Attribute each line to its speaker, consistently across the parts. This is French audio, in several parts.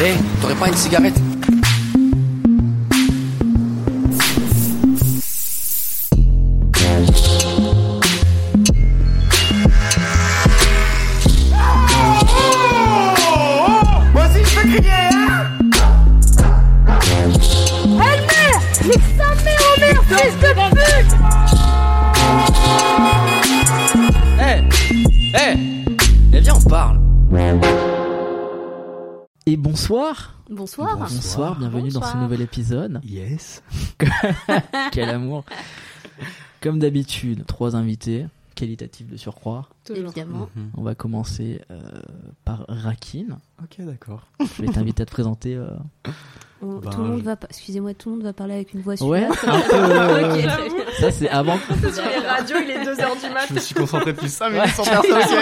Speaker 1: Hé, Eh, t'aurais pas une cigarette
Speaker 2: Moi aussi, je peux crier, hein
Speaker 3: Mais sa mère, oh merde, fils de pute
Speaker 1: Hé Hé Eh viens, on parle
Speaker 4: Et bonsoir.
Speaker 3: Bonsoir.
Speaker 4: Bonsoir, bienvenue dans ce
Speaker 3: Bonsoir.
Speaker 4: nouvel épisode.
Speaker 5: Yes.
Speaker 4: Quel amour. Comme d'habitude, trois invités, qualitatifs de surcroît.
Speaker 3: Toujours.
Speaker 6: Mmh.
Speaker 3: Évidemment.
Speaker 4: On va commencer euh, par Rakin.
Speaker 5: Ok, d'accord.
Speaker 4: Je vais t'inviter à te présenter. euh,
Speaker 3: On-
Speaker 6: Bah
Speaker 5: Ben,
Speaker 3: tout le monde
Speaker 5: je-
Speaker 3: va, pa- excusez-moi, tout le monde va parler avec une voix
Speaker 4: Ouais,
Speaker 3: suave.
Speaker 4: un peu, euh,
Speaker 3: J'avoue.
Speaker 4: ça c'est avant.
Speaker 6: Sur les radios, il est 2h du mat.
Speaker 5: Je me suis concentré depuis 5 minutes
Speaker 4: Ouais.
Speaker 5: sur personne.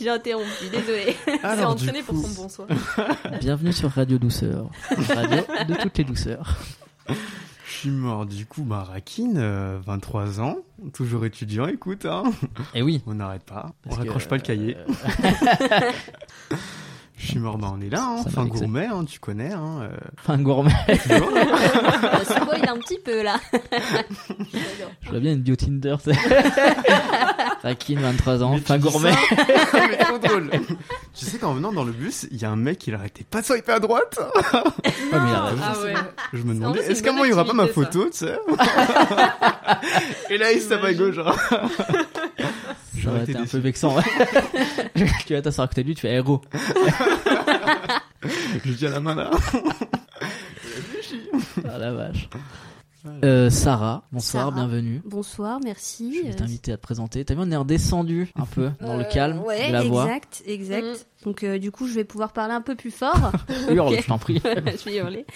Speaker 6: J'ai interrompu, désolé. C'est
Speaker 5: Alors, du
Speaker 6: entraîné
Speaker 5: coup-
Speaker 6: pour son bonsoir.
Speaker 3: Euh,
Speaker 4: Bienvenue sur Radio Douceur, radio de toutes les douceurs.
Speaker 5: Je suis mort du coup, bah, Rakin, euh, 23 ans, toujours étudiant, écoute, hein.
Speaker 4: Et Eh oui.
Speaker 5: On n'arrête pas,
Speaker 4: parce
Speaker 5: on raccroche
Speaker 4: que,
Speaker 5: pas le cahier.
Speaker 4: euh,
Speaker 5: Je suis mort, bah, on est là, hein.
Speaker 4: Ça
Speaker 5: Fin
Speaker 4: m'arrive, ça.
Speaker 5: gourmet, hein, tu connais, hein. euh,
Speaker 4: Enfin gourmet.
Speaker 5: toujours, hein.
Speaker 3: On spoil un petit peu là.
Speaker 4: Ah, Je vois bien une bio Tinder. tu sais. Rakin, 23 ans,
Speaker 5: Mais tu
Speaker 4: fin
Speaker 5: dis
Speaker 4: gourmet.
Speaker 5: ça, mais trop drôle. Tu sais qu'en venant dans le bus, il y a un mec, il arrêtait pas de swiper à droite.
Speaker 4: Ouais, mais il a raison.
Speaker 6: Ah ouais.
Speaker 5: Je me
Speaker 6: En
Speaker 5: demandais,
Speaker 6: vrai, Ah, c'est
Speaker 5: est-ce
Speaker 6: une
Speaker 5: qu'à un
Speaker 6: bonne
Speaker 5: moment il y aura pas ma
Speaker 6: activité, ça.
Speaker 5: photo, tu sais Et là, il se tape à gauche, genre.
Speaker 4: Ça va,
Speaker 5: J'aurais été
Speaker 4: t'es un
Speaker 5: déçu.
Speaker 4: peu vexant. ouais. tu vas t'asseoir à côté de lui, tu fais "Eh, héros.
Speaker 5: Je tiens la main là.
Speaker 4: Ah la vache. Euh, Sarah, bonsoir,
Speaker 3: Sarah.
Speaker 4: bienvenue.
Speaker 3: Bonsoir, merci.
Speaker 4: Je vais t'inviter à te présenter. T'as vu, on est redescendu un peu dans le
Speaker 3: Euh,
Speaker 4: calme
Speaker 3: ouais,
Speaker 4: de la voix.
Speaker 3: Exact, exact.
Speaker 6: Mmh.
Speaker 3: Donc euh, du coup, je vais pouvoir parler un peu plus fort.
Speaker 4: Hurle,
Speaker 3: Ok.
Speaker 4: je t'en prie.
Speaker 3: je vais hurler.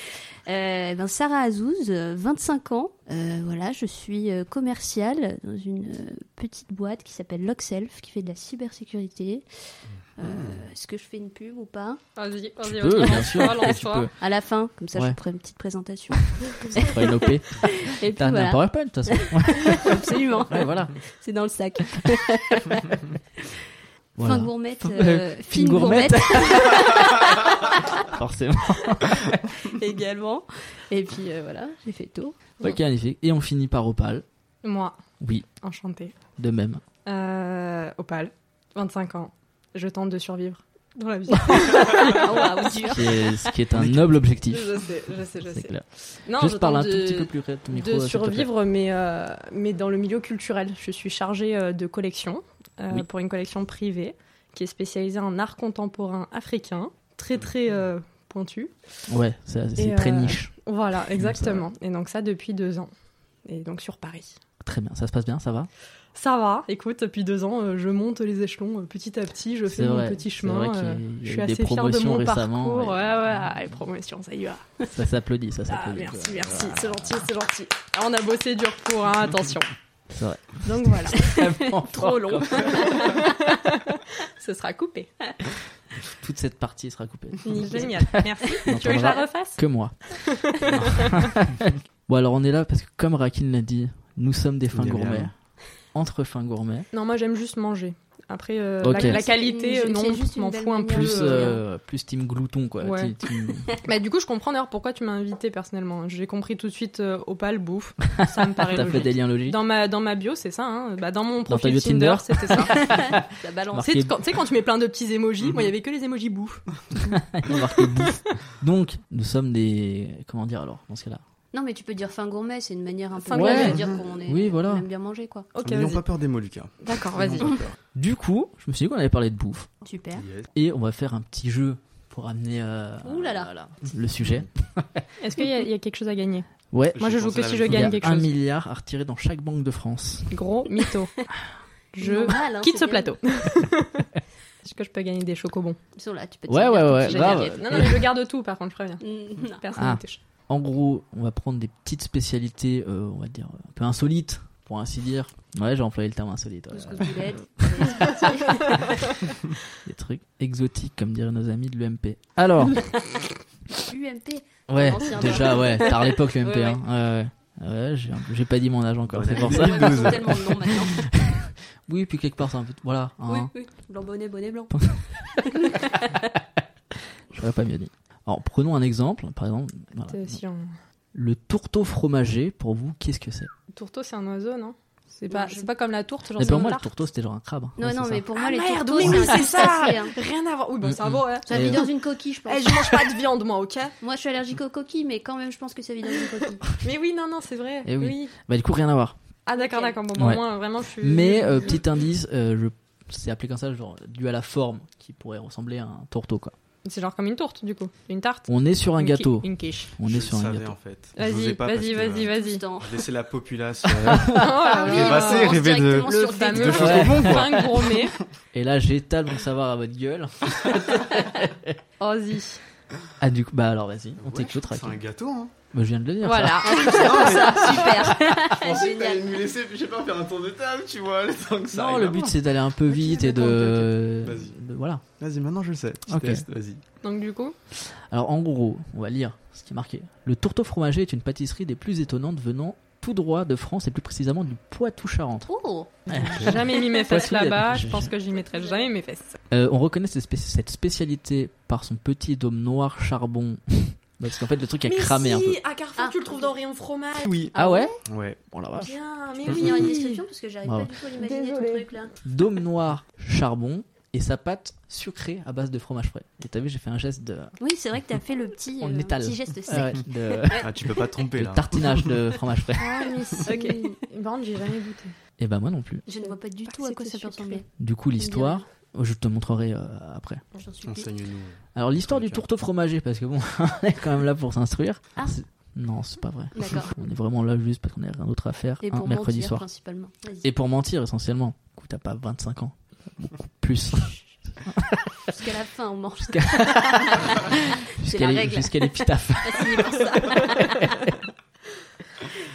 Speaker 3: Euh, ben Sarah Azouz, euh, 25 ans. Euh, voilà, je suis euh, commerciale dans une euh, petite boîte qui s'appelle Lockself, qui fait de la cybersécurité. Euh,
Speaker 4: Mmh.
Speaker 3: Est-ce que je fais une pub ou pas
Speaker 6: Vas-y, vas-y,
Speaker 4: Tu peux, bien
Speaker 6: vas-y.
Speaker 4: sûr. Tu
Speaker 6: hein.
Speaker 4: peux.
Speaker 3: À la fin, comme ça
Speaker 4: Ouais.
Speaker 3: je ferai une petite présentation.
Speaker 4: Ça fera une OP.
Speaker 3: Et puis
Speaker 4: T'as un
Speaker 3: voilà,
Speaker 4: PowerPoint, de toute façon.
Speaker 3: absolument.
Speaker 4: Ouais, voilà.
Speaker 3: C'est dans le sac.
Speaker 4: Voilà.
Speaker 3: Fin gourmette.
Speaker 4: Fin-
Speaker 3: euh,
Speaker 4: Fin
Speaker 3: fine
Speaker 4: gourmette.
Speaker 3: gourmette.
Speaker 4: Forcément.
Speaker 3: également. Et puis euh, voilà, j'ai fait le tour.
Speaker 4: Ok, magnifique. Et on finit par Opal.
Speaker 6: Moi,
Speaker 4: Oui,
Speaker 6: enchantée.
Speaker 4: de même.
Speaker 6: Euh, Opal, 25 ans. Je tente de survivre dans la vie.
Speaker 3: Waouh, dur.
Speaker 4: Ce qui est, ce qui est un noble objectif.
Speaker 6: je sais, je sais, je
Speaker 4: C'est
Speaker 6: sais.
Speaker 4: clair.
Speaker 6: Non,
Speaker 4: Juste
Speaker 6: je
Speaker 4: parle un
Speaker 6: tente
Speaker 4: tout petit peu
Speaker 6: de,
Speaker 4: plus près de ton micro.
Speaker 6: de
Speaker 4: s'il te plaît.
Speaker 6: survivre, mais, euh, mais dans le milieu culturel. Je suis chargée euh, de collection euh,
Speaker 4: Oui.
Speaker 6: pour une collection privée qui est spécialisée en art contemporain africain, très très euh, pointu.
Speaker 4: Ouais, c'est c'est
Speaker 6: Et,
Speaker 4: très
Speaker 6: euh,
Speaker 4: niche.
Speaker 6: Voilà, exactement. Et donc ça depuis deux ans. Et donc sur Paris.
Speaker 4: Très bien. Ça se passe bien, ça va
Speaker 6: Ça va, écoute, depuis deux ans, euh, je monte les échelons euh, petit à petit, je
Speaker 4: C'est
Speaker 6: fais mon
Speaker 4: vrai,
Speaker 6: petit
Speaker 4: c'est
Speaker 6: chemin.
Speaker 4: vrai qu'il y a-
Speaker 6: euh,
Speaker 4: il y a
Speaker 6: je
Speaker 4: eu
Speaker 6: suis
Speaker 4: des
Speaker 6: assez fière de
Speaker 4: promotions
Speaker 6: mon
Speaker 4: récemment,
Speaker 6: parcours.
Speaker 4: ouais.
Speaker 6: Ouais, ouais, ah, les promotions, ça y va.
Speaker 4: Ça s'applaudit, ça
Speaker 6: Ah,
Speaker 4: s'applaudit.
Speaker 6: merci, merci, c'est gentil, c'est gentil. Ah, On a bossé dur pour, hein, attention.
Speaker 4: C'est vrai.
Speaker 6: Donc voilà,
Speaker 4: Vraiment
Speaker 6: trop
Speaker 4: fort,
Speaker 6: long. Ce sera coupé.
Speaker 4: Toute cette partie sera coupée.
Speaker 6: Génial, merci.
Speaker 4: On
Speaker 6: Tu veux que je la
Speaker 4: entendra
Speaker 6: refasse
Speaker 4: que moi. bon, alors on est là parce que, comme Rakin l'a dit, nous sommes des fins
Speaker 5: Bien.
Speaker 4: gourmets. Entre fins gourmets,
Speaker 6: Non, moi j'aime juste manger. Après, euh,
Speaker 4: Ok.
Speaker 6: la,
Speaker 3: C'est
Speaker 6: la
Speaker 3: une-
Speaker 6: qualité, euh, non,
Speaker 3: c'est juste
Speaker 6: je m'en
Speaker 3: une belle
Speaker 6: fous un peu.
Speaker 3: manière
Speaker 4: plus,
Speaker 3: de-
Speaker 6: euh,
Speaker 4: euh, plus team glouton, quoi.
Speaker 6: Ouais.
Speaker 4: Team- team-
Speaker 6: Bah, du coup, je comprends d'ailleurs pourquoi tu m'as invité personnellement. J'ai compris tout de suite euh, Opal bouffe. Ça me paraît
Speaker 4: T'as fait
Speaker 6: logique.
Speaker 4: des liens logiques.
Speaker 6: Dans ma, dans ma bio, c'est ça. Hein. Bah, dans mon
Speaker 4: Dans ta
Speaker 6: profil
Speaker 4: bio
Speaker 6: Tinder,
Speaker 4: Tinder.
Speaker 6: c'était ça.
Speaker 3: Ça balance.
Speaker 4: Marqué- Mm-hmm.
Speaker 6: Tu sais, quand, tu sais, quand tu mets plein de petits emojis, moi, il y avait que les emojis bouffe.
Speaker 4: Il y a marqué bouffe. Donc, nous sommes des. Comment dire alors, dans ce cas-là
Speaker 3: Non, mais tu peux dire fin gourmet, c'est une manière un peu
Speaker 6: Fin
Speaker 3: de
Speaker 6: gourmet.
Speaker 3: dire qu'on est,
Speaker 4: Oui, voilà.
Speaker 3: on aime bien manger, quoi.
Speaker 6: Ok,
Speaker 5: N'ayons
Speaker 6: vas-y.
Speaker 5: pas peur des Molucas.
Speaker 6: D'accord, vas-y.
Speaker 5: N'ayons pas peur.
Speaker 4: Du coup, je me suis dit qu'on allait parler de bouffe.
Speaker 3: Super.
Speaker 5: Yes.
Speaker 4: Et on va faire un petit jeu pour amener euh,
Speaker 3: Ouh là là.
Speaker 4: le sujet.
Speaker 6: Est-ce qu'il y, a- il y a quelque chose à gagner
Speaker 4: Ouais.
Speaker 6: Moi, je
Speaker 5: J'ai
Speaker 6: joue
Speaker 5: pensé
Speaker 6: que
Speaker 5: la
Speaker 6: si je
Speaker 5: même
Speaker 4: Il y
Speaker 6: gagne
Speaker 4: a
Speaker 6: quelque
Speaker 4: un
Speaker 6: chose.
Speaker 4: milliard à retirer dans chaque banque de France.
Speaker 6: Gros mytho. Je
Speaker 3: Normal, hein,
Speaker 6: quitte
Speaker 3: c'est
Speaker 6: ce
Speaker 3: bien.
Speaker 6: plateau. Est-ce que je peux gagner des chocobons
Speaker 3: Ils sont là, tu peux te
Speaker 4: Ouais,
Speaker 3: servir
Speaker 4: ouais,
Speaker 3: tout de
Speaker 4: ouais,
Speaker 3: suite.
Speaker 4: grave.
Speaker 6: Non, non, mais je garde tout, par contre, je préviens.
Speaker 3: Mm, non.
Speaker 6: Personne
Speaker 4: Ah.
Speaker 6: ne touche.
Speaker 4: En gros, on va prendre des petites spécialités, euh, on va dire, un peu insolites, pour ainsi dire. Ouais, j'ai employé le terme insolite. ouais.
Speaker 3: Couscous boulette.
Speaker 4: Des trucs exotiques, comme diraient nos amis de l'UMP. Alors,
Speaker 3: UMP.
Speaker 4: ouais,
Speaker 3: L'ancien
Speaker 4: déjà, ouais, tard à l'époque l'UMP.
Speaker 3: Ouais,
Speaker 4: Hein. Ouais, ouais. Ouais, j'ai un peu- j'ai pas dit mon âge encore, c'est pour ça.
Speaker 3: Ouais, mais ils ont tellement de noms maintenant.
Speaker 4: Oui, puis quelque part, c'est un peu. Voilà,
Speaker 3: Oui,
Speaker 4: hein,
Speaker 3: oui. Blanc bonnet, bonnet blanc.
Speaker 4: j'aurais pas mieux dit. Alors prenons un exemple, par exemple, voilà.
Speaker 6: T'es aussi en-
Speaker 4: le tourteau fromager. Pour vous, qu'est-ce que c'est
Speaker 6: Tourteau, c'est un oiseau, non C'est
Speaker 3: Non,
Speaker 6: pas,
Speaker 3: je-
Speaker 6: c'est pas comme la tourte, genre
Speaker 4: Mais
Speaker 6: c'est
Speaker 4: pour
Speaker 6: un
Speaker 4: moi, le
Speaker 6: lard.
Speaker 4: tourteau c'était genre un crabe. hein.
Speaker 3: Non,
Speaker 4: Ouais,
Speaker 3: non,
Speaker 4: c'est
Speaker 3: mais
Speaker 4: ça.
Speaker 3: pour
Speaker 6: Ah,
Speaker 3: moi, les
Speaker 6: merde,
Speaker 3: tourteaux,
Speaker 6: oui, oui,
Speaker 3: c'est un
Speaker 6: c'est ça.
Speaker 3: crustacé, hein.
Speaker 6: Rien à voir. Oui, bah
Speaker 4: Mm,
Speaker 6: ça
Speaker 4: mm.
Speaker 6: va, hein.
Speaker 3: Ça vit
Speaker 4: Et-
Speaker 3: dans une coquille, je pense.
Speaker 6: Eh, je mange pas de viande, moi, ok
Speaker 3: Moi, je suis allergique aux coquilles, mais quand même, je pense que ça vit dans une coquille.
Speaker 6: Mais oui, non, non, c'est vrai.
Speaker 4: Eh
Speaker 6: oui.
Speaker 4: oui. Bah, du coup, rien à voir.
Speaker 6: Ah, d'accord, d'accord. Bon,
Speaker 4: Ouais.
Speaker 6: au moins, vraiment, je suis.
Speaker 4: Mais euh, petit indice, euh, je c'est appelé comme ça, genre dû à la forme qui pourrait ressembler à un tourteau quoi.
Speaker 6: C'est genre comme une tourte, du coup. Une tarte.
Speaker 4: On est sur un
Speaker 6: Une
Speaker 4: gâteau.
Speaker 6: qui- Une quiche.
Speaker 4: On
Speaker 5: Je
Speaker 4: est
Speaker 5: le
Speaker 4: sur un
Speaker 5: savais,
Speaker 4: gâteau.
Speaker 5: en fait.
Speaker 6: Vas-y,
Speaker 5: J'osais pas parce
Speaker 6: vas-y,
Speaker 5: que,
Speaker 6: vas-y,
Speaker 5: euh,
Speaker 3: Tout
Speaker 6: vas-y.
Speaker 3: le temps.
Speaker 5: Laisser la populace. euh,
Speaker 6: Ah,
Speaker 3: Ah
Speaker 6: ouais,
Speaker 3: oui,
Speaker 6: bah,
Speaker 5: rêvasser,
Speaker 3: on
Speaker 6: le
Speaker 3: pense
Speaker 5: rêver de-
Speaker 3: directement sur
Speaker 6: le
Speaker 3: le
Speaker 6: fameux
Speaker 5: de
Speaker 3: dégoût.
Speaker 5: choses au bon, quoi.
Speaker 6: pain gourmet.
Speaker 5: hein.
Speaker 4: Et là, j'étale mon savoir à votre gueule.
Speaker 6: Vas-y.
Speaker 4: Ah du coup, bah alors vas-y, on
Speaker 5: ouais,
Speaker 4: t'écoute
Speaker 5: C'est un
Speaker 4: Rakim.
Speaker 5: gâteau, hein.
Speaker 4: Bah, je viens de le dire. ça.
Speaker 6: Voilà.
Speaker 3: Super.
Speaker 6: Ah,
Speaker 5: Je pensais que t'allais
Speaker 3: Génial.
Speaker 5: nous laisser, je sais pas, faire un tour de table, tu vois, le temps que ça
Speaker 4: Non,
Speaker 5: arrive
Speaker 4: le
Speaker 5: à
Speaker 4: but
Speaker 5: moi.
Speaker 4: c'est d'aller un peu vite et
Speaker 6: d'accord,
Speaker 4: de...
Speaker 5: ok, ok. Vas-y.
Speaker 4: de- Voilà.
Speaker 5: Vas-y, maintenant je le sais. Petit
Speaker 4: Ok.
Speaker 5: test, vas-y.
Speaker 6: Donc, du coup,
Speaker 4: Alors en gros, on va lire ce qui est marqué. Le tourteau fromager est une pâtisserie des plus étonnantes venant tout droit de France et plus précisément du Poitou-Charentes.
Speaker 3: Oh,
Speaker 6: jamais mis mes fesses
Speaker 4: Poisson
Speaker 6: là-bas.
Speaker 4: d'Aden.
Speaker 6: Je pense que j'y mettrai jamais mes fesses.
Speaker 4: Euh, on reconnaît cette, spé- cette spécialité par son petit dôme noir charbon. Parce qu'en fait, le truc a cramé un peu.
Speaker 6: à Carrefour,
Speaker 3: tu le trouves dans
Speaker 6: rayon fromage.
Speaker 5: Oui.
Speaker 4: Ah ouais
Speaker 5: Ouais.
Speaker 4: Bon, la vache.
Speaker 6: Bien, Ah, mais
Speaker 3: je peux finir une description parce que j'arrive
Speaker 4: Bravo.
Speaker 3: pas du tout à l'imaginer ton
Speaker 6: Désolée.
Speaker 3: truc là.
Speaker 4: Dôme noir charbon et sa pâte sucrée à base de fromage frais. Et t'as vu, j'ai fait un geste de, euh,
Speaker 3: Oui, c'est vrai que t'as fait le petit,
Speaker 4: On
Speaker 3: euh,
Speaker 4: étale.
Speaker 3: petit geste sec.
Speaker 4: euh, de-
Speaker 5: Ah, tu peux pas te tromper,
Speaker 4: de
Speaker 5: là.
Speaker 4: tartinage de fromage frais.
Speaker 3: Ah, mais si.
Speaker 6: Ok. Par contre, j'ai jamais goûté.
Speaker 4: Et bah moi non plus.
Speaker 3: Je ne vois pas du
Speaker 6: Parce
Speaker 3: tout à
Speaker 6: que
Speaker 3: quoi ça
Speaker 6: c'est
Speaker 3: peut
Speaker 6: sucré.
Speaker 3: ressembler.
Speaker 4: Du coup, l'histoire, oh, je te montrerai euh, après.
Speaker 3: J'en suis plus.
Speaker 5: Enseigne-nous.
Speaker 4: Alors l'histoire du
Speaker 5: Ok.
Speaker 4: tourteau fromager, parce que bon, on est quand même là pour s'instruire.
Speaker 3: Ah.
Speaker 4: C'est- Non, c'est pas vrai.
Speaker 3: D'accord.
Speaker 4: On est vraiment là juste parce qu'on n'a rien d'autre à faire
Speaker 3: Et
Speaker 4: un
Speaker 3: pour
Speaker 4: mercredi
Speaker 3: mentir
Speaker 4: soir.
Speaker 3: principalement. Vas-y.
Speaker 4: Et pour mentir essentiellement. Du coup, t'as pas 25 ans. Beaucoup plus.
Speaker 3: Jusqu'à la fin, on mange.
Speaker 4: Jusqu'à
Speaker 3: la
Speaker 4: l'é-
Speaker 3: règle.
Speaker 4: jusqu'à l'épitaphe.
Speaker 3: Fasciné par ça.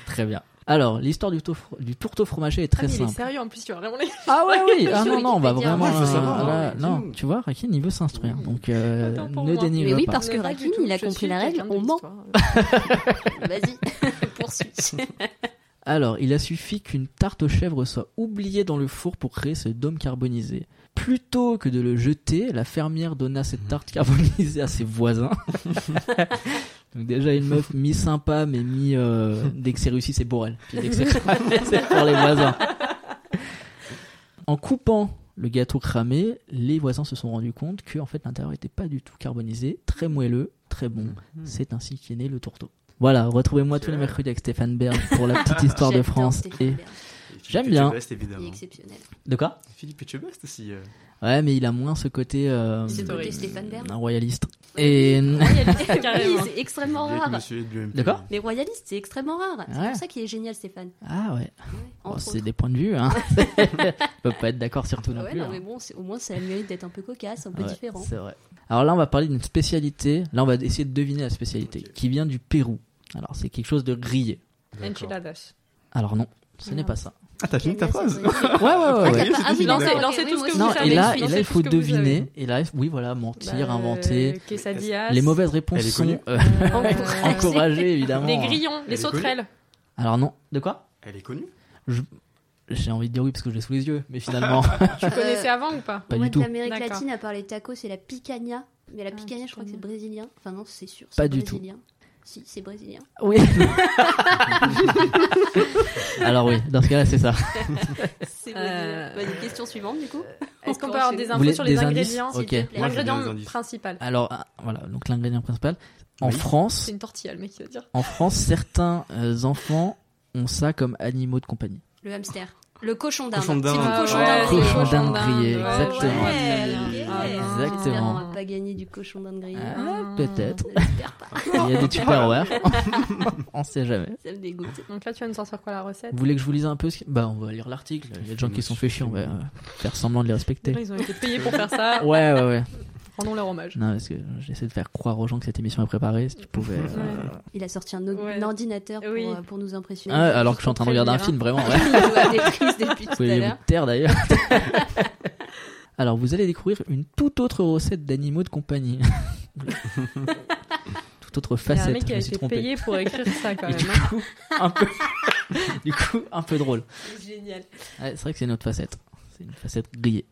Speaker 4: Très bien. Alors, l'histoire du, tour- du tourteau fromager est
Speaker 6: Ah,
Speaker 4: très
Speaker 6: mais il est
Speaker 4: simple.
Speaker 6: sérieux en plus, tu vas vraiment les.
Speaker 4: Ah ouais, oui. Ah
Speaker 3: Sur
Speaker 4: non, non, on va
Speaker 3: Wikipédia,
Speaker 4: vraiment.
Speaker 5: ouais, faut
Speaker 4: euh,
Speaker 5: savoir,
Speaker 4: là-
Speaker 3: hein.
Speaker 5: ouais,
Speaker 4: non,
Speaker 5: dis-nous.
Speaker 4: tu vois, Rakin, il veut s'instruire. Donc, euh,
Speaker 6: Autant pour
Speaker 4: ne
Speaker 6: moi.
Speaker 4: dénigre
Speaker 3: Mais oui,
Speaker 4: pas.
Speaker 3: Parce que
Speaker 6: Pas du
Speaker 3: Rakim,
Speaker 6: tout,
Speaker 3: il a
Speaker 6: je
Speaker 3: compris
Speaker 6: suis
Speaker 3: la règle,
Speaker 6: quelqu'un de
Speaker 3: on ment.
Speaker 6: l'histoire.
Speaker 3: Vas-y, poursuis.
Speaker 4: Alors, il a suffi qu'une tarte aux chèvres soit oubliée dans le four pour créer ce dôme carbonisé. Plutôt que de le jeter, la fermière donna cette tarte carbonisée à ses voisins. Donc déjà une meuf mi-sympa mais mi... Euh, dès que c'est réussi, c'est pour elle. Puis dès que c'est cramé, c'est pour les voisins. En coupant le gâteau cramé, les voisins se sont rendus compte que en fait, l'intérieur n'était pas du tout carbonisé, très moelleux, très bon. C'est ainsi qu'est né le tourteau. Voilà, retrouvez-moi tous les mercredis avec Stéphane Bern pour la petite histoire de
Speaker 3: J'adore
Speaker 4: France.
Speaker 3: Stéphane
Speaker 4: Et...
Speaker 3: Bern,
Speaker 4: J'aime bien.
Speaker 5: Philippe Etchebest,
Speaker 3: Il est
Speaker 5: évidemment.
Speaker 3: exceptionnel.
Speaker 4: De quoi
Speaker 5: Philippe Etchebest aussi. euh.
Speaker 4: Ouais, mais il a moins ce côté, euh,
Speaker 3: Ce côté
Speaker 6: Historique.
Speaker 3: Stéphane Bern.
Speaker 4: un royaliste. Et
Speaker 3: Oui,
Speaker 6: Carrément.
Speaker 3: c'est extrêmement
Speaker 5: Bien que
Speaker 3: rare.
Speaker 5: monsieur est de l'UMP.
Speaker 4: D'accord.
Speaker 3: Les royalistes, c'est extrêmement rare. C'est
Speaker 4: Ouais.
Speaker 3: pour ça qu'il est génial, Stéphane.
Speaker 4: ah ouais,
Speaker 3: Ouais,
Speaker 4: Bon,
Speaker 3: entre
Speaker 4: c'est
Speaker 3: autres. Ah
Speaker 4: des points de vue. Hein. on peut pas être d'accord sur tout non
Speaker 3: Ouais,
Speaker 4: plus.
Speaker 3: non,
Speaker 4: hein.
Speaker 3: mais bon, c'est- au moins, ça a le mérite d'être un peu cocasse, un peu
Speaker 4: Ouais,
Speaker 3: différent.
Speaker 4: C'est vrai. Alors là, on va parler d'une spécialité. Là, on va essayer de deviner la spécialité
Speaker 5: Ok.
Speaker 4: qui vient du Pérou. Alors, c'est quelque chose de grillé.
Speaker 5: D'accord.
Speaker 6: Enchiladas.
Speaker 4: Alors non, ce n'est
Speaker 6: Merde.
Speaker 4: pas ça.
Speaker 5: Ah, t'as fini ta phrase
Speaker 4: Ouais, ouais, ouais.
Speaker 5: ouais.
Speaker 3: t'as pas-
Speaker 5: Ah,
Speaker 3: oui,
Speaker 5: lancez-
Speaker 3: d'accord,
Speaker 6: lancez
Speaker 3: ok,
Speaker 6: tout
Speaker 3: oui,
Speaker 6: ce que
Speaker 3: oui,
Speaker 6: vous
Speaker 4: Non,
Speaker 3: oui.
Speaker 4: et
Speaker 6: savez,
Speaker 4: là,
Speaker 6: je
Speaker 4: et
Speaker 6: pense
Speaker 4: là
Speaker 6: que
Speaker 4: il faut
Speaker 6: tout ce que vous
Speaker 4: deviner. Et là, oui, voilà, mentir,
Speaker 6: Bah,
Speaker 4: inventer.
Speaker 3: euh,
Speaker 6: quesadillas.
Speaker 4: Les mauvaises réponses
Speaker 5: Elle est connue.
Speaker 4: sont euh,
Speaker 6: Euh,
Speaker 4: encouragées, évidemment.
Speaker 6: Les grillons,
Speaker 5: Elle est
Speaker 6: les sauterelles.
Speaker 4: Alors non, de quoi
Speaker 5: Elle est connue
Speaker 4: J'ai envie de dire oui parce que je l'ai sous les yeux, mais finalement,
Speaker 6: Tu
Speaker 3: Euh,
Speaker 6: connaissais avant ou pas
Speaker 4: pas
Speaker 3: Moi,
Speaker 4: du tout.
Speaker 3: de l'Amérique
Speaker 6: D'accord.
Speaker 3: latine, à part les tacos, c'est la picanha. Mais la
Speaker 6: Ah,
Speaker 3: picanha, je crois que c'est
Speaker 6: picanha.
Speaker 3: brésilien. Enfin, non, c'est sûr. c'est
Speaker 4: Pas du tout.
Speaker 3: brésilien. Si, c'est brésilien.
Speaker 4: Oui. Alors oui, dans ce cas-là, c'est ça.
Speaker 3: C'est
Speaker 6: brésilien. Euh,
Speaker 3: Vas-y, Euh, bah, question suivante, du coup.
Speaker 6: Est-ce qu'on peut avoir des
Speaker 3: Vous
Speaker 6: infos
Speaker 4: voulez
Speaker 6: sur les
Speaker 4: des indices
Speaker 6: ingrédients
Speaker 4: Ok.
Speaker 3: s'il te plaît.
Speaker 5: Moi, je veux bien des
Speaker 6: L'ingrédient
Speaker 5: indices.
Speaker 6: principal.
Speaker 4: Alors ah, voilà, donc l'ingrédient principal. En
Speaker 5: Oui.
Speaker 4: France,
Speaker 6: C'est une tortilla, le mec, il va dire.
Speaker 4: en France, certains euh, enfants ont ça comme animaux de compagnie.
Speaker 3: Le hamster. Le cochon d'Inde.
Speaker 5: Cochon
Speaker 3: C'est
Speaker 5: d'Inde.
Speaker 3: du cochon
Speaker 5: Ah,
Speaker 3: d'Inde.
Speaker 4: ouais. Cochon
Speaker 6: Cochon
Speaker 4: d'Inde
Speaker 6: d'Inde.
Speaker 4: grillé,
Speaker 6: Oh,
Speaker 4: exactement.
Speaker 6: ouais. Ah, non.
Speaker 4: Exactement.
Speaker 3: J'espère qu'on va pas gagner du cochon d'Inde grillé.
Speaker 6: Hmm.
Speaker 4: Ah, peut-être.
Speaker 3: J'espère pas.
Speaker 4: Il y a des tupperwares. On sait jamais.
Speaker 3: Ça me dégoûte.
Speaker 6: Donc là, tu vas nous sortir quoi la recette
Speaker 4: Vous voulez que je vous lise un peu ce qui- Bah, on va lire l'article. Il y a des gens qui se sont fait chier, on va euh, faire semblant de les respecter.
Speaker 6: Ils ont été payés pour faire ça.
Speaker 4: Ouais, ouais, ouais.
Speaker 6: Rendons leur hommage.
Speaker 4: Non, parce que j'essaie de faire croire aux gens que cette émission est préparée. Si tu pouvais. euh,
Speaker 6: Ouais.
Speaker 3: Il a sorti un, o-
Speaker 6: Ouais.
Speaker 3: un ordinateur pour,
Speaker 6: Oui.
Speaker 3: euh, pour nous impressionner.
Speaker 4: ah, alors que je suis en train de regarder un film, vraiment. Ouais.
Speaker 3: Il nous a détruit depuis
Speaker 4: Vous
Speaker 3: tout à
Speaker 4: pouvez
Speaker 3: l'heure.
Speaker 4: vous taire d'ailleurs. Alors, vous allez découvrir une toute autre recette d'animaux de compagnie. toute autre
Speaker 6: Il y a un
Speaker 4: facette,
Speaker 6: mec qui
Speaker 4: je
Speaker 6: a
Speaker 4: me suis
Speaker 6: été
Speaker 4: trompé.
Speaker 6: payé pour écrire ça quand
Speaker 4: Et
Speaker 6: même.
Speaker 4: du
Speaker 6: hein.
Speaker 4: coup, un peu, du coup, un peu drôle.
Speaker 3: Génial.
Speaker 4: Ouais, c'est vrai que c'est notre facette. C'est- c'est une facette grillée.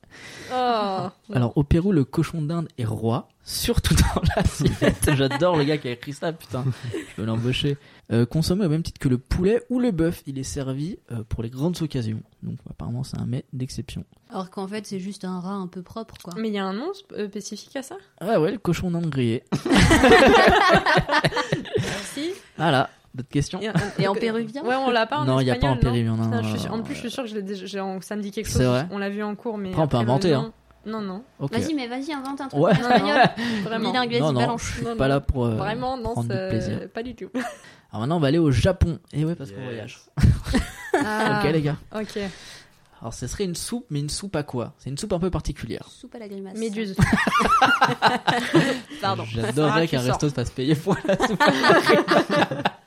Speaker 6: Oh.
Speaker 4: Alors au Pérou, le cochon d'Inde est roi, surtout dans l'assiette. J'adore le gars qui a écrit ça, putain. Je veux l'embaucher. Euh, consommé au même titre que le poulet ou le bœuf, il est servi euh, pour les grandes occasions. Donc apparemment c'est un mets d'exception.
Speaker 3: Alors qu'en fait, c'est juste un rat un peu propre, quoi.
Speaker 6: Mais il y a un nom sp- euh, spécifique à ça
Speaker 4: Ah ouais, le cochon d'Inde grillé.
Speaker 6: Merci.
Speaker 4: Voilà, d'autres questions
Speaker 3: Et en péruvien
Speaker 6: Ouais, on l'a pas Ah, en
Speaker 4: Non, il n'y
Speaker 6: espagnol.
Speaker 4: a pas en Péruvien. Non,
Speaker 6: Putain, je
Speaker 4: non,
Speaker 6: suis-
Speaker 4: non,
Speaker 6: en
Speaker 4: non.
Speaker 6: plus, je suis sûre que je l'ai déjà... j'ai en- ça me dit quelque
Speaker 4: C'est
Speaker 6: chose.
Speaker 4: vrai
Speaker 6: On l'a vu en cours, mais.
Speaker 4: Après, on peut
Speaker 6: le
Speaker 4: inventer,
Speaker 6: nom-
Speaker 4: hein.
Speaker 6: Non, non.
Speaker 4: Ok.
Speaker 3: Vas-y, mais vas-y, invente un truc en
Speaker 4: Ouais.
Speaker 3: espagnol.
Speaker 6: Vraiment.
Speaker 3: Bilingue, vas-y,
Speaker 4: Non, non,
Speaker 3: balance.
Speaker 4: je suis
Speaker 6: Non,
Speaker 4: pas
Speaker 6: non.
Speaker 4: là pour. euh,
Speaker 6: Vraiment, non,
Speaker 4: prendre du
Speaker 6: c'est-
Speaker 4: plaisir.
Speaker 6: pas du tout.
Speaker 4: Alors maintenant, on va aller au Japon. Et ouais, parce qu'on
Speaker 5: Yes.
Speaker 4: voyage.
Speaker 6: Ah,
Speaker 4: Ok, les gars.
Speaker 6: ok.
Speaker 4: Alors, ce serait une soupe, mais une soupe à quoi C'est une soupe un peu particulière.
Speaker 3: Soupe à la grimace.
Speaker 6: Méduse. Pardon. Ah,
Speaker 4: J'adorerais
Speaker 6: tu
Speaker 4: qu'un
Speaker 6: sors.
Speaker 4: resto se fasse payer pour la soupe.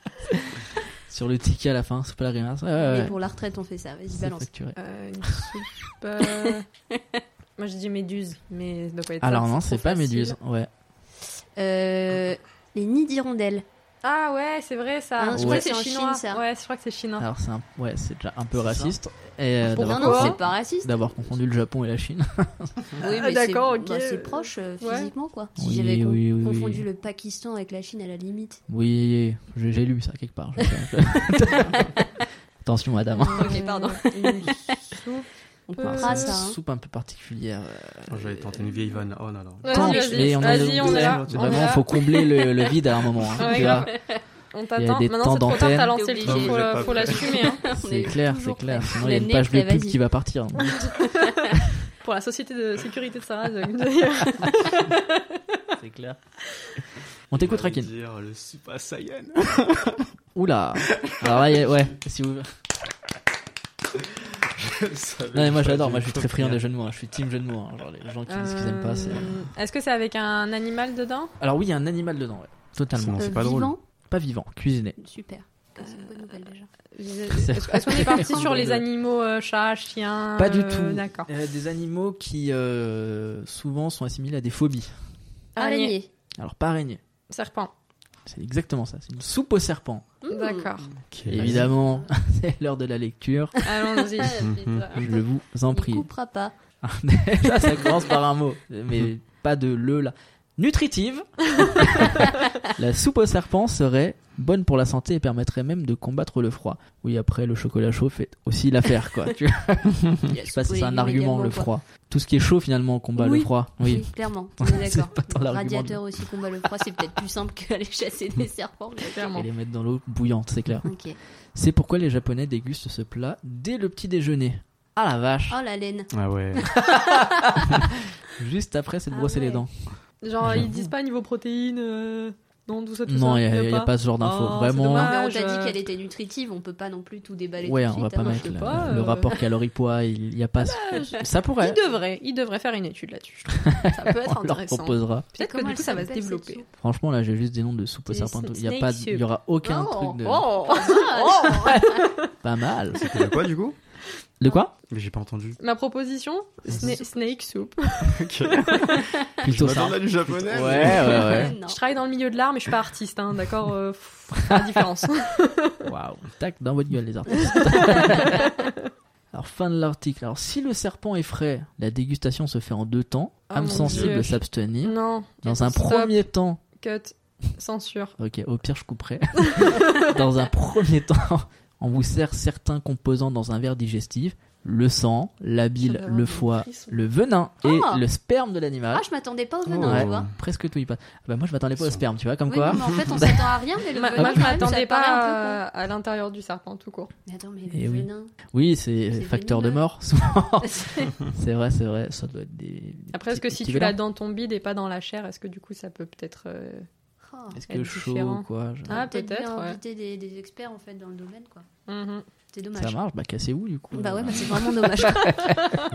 Speaker 4: Sur le ticket à la fin, soupe à la grimace. Ouais, ouais,
Speaker 3: Mais
Speaker 4: ouais.
Speaker 3: pour la retraite, on fait ça. Vas-y,
Speaker 4: C'est
Speaker 3: balance.
Speaker 4: facturé.
Speaker 6: Euh, une soupe, euh, Moi, je dis méduse, mais ça doit pas être ça,
Speaker 4: Alors, non, c'est
Speaker 6: trop
Speaker 4: pas
Speaker 6: facile.
Speaker 4: méduse. Ouais.
Speaker 3: Euh, les nids d'hirondelles.
Speaker 6: Ah ouais, c'est vrai ça.
Speaker 3: Ah,
Speaker 4: je
Speaker 6: je crois
Speaker 4: crois
Speaker 6: que c'est
Speaker 3: que c'est en
Speaker 6: chinois.
Speaker 3: Chine, ça.
Speaker 6: Ouais, je crois que c'est chinois.
Speaker 4: Alors, c'est un... ouais, c'est déjà un peu
Speaker 5: C'est ça.
Speaker 4: raciste. Et euh,
Speaker 6: Pourquoi
Speaker 3: Non,
Speaker 4: d'avoir-
Speaker 3: non,
Speaker 6: Pourquoi
Speaker 3: c'est pas raciste.
Speaker 4: d'avoir confondu le Japon et la Chine. ah,
Speaker 3: Oui, mais
Speaker 6: d'accord,
Speaker 3: c'est
Speaker 6: ok.
Speaker 3: bah, c'est proche euh,
Speaker 6: Ouais.
Speaker 3: physiquement, quoi. Si
Speaker 4: Oui,
Speaker 3: j'avais con-
Speaker 4: oui, oui,
Speaker 3: confondu
Speaker 4: oui.
Speaker 3: le Pakistan avec la Chine à la limite.
Speaker 4: Oui, j'ai j'ai lu ça quelque part. je sais pas. Attention, madame.
Speaker 3: ok, pardon.
Speaker 6: Une soupe.
Speaker 3: euh, On
Speaker 6: Euh,
Speaker 3: coupera ça. hein.
Speaker 4: Soupe un peu particulière.
Speaker 6: Bah,
Speaker 4: euh,
Speaker 5: Oh, J'avais tenté une vieille vanne. Oh non, non.
Speaker 4: Tant,
Speaker 6: Vas-y, vas-y,
Speaker 4: mais on en est
Speaker 6: vas-y,
Speaker 4: au
Speaker 6: on
Speaker 4: bout.
Speaker 6: est là. on est
Speaker 4: Vraiment,
Speaker 6: là.
Speaker 4: faut combler le, le vide à un moment. hein,
Speaker 6: Ouais,
Speaker 4: tu vois.
Speaker 6: On
Speaker 4: Il y a
Speaker 6: t'attend.
Speaker 4: des
Speaker 6: Maintenant,
Speaker 4: temps
Speaker 6: c'est trop tard, t'as
Speaker 4: d'antenne.
Speaker 6: lancé le
Speaker 5: Non,
Speaker 6: fil,
Speaker 5: vous
Speaker 6: faut,
Speaker 5: êtes
Speaker 6: le-
Speaker 5: pas
Speaker 6: faut
Speaker 5: prêt.
Speaker 6: l'assumer. hein.
Speaker 3: On
Speaker 4: C'est
Speaker 3: est
Speaker 4: clair, c'est
Speaker 3: toujours
Speaker 4: clair.
Speaker 3: prêts.
Speaker 4: Sinon, il y a
Speaker 3: Le
Speaker 4: une
Speaker 3: nez
Speaker 4: page de
Speaker 3: prêt,
Speaker 4: pub
Speaker 3: vas-y.
Speaker 4: qui va partir.
Speaker 6: Pour la société de sécurité de Sarah, d'ailleurs. d'ailleurs.
Speaker 4: C'est clair. On t'écoute,
Speaker 5: J'allais
Speaker 4: Rakin.
Speaker 5: dire le Super Saiyan.
Speaker 4: Oula. Alors là, il y a- ouais. Si vous... Non, mais moi j'adore. Moi, je suis très friand des jeux de mots. hein. Je suis team jeu de mots. hein. Genre, les gens qui disent qu'ils aiment pas. c'est-
Speaker 6: Euh, Est-ce que c'est avec un animal dedans
Speaker 4: Alors oui, il y a un animal dedans. Ouais. Totalement.
Speaker 5: Non, c'est
Speaker 3: Euh,
Speaker 5: pas drôle.
Speaker 3: vivant Euh,
Speaker 4: Pas vivant, cuisiné.
Speaker 3: Super. C'est une bonne nouvelle déjà.
Speaker 6: Est-ce est-ce qu'on est parti sur les animaux, euh, chats, chiens
Speaker 4: Pas du
Speaker 6: euh,
Speaker 4: tout.
Speaker 6: D'accord.
Speaker 4: Euh, des animaux qui euh, souvent sont assimilés à des phobies.
Speaker 6: Araignée,
Speaker 3: Araignée.
Speaker 4: Alors pas araignée.
Speaker 6: serpent.
Speaker 4: C'est exactement ça. C'est une soupe au serpent.
Speaker 6: D'accord.
Speaker 4: Évidemment, c'est l'heure de la lecture.
Speaker 6: Allons-y.
Speaker 4: Je vous en
Speaker 3: On
Speaker 4: prie.
Speaker 3: coupera pas.
Speaker 4: ça, ça commence par un mot, mais pas de le là. Nutritive. la soupe au serpent serait bonne pour la santé et permettrait même de combattre le froid. Oui, après le chocolat chaud fait aussi l'affaire, quoi. Tu vois, je sais pas si c'est un argument le froid. Tout ce qui est chaud finalement combat
Speaker 3: Oui.
Speaker 4: le froid.
Speaker 3: Oui,
Speaker 4: Oui.
Speaker 3: clairement. On est
Speaker 4: C'est
Speaker 3: d'accord.
Speaker 4: pas dans
Speaker 3: Le
Speaker 4: l'argument de-
Speaker 3: Radiateur aussi combat le froid, c'est peut-être plus simple qu'aller chasser des serpents. mais-
Speaker 4: Et
Speaker 6: Clairement.
Speaker 4: les mettre dans l'eau bouillante, c'est clair.
Speaker 3: Ok.
Speaker 4: C'est pourquoi les Japonais dégustent ce plat dès le petit déjeuner. Ah la vache
Speaker 3: Oh la laine.
Speaker 5: Ah ouais.
Speaker 4: Juste après, c'est de
Speaker 3: Ah
Speaker 4: brosser les
Speaker 3: ouais.
Speaker 4: dents.
Speaker 6: Genre,
Speaker 4: J'avoue.
Speaker 6: ils disent pas niveau protéines, euh, non, tout ça, tout
Speaker 4: non,
Speaker 6: ça.
Speaker 4: il n'y a, pas ce genre d'infos.
Speaker 6: Oh, c'est
Speaker 4: Vraiment,
Speaker 6: dommage. euh,
Speaker 3: Mais on
Speaker 6: je-
Speaker 3: t'a dit qu'elle était nutritive, on peut pas non plus tout déballer
Speaker 4: Ouais,
Speaker 3: tout de
Speaker 4: on va
Speaker 3: suite,
Speaker 4: pas
Speaker 3: hein.
Speaker 4: mettre
Speaker 6: je sais
Speaker 4: la-
Speaker 6: pas,
Speaker 4: le
Speaker 6: euh.
Speaker 4: rapport calorie-poids, il n'y a pas.
Speaker 6: je-
Speaker 4: Ça pourrait.
Speaker 6: Il devrait, il devrait faire une étude là-dessus. je trouve. Ça peut être
Speaker 4: On leur
Speaker 6: intéressant.
Speaker 4: proposera.
Speaker 3: Mais
Speaker 6: Peut-être que
Speaker 3: comment
Speaker 6: du
Speaker 3: elle
Speaker 6: coup, ça va se
Speaker 3: s'appelle, cette
Speaker 6: développer.
Speaker 3: soupe
Speaker 4: Franchement, là, j'ai juste des noms de soupe au
Speaker 6: Des
Speaker 4: serpent.
Speaker 6: sn-
Speaker 4: Il y a
Speaker 6: snake
Speaker 4: pas,
Speaker 6: soup.
Speaker 4: il y aura aucun truc de
Speaker 6: Oh,
Speaker 3: Ah,
Speaker 4: pas mal.
Speaker 5: C'était quoi du coup
Speaker 4: De quoi
Speaker 5: Mais j'ai pas entendu.
Speaker 6: Ma proposition Sna- Snake soup.
Speaker 5: Ok.
Speaker 4: Plutôt ça.
Speaker 5: du japonais.
Speaker 4: Ouais, ouais,
Speaker 3: Non.
Speaker 6: Je travaille dans le milieu de l'art, mais je suis pas artiste, hein, d'accord euh, pff, La différence.
Speaker 4: ouais. Waouh. Tac dans votre gueule les artistes. Alors fin de l'article. Alors si le serpent est frais, la dégustation se fait en deux temps.
Speaker 6: Oh
Speaker 4: Âme
Speaker 6: mon
Speaker 4: sensible
Speaker 6: Dieu.
Speaker 4: s'abstenir.
Speaker 6: non.
Speaker 4: Dans un
Speaker 6: Stop.
Speaker 4: premier temps,
Speaker 6: Cut. Censure.
Speaker 4: ok, au pire je couperai. dans un premier temps, on vous sert certains composants dans un verre digestif. Le sang, la
Speaker 6: Ça
Speaker 4: bile,
Speaker 6: doit
Speaker 4: le
Speaker 6: avoir des
Speaker 4: foie,
Speaker 6: frissons.
Speaker 4: le venin et
Speaker 3: Ah.
Speaker 4: le sperme de l'animal.
Speaker 3: Ah, je m'attendais pas au venin,
Speaker 4: Ouais.
Speaker 3: tu vois.
Speaker 4: Presque tout y passe. Ah bah moi je m'attendais pas au
Speaker 5: Son.
Speaker 4: sperme, tu vois, comme
Speaker 3: Oui,
Speaker 4: quoi.
Speaker 3: non, mais en fait, on s'attend à rien, mais le
Speaker 6: Ma-
Speaker 3: venin,
Speaker 6: moi, je
Speaker 3: quand même, ça
Speaker 6: m'attendais
Speaker 3: paraît un peu
Speaker 6: pas à, à l'intérieur du serpent, tout court.
Speaker 3: con. Mais attends, mais
Speaker 4: Eh
Speaker 3: le
Speaker 4: oui.
Speaker 3: venin. Oh.
Speaker 4: Oui, c'est
Speaker 3: C'est
Speaker 4: facteur de
Speaker 3: vénéneux.
Speaker 4: mort, souvent. c'est vrai, c'est vrai, ça doit être des. des
Speaker 6: Après, est-ce que
Speaker 4: petits-
Speaker 6: si
Speaker 4: petits
Speaker 6: tu l'as
Speaker 4: vélins.
Speaker 6: dans ton bide et pas dans la chair, est-ce que du coup ça peut peut-être. euh,
Speaker 3: Oh,
Speaker 4: Est-ce
Speaker 6: elle
Speaker 4: que
Speaker 6: est
Speaker 4: chaud
Speaker 6: différente.
Speaker 4: ou quoi je-
Speaker 6: Ah,
Speaker 3: on peut-être
Speaker 6: peut-être,
Speaker 3: bien
Speaker 6: ouais.
Speaker 3: inviter des, des experts en fait dans le domaine, quoi.
Speaker 6: mhm.
Speaker 3: C'est
Speaker 4: Ça
Speaker 3: dommage.
Speaker 4: marche, bah cassez-vous du coup.
Speaker 3: Bah ouais, bah c'est vraiment dommage. Ça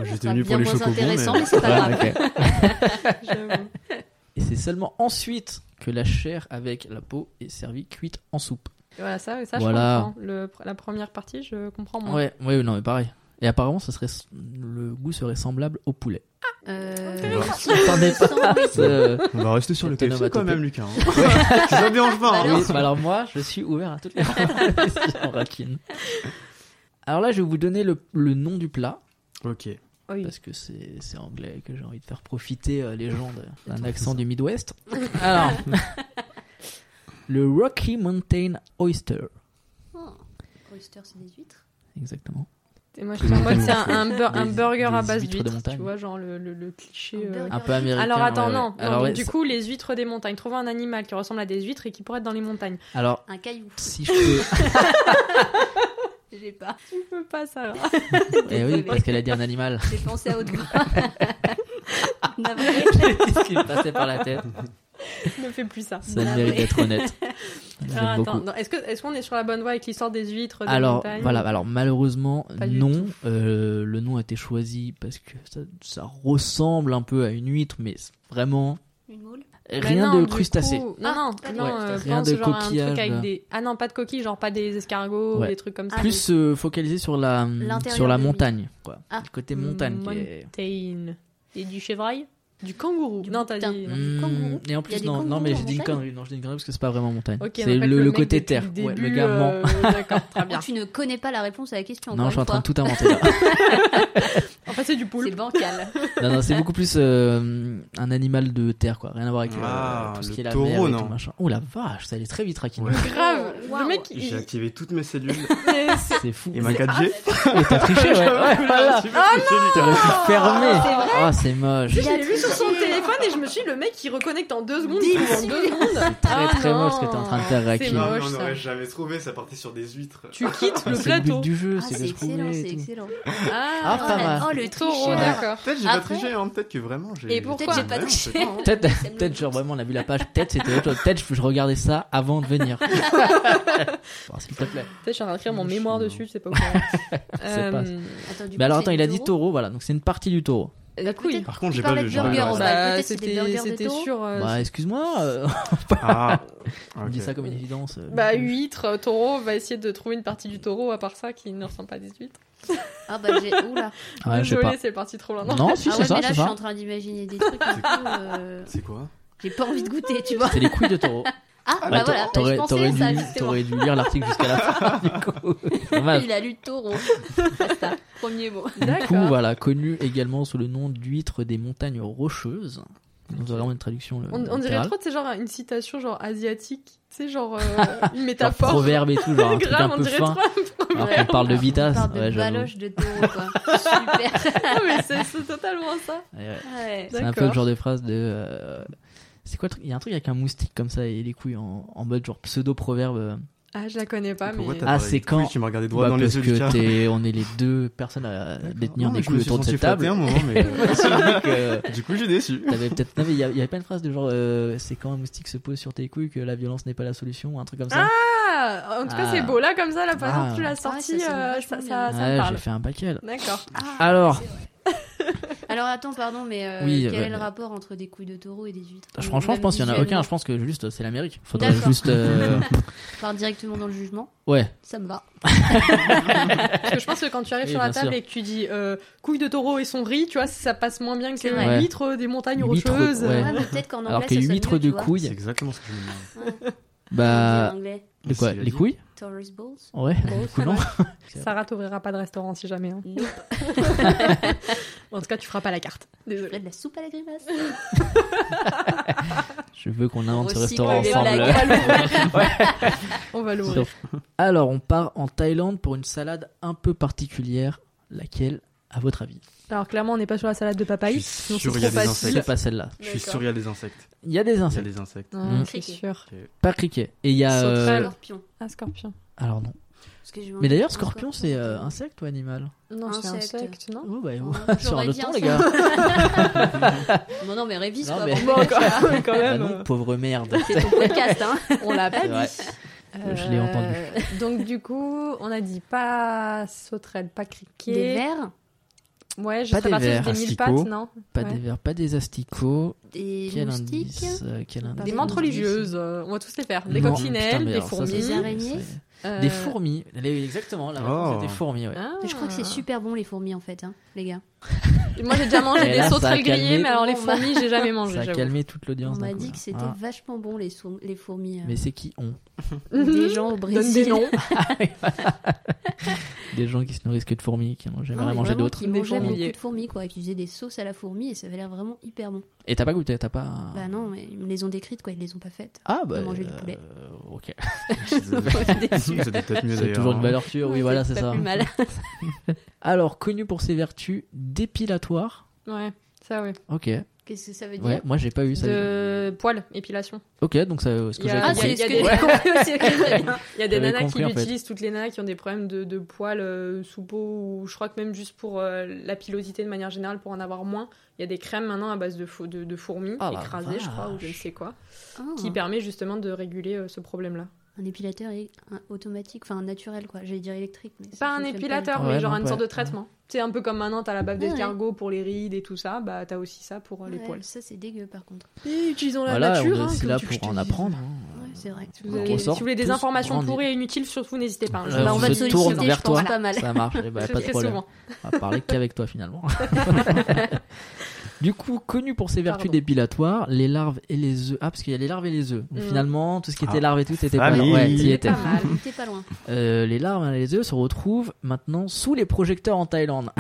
Speaker 5: J'étais
Speaker 3: sera
Speaker 5: venu pour
Speaker 3: bien
Speaker 5: les
Speaker 3: moins
Speaker 5: chocobons.
Speaker 3: intéressant, mais c'est pas grave.
Speaker 4: Ouais, ok.
Speaker 6: J'avoue.
Speaker 4: Et c'est seulement ensuite que la chair avec la peau est servie cuite en soupe.
Speaker 6: Voilà, ça, ça
Speaker 4: Voilà.
Speaker 6: je comprends. Le pr- la première partie, je comprends moins.
Speaker 4: Ouais, ouais, non, mais pareil. Et apparemment, ce serait le goût serait semblable au poulet. Euh,
Speaker 3: Euh,
Speaker 4: On s'attendait pas à ce-
Speaker 5: On va rester sur le
Speaker 4: Captain
Speaker 5: KFC quand
Speaker 4: Onomatopée.
Speaker 5: même, Lucas. hein. Ça me dérange pas. hein.
Speaker 4: Oui, bah alors moi, je suis ouvert à toutes les propositions, Rakin. Alors là, je vais vous donner le, le nom du plat.
Speaker 5: Ok.
Speaker 6: Oui.
Speaker 4: parce que c'est c'est anglais et que j'ai envie de faire profiter euh, les gens de- d'un accent du Midwest. Alors, le Rocky Mountain Oyster,
Speaker 3: Oyster, Oh. c'est des huîtres.
Speaker 4: exactement.
Speaker 6: Et moi, je te crois que c'est un, un bur- un
Speaker 4: Des-
Speaker 6: burger à
Speaker 4: des
Speaker 6: base
Speaker 4: huîtres de
Speaker 6: d'huîtres,
Speaker 4: montagne.
Speaker 6: tu vois, genre le, le- le cliché.
Speaker 3: Un
Speaker 6: euh.
Speaker 3: burger.
Speaker 4: Un peu américain.
Speaker 6: Alors
Speaker 4: ouais,
Speaker 6: attends,
Speaker 4: ouais.
Speaker 6: non, non,
Speaker 4: Alors,
Speaker 6: donc,
Speaker 4: ouais,
Speaker 6: du
Speaker 4: ça-
Speaker 6: coup, les huîtres des montagnes. Trouvons un animal qui ressemble à des huîtres et qui pourrait être dans les montagnes.
Speaker 4: alors
Speaker 3: Un caillou.
Speaker 4: si je peux
Speaker 3: J'ai pas.
Speaker 6: Tu peux pas, ça.
Speaker 4: Eh oui, parce qu'elle a dit un animal.
Speaker 3: J'ai pensé à haute voix. Navré.
Speaker 4: Qu'est-ce qui me passait par la tête
Speaker 6: ne fais plus ça.
Speaker 4: Ça
Speaker 3: Ah
Speaker 4: mérite
Speaker 3: ouais.
Speaker 4: d'être honnête. Je
Speaker 6: Alors,
Speaker 4: l'aime
Speaker 6: attends,
Speaker 4: beaucoup.
Speaker 6: non, est-ce que est-ce qu'on est sur la bonne voie avec l'histoire des huîtres des
Speaker 4: Alors
Speaker 6: montagnes Bah
Speaker 4: voilà, alors malheureusement
Speaker 6: Pas du
Speaker 4: non, Euh, le nom a été choisi parce que ça, ça ressemble un peu à une huître, mais c'est vraiment
Speaker 3: Une moule.
Speaker 6: Bah
Speaker 4: rien
Speaker 6: non,
Speaker 4: de
Speaker 6: du
Speaker 4: crustacé.
Speaker 6: coup- Non, non,
Speaker 3: Ah,
Speaker 6: non,
Speaker 4: ouais,
Speaker 6: euh,
Speaker 4: rien
Speaker 6: pense
Speaker 4: de
Speaker 6: genre à un truc
Speaker 4: coquillage,
Speaker 6: avec
Speaker 4: là.
Speaker 6: des. Ah non, pas de coquilles, genre pas des escargots,
Speaker 4: Ouais.
Speaker 6: des trucs comme ça.
Speaker 4: Plus euh, focalisé sur la hum,
Speaker 3: L'intérieur
Speaker 4: sur la
Speaker 3: de l'île.
Speaker 4: montagne, quoi.
Speaker 3: Ah.
Speaker 4: Le côté montagne. qui est-
Speaker 6: Mountain. Et du chevreuil Du kangourou.
Speaker 3: Du
Speaker 6: non, t'as
Speaker 3: boutin.
Speaker 6: dit.
Speaker 4: Hmm,
Speaker 3: kangourou.
Speaker 4: et en
Speaker 3: Il y a
Speaker 4: plus
Speaker 3: des
Speaker 4: non, non
Speaker 3: kangourous
Speaker 4: mais
Speaker 3: en
Speaker 4: je dis une
Speaker 3: montagne
Speaker 4: connerie, non je dis une connerie parce que c'est pas vraiment montagne.
Speaker 6: Ok,
Speaker 4: c'est
Speaker 6: donc, en fait,
Speaker 4: le, le
Speaker 6: mec,
Speaker 4: côté
Speaker 6: depuis
Speaker 4: terre.
Speaker 6: le
Speaker 4: Ouais, le
Speaker 6: début,
Speaker 4: gars ment.
Speaker 6: euh, D'accord, très bien.
Speaker 3: Tu ne connais pas la réponse à la question.
Speaker 4: Non,
Speaker 3: encore
Speaker 4: je suis en
Speaker 3: une
Speaker 4: train de
Speaker 3: fois.
Speaker 4: tout inventer là.
Speaker 6: En fait, c'est du
Speaker 3: C'est
Speaker 6: poulpe.
Speaker 3: bancal.
Speaker 4: Non, non, c'est beaucoup plus euh, un animal de terre, quoi. Rien à voir avec euh,
Speaker 5: Ah,
Speaker 4: tout ce
Speaker 5: le
Speaker 4: qui est la
Speaker 5: taureau,
Speaker 4: mer et
Speaker 5: non
Speaker 4: tout machin. Oh la vache, ça allait très vite, Rakin.
Speaker 5: Ouais.
Speaker 6: Grave.
Speaker 3: Oh,
Speaker 6: Le
Speaker 3: waouh.
Speaker 6: mec, il-
Speaker 5: J'ai activé toutes mes cellules
Speaker 4: C'est fou.
Speaker 5: et ma 4G.
Speaker 3: ah,
Speaker 4: Et t'as triché, ouais. ouais voilà.
Speaker 5: Super joli.
Speaker 4: T'aurais pu fermer. Ah, c'est moche.
Speaker 6: Je l'ai vu sur son
Speaker 3: euh,
Speaker 6: téléphone et je me suis dit, le mec, il reconnecte en deux secondes, il trouve en deux secondes.
Speaker 4: Très
Speaker 6: Ah
Speaker 4: très
Speaker 6: non.
Speaker 4: moche ce que t'es en train de faire,
Speaker 6: C'est
Speaker 5: Non,
Speaker 4: Rakin.
Speaker 5: mais
Speaker 6: moche,
Speaker 5: on
Speaker 6: ça.
Speaker 5: n'aurait jamais trouvé, ça partait sur des huîtres.
Speaker 6: Tu quittes le
Speaker 4: C'est le but
Speaker 6: plateau.
Speaker 4: du jeu,
Speaker 3: Ah,
Speaker 4: c'est
Speaker 3: c'est
Speaker 4: de
Speaker 3: excellent,
Speaker 4: trouver.
Speaker 3: c'est
Speaker 4: et tout.
Speaker 3: excellent.
Speaker 4: Ah,
Speaker 6: Ah,
Speaker 4: pas mal.
Speaker 3: Oh, le
Speaker 6: taureau,
Speaker 3: tricheur.
Speaker 6: d'accord.
Speaker 5: Peut-être j'ai pas
Speaker 3: Après-
Speaker 5: triché, hein. peut-être que vraiment j'ai.
Speaker 6: Et pourquoi
Speaker 3: Peut-être j'ai pas
Speaker 5: Ouais,
Speaker 3: triché.
Speaker 5: peut-être.
Speaker 4: Peut-être,
Speaker 3: Ça me le
Speaker 4: peut-être, genre vraiment, on a vu la page. Peut-être c'était autre chose. Peut-être je regardais ça avant de venir. Bon, S'il te plaît.
Speaker 6: Peut-être je suis en train d'écrire mon
Speaker 5: Je
Speaker 6: mémoire
Speaker 5: suis
Speaker 6: dessus, je sais pas quoi. Euh,
Speaker 3: Bah,
Speaker 4: sais pas.
Speaker 3: Attends, du
Speaker 4: Mais
Speaker 3: coup,
Speaker 4: alors
Speaker 3: c'est
Speaker 4: attends,
Speaker 3: du
Speaker 4: il a dit taureau, voilà. Donc c'est une partie du taureau.
Speaker 6: La couille.
Speaker 5: Par contre,
Speaker 3: Tu
Speaker 5: j'ai pas
Speaker 3: parlais
Speaker 5: vu.
Speaker 3: de
Speaker 5: j'ai pas vu.
Speaker 3: burger au bas.
Speaker 6: Bah,
Speaker 3: peut-être c'est des burgers
Speaker 6: c'était
Speaker 3: de
Speaker 6: c'était
Speaker 3: taureau.
Speaker 6: sur. euh,
Speaker 4: Bah excuse-moi, euh,
Speaker 5: Ah,
Speaker 4: on dit
Speaker 5: ok.
Speaker 4: ça comme une évidence. euh,
Speaker 6: Bah, huître, euh, taureau, va essayer de trouver une partie du taureau à part ça qui ne ressemble pas à des huîtres.
Speaker 3: Ah bah j'ai... Oula.
Speaker 4: Ouais, je sais pas.
Speaker 6: Désolé, c'est parti trop loin. Non,
Speaker 4: Non, si
Speaker 3: ah
Speaker 4: c'est
Speaker 3: ouais,
Speaker 4: ça,
Speaker 3: mais là,
Speaker 4: c'est
Speaker 3: je suis
Speaker 4: ça.
Speaker 3: en train d'imaginer des trucs. du coup, euh,
Speaker 5: C'est quoi
Speaker 3: J'ai pas envie de goûter, tu vois.
Speaker 4: C'est les couilles de taureau.
Speaker 3: Ah, bah
Speaker 4: Ouais,
Speaker 3: voilà, bah,
Speaker 4: t'aurais
Speaker 3: je pensais
Speaker 4: t'aurais
Speaker 3: à
Speaker 4: dû,
Speaker 3: ça, justement. Ah,
Speaker 4: t'aurais dû lire l'article jusqu'à la fin, du coup. Normal.
Speaker 3: Il a lu taureau. Basta. Premier mot.
Speaker 4: Du coup, euh, voilà, connu également sous le nom d'huître des montagnes rocheuses. Donc, c'est vraiment une traduction. euh,
Speaker 6: On, on dirait
Speaker 4: littérale.
Speaker 6: trop, c'est genre une citation genre asiatique, tu sais, genre euh, une
Speaker 4: Genre
Speaker 6: métaphore.
Speaker 4: proverbe et tout, genre un truc
Speaker 6: Grave,
Speaker 4: un
Speaker 6: on
Speaker 4: peu
Speaker 6: dirait
Speaker 4: fin.
Speaker 6: trop.
Speaker 4: Alors qu'on parle de
Speaker 3: On
Speaker 4: vitas.
Speaker 3: parle de
Speaker 4: Ouais, j'avoue.
Speaker 3: baloche de taureau, quoi. Super.
Speaker 6: Non, mais c'est c'est totalement ça.
Speaker 4: Ouais, ouais.
Speaker 3: Ouais.
Speaker 4: C'est un peu
Speaker 6: D'accord.
Speaker 4: le genre de phrase de. euh, C'est quoi le truc Il y a un truc avec un moustique comme ça et les couilles en, en mode genre pseudo-proverbe.
Speaker 6: Ah, je la connais pas, mais.
Speaker 5: Pourquoi t'as
Speaker 4: Ah,
Speaker 5: parlé
Speaker 4: c'est
Speaker 5: de couilles
Speaker 4: quand
Speaker 5: Tu m'as regardé droit
Speaker 4: Bah,
Speaker 5: dans
Speaker 4: parce
Speaker 5: les yeux, Lucas.
Speaker 4: que t'es- on est les deux personnes à détenir
Speaker 5: Non,
Speaker 4: des
Speaker 5: mais je
Speaker 4: couilles
Speaker 5: me suis
Speaker 4: autour de
Speaker 5: senti
Speaker 4: cette
Speaker 5: flatté hein,
Speaker 4: table.
Speaker 5: un moment, mais-
Speaker 4: Je me suis dit que-
Speaker 5: Du coup, j'ai déçu.
Speaker 4: T'avais peut-être. Non, mais il y, a- il y avait pas une phrase de genre euh, c'est quand un moustique se pose sur tes couilles que la violence n'est pas la solution ou un truc comme ça.
Speaker 6: Ah, en tout cas,
Speaker 4: Ah.
Speaker 6: c'est beau là, comme ça, la façon
Speaker 4: Ah.
Speaker 6: que tu l'as
Speaker 3: Ah ouais,
Speaker 6: sorti,
Speaker 3: Ah, ça sonne
Speaker 6: euh,
Speaker 3: vachement
Speaker 6: ça, ça,
Speaker 3: bien.
Speaker 6: ça
Speaker 4: Ouais,
Speaker 6: me parle.
Speaker 4: j'ai fait un paquet. là.
Speaker 6: D'accord.
Speaker 4: Alors,
Speaker 3: Alors attends, pardon, mais euh,
Speaker 4: Oui,
Speaker 3: quel
Speaker 4: euh,
Speaker 3: est le rapport entre des couilles de taureau et des huîtres
Speaker 4: je- franchement, je pense qu'il y en a
Speaker 3: Même
Speaker 4: aucun. Je pense que juste c'est l'Amérique. Faudrait
Speaker 3: D'accord.
Speaker 4: juste. euh,
Speaker 3: visuellement, Part directement dans le jugement,
Speaker 4: Ouais.
Speaker 3: ça me va.
Speaker 6: Parce que je pense que quand tu arrives
Speaker 4: Oui,
Speaker 6: sur la
Speaker 4: bien
Speaker 6: table
Speaker 4: sûr.
Speaker 6: et que tu dis euh, couilles de taureau et son riz, tu vois, ça passe moins bien que
Speaker 3: C'est
Speaker 6: les
Speaker 3: vrai.
Speaker 6: huîtres euh, des montagnes
Speaker 4: Huîtres,
Speaker 6: rocheuses.
Speaker 4: Ouais.
Speaker 3: Ouais, mais peut-être qu'en anglais,
Speaker 4: Alors que
Speaker 3: ça sonne
Speaker 4: huîtres
Speaker 3: mieux,
Speaker 4: de
Speaker 3: tu vois.
Speaker 5: C'est
Speaker 4: couilles.
Speaker 5: exactement ce que je me demande.
Speaker 3: En
Speaker 4: Bah.
Speaker 3: anglais,
Speaker 4: De quoi
Speaker 5: Il a
Speaker 4: Les
Speaker 5: dit-
Speaker 4: couilles
Speaker 3: Taurus balls.
Speaker 4: Ouais.
Speaker 6: Bon,
Speaker 4: Du coup,
Speaker 6: ça
Speaker 4: non.
Speaker 6: Sarah t'ouvrira pas de restaurant si jamais. hein.
Speaker 3: Nope.
Speaker 6: En tout cas, tu feras pas la carte.
Speaker 3: Je ferais de la soupe à la grimace.
Speaker 4: Je veux qu'on invente ce
Speaker 3: Recycler
Speaker 4: restaurant
Speaker 3: les
Speaker 4: ensemble.
Speaker 3: blagues.
Speaker 6: On va l'ouvrir.
Speaker 4: Donc, Alors, on part en Thaïlande pour une salade un peu particulière. Laquelle, à votre avis
Speaker 6: Alors clairement, on n'est pas sur la salade de
Speaker 5: Je
Speaker 6: papaye.
Speaker 5: suis
Speaker 6: sinon
Speaker 5: sûr,
Speaker 6: c'est
Speaker 5: il y a
Speaker 6: trop
Speaker 5: des
Speaker 6: facile.
Speaker 4: C'est pas celle-là.
Speaker 5: Je suis
Speaker 3: D'accord.
Speaker 5: sûr, il y a des insectes.
Speaker 4: Il y a des
Speaker 5: Il y a
Speaker 4: insectes.
Speaker 5: des insectes.
Speaker 6: Ah,
Speaker 3: Mmh.
Speaker 4: Mm.
Speaker 6: C'est sûr.
Speaker 4: Pas criquet. Et il y a. euh,
Speaker 6: Sauterelle.
Speaker 3: Scorpion.
Speaker 6: Un scorpion.
Speaker 4: Alors non.
Speaker 3: Parce que j'ai
Speaker 4: Mais
Speaker 3: envie
Speaker 4: d'ailleurs,
Speaker 3: d'un
Speaker 4: scorpion, c'est euh, insecte ou animal
Speaker 6: Non, c'est un
Speaker 3: Insecte.
Speaker 6: insecte, non
Speaker 4: Oh bah,
Speaker 3: Oh,
Speaker 4: oh, sur
Speaker 3: j'aurais
Speaker 4: le
Speaker 3: dit
Speaker 4: temps,
Speaker 3: un
Speaker 4: les gars.
Speaker 3: Non, non, mais révise,
Speaker 4: Non,
Speaker 3: quoi.
Speaker 4: mais-
Speaker 3: bon, mec, ça-
Speaker 6: quand euh,
Speaker 4: Ah non, pauvre merde.
Speaker 3: C'est ton podcast, hein.
Speaker 6: on l'a
Speaker 4: C'est vrai. Euh, Je l'ai entendu.
Speaker 6: Donc du coup, on a dit pas sauterelle, pas criquet.
Speaker 3: Des vers,
Speaker 6: Ouais, je
Speaker 4: Pas
Speaker 6: serais
Speaker 4: des
Speaker 6: partie
Speaker 4: vers.
Speaker 6: sur des mille
Speaker 5: Asticots.
Speaker 6: pattes, non
Speaker 4: Pas
Speaker 6: Ouais.
Speaker 4: des vers, pas des asticots.
Speaker 3: des
Speaker 4: Quel
Speaker 3: moustiques,
Speaker 4: indice, euh, quel indice.
Speaker 6: Des menthes religieuses, euh, on va tous les faire. Des
Speaker 4: Non,
Speaker 6: coccinelles,
Speaker 4: putain, mais
Speaker 6: des
Speaker 4: alors ça,
Speaker 6: fourmis.
Speaker 4: c'est-
Speaker 3: Des araignées.
Speaker 4: c'est-
Speaker 6: Euh,
Speaker 4: Des fourmis. Les- Exactement, la réponse
Speaker 5: Oh.
Speaker 4: était fourmis, ouais.
Speaker 6: ah.
Speaker 3: Je crois que c'est super bon les fourmis en fait, hein, les gars.
Speaker 6: Moi j'ai déjà mangé
Speaker 4: Et
Speaker 6: des
Speaker 4: là, ça a
Speaker 6: sauterelles grillées,
Speaker 4: calmé.
Speaker 6: mais alors les fourmis j'ai jamais
Speaker 4: Ça
Speaker 6: mangé.
Speaker 4: a
Speaker 6: j'avoue.
Speaker 4: calmé toute l'audience.
Speaker 3: On
Speaker 4: d'un
Speaker 3: m'a
Speaker 4: coup,
Speaker 3: dit
Speaker 4: là.
Speaker 3: que c'était
Speaker 4: Ah.
Speaker 3: vachement bon les, sour- les fourmis. euh,
Speaker 4: Mais c'est qui on
Speaker 3: Des gens au
Speaker 6: Donne
Speaker 3: Brésil.
Speaker 6: des noms.
Speaker 4: Des gens qui se nourrissent que de fourmis, qui n'ont jamais
Speaker 3: Non, mais
Speaker 4: rien mangé
Speaker 3: vraiment,
Speaker 4: d'autre.
Speaker 3: Qui mangeaient
Speaker 6: Des fourmis.
Speaker 3: beaucoup de fourmis, quoi. Qui faisaient des sauces à la fourmi et ça avait l'air vraiment hyper bon.
Speaker 4: Et t'as pas goûté, t'as pas.
Speaker 3: Bah non, mais ils me les ont décrites, quoi. Ils les ont pas faites.
Speaker 4: Ah bah.
Speaker 3: J'ai mangé du poulet.
Speaker 4: euh, ok.
Speaker 5: C'était peut-être mieux
Speaker 4: C'est
Speaker 5: d'ailleurs. hein.
Speaker 4: toujours une valeur sûre, oui,
Speaker 3: Ouais,
Speaker 4: voilà,
Speaker 3: c'est
Speaker 4: c'est
Speaker 3: pas
Speaker 4: ça.
Speaker 3: plus mal.
Speaker 4: Alors, connu pour ses vertus dépilatoires.
Speaker 6: Ouais, ça ouais.
Speaker 4: Ok.
Speaker 3: Qu'est-ce que ça veut dire
Speaker 4: Ouais, moi j'ai pas eu ça.
Speaker 6: De poils, épilation.
Speaker 4: Ok, donc ça, ce
Speaker 6: Il
Speaker 4: que
Speaker 6: y
Speaker 4: j'ai
Speaker 6: a-
Speaker 3: Ah,
Speaker 4: compris.
Speaker 3: c'est ce que
Speaker 6: Il y a
Speaker 3: j'ai
Speaker 6: des-
Speaker 3: compris aussi. ok.
Speaker 6: Il y a des
Speaker 4: J'avais
Speaker 6: nanas
Speaker 4: compris, en
Speaker 6: qui
Speaker 4: fait.
Speaker 6: l'utilisent, toutes les nanas qui ont des problèmes de, de poils euh, sous peau ou je crois que même juste pour euh, la pilosité de manière générale pour en avoir moins. Il y a des crèmes maintenant à base de, fou- de, de fourmis
Speaker 4: Ah la
Speaker 6: écrasées, je crois, ou je ne
Speaker 4: vache.
Speaker 6: sais quoi,
Speaker 3: Ah,
Speaker 6: qui permet justement de réguler euh, ce problème-là.
Speaker 3: un épilateur est un automatique, enfin un naturel, quoi. J'allais dire électrique, mais ça
Speaker 6: Pas un
Speaker 3: fonctionne
Speaker 6: épilateur,
Speaker 4: pas.
Speaker 6: mais
Speaker 4: Ouais,
Speaker 6: genre
Speaker 4: non,
Speaker 6: une
Speaker 4: ouais.
Speaker 6: sorte de traitement. C'est un peu comme maintenant, t'as la bave
Speaker 3: Ah ouais.
Speaker 6: d'escargot pour les rides et tout ça, bah t'as aussi ça pour euh,
Speaker 3: comme
Speaker 6: les
Speaker 3: ça. Ouais,
Speaker 6: poils.
Speaker 3: Ça, c'est dégueu, par contre.
Speaker 6: Et utilisons la
Speaker 4: Voilà,
Speaker 6: nature.
Speaker 4: on est
Speaker 6: hein,
Speaker 4: aussi
Speaker 6: comme
Speaker 4: là
Speaker 6: tu- je te
Speaker 4: pour en
Speaker 6: dis.
Speaker 4: apprendre. hein.
Speaker 3: Ouais, c'est vrai.
Speaker 6: Si vous,
Speaker 4: Donc,
Speaker 6: avez-
Speaker 4: on
Speaker 6: si
Speaker 4: sort
Speaker 6: vous voulez des
Speaker 4: tous
Speaker 6: informations
Speaker 4: grandis.
Speaker 6: pourries et inutiles, surtout n'hésitez pas. hein.
Speaker 4: Là,
Speaker 3: Bah,
Speaker 6: Je-
Speaker 3: on
Speaker 4: on
Speaker 3: va te
Speaker 4: se tourne
Speaker 3: solliciter,
Speaker 4: vers
Speaker 3: je pense
Speaker 4: toi.
Speaker 3: pas mal.
Speaker 4: Ça marche, eh ben,
Speaker 6: Très,
Speaker 4: pas de
Speaker 6: très
Speaker 4: problème.
Speaker 6: souvent.
Speaker 4: On va parler qu'avec toi finalement. du coup, connu pour ses vertus
Speaker 6: Pardon.
Speaker 4: dépilatoires, les larves et les œufs. Ah, parce qu'il y a les larves et les œufs. Donc,
Speaker 6: Mm.
Speaker 4: Finalement, tout ce qui était
Speaker 5: Ah,
Speaker 4: larves et tout, t'étais pas
Speaker 5: famille.
Speaker 4: loin. Ouais, t'y
Speaker 5: Pas
Speaker 4: étais.
Speaker 3: Pas mal. T'es pas loin.
Speaker 4: Euh, les larves et les œufs se retrouvent maintenant sous les projecteurs en Thaïlande.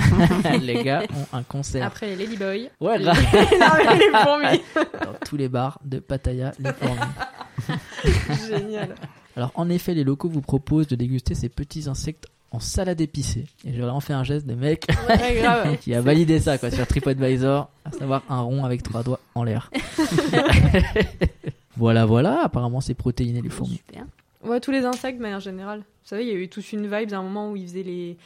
Speaker 4: les gars ont un concert.
Speaker 6: Après, les Ladyboy.
Speaker 4: ouais,
Speaker 6: les-
Speaker 4: grave.
Speaker 6: les fourmis.
Speaker 4: dans tous les bars de Pattaya, les fourmis.
Speaker 6: Génial.
Speaker 4: Alors en effet, les locaux vous proposent de déguster ces petits insectes en salade épicée. Et j'ai vraiment fait un geste de mec
Speaker 6: Ouais, grave.
Speaker 4: qui a validé ça quoi sur TripAdvisor, à savoir un rond avec trois doigts en l'air. voilà, voilà. Apparemment, c'est protéiné les fourmis.
Speaker 3: Super.
Speaker 6: Ouais, tous les insectes de manière générale. Vous savez, il y a eu tous une vibe à un moment où ils faisaient les,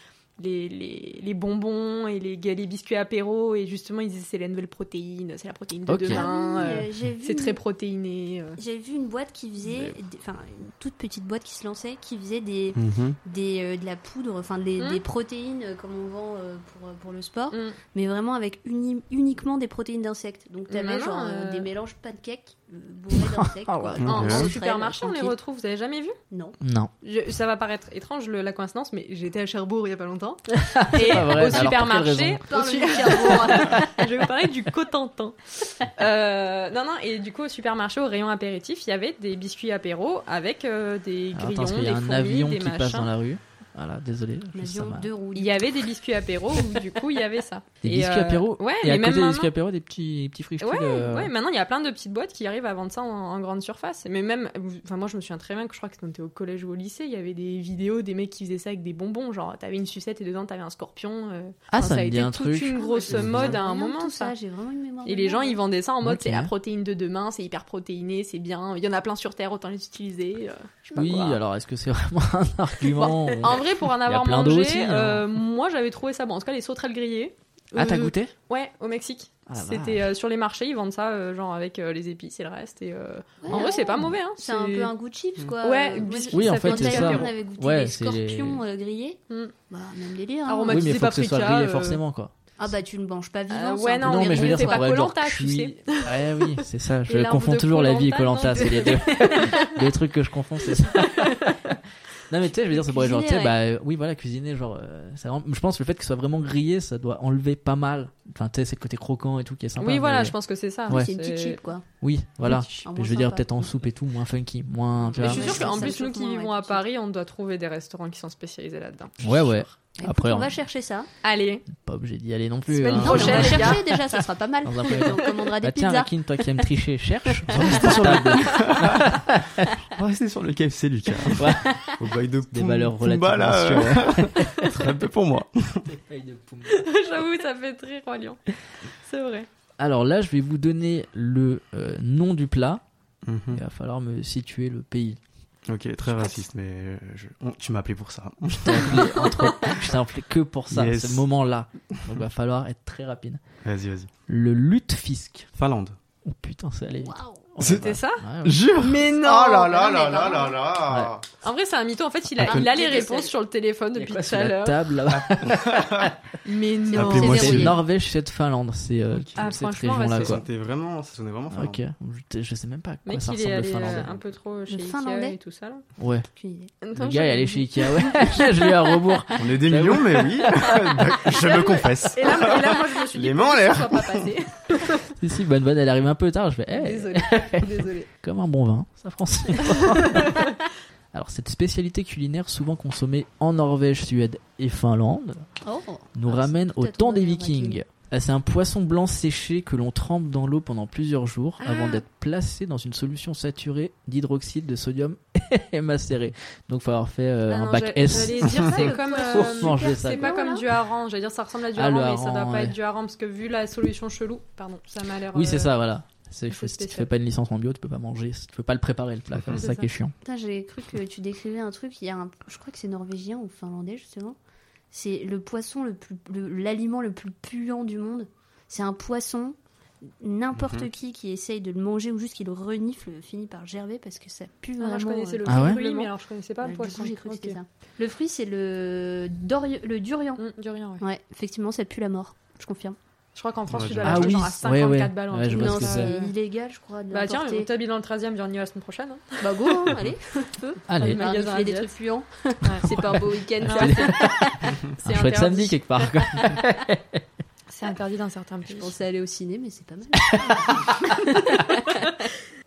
Speaker 6: les, les, les bonbons et les, les biscuits apéro et justement ils disaient c'est la nouvelle protéine, c'est la protéine de
Speaker 4: Ok.
Speaker 6: demain,
Speaker 3: Ah oui,
Speaker 6: euh,
Speaker 3: euh, j'ai vu
Speaker 6: c'est
Speaker 3: une-
Speaker 6: très protéiné. euh.
Speaker 3: J'avais vu une boîte qui faisait, des- enfin une toute petite boîte qui se lançait, qui faisait des,
Speaker 5: Mhm.
Speaker 3: des euh, de la poudre, enfin des,
Speaker 6: Hmm.
Speaker 3: des protéines euh, comme on vend euh, pour, euh, pour le sport,
Speaker 6: Mm.
Speaker 3: mais vraiment avec uni- uniquement des protéines d'insectes. Donc t'avais
Speaker 6: Maintenant,
Speaker 3: genre euh,
Speaker 6: euh,
Speaker 3: des mélanges pancakes euh, bourrés d'insectes.
Speaker 4: Ah
Speaker 3: quoi.
Speaker 4: ouais.
Speaker 6: En, en
Speaker 5: Ouais.
Speaker 3: Sauterelles,
Speaker 6: supermarché, on les
Speaker 3: tranquille.
Speaker 6: retrouve, vous avez jamais vu
Speaker 3: Non.
Speaker 4: Non.
Speaker 6: Je- Ça va paraître étrange le- la coïncidence, mais j'étais à Cherbourg il y a pas longtemps. et
Speaker 4: pas vrai,
Speaker 6: au
Speaker 4: mais alors pour quelle
Speaker 6: supermarché, au
Speaker 3: Parle
Speaker 6: su-
Speaker 3: du cerveau.
Speaker 6: je vais vous parler du Cotentin. Euh, non, non, et du coup, au supermarché, au rayon apéritif, il y avait des biscuits apéro avec euh, des
Speaker 4: Alors,
Speaker 6: grillons,
Speaker 4: attends, parce qu'il
Speaker 6: des
Speaker 4: y a un
Speaker 6: fourmis,
Speaker 4: avion
Speaker 6: des
Speaker 4: qui
Speaker 6: machins.
Speaker 4: passe dans la rue. Voilà, désolé.
Speaker 3: Un
Speaker 4: juste ça
Speaker 3: avion
Speaker 4: m'a-
Speaker 3: de roue.
Speaker 6: Il y avait des biscuits apéro où, du coup, il y avait ça.
Speaker 4: Des
Speaker 6: Et,
Speaker 4: biscuits
Speaker 6: euh,
Speaker 4: apéro.
Speaker 6: Ouais,
Speaker 4: Et à
Speaker 6: mais même
Speaker 4: côté des
Speaker 6: maintenant-
Speaker 4: biscuits apéro, des petits, petits frites. euh,
Speaker 6: Ouais, ouais, maintenant il y a plein de petites boîtes qui arrivent à vendre ça en, en grande surface. Mais même, enfin moi je me souviens très bien que je crois que quand t'es au collège ou au lycée, il y avait des vidéos des mecs qui faisaient ça avec des bonbons. Genre t'avais une sucette et dedans t'avais un scorpion. euh.
Speaker 4: Ah,
Speaker 6: Enfin,
Speaker 4: ça,
Speaker 6: a
Speaker 4: me dit
Speaker 6: été
Speaker 4: un
Speaker 6: toute
Speaker 4: truc.
Speaker 6: une grosse
Speaker 3: Je me
Speaker 6: mode à un
Speaker 3: souviens de
Speaker 6: moment
Speaker 3: tout
Speaker 6: ça.
Speaker 3: J'ai vraiment une mémoire.
Speaker 6: Et
Speaker 3: de
Speaker 6: les gens
Speaker 3: merde.
Speaker 6: ils vendaient ça en mode
Speaker 4: Ok.
Speaker 6: c'est la protéine de demain, c'est hyper protéiné, c'est bien. Il y en a plein sur terre, autant les utiliser. euh, je sais pas
Speaker 4: Oui,
Speaker 6: quoi.
Speaker 4: alors est-ce que c'est vraiment un argument ou-
Speaker 6: En vrai, pour en
Speaker 4: y a
Speaker 6: avoir
Speaker 4: plein d'eau
Speaker 6: mangé,
Speaker 4: aussi, hein.
Speaker 6: euh, moi j'avais trouvé ça bon. En tout cas, les sauterelles grillées.
Speaker 4: Ah, t'as
Speaker 6: Euh,
Speaker 4: goûté
Speaker 6: Ouais, au Mexique.
Speaker 4: Ah,
Speaker 6: C'était euh, sur les marchés, ils vendent ça euh, genre avec euh, les épices et le reste. Et, euh,
Speaker 3: Ouais,
Speaker 6: en vrai, c'est pas mauvais. Hein,
Speaker 3: C'est un peu un goût de chips, quoi.
Speaker 6: Ouais,
Speaker 3: Euh, moi,
Speaker 6: biscuits,
Speaker 4: Oui, en
Speaker 3: quand
Speaker 4: fait, c'est
Speaker 3: Thaïlande,
Speaker 4: ça.
Speaker 3: On avait goûté
Speaker 4: Hmm. Ouais,
Speaker 3: des
Speaker 4: c'est les-
Speaker 3: scorpions euh, grillés.
Speaker 6: Hmm.
Speaker 3: Bah, même délire. hein.
Speaker 6: Aromatisé.
Speaker 4: Oui, mais il faut que ce soit
Speaker 6: paprika,
Speaker 4: grillé
Speaker 6: euh,
Speaker 4: forcément quoi.
Speaker 3: Ah bah, tu ne manges pas vivant.
Speaker 6: Euh,
Speaker 3: c'est
Speaker 6: ouais,
Speaker 3: un peu
Speaker 6: non,
Speaker 4: non,
Speaker 6: mais
Speaker 4: mais je veux dire,
Speaker 6: c'est
Speaker 4: ça
Speaker 6: pas
Speaker 4: pourrait être genre
Speaker 6: Koh-Lanta, tu
Speaker 4: cuit. Ouais, oui, c'est ça. Je
Speaker 6: Les larves
Speaker 4: confonds
Speaker 6: de
Speaker 4: toujours la vie et
Speaker 6: Koh-Lanta,
Speaker 4: Colanta, c'est les deux. les trucs que je confonds, c'est ça. Non mais tu sais, je veux dire, ça pourrait genre, tu sais,
Speaker 3: Cuisiner,
Speaker 4: bah euh, oui, voilà, cuisiner, genre, euh, ça rend- je pense que le fait que ce soit vraiment grillé, ça doit enlever pas mal. Enfin, tu sais, c'est le côté croquant et tout qui est sympa.
Speaker 6: Oui, voilà,
Speaker 4: mais-
Speaker 6: je pense que c'est ça.
Speaker 4: Ah, Ouais.
Speaker 3: C'est une petite chip, quoi.
Speaker 4: Oui, voilà.
Speaker 3: Ah,
Speaker 4: je
Speaker 3: bon,
Speaker 4: veux dire,
Speaker 3: sympa.
Speaker 4: peut-être en soupe et tout, moins funky, moins. Tu vois,
Speaker 6: Mais je suis
Speaker 3: Ouais,
Speaker 6: sûre
Speaker 3: ça,
Speaker 6: qu'en
Speaker 3: ça
Speaker 6: plus,
Speaker 3: me
Speaker 6: nous
Speaker 3: chauffe
Speaker 6: qui
Speaker 3: moins, ouais,
Speaker 6: vivons
Speaker 3: tout
Speaker 6: à
Speaker 3: de suite.
Speaker 6: Paris, on doit trouver des restaurants qui sont spécialisés là-dedans.
Speaker 4: Ouais, ouais.
Speaker 3: Écoute,
Speaker 4: Après,
Speaker 3: on
Speaker 4: on-
Speaker 3: va chercher ça.
Speaker 6: Allez,
Speaker 4: Pas obligé d'y aller non plus.
Speaker 6: Semaine
Speaker 4: hein.
Speaker 3: Non, mais on
Speaker 6: prochaine,
Speaker 3: va
Speaker 6: les gars.
Speaker 3: chercher déjà, ça sera pas mal.
Speaker 4: Dans un premier temps.
Speaker 3: On commandera des
Speaker 4: Bah tiens,
Speaker 3: pizzas.
Speaker 4: Rakin, toi qui aimes tricher, cherche. Reste sur le
Speaker 5: On va rester sur le KFC, Lucas.
Speaker 4: Ouais.
Speaker 5: Au bail de
Speaker 4: Des
Speaker 5: Pum-
Speaker 4: valeurs
Speaker 5: Pumba,
Speaker 4: relativement
Speaker 5: là,
Speaker 4: sûres.
Speaker 5: euh, ce serait un peu pour moi.
Speaker 6: j'avoue, ça fait très roi lion. C'est vrai.
Speaker 4: Alors là, je vais vous donner le euh, nom du plat. Il va falloir me situer le pays.
Speaker 5: Mhm. Ok, très raciste, mais euh, je- on- tu m'as appelé pour ça.
Speaker 4: Je t'ai appelé, entre- je t'ai appelé que pour ça,
Speaker 5: Yes.
Speaker 4: ce moment-là. Donc va falloir être très rapide.
Speaker 5: Vas-y, vas-y.
Speaker 4: Le lutefisk.
Speaker 5: Finlande.
Speaker 4: Oh putain, c'est allé vite.
Speaker 3: Waouh.
Speaker 6: C'était ça
Speaker 4: Ouais, ouais.
Speaker 5: Jure
Speaker 6: Mais non
Speaker 5: Oh là là
Speaker 6: Non,
Speaker 5: là
Speaker 6: mais
Speaker 5: là là
Speaker 6: non.
Speaker 5: là
Speaker 6: En vrai, c'est un mytho. En fait, il a,
Speaker 4: Attends.
Speaker 6: il a les réponses sur le téléphone
Speaker 4: Il y a
Speaker 6: depuis
Speaker 4: quoi
Speaker 6: tout
Speaker 4: sur
Speaker 6: à
Speaker 4: la
Speaker 6: l'heure. Ah,
Speaker 4: table là-bas
Speaker 6: Mais non
Speaker 3: Ah,
Speaker 5: Appelez-moi
Speaker 3: C'est
Speaker 4: C'est
Speaker 3: verrouillé.
Speaker 4: Norvège, c'est Finlande, c'est euh,
Speaker 6: Ah,
Speaker 4: cette région
Speaker 6: franchement,
Speaker 4: là
Speaker 5: Ça
Speaker 6: ouais,
Speaker 4: quoi.
Speaker 5: sentait vraiment, ça sonnait vraiment fort.
Speaker 4: Ok, je, je sais même pas à quoi
Speaker 6: Mec,
Speaker 4: ça
Speaker 6: il
Speaker 4: ressemble le
Speaker 6: est allé euh,
Speaker 4: Finlandais.
Speaker 6: un peu trop chez
Speaker 3: Le
Speaker 6: Ikea
Speaker 3: Finlandais.
Speaker 6: et tout ça. Là.
Speaker 4: Ouais,
Speaker 3: Aucune idée.
Speaker 4: le gars il est allé chez Ikea, ouais, je l'ai eu à rebours.
Speaker 5: On est des millions, mais oui, Bah, je me confesse.
Speaker 6: Et là, et là, moi, je me suis dit
Speaker 5: Les
Speaker 6: que
Speaker 5: mains en
Speaker 6: ça
Speaker 5: l'air.
Speaker 6: soit pas passé.
Speaker 4: Si, si, bonne bonne, elle arrive un peu tard, je fais, eh,
Speaker 6: Désolé. Désolé.
Speaker 4: comme un bon vin, ça français. Alors, cette spécialité culinaire, souvent consommée en Norvège, Suède et Finlande,
Speaker 3: Oh.
Speaker 4: nous
Speaker 3: Ah,
Speaker 4: ramène
Speaker 3: c'est tout
Speaker 4: au
Speaker 3: à ton
Speaker 4: temps des
Speaker 3: honneur,
Speaker 4: Vikings.
Speaker 3: Viking.
Speaker 4: Ah, C'est un poisson blanc séché que l'on trempe dans l'eau pendant plusieurs jours
Speaker 6: Ah.
Speaker 4: avant d'être placé dans une solution saturée d'hydroxyde de sodium et macéré. Donc, faut avoir fait euh,
Speaker 6: Ah
Speaker 4: un
Speaker 6: non,
Speaker 4: bac
Speaker 6: j'a-
Speaker 4: S.
Speaker 6: J'allais dire, c'est comme.
Speaker 4: Pour
Speaker 6: euh,
Speaker 4: manger ça.
Speaker 6: C'est pas comme du hareng, j'allais dire ça ressemble à du
Speaker 4: Ah, le
Speaker 6: hareng, mais ça doit
Speaker 4: hareng,
Speaker 6: pas
Speaker 4: ouais.
Speaker 6: être du hareng parce que vu la solution chelou, pardon, ça m'a l'air.
Speaker 4: Oui,
Speaker 6: euh,
Speaker 4: c'est ça, voilà. C'est,
Speaker 6: c'est
Speaker 4: si tu
Speaker 6: spécial. Ah,
Speaker 4: fais pas une licence en bio, tu peux pas manger, tu peux pas le préparer le plat, comme
Speaker 5: Mhm.
Speaker 4: ça,
Speaker 6: C'est
Speaker 4: qui est chiant.
Speaker 3: Putain, j'ai cru que tu décrivais un truc. Il y a un, je crois que c'est norvégien ou finlandais justement. C'est le poisson le plus, le- l'aliment le plus puant du monde. C'est un poisson. N'importe
Speaker 5: Mhm.
Speaker 3: qui qui essaye de le manger ou juste qui le renifle finit par gerber parce que ça pue
Speaker 6: Ah,
Speaker 3: vraiment.
Speaker 6: moi, je connaissais le
Speaker 3: euh,
Speaker 4: Ah ouais
Speaker 6: fruit, mais
Speaker 3: horriblement.
Speaker 6: alors je connaissais pas
Speaker 3: Ouais,
Speaker 6: le
Speaker 3: du
Speaker 6: poisson.
Speaker 3: coup, j'ai cru que
Speaker 6: Ok.
Speaker 3: c'était ça. Le fruit, c'est le, dori- le durian.
Speaker 6: Hum, du rien, ouais.
Speaker 3: Ouais, effectivement, ça pue la mort. Je confirme.
Speaker 6: Je crois qu'en France,
Speaker 5: Ouais,
Speaker 6: tu dois
Speaker 5: ah
Speaker 6: l'acheter
Speaker 4: oui,
Speaker 6: genre à
Speaker 4: ouais, ouais.
Speaker 6: 54 balles en
Speaker 4: Ouais, je
Speaker 6: tout.
Speaker 4: vois
Speaker 3: non,
Speaker 4: ce que
Speaker 3: c'est
Speaker 4: c'est.
Speaker 3: illégal, je crois. de
Speaker 6: Bah tiens,
Speaker 3: l'importer.
Speaker 6: on t'habille dans le 13ème, viens, on y va la semaine prochaine. hein.
Speaker 3: bah go, hein, allez.
Speaker 4: Allez,
Speaker 6: Ah,
Speaker 3: Alors,
Speaker 6: magasin
Speaker 3: il fait des
Speaker 6: Adidas.
Speaker 3: trucs puants.
Speaker 6: Ouais.
Speaker 3: C'est pas un beau week-end.
Speaker 6: Non,
Speaker 3: ça.
Speaker 6: c'est-
Speaker 4: un
Speaker 6: C'est
Speaker 4: chouette samedi
Speaker 6: interdit.
Speaker 4: quelque part. quoi.
Speaker 6: C'est interdit dans certains
Speaker 3: Je
Speaker 6: pays.
Speaker 3: pensais aller au ciné, mais c'est pas mal.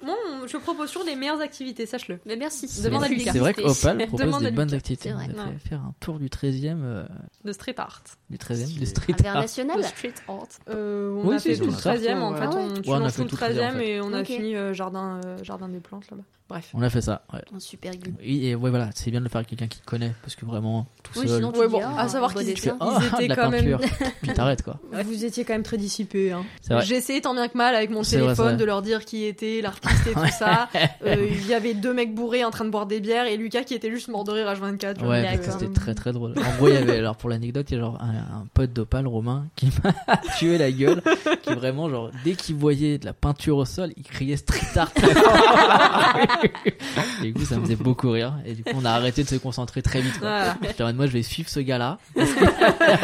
Speaker 6: Moi, on- je propose toujours les meilleures activités, sache-le.
Speaker 3: Mais merci.
Speaker 4: C'est
Speaker 6: Demande à
Speaker 4: vrai-
Speaker 6: Lucas.
Speaker 4: C'est vrai que Opal
Speaker 6: Demande
Speaker 4: propose
Speaker 6: à
Speaker 4: des
Speaker 6: Lucas.
Speaker 4: bonnes activités.
Speaker 3: C'est vrai.
Speaker 4: Vous avez
Speaker 6: Ouais.
Speaker 4: fait faire un tour du 13e, euh,
Speaker 6: De street art.
Speaker 4: du 13e, du
Speaker 5: C'est-
Speaker 4: street art.
Speaker 6: De
Speaker 3: International.
Speaker 6: street art. Euh, on
Speaker 4: Oui,
Speaker 6: a
Speaker 4: si,
Speaker 6: fait
Speaker 4: ils
Speaker 6: tout
Speaker 4: ont
Speaker 6: le
Speaker 4: ça.
Speaker 6: 13ème en
Speaker 5: Ouais.
Speaker 6: fait.
Speaker 3: Ah ouais.
Speaker 6: On, tu
Speaker 4: Ouais, on a
Speaker 6: lances
Speaker 4: fait
Speaker 6: tout le
Speaker 4: tout le 13e,
Speaker 6: 13ème
Speaker 4: en
Speaker 6: et on a
Speaker 3: Ok.
Speaker 6: fini euh, jardin, euh, jardin des plantes là-bas. Bref.
Speaker 4: Ah, On a fait ça. Ouais.
Speaker 3: Un super
Speaker 6: Mm.
Speaker 3: guide.
Speaker 4: Oui, et ouais, voilà, c'est bien de le faire avec quelqu'un qui te connaît, parce que vraiment, tout
Speaker 3: Oui,
Speaker 4: seul.
Speaker 3: sinon tu
Speaker 6: Ouais,
Speaker 3: dis,
Speaker 6: bon,
Speaker 3: ah,
Speaker 6: à savoir
Speaker 3: bon
Speaker 6: qu'ils
Speaker 4: tu fais,
Speaker 3: dessin.
Speaker 6: étaient-
Speaker 4: oh,
Speaker 6: ils
Speaker 4: de la
Speaker 6: étaient quand même-
Speaker 4: peinture. Puis t'arrêtes, quoi.
Speaker 6: Vous étiez quand même très dissipés. Hein.
Speaker 4: C'est vrai.
Speaker 6: J'ai essayé tant bien que mal avec mon
Speaker 4: C'est vrai, c'est
Speaker 6: téléphone
Speaker 4: vrai.
Speaker 6: de leur dire qui était l'artiste et tout ça. Euh, Il y avait deux mecs bourrés en train de boire des bières et Lucas qui était juste mort de rire H24. genre,
Speaker 4: Ouais,
Speaker 6: il
Speaker 4: parce
Speaker 6: était
Speaker 4: que
Speaker 6: comme-
Speaker 4: c'était très très drôle. En gros, il y avait, alors pour l'anecdote, il y a genre un, un pote d'Opal, Romain, qui m'a tué la gueule, qui vraiment, genre, dès qu'il voyait de la peinture au sol, il criait street art. et du coup, ça me faisait beaucoup rire. Et du coup, on a arrêté de se concentrer très vite, quoi.
Speaker 6: Voilà.
Speaker 4: J'étais en mode, moi, je vais suivre ce gars-là. parce que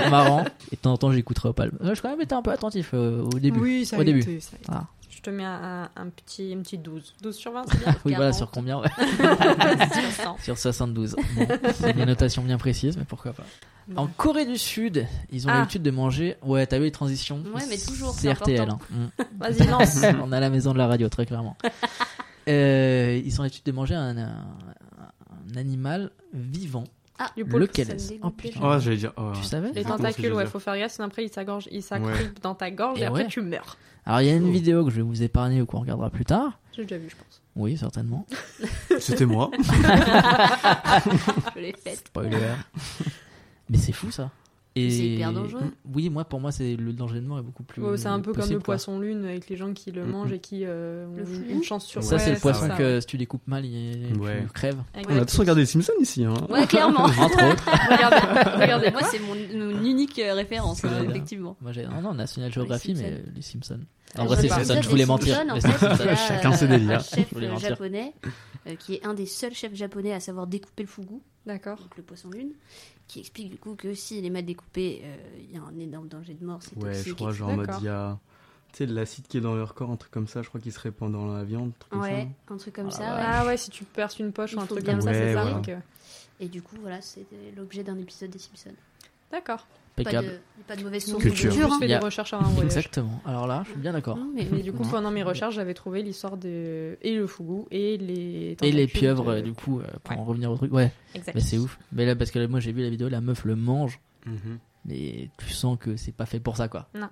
Speaker 4: c'est marrant. Et de temps en temps, j'écouterai Opal. Euh, Je quand même été un peu attentif euh, au début.
Speaker 6: Oui, ça
Speaker 4: Au
Speaker 6: a
Speaker 4: début.
Speaker 6: été, ça a été.
Speaker 4: Ah.
Speaker 6: Je te mets un, un petit, un petit 12. 12 sur 20, c'est bien
Speaker 4: Oui, voilà,
Speaker 6: 40,
Speaker 4: sur combien, ouais.
Speaker 6: sur 100.
Speaker 4: Sur 72. Bon, c'est des notations bien précises, mais pourquoi pas. En Corée du Sud, ils ont
Speaker 6: Ah.
Speaker 4: l'habitude de manger. Ouais, t'as vu les transitions
Speaker 3: Ouais, mais toujours,
Speaker 4: C'est
Speaker 3: c'est
Speaker 4: RTL.
Speaker 3: important.
Speaker 4: hein. Mm.
Speaker 6: Vas-y, lance.
Speaker 4: On a la maison de la radio, très clairement. Euh, ils ont l'habitude de manger un, un- un animal vivant.
Speaker 3: Ah,
Speaker 6: Le
Speaker 4: Lequel
Speaker 3: ça me
Speaker 4: est-ce
Speaker 3: dégoûte
Speaker 4: Oh putain.
Speaker 5: Oh, j'allais dire. Oh.
Speaker 4: Tu savais
Speaker 5: Ah,
Speaker 6: Les
Speaker 5: c'est
Speaker 6: tentacules, ouais,
Speaker 5: Joseph.
Speaker 6: faut faire gaffe, sinon après ils s'agorgent, ils s'accroupent
Speaker 5: Ouais.
Speaker 6: dans ta gorge et,
Speaker 4: Et
Speaker 6: après
Speaker 4: Eh ouais.
Speaker 6: tu meurs.
Speaker 4: Alors, il y a une
Speaker 5: Oh.
Speaker 4: vidéo que je vais vous épargner ou qu'on regardera plus tard.
Speaker 6: J'ai déjà vu, je pense.
Speaker 4: Oui, certainement.
Speaker 5: C'était moi.
Speaker 3: Je l'ai faite.
Speaker 4: Spoiler. mais c'est fou ça. Et...
Speaker 3: C'est hyper dangereux.
Speaker 4: Oui, moi pour moi c'est le danger de mort est beaucoup plus.
Speaker 6: Ouais, c'est un peu comme
Speaker 4: possible,
Speaker 6: le
Speaker 4: quoi. Mmh,
Speaker 6: poisson lune avec les gens qui le
Speaker 5: Mhm.
Speaker 6: mangent et qui euh, ont
Speaker 3: Le fou.
Speaker 6: une chance sur
Speaker 4: Ça
Speaker 6: Ouais,
Speaker 4: c'est le poisson
Speaker 6: ça.
Speaker 4: que si tu découpes mal, il
Speaker 5: Ouais.
Speaker 4: tu crèves.
Speaker 6: Avec-
Speaker 5: On a tous regardé les Simpsons ici. Hein.
Speaker 3: Ouais, clairement.
Speaker 4: Entre autres.
Speaker 3: regardez, regardez, moi, c'est mon, mon unique euh, référence,
Speaker 4: C'est
Speaker 3: euh,
Speaker 4: vrai.
Speaker 3: effectivement.
Speaker 4: Moi j'ai non non National Geography mais
Speaker 3: Simpsons.
Speaker 4: euh, les Simpsons.
Speaker 6: Ah,
Speaker 4: En vrai
Speaker 6: je
Speaker 4: c'est
Speaker 6: sais pas.
Speaker 4: Simpsons,
Speaker 6: Simpsons,
Speaker 4: je voulais
Speaker 3: les
Speaker 4: mentir.
Speaker 3: Simpsons, en
Speaker 4: Les
Speaker 3: fait,
Speaker 4: Simpsons.
Speaker 3: il y a,
Speaker 5: Chacun ses
Speaker 3: euh, Un
Speaker 5: délires.
Speaker 3: chef
Speaker 4: Je voulais
Speaker 3: euh,
Speaker 4: mentir.
Speaker 3: japonais euh, qui est un des seuls chefs japonais à savoir découper le fougou,
Speaker 6: D'accord.
Speaker 3: donc le poisson lune, qui explique du coup que s'il est mal découpé, euh, il y a un énorme danger de mort. c'est
Speaker 5: Ouais,
Speaker 3: toxique,
Speaker 5: je crois,
Speaker 3: etc.
Speaker 5: genre en mode,
Speaker 6: D'accord.
Speaker 5: il y a. Tu sais, de l'acide qui est dans leur corps, un truc comme ça, je crois qu'il se répand dans la viande, un truc comme
Speaker 3: Ouais,
Speaker 5: ça.
Speaker 3: un truc comme
Speaker 4: Ah
Speaker 3: ça. ouais.
Speaker 6: Ah ouais, si tu perces une poche
Speaker 3: Il
Speaker 6: ou un
Speaker 3: faut
Speaker 6: truc
Speaker 3: bien
Speaker 6: comme ça,
Speaker 5: le
Speaker 6: c'est ça.
Speaker 5: savoir.
Speaker 6: donc, euh,
Speaker 3: Et du coup, voilà, c'était l'objet d'un épisode des Simpsons.
Speaker 6: D'accord.
Speaker 3: Pas
Speaker 4: Impeccable.
Speaker 3: de, pas de mauvaise source de
Speaker 5: Culture.
Speaker 6: Je
Speaker 3: culture. hein.
Speaker 6: fais
Speaker 4: Il y
Speaker 6: des
Speaker 4: a-
Speaker 6: recherches avant un voyage.
Speaker 4: Exactement. Alors là, je suis bien d'accord.
Speaker 3: Non, mais,
Speaker 6: Mais du coup,
Speaker 4: Ouais.
Speaker 6: pendant mes recherches, j'avais trouvé l'histoire de et le fougou et les
Speaker 4: Et les
Speaker 6: tentacules
Speaker 4: pieuvres,
Speaker 6: de-
Speaker 4: euh, du coup, euh, pour
Speaker 6: Ouais.
Speaker 4: en revenir au truc, ouais,
Speaker 6: Exact.
Speaker 4: mais c'est ouf. Mais là, parce que là, moi j'ai vu la vidéo, la meuf le mange,
Speaker 5: Mhm.
Speaker 4: mais tu sens que c'est pas fait pour ça, quoi.
Speaker 3: non.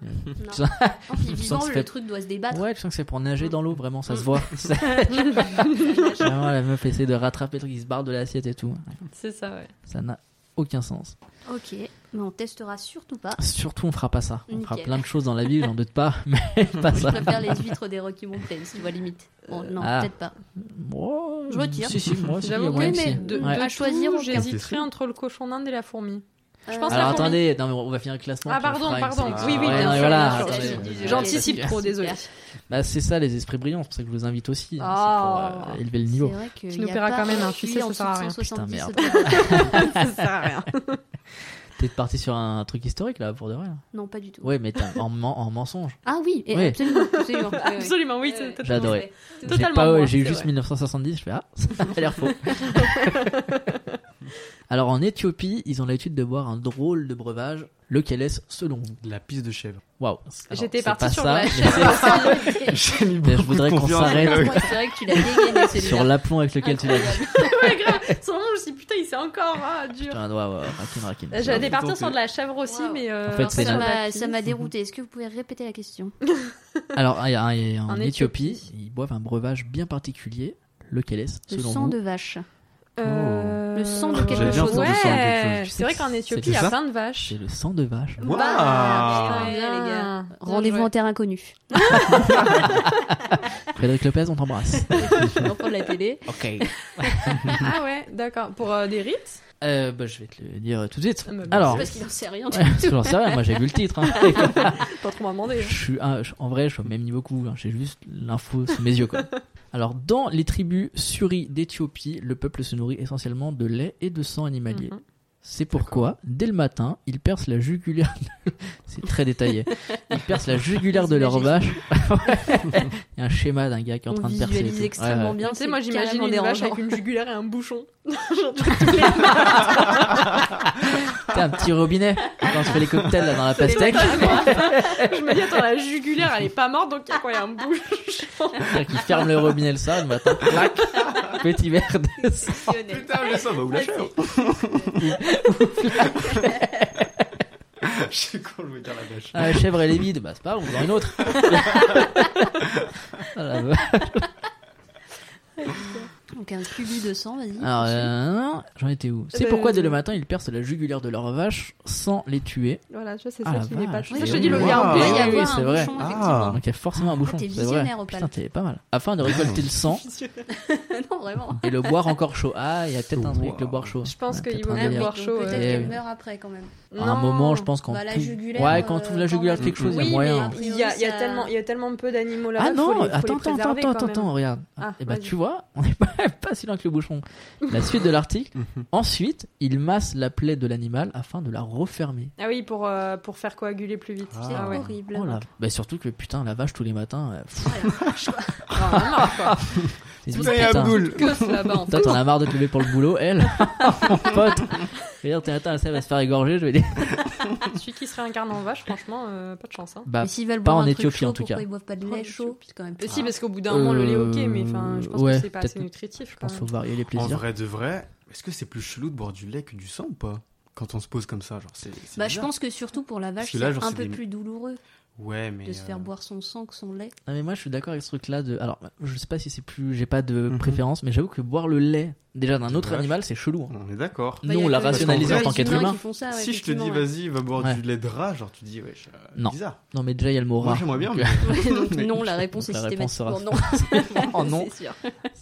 Speaker 4: Ça-
Speaker 3: En fait,
Speaker 4: sens que
Speaker 3: vivant,
Speaker 4: ça
Speaker 3: le
Speaker 4: fait-
Speaker 3: truc doit se débattre.
Speaker 4: Ouais, tu sens que c'est pour nager dans l'eau, vraiment, ça se voit. C'est- vraiment, la meuf essaie de rattraper le truc, il se barre de l'assiette et tout.
Speaker 6: C'est ça, ouais.
Speaker 4: Ça n'a aucun sens.
Speaker 3: Ok, mais on testera surtout pas.
Speaker 4: Surtout, on fera pas ça. On fera
Speaker 3: Nickel.
Speaker 4: plein de choses dans la vie, j'en doute pas, mais pas
Speaker 3: Je
Speaker 4: ça.
Speaker 3: préfère les huîtres des Rocky Mountains, tu vois, limite. Bon, non,
Speaker 4: ah.
Speaker 3: peut-être pas.
Speaker 4: Moi,
Speaker 3: Je retire.
Speaker 4: Si, si, moi, si,
Speaker 6: J'avoue
Speaker 4: il y a
Speaker 6: que
Speaker 4: moyen que
Speaker 6: mais
Speaker 4: si.
Speaker 6: de,
Speaker 4: Ouais.
Speaker 6: de
Speaker 3: À choisir,
Speaker 6: tout,
Speaker 3: on
Speaker 5: C'est
Speaker 6: j'hésiterais
Speaker 5: sûr.
Speaker 6: entre le cochon d'Inde et la fourmi. Je
Speaker 4: Alors
Speaker 6: pense la fourmi.
Speaker 4: attendez, non, mais on va finir le classement.
Speaker 6: Ah
Speaker 4: puis on
Speaker 6: pardon,
Speaker 4: fera une
Speaker 6: pardon.
Speaker 4: sélection.
Speaker 6: Oui, oui,
Speaker 4: Ouais,
Speaker 6: bien
Speaker 4: non,
Speaker 6: sûr,
Speaker 4: voilà,
Speaker 6: bien sûr.
Speaker 4: attendez,
Speaker 3: J'allais
Speaker 4: désolé.
Speaker 3: dire.
Speaker 6: J'anticipe trop, désolé.
Speaker 4: Bah, c'est ça les esprits brillants, c'est pour ça que je vous invite aussi. hein, c'est pour
Speaker 6: Oh.
Speaker 4: euh, élever le niveau.
Speaker 3: C'est vrai que
Speaker 6: Tu
Speaker 3: y
Speaker 6: nous
Speaker 3: a
Speaker 6: paieras
Speaker 3: pas
Speaker 6: quand même, hein,
Speaker 3: un
Speaker 6: tu
Speaker 3: QI
Speaker 6: sais,
Speaker 3: en
Speaker 6: ça sert à rien.
Speaker 3: dessous de
Speaker 4: Putain,
Speaker 3: 70,
Speaker 4: merde.
Speaker 3: c'est pas-
Speaker 6: ça sert à rien.
Speaker 4: T'es parti sur un truc historique là pour de vrai. là.
Speaker 3: Non, pas du tout.
Speaker 4: Ouais, mais t'as- en, men- en mensonge.
Speaker 3: Ah oui, et
Speaker 4: Oui.
Speaker 3: absolument. absolument. Ouais, ouais.
Speaker 6: Absolument, oui, c'est
Speaker 4: J'ai adoré. J'ai
Speaker 6: c'est totalement
Speaker 4: pas-
Speaker 6: moi,
Speaker 4: J'ai eu
Speaker 6: c'est
Speaker 4: juste
Speaker 6: vrai.
Speaker 4: 1970, je fais ah, ça a l'air faux. Alors en Éthiopie, ils ont l'habitude de boire un drôle de breuvage. Lequel est-ce selon vous
Speaker 5: La pisse de chèvre.
Speaker 4: Waouh. Alors,
Speaker 6: J'étais
Speaker 4: c'est
Speaker 6: partie
Speaker 4: pas
Speaker 6: sur
Speaker 4: ça,
Speaker 6: la-
Speaker 4: mais c'est-
Speaker 5: J'ai mis
Speaker 4: Mais je
Speaker 5: beaucoup
Speaker 4: voudrais
Speaker 5: de
Speaker 4: qu'on
Speaker 5: confiance. Ah,
Speaker 4: s'arrête
Speaker 3: Moi, C'est vrai que tu l'as dégainé
Speaker 4: sur
Speaker 3: celui-là.
Speaker 4: l'aplomb avec lequel tu l'as dit.
Speaker 6: Ouais, grave. Sur le moment, je me suis dit, putain, il s'est encore, ah, dur.
Speaker 4: Putain, ouais, ouais, ouais, Rakim, Rakim.
Speaker 5: J'avais
Speaker 6: J'allais partir
Speaker 5: tenté.
Speaker 6: sur de la chèvre aussi,
Speaker 3: Wow.
Speaker 6: mais. euh,
Speaker 4: En fait,
Speaker 6: alors,
Speaker 4: c'est
Speaker 3: Ça
Speaker 6: sur la
Speaker 3: m'a-
Speaker 6: pisse.
Speaker 3: ça m'a dérouté. Est-ce que vous pouvez répéter la question
Speaker 4: Alors, ah, il y a- il y a- en,
Speaker 6: En
Speaker 4: Éthiopie,
Speaker 6: Éthiopie.
Speaker 4: ils boivent un breuvage bien particulier. Lequel est-ce,
Speaker 3: Le
Speaker 4: selon
Speaker 3: sang
Speaker 4: vous
Speaker 3: de vache.
Speaker 6: Euh,
Speaker 3: Le sang de quelque
Speaker 5: J'avais bien
Speaker 3: chose. hein.
Speaker 5: entendu ça, quelque
Speaker 6: Ouais,
Speaker 5: chose.
Speaker 6: c'est vrai qu'en Éthiopie,
Speaker 4: C'est
Speaker 6: il y a
Speaker 5: ça
Speaker 6: plein de vaches.
Speaker 4: C'est le sang de vache.
Speaker 5: Waouh
Speaker 3: Bah,
Speaker 6: Ouais,
Speaker 3: bien, les gars.
Speaker 6: bien
Speaker 3: Rendez-vous
Speaker 6: joué.
Speaker 3: en terre inconnue.
Speaker 4: Frédéric Lopez, on t'embrasse.
Speaker 3: L'enfant de la télé.
Speaker 4: ok.
Speaker 6: Ah ouais, d'accord. Pour euh, des rites
Speaker 4: Euh, bah, je vais te le dire euh, tout de suite.
Speaker 6: Ah, bah, bien
Speaker 4: Alors,
Speaker 3: Parce qu'il n'en sait rien.
Speaker 4: ouais, j'en sais rien, moi j'ai vu le titre. hein.
Speaker 6: Pas trop m'en demander.
Speaker 4: Je suis un- je- en vrai, je suis au même niveau que vous. hein. J'ai juste l'info sous mes yeux. Quoi. Alors, dans les tribus Suri d'Éthiopie, le peuple se nourrit essentiellement de lait et de sang animalier.
Speaker 6: Mhm.
Speaker 4: C'est pourquoi, dès le matin, ils percent la jugulaire. de- C'est très détaillé. Ils percent la jugulaire de leur vache. Ouais. Il y a un schéma d'un gars qui est en
Speaker 3: On
Speaker 4: train de percer. et
Speaker 3: visualise
Speaker 4: tout.
Speaker 3: extrêmement
Speaker 4: Ouais, ouais.
Speaker 3: bien.
Speaker 6: Tu sais, moi
Speaker 3: c'est
Speaker 6: j'imagine
Speaker 3: carrément
Speaker 6: une vache
Speaker 3: dérangeant.
Speaker 6: avec une jugulaire et un bouchon.
Speaker 4: T'as un petit robinet quand tu fais les cocktails là, dans la pastèque.
Speaker 6: Je me dis, attends, la jugulaire elle est pas morte donc il y a quoi Il y a un bouchon.
Speaker 4: qui ferme le robinet le soir le matin. clac, Petit verre de sang.
Speaker 5: Putain, mais ça va où la chèvre Je sais quoi, je veux dire la vache.
Speaker 4: Ah, la chèvre, elle est vide. Bah, c'est pas grave, on en une autre. Ah, la vache.
Speaker 3: Donc un cubi de sang, vas-y.
Speaker 4: Alors, euh, j'en étais où C'est
Speaker 6: Bah,
Speaker 4: pourquoi dès le
Speaker 3: euh,
Speaker 6: dis-moi.
Speaker 4: matin, ils percent la jugulaire de leur vache sans les tuer.
Speaker 6: Voilà, tu vois, c'est
Speaker 4: Ah,
Speaker 6: ça
Speaker 4: la
Speaker 6: qui n'est pas
Speaker 4: vache.
Speaker 6: chou.
Speaker 3: Oui,
Speaker 6: Ça,
Speaker 4: Et
Speaker 6: je te dis, le
Speaker 5: oui.
Speaker 6: verre
Speaker 5: Ah,
Speaker 3: Il y a
Speaker 4: oui,
Speaker 3: avoir
Speaker 4: c'est
Speaker 3: un
Speaker 4: vrai.
Speaker 3: bouchon,
Speaker 5: Ah.
Speaker 4: Donc,
Speaker 3: effectivement.
Speaker 4: il y a forcément un bouchon.
Speaker 3: t'es
Speaker 4: c'est vrai.
Speaker 3: visionnaire, Opal.
Speaker 4: Putain, t'es pas mal. Afin de récolter le sang
Speaker 3: Non, vraiment.
Speaker 4: et le boire encore chaud. Ah, il y a peut-être un truc avec le boire chaud.
Speaker 6: Je pense
Speaker 4: Ouais,
Speaker 6: qu'il
Speaker 4: peut-être
Speaker 6: vaut
Speaker 4: un
Speaker 6: mieux
Speaker 4: délire.
Speaker 6: boire chaud.
Speaker 3: Peut-être
Speaker 4: ouais.
Speaker 3: qu'elle
Speaker 4: Et-
Speaker 3: meurt après quand même.
Speaker 4: À un moment, je pense qu'on.
Speaker 3: Bah, la
Speaker 4: trouve-
Speaker 3: jugulaire,
Speaker 4: Ouais, quand on trouve la
Speaker 3: euh,
Speaker 4: jugulaire de
Speaker 3: quand
Speaker 4: quelque chose, il y a
Speaker 6: Oui, mais
Speaker 4: moyen. hein.
Speaker 6: il y a, il y a
Speaker 3: Ça-
Speaker 6: tellement, il y a tellement peu d'animaux là-bas.
Speaker 4: Ah non,
Speaker 6: faut les- faut les
Speaker 4: attends, attends, attends,
Speaker 6: préserver
Speaker 4: attends,
Speaker 6: quand même.
Speaker 4: attends, regarde.
Speaker 6: Ah,
Speaker 4: et bah
Speaker 6: vas-y.
Speaker 4: tu vois, on n'est pas, pas si loin que le bouchon. La suite de l'article.
Speaker 5: Mhm.
Speaker 4: Ensuite, il masse la plaie de l'animal afin de la refermer.
Speaker 6: Ah oui, pour, euh, pour faire coaguler plus vite.
Speaker 5: Ah.
Speaker 3: C'est
Speaker 6: Ah ouais.
Speaker 3: horrible.
Speaker 4: Oh là. Bah surtout que putain, la vache tous les matins. euh, pff,
Speaker 6: Ah, on en a marre, quoi.
Speaker 4: c'est
Speaker 5: Putain, il y
Speaker 4: vite,
Speaker 5: a
Speaker 4: putain.
Speaker 5: Abdoul
Speaker 6: Gosse là-bas. en fait.
Speaker 4: Toi, t'en as marre de te lever pour le boulot, elle. Mon pote. Je veux dire, t'es attends, elle va se faire égorger, je vais dire.
Speaker 6: Celui qui se réincarne en vache, franchement, euh, pas de chance. Hein.
Speaker 4: Bah,
Speaker 3: Mais s'ils veulent
Speaker 4: pas
Speaker 3: boire
Speaker 4: en
Speaker 3: un truc
Speaker 4: Éthiopie,
Speaker 3: chaud,
Speaker 4: en tout
Speaker 3: pourquoi
Speaker 4: cas.
Speaker 3: ils boivent pas de
Speaker 6: Pas en
Speaker 3: lait chaud
Speaker 6: Éthiopie.
Speaker 3: C'est quand même
Speaker 6: Euh, Si,
Speaker 3: pas-
Speaker 6: parce qu'au bout d'un moment, le lait, ok, mais enfin, je pense
Speaker 4: Ah. Euh, ouais,
Speaker 6: que c'est pas assez
Speaker 4: peut-être.
Speaker 6: nutritif.
Speaker 4: je
Speaker 6: Quand
Speaker 4: pense qu'il
Speaker 6: même.
Speaker 4: faut varier les
Speaker 5: En
Speaker 4: plaisirs.
Speaker 5: vrai de vrai, est-ce que c'est plus chelou de boire du lait que du sang ou pas Quand on se pose comme ça, genre c'est. c'est
Speaker 3: Bah, je
Speaker 5: bizarre.
Speaker 3: pense que surtout pour la vache,
Speaker 5: Parce que
Speaker 3: c'est
Speaker 5: là, genre,
Speaker 3: un
Speaker 5: c'est
Speaker 3: peu
Speaker 5: des-
Speaker 3: plus douloureux
Speaker 5: Ouais, mais.
Speaker 3: de se
Speaker 5: euh,
Speaker 3: faire boire son sang que son lait.
Speaker 4: Non mais moi je suis d'accord avec ce truc là de alors je sais pas si c'est plus j'ai pas de
Speaker 5: Mhm.
Speaker 4: préférence mais j'avoue que boire le lait déjà d'un
Speaker 5: De
Speaker 4: autre
Speaker 5: vache.
Speaker 4: animal c'est chelou. hein.
Speaker 5: On est d'accord.
Speaker 4: Nous on l'a
Speaker 5: Parce qu'en
Speaker 4: rationalisé en
Speaker 5: vrai,
Speaker 4: tant qu'être humain.
Speaker 3: Ah,
Speaker 5: si je te dis vas-y, va boire
Speaker 4: Ouais.
Speaker 5: du lait de rat, genre tu dis ouais, je-
Speaker 4: Non.
Speaker 5: bizarre.
Speaker 4: Non mais déjà il y a le mot
Speaker 5: Moi
Speaker 4: rare.
Speaker 5: j'aimerais bien,
Speaker 4: Donc,
Speaker 5: mais
Speaker 3: Donc non, la réponse est
Speaker 4: La réponse sera-
Speaker 3: systématiquement non.
Speaker 4: Oh non.
Speaker 3: C'est sûr.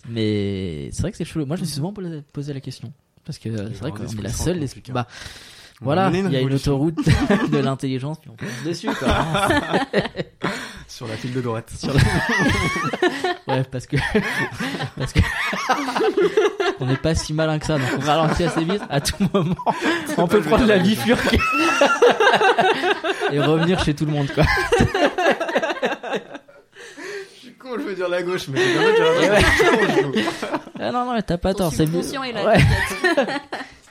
Speaker 4: Mais c'est vrai que c'est chelou. Moi, je me suis souvent posé- posé la question. Parce que euh, c'est vrai
Speaker 5: gens
Speaker 4: qu'on
Speaker 5: des
Speaker 4: est la
Speaker 5: esprits
Speaker 4: seule.
Speaker 5: sont
Speaker 4: des-
Speaker 5: compliqués.
Speaker 4: Bah,
Speaker 5: On
Speaker 4: voilà,
Speaker 5: est
Speaker 4: il y a une
Speaker 5: révolution
Speaker 4: autoroute de l'intelligence, puis on fonce dessus, quoi.
Speaker 5: sur la file de droite.
Speaker 4: Ouais, parce que. parce que. on n'est pas si malin que ça, donc on ralentit assez vite. À tout moment, on peut
Speaker 5: le
Speaker 4: prendre la
Speaker 5: dernier.
Speaker 4: bifurque. Et revenir chez tout le monde, quoi.
Speaker 5: Je suis con, je veux dire la gauche, mais je veux dire la droite. Je suis con, je
Speaker 4: Ah non, non, mais t'as pas
Speaker 3: Ton
Speaker 4: tort. C'est bien.
Speaker 3: subconscient est là,
Speaker 4: Ouais.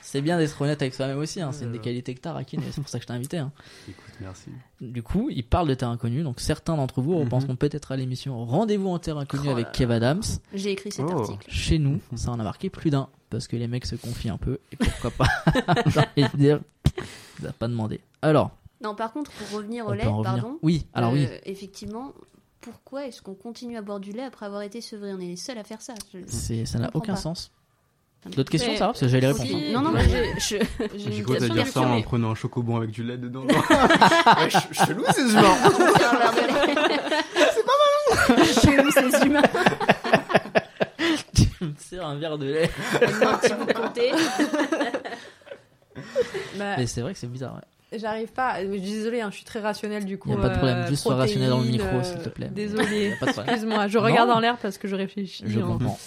Speaker 4: c'est bien d'être honnête avec soi-même aussi. Hein. C'est une des qualités que t'as, Rakin, et c'est pour ça que je t'ai invité. Hein.
Speaker 5: joue. Écoute, merci.
Speaker 4: Du coup, il parle de Terre Inconnue, donc certains d'entre vous repenseront peut-être à l'émission Rendez-vous en Terre Inconnue
Speaker 6: Oh
Speaker 4: avec
Speaker 6: là
Speaker 4: Kev Adams.
Speaker 3: J'ai écrit cet
Speaker 5: Oh.
Speaker 3: article.
Speaker 4: Chez nous, ça en a marqué plus d'un, parce que les mecs se confient un peu, et pourquoi pas J'ai envie de dire, ils n'ont pas demandé. Alors,
Speaker 3: Non, par contre, pour revenir au
Speaker 4: on
Speaker 3: lait,
Speaker 4: peut en revenir.
Speaker 3: pardon.
Speaker 4: Oui, alors oui.
Speaker 3: euh, Effectivement, pourquoi est-ce qu'on continue à boire du lait après avoir été sevré On est les seuls à faire ça. Je-
Speaker 4: c'est- Ça n'a
Speaker 3: comprends
Speaker 4: aucun
Speaker 3: pas.
Speaker 4: sens. D'autres questions,
Speaker 6: Mais-
Speaker 4: ça va Parce que j'ai les réponses. hein.
Speaker 6: Si-
Speaker 3: Non, non,
Speaker 6: Ouais.
Speaker 3: mais j'ai- je-
Speaker 6: J'ai
Speaker 5: J'ai
Speaker 6: une
Speaker 5: cru que t'allais dire ça
Speaker 6: question
Speaker 5: en
Speaker 6: personnelle.
Speaker 5: prenant un chocobon avec du lait dedans. Ouais, ch- Chelou ces gens.
Speaker 3: Chelou, ces humains.
Speaker 4: tu me sers un verre de lait.
Speaker 3: Maintenant, si vous comptez.
Speaker 6: Bah, Euh,
Speaker 4: Mais c'est vrai que c'est bizarre. ouais.
Speaker 6: J'arrive pas. Je suis désolée, hein, je suis très rationnelle du coup. euh,
Speaker 4: Y a pas de problème, juste sois rationnelle dans le
Speaker 6: protéines,
Speaker 3: euh,
Speaker 6: euh,
Speaker 4: micro, s'il te plaît. Y
Speaker 6: Désolée.
Speaker 4: a pas de problème.
Speaker 6: Excuse-moi, je
Speaker 4: Non.
Speaker 6: regarde en l'air parce que je réfléchis.
Speaker 4: Je
Speaker 6: hein.
Speaker 4: comprends.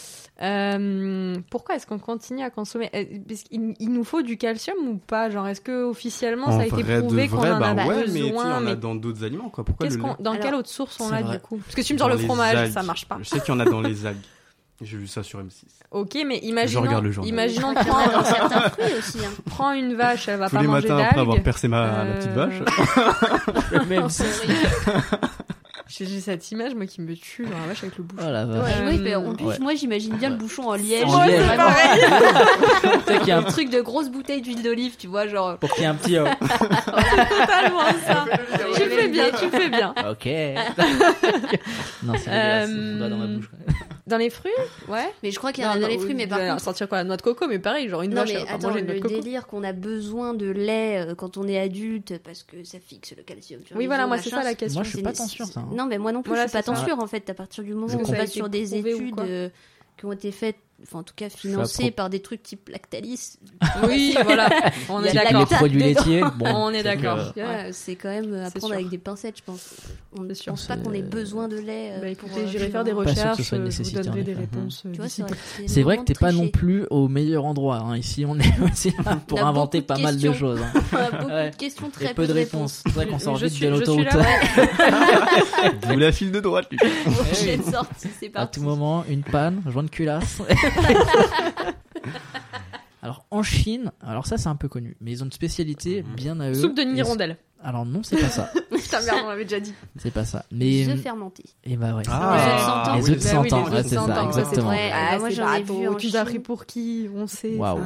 Speaker 6: Euh, pourquoi est-ce qu'on continue à consommer Euh, parce qu'il- Il nous faut du calcium ou pas Genre, est-ce que officiellement ça a été
Speaker 5: vrai, de
Speaker 6: prouvé qu'on
Speaker 5: vrai,
Speaker 6: en
Speaker 5: bah
Speaker 6: a
Speaker 5: ouais, mais tu sais, on
Speaker 6: besoin
Speaker 5: a
Speaker 6: mais
Speaker 5: dans d'autres aliments, quoi. Pourquoi
Speaker 6: qu'est-ce
Speaker 5: le
Speaker 6: qu'on-
Speaker 5: lait
Speaker 6: dans
Speaker 3: Alors,
Speaker 6: quelle autre source on
Speaker 4: c'est
Speaker 6: l'a
Speaker 4: vrai.
Speaker 6: du coup Parce que tu me dis genre,
Speaker 5: Dans
Speaker 6: le
Speaker 5: les
Speaker 6: fromage,
Speaker 5: algues.
Speaker 6: ça marche pas.
Speaker 5: Je sais qu'il y en a dans les algues. J'ai vu ça sur M6.
Speaker 6: Ok, mais imaginons,
Speaker 5: regarde le journal.
Speaker 6: imaginons
Speaker 3: Il y en a dans
Speaker 6: prends,
Speaker 3: certains fruits aussi. hein.
Speaker 6: prends une vache, elle va
Speaker 5: Tous
Speaker 6: pas
Speaker 5: les
Speaker 6: manger
Speaker 5: matins, après avoir
Speaker 6: d'algues.
Speaker 5: percé ma la petite
Speaker 6: Euh,
Speaker 5: vache.
Speaker 4: Même
Speaker 3: hein.
Speaker 4: si-
Speaker 6: J'ai j'ai cette image moi qui me tue, genre la vache avec le bouchon.
Speaker 4: Oh la
Speaker 3: Ouais,
Speaker 4: vache.
Speaker 3: oui, mais en plus,
Speaker 4: Ouais.
Speaker 3: moi j'imagine bien le bouchon en liège.
Speaker 4: En liège.
Speaker 3: vraiment.
Speaker 4: Peut-être qu'il y a un
Speaker 3: Un truc de grosse bouteille d'huile d'olive, tu vois, genre.
Speaker 4: Pour qu'il y ait un petit. euh,
Speaker 6: Totalement ça.
Speaker 3: ouais.
Speaker 6: tu fais bien, tu fais bien.
Speaker 4: Ok. non, c'est
Speaker 6: Euh,
Speaker 4: dégueulasse. Mon doigt dans ma bouche. quoi.
Speaker 6: Dans les fruits, ouais.
Speaker 3: Mais je crois qu'il y en a dans les fruits, mais par
Speaker 6: euh,
Speaker 3: contre.
Speaker 6: Sortir quoi, la noix de coco, mais pareil, genre une
Speaker 3: Non,
Speaker 6: vache,
Speaker 3: mais
Speaker 6: elle va pas
Speaker 3: attends,
Speaker 6: manger
Speaker 3: le
Speaker 6: une noix de coco.
Speaker 3: délire qu'on a besoin de lait euh, quand on est adulte parce que ça fixe le calcium. sur
Speaker 6: Oui,
Speaker 3: les
Speaker 6: voilà,
Speaker 3: os,
Speaker 6: moi c'est
Speaker 3: machin,
Speaker 6: ça la question.
Speaker 4: Moi, je suis pas tant sûr, ça. hein.
Speaker 3: Non, mais moi non plus,
Speaker 6: Voilà,
Speaker 3: je suis pas
Speaker 6: c'est ça.
Speaker 3: tant sûre en fait. À partir du moment
Speaker 4: Je
Speaker 3: où on
Speaker 4: comprends.
Speaker 3: va sur des
Speaker 6: Prouvé ou
Speaker 3: études
Speaker 6: quoi
Speaker 3: euh, qui ont été faites, enfin en tout cas
Speaker 4: Ça
Speaker 3: financées
Speaker 4: pro-
Speaker 3: par des trucs type Lactalis,
Speaker 6: Oui, voilà, on
Speaker 3: Il y
Speaker 6: est
Speaker 3: a de la
Speaker 4: Les
Speaker 6: d'accord.
Speaker 3: lactate
Speaker 4: produits
Speaker 3: dedans.
Speaker 4: laitiers, bon.
Speaker 6: On est
Speaker 4: donc,
Speaker 6: d'accord.
Speaker 4: euh,
Speaker 3: tu vois, c'est quand même à
Speaker 6: C'est
Speaker 3: prendre
Speaker 6: sûr.
Speaker 3: avec des pincettes, je pense. On ne
Speaker 6: C'est sûr.
Speaker 3: pense pas qu'on ait besoin de lait. euh,
Speaker 6: Bah
Speaker 3: pour,
Speaker 6: écoutez,
Speaker 3: euh,
Speaker 6: j'irai faire des
Speaker 3: finalement.
Speaker 4: Pas sûr que ce
Speaker 6: recherches,
Speaker 4: soit une
Speaker 6: je vous
Speaker 4: nécessité, en
Speaker 6: donnerai des
Speaker 4: effet.
Speaker 6: réponses. euh,
Speaker 3: Tu vois,
Speaker 6: d'ici
Speaker 3: c'est vrai,
Speaker 4: C'est vrai que t'es pas non
Speaker 3: plus
Speaker 4: plus au meilleur endroit. hein. Ici, on est aussi là
Speaker 3: On
Speaker 4: pour
Speaker 3: a
Speaker 4: inventer
Speaker 3: beaucoup
Speaker 4: pas
Speaker 3: de
Speaker 4: mal de
Speaker 3: questions.
Speaker 4: choses. hein.
Speaker 3: On a Ah, beaucoup
Speaker 4: Ouais.
Speaker 3: de questions,
Speaker 4: Et
Speaker 3: très
Speaker 4: peu de réponses. C'est vrai qu'on sort
Speaker 6: Je
Speaker 4: vite
Speaker 6: suis-
Speaker 4: de
Speaker 6: je suis
Speaker 4: l'autoroute.
Speaker 6: là,
Speaker 5: D'où la file de droite, lui.
Speaker 3: Prochaine sortie, c'est
Speaker 4: Eh À
Speaker 3: parti.
Speaker 4: tout moment, une panne, joint de culasse. alors en Chine, alors ça c'est un peu connu, mais ils ont une spécialité bien à eux.
Speaker 6: Soupe de
Speaker 4: Ils-
Speaker 6: hirondelle.
Speaker 4: Alors non, c'est pas ça.
Speaker 6: Putain, merde, on l'avait déjà dit.
Speaker 4: C'est pas ça. Mais
Speaker 3: Je fermenté.
Speaker 4: et bah ouais.
Speaker 5: Ah.
Speaker 4: c'est-
Speaker 3: Les œufs de cent ans.
Speaker 4: les œufs de cent
Speaker 6: Bah oui,
Speaker 4: ans,
Speaker 6: les
Speaker 4: ouais,
Speaker 6: œufs de
Speaker 4: c'est
Speaker 6: cent
Speaker 4: ça,
Speaker 6: ans, ouais, c'est
Speaker 4: exactement.
Speaker 3: vrai. Ah,
Speaker 6: Ah,
Speaker 3: moi,
Speaker 6: c'est
Speaker 3: j'en ai vu
Speaker 6: bateau,
Speaker 3: en
Speaker 6: Tu l'as pris
Speaker 3: Chine.
Speaker 6: pour qui On sait.
Speaker 4: Waouh.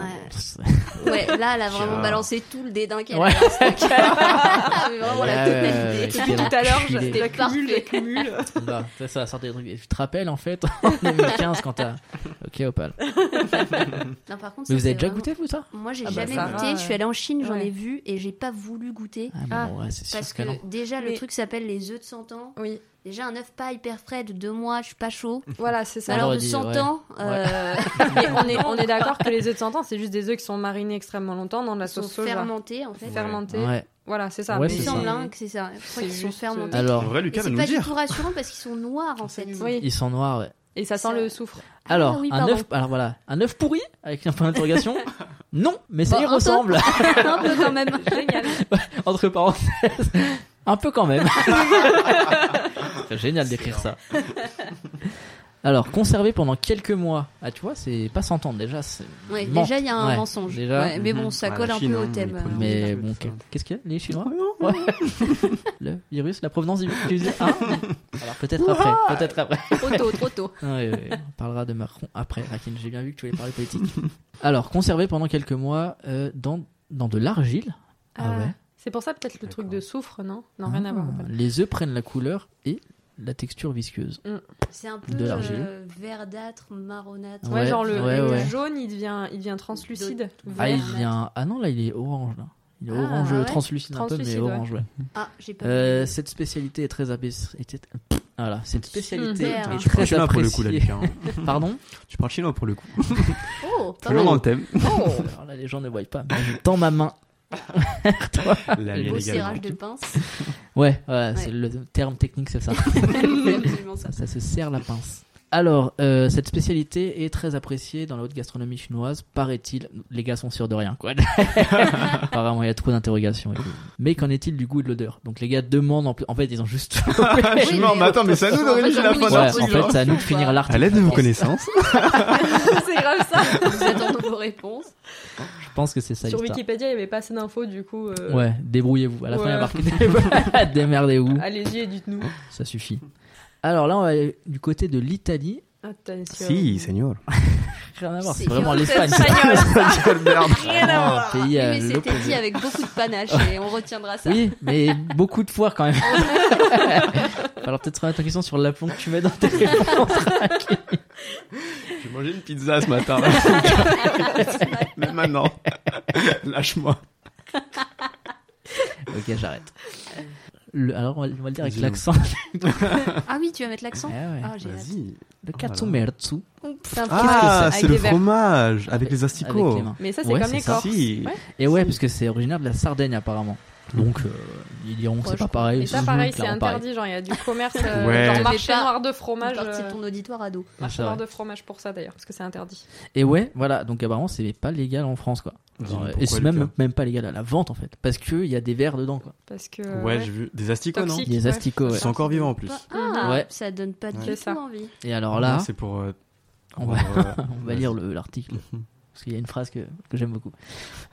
Speaker 3: Ouais, là, elle a vraiment
Speaker 5: Tiens.
Speaker 3: balancé tout le dédain qu'elle
Speaker 4: Ouais.
Speaker 3: avait dans ce truc. Mais vraiment,
Speaker 4: Ah Ouais,
Speaker 3: la
Speaker 4: ouais, ouais,
Speaker 3: totalité.
Speaker 4: c'était
Speaker 6: Tout à l'heure,
Speaker 4: enculé.
Speaker 6: je
Speaker 3: C'était
Speaker 6: l'accumule,
Speaker 3: parfait.
Speaker 6: l'accumule.
Speaker 4: Bah, ça, ça sortait des trucs. Et Tu te rappelles en fait en 2015 quand t'as. Ok, Opal.
Speaker 3: Non, par contre, ça,
Speaker 4: Mais vous avez
Speaker 3: c'est
Speaker 4: déjà
Speaker 3: vraiment-
Speaker 4: goûté vous ça
Speaker 3: Moi, j'ai
Speaker 6: Ah bah,
Speaker 3: jamais
Speaker 6: ça
Speaker 3: goûté.
Speaker 6: va,
Speaker 3: Je suis allée en Chine, j'en
Speaker 6: ouais.
Speaker 3: ai vu et j'ai pas voulu goûter.
Speaker 4: Ah, mais
Speaker 6: Ah,
Speaker 4: bon, ouais, c'est sûr
Speaker 3: Parce
Speaker 4: que non.
Speaker 3: que déjà, le
Speaker 6: Mais-
Speaker 3: truc s'appelle les œufs de 100 ans.
Speaker 6: Oui,
Speaker 3: Déjà, un œuf pas hyper frais de 2 mois, je suis pas chaud.
Speaker 6: voilà, c'est ça.
Speaker 4: Alors,
Speaker 3: Alors, de
Speaker 4: j'aurais
Speaker 3: 100
Speaker 4: dit, ouais.
Speaker 3: ans, euh,
Speaker 6: Mais on est, on est d'accord que les œufs de 100 ans, c'est juste des œufs qui sont marinés extrêmement longtemps dans de la
Speaker 3: ils sont
Speaker 6: sauce soja.
Speaker 3: fermentés en fait.
Speaker 5: Ouais.
Speaker 6: Fermentés.
Speaker 4: Ouais.
Speaker 6: Voilà, c'est ça.
Speaker 4: Ouais,
Speaker 3: Il
Speaker 4: c'est
Speaker 3: me
Speaker 4: ça.
Speaker 3: semble hein, que c'est ça. Je crois
Speaker 6: C'est
Speaker 3: qu'ils sont
Speaker 6: juste,
Speaker 3: fermentés.
Speaker 6: euh,
Speaker 5: En
Speaker 4: Alors
Speaker 5: vrai,
Speaker 3: Et
Speaker 5: Lucas va
Speaker 3: c'est
Speaker 5: nous
Speaker 3: pas du
Speaker 5: dire.
Speaker 3: tout rassurant parce qu'ils sont noirs en fait.
Speaker 6: Oui.
Speaker 4: ils sont noirs. ouais.
Speaker 6: Et ça sent le soufre.
Speaker 4: Alors,
Speaker 3: Ah oui,
Speaker 4: un
Speaker 3: pardon.
Speaker 4: œuf, alors voilà, un œuf pourri avec un point d'interrogation. non, mais ça
Speaker 3: Bon,
Speaker 4: y
Speaker 3: un peu.
Speaker 4: ressemble.
Speaker 3: un peu quand même.
Speaker 6: Génial.
Speaker 4: Entre parenthèses, un peu quand même. C'est Génial d'écrire ça. Alors, conservé pendant quelques mois. Ah, tu vois, c'est pas 100 ans déjà. c'est-
Speaker 3: Ouais,
Speaker 4: Bon.
Speaker 3: déjà, il y a un
Speaker 4: Ouais,
Speaker 3: mensonge.
Speaker 4: déjà. Mhm.
Speaker 3: Ouais, mais bon, ça
Speaker 5: Ouais, la
Speaker 3: colle un
Speaker 5: Chine,
Speaker 3: peu au
Speaker 5: hein,
Speaker 3: thème.
Speaker 5: les produits.
Speaker 3: euh,
Speaker 4: Mais
Speaker 5: Ouais.
Speaker 4: bon, que- qu'est-ce qu'il y a Les Chinois Ouais. Le virus, la provenance du virus. Ah. Alors, peut-être après. Peut-être après.
Speaker 3: Trop tôt, trop tôt.
Speaker 4: Ouais, ouais, ouais. On parlera de Macron après, Rakin. J'ai bien vu que tu voulais parler politique. Alors, conservé pendant quelques mois euh, dans, dans de l'argile. Ah ouais.
Speaker 6: Euh, C'est pour ça peut-être le truc de soufre, non Non, rien à voir.
Speaker 4: Ah, Les œufs prennent la couleur et la texture visqueuse.
Speaker 3: C'est un peu
Speaker 4: De l'argile.
Speaker 3: euh, verdâtre, marronâtre.
Speaker 6: Ouais,
Speaker 4: Ouais,
Speaker 6: genre le,
Speaker 4: ouais,
Speaker 6: le
Speaker 4: ouais.
Speaker 6: jaune, il devient, il devient translucide.
Speaker 4: Ah,
Speaker 6: Vert.
Speaker 4: il vient. Ah non, là, il est orange. Là. Il est
Speaker 3: Ah,
Speaker 4: orange
Speaker 3: ouais.
Speaker 4: translucide un peu, mais
Speaker 6: Translucide, ouais.
Speaker 4: orange, ouais.
Speaker 3: Ah, j'ai pas
Speaker 4: Euh,
Speaker 3: vu.
Speaker 4: cette spécialité est très abaissée. Voilà, cette spécialité
Speaker 3: Super.
Speaker 4: est
Speaker 5: Tu parles
Speaker 4: très
Speaker 5: chinois pour le coup, là,
Speaker 4: appréciée.
Speaker 5: Lucas. hein.
Speaker 4: Pardon
Speaker 5: Tu parles chinois pour le coup.
Speaker 3: Oh, pas
Speaker 5: Toujours
Speaker 3: mal.
Speaker 5: dans le thème.
Speaker 4: Oh, Alors là, les gens ne voient pas. mais Je tends ma main. Toi.
Speaker 5: La
Speaker 3: Le
Speaker 5: mienne
Speaker 3: beau
Speaker 5: également.
Speaker 3: serrage de pince.
Speaker 4: Ouais, ouais,
Speaker 3: Ouais.
Speaker 4: c'est le terme technique, c'est ça.
Speaker 3: C'est absolument ça.
Speaker 4: Ça se serre la pince. Alors, euh, cette spécialité est très appréciée dans la haute gastronomie chinoise, paraît-il. Les gars sont sûrs de rien, quoi. Apparemment, il y a trop d'interrogations. et tout. Mais qu'en est-il du goût et de l'odeur Donc, les gars demandent. En, plus- en fait, ils ont juste.
Speaker 5: Ah, je suis mort, mais attends, mais c'est à nous d'organiser la hein, fin
Speaker 3: Ouais,
Speaker 4: Ouais,
Speaker 5: de
Speaker 4: en
Speaker 5: l'article,
Speaker 4: fait,
Speaker 5: genre.
Speaker 4: c'est à nous de finir
Speaker 5: À
Speaker 4: l'article.
Speaker 5: l'aide de vos connaissances.
Speaker 4: Ah,
Speaker 6: c'est grave ça.
Speaker 3: Nous attendons vos réponses.
Speaker 4: Je pense que c'est ça
Speaker 6: Sur
Speaker 4: l'histoire.
Speaker 6: Wikipédia, il n'y avait pas assez d'infos, du coup. euh,
Speaker 4: Ouais, débrouillez-vous. À la fin, il y a
Speaker 6: Ouais.
Speaker 4: marqué démerdez-vous.
Speaker 6: Allez-y et dites-nous.
Speaker 4: Ça suffit. Alors là, on va aller du côté de l'Italie.
Speaker 6: Attention.
Speaker 5: Si, seigneur.
Speaker 4: Rien à voir, c'est
Speaker 3: C'est
Speaker 4: vraiment l'Espagne.
Speaker 6: Espagnol.
Speaker 5: Ah,
Speaker 4: Rien à voir. Ah, Pays euh, à
Speaker 3: Ah, mais c'était dit
Speaker 4: l'opposé.
Speaker 3: avec beaucoup de panache et on retiendra ça.
Speaker 4: Oui, mais beaucoup de fois quand même. Alors peut-être remettre en question sur l'aplomb que tu mets dans tes réponses.
Speaker 5: J'ai mangé une pizza ce matin. Même maintenant. Lâche-moi.
Speaker 4: ok, j'arrête. le- alors on va, on va le dire avec
Speaker 5: Dis-nous.
Speaker 4: l'accent.
Speaker 3: Ah oui, tu vas mettre l'accent
Speaker 4: Ah ouais.
Speaker 3: Ah, j'ai hâte.
Speaker 5: Vas-y.
Speaker 4: Le
Speaker 5: Oh là là.
Speaker 4: katsumertsu
Speaker 6: C'est un
Speaker 5: Ah,
Speaker 6: fromage
Speaker 5: c'est
Speaker 6: avec
Speaker 5: le
Speaker 6: des verres.
Speaker 5: fromage avec les
Speaker 4: avec
Speaker 5: asticots.
Speaker 4: les mains.
Speaker 6: Mais ça, c'est
Speaker 4: Ouais,
Speaker 6: comme
Speaker 4: c'est
Speaker 6: les
Speaker 4: ça.
Speaker 6: corps.
Speaker 5: Si.
Speaker 6: Ouais.
Speaker 4: Et ouais, parce que c'est originaire de la Sardaigne apparemment. Donc euh, ils diront que
Speaker 3: Ouais, je
Speaker 4: c'est pas
Speaker 3: crois.
Speaker 4: pareil.
Speaker 6: Et ça,
Speaker 4: c'est
Speaker 6: pareil, c'est
Speaker 4: clairement pareil.
Speaker 6: interdit. Genre, il y a du commerce, euh,
Speaker 5: Ouais.
Speaker 6: genre
Speaker 3: Mais
Speaker 6: marché
Speaker 3: pas-
Speaker 6: noir de fromage.
Speaker 3: partie
Speaker 6: euh,
Speaker 3: de ton auditoire ado.
Speaker 6: Marché
Speaker 4: C'est vrai.
Speaker 6: noir de fromage pour ça d'ailleurs, parce que Ah, c'est interdit.
Speaker 4: Et ouais, voilà, donc apparemment c'est pas légal en France quoi. Genre,
Speaker 5: Dis-nous
Speaker 4: euh, et
Speaker 5: pourquoi,
Speaker 4: c'est même,
Speaker 5: Lucas.
Speaker 4: même pas légal à la vente en fait. Parce qu'il y a des verres dedans quoi.
Speaker 6: Parce que.
Speaker 5: Ouais, j'ai vu. Des asticots, non
Speaker 6: Toxique.
Speaker 4: Des
Speaker 6: Ouais.
Speaker 4: asticots ouais.
Speaker 5: Ils sont encore vivants en plus.
Speaker 3: Pas- Ah,
Speaker 4: Ouais.
Speaker 3: ça donne pas
Speaker 5: Ouais.
Speaker 3: du
Speaker 6: C'est
Speaker 3: tout
Speaker 6: ça.
Speaker 3: envie.
Speaker 4: Et alors là,
Speaker 5: C'est pour. euh,
Speaker 4: on va,
Speaker 5: avoir, euh,
Speaker 4: on va lire le- l'article. Parce qu'il y a une phrase que, que j'aime beaucoup.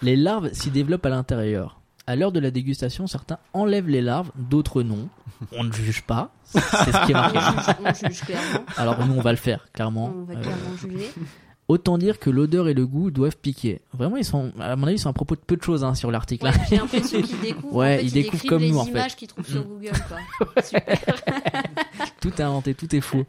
Speaker 4: Les larves s'y développent à l'intérieur. À l'heure de la dégustation, certains enlèvent les larves, d'autres non. On ne juge pas. C'est ce qui est
Speaker 3: On
Speaker 4: marqué.
Speaker 3: juge, on juge clairement.
Speaker 4: Alors nous, on va le faire,
Speaker 6: Mhm.
Speaker 4: clairement.
Speaker 3: On va
Speaker 4: Euh,
Speaker 3: clairement juger.
Speaker 4: autant dire que l'odeur et le goût doivent piquer. Vraiment, ils sont, à mon avis, ils sont à propos de peu de choses hein, sur l'article.
Speaker 3: Ouais,
Speaker 4: là.
Speaker 3: j'ai l'impression qu'ils découvrent.
Speaker 4: Ouais,
Speaker 3: en fait,
Speaker 4: ils
Speaker 3: ils
Speaker 4: découvrent
Speaker 3: décrivent
Speaker 4: comme
Speaker 3: les
Speaker 4: nous, en fait.
Speaker 3: images qu'ils trouvent sur Google. Quoi.
Speaker 4: Tout est inventé, tout est faux.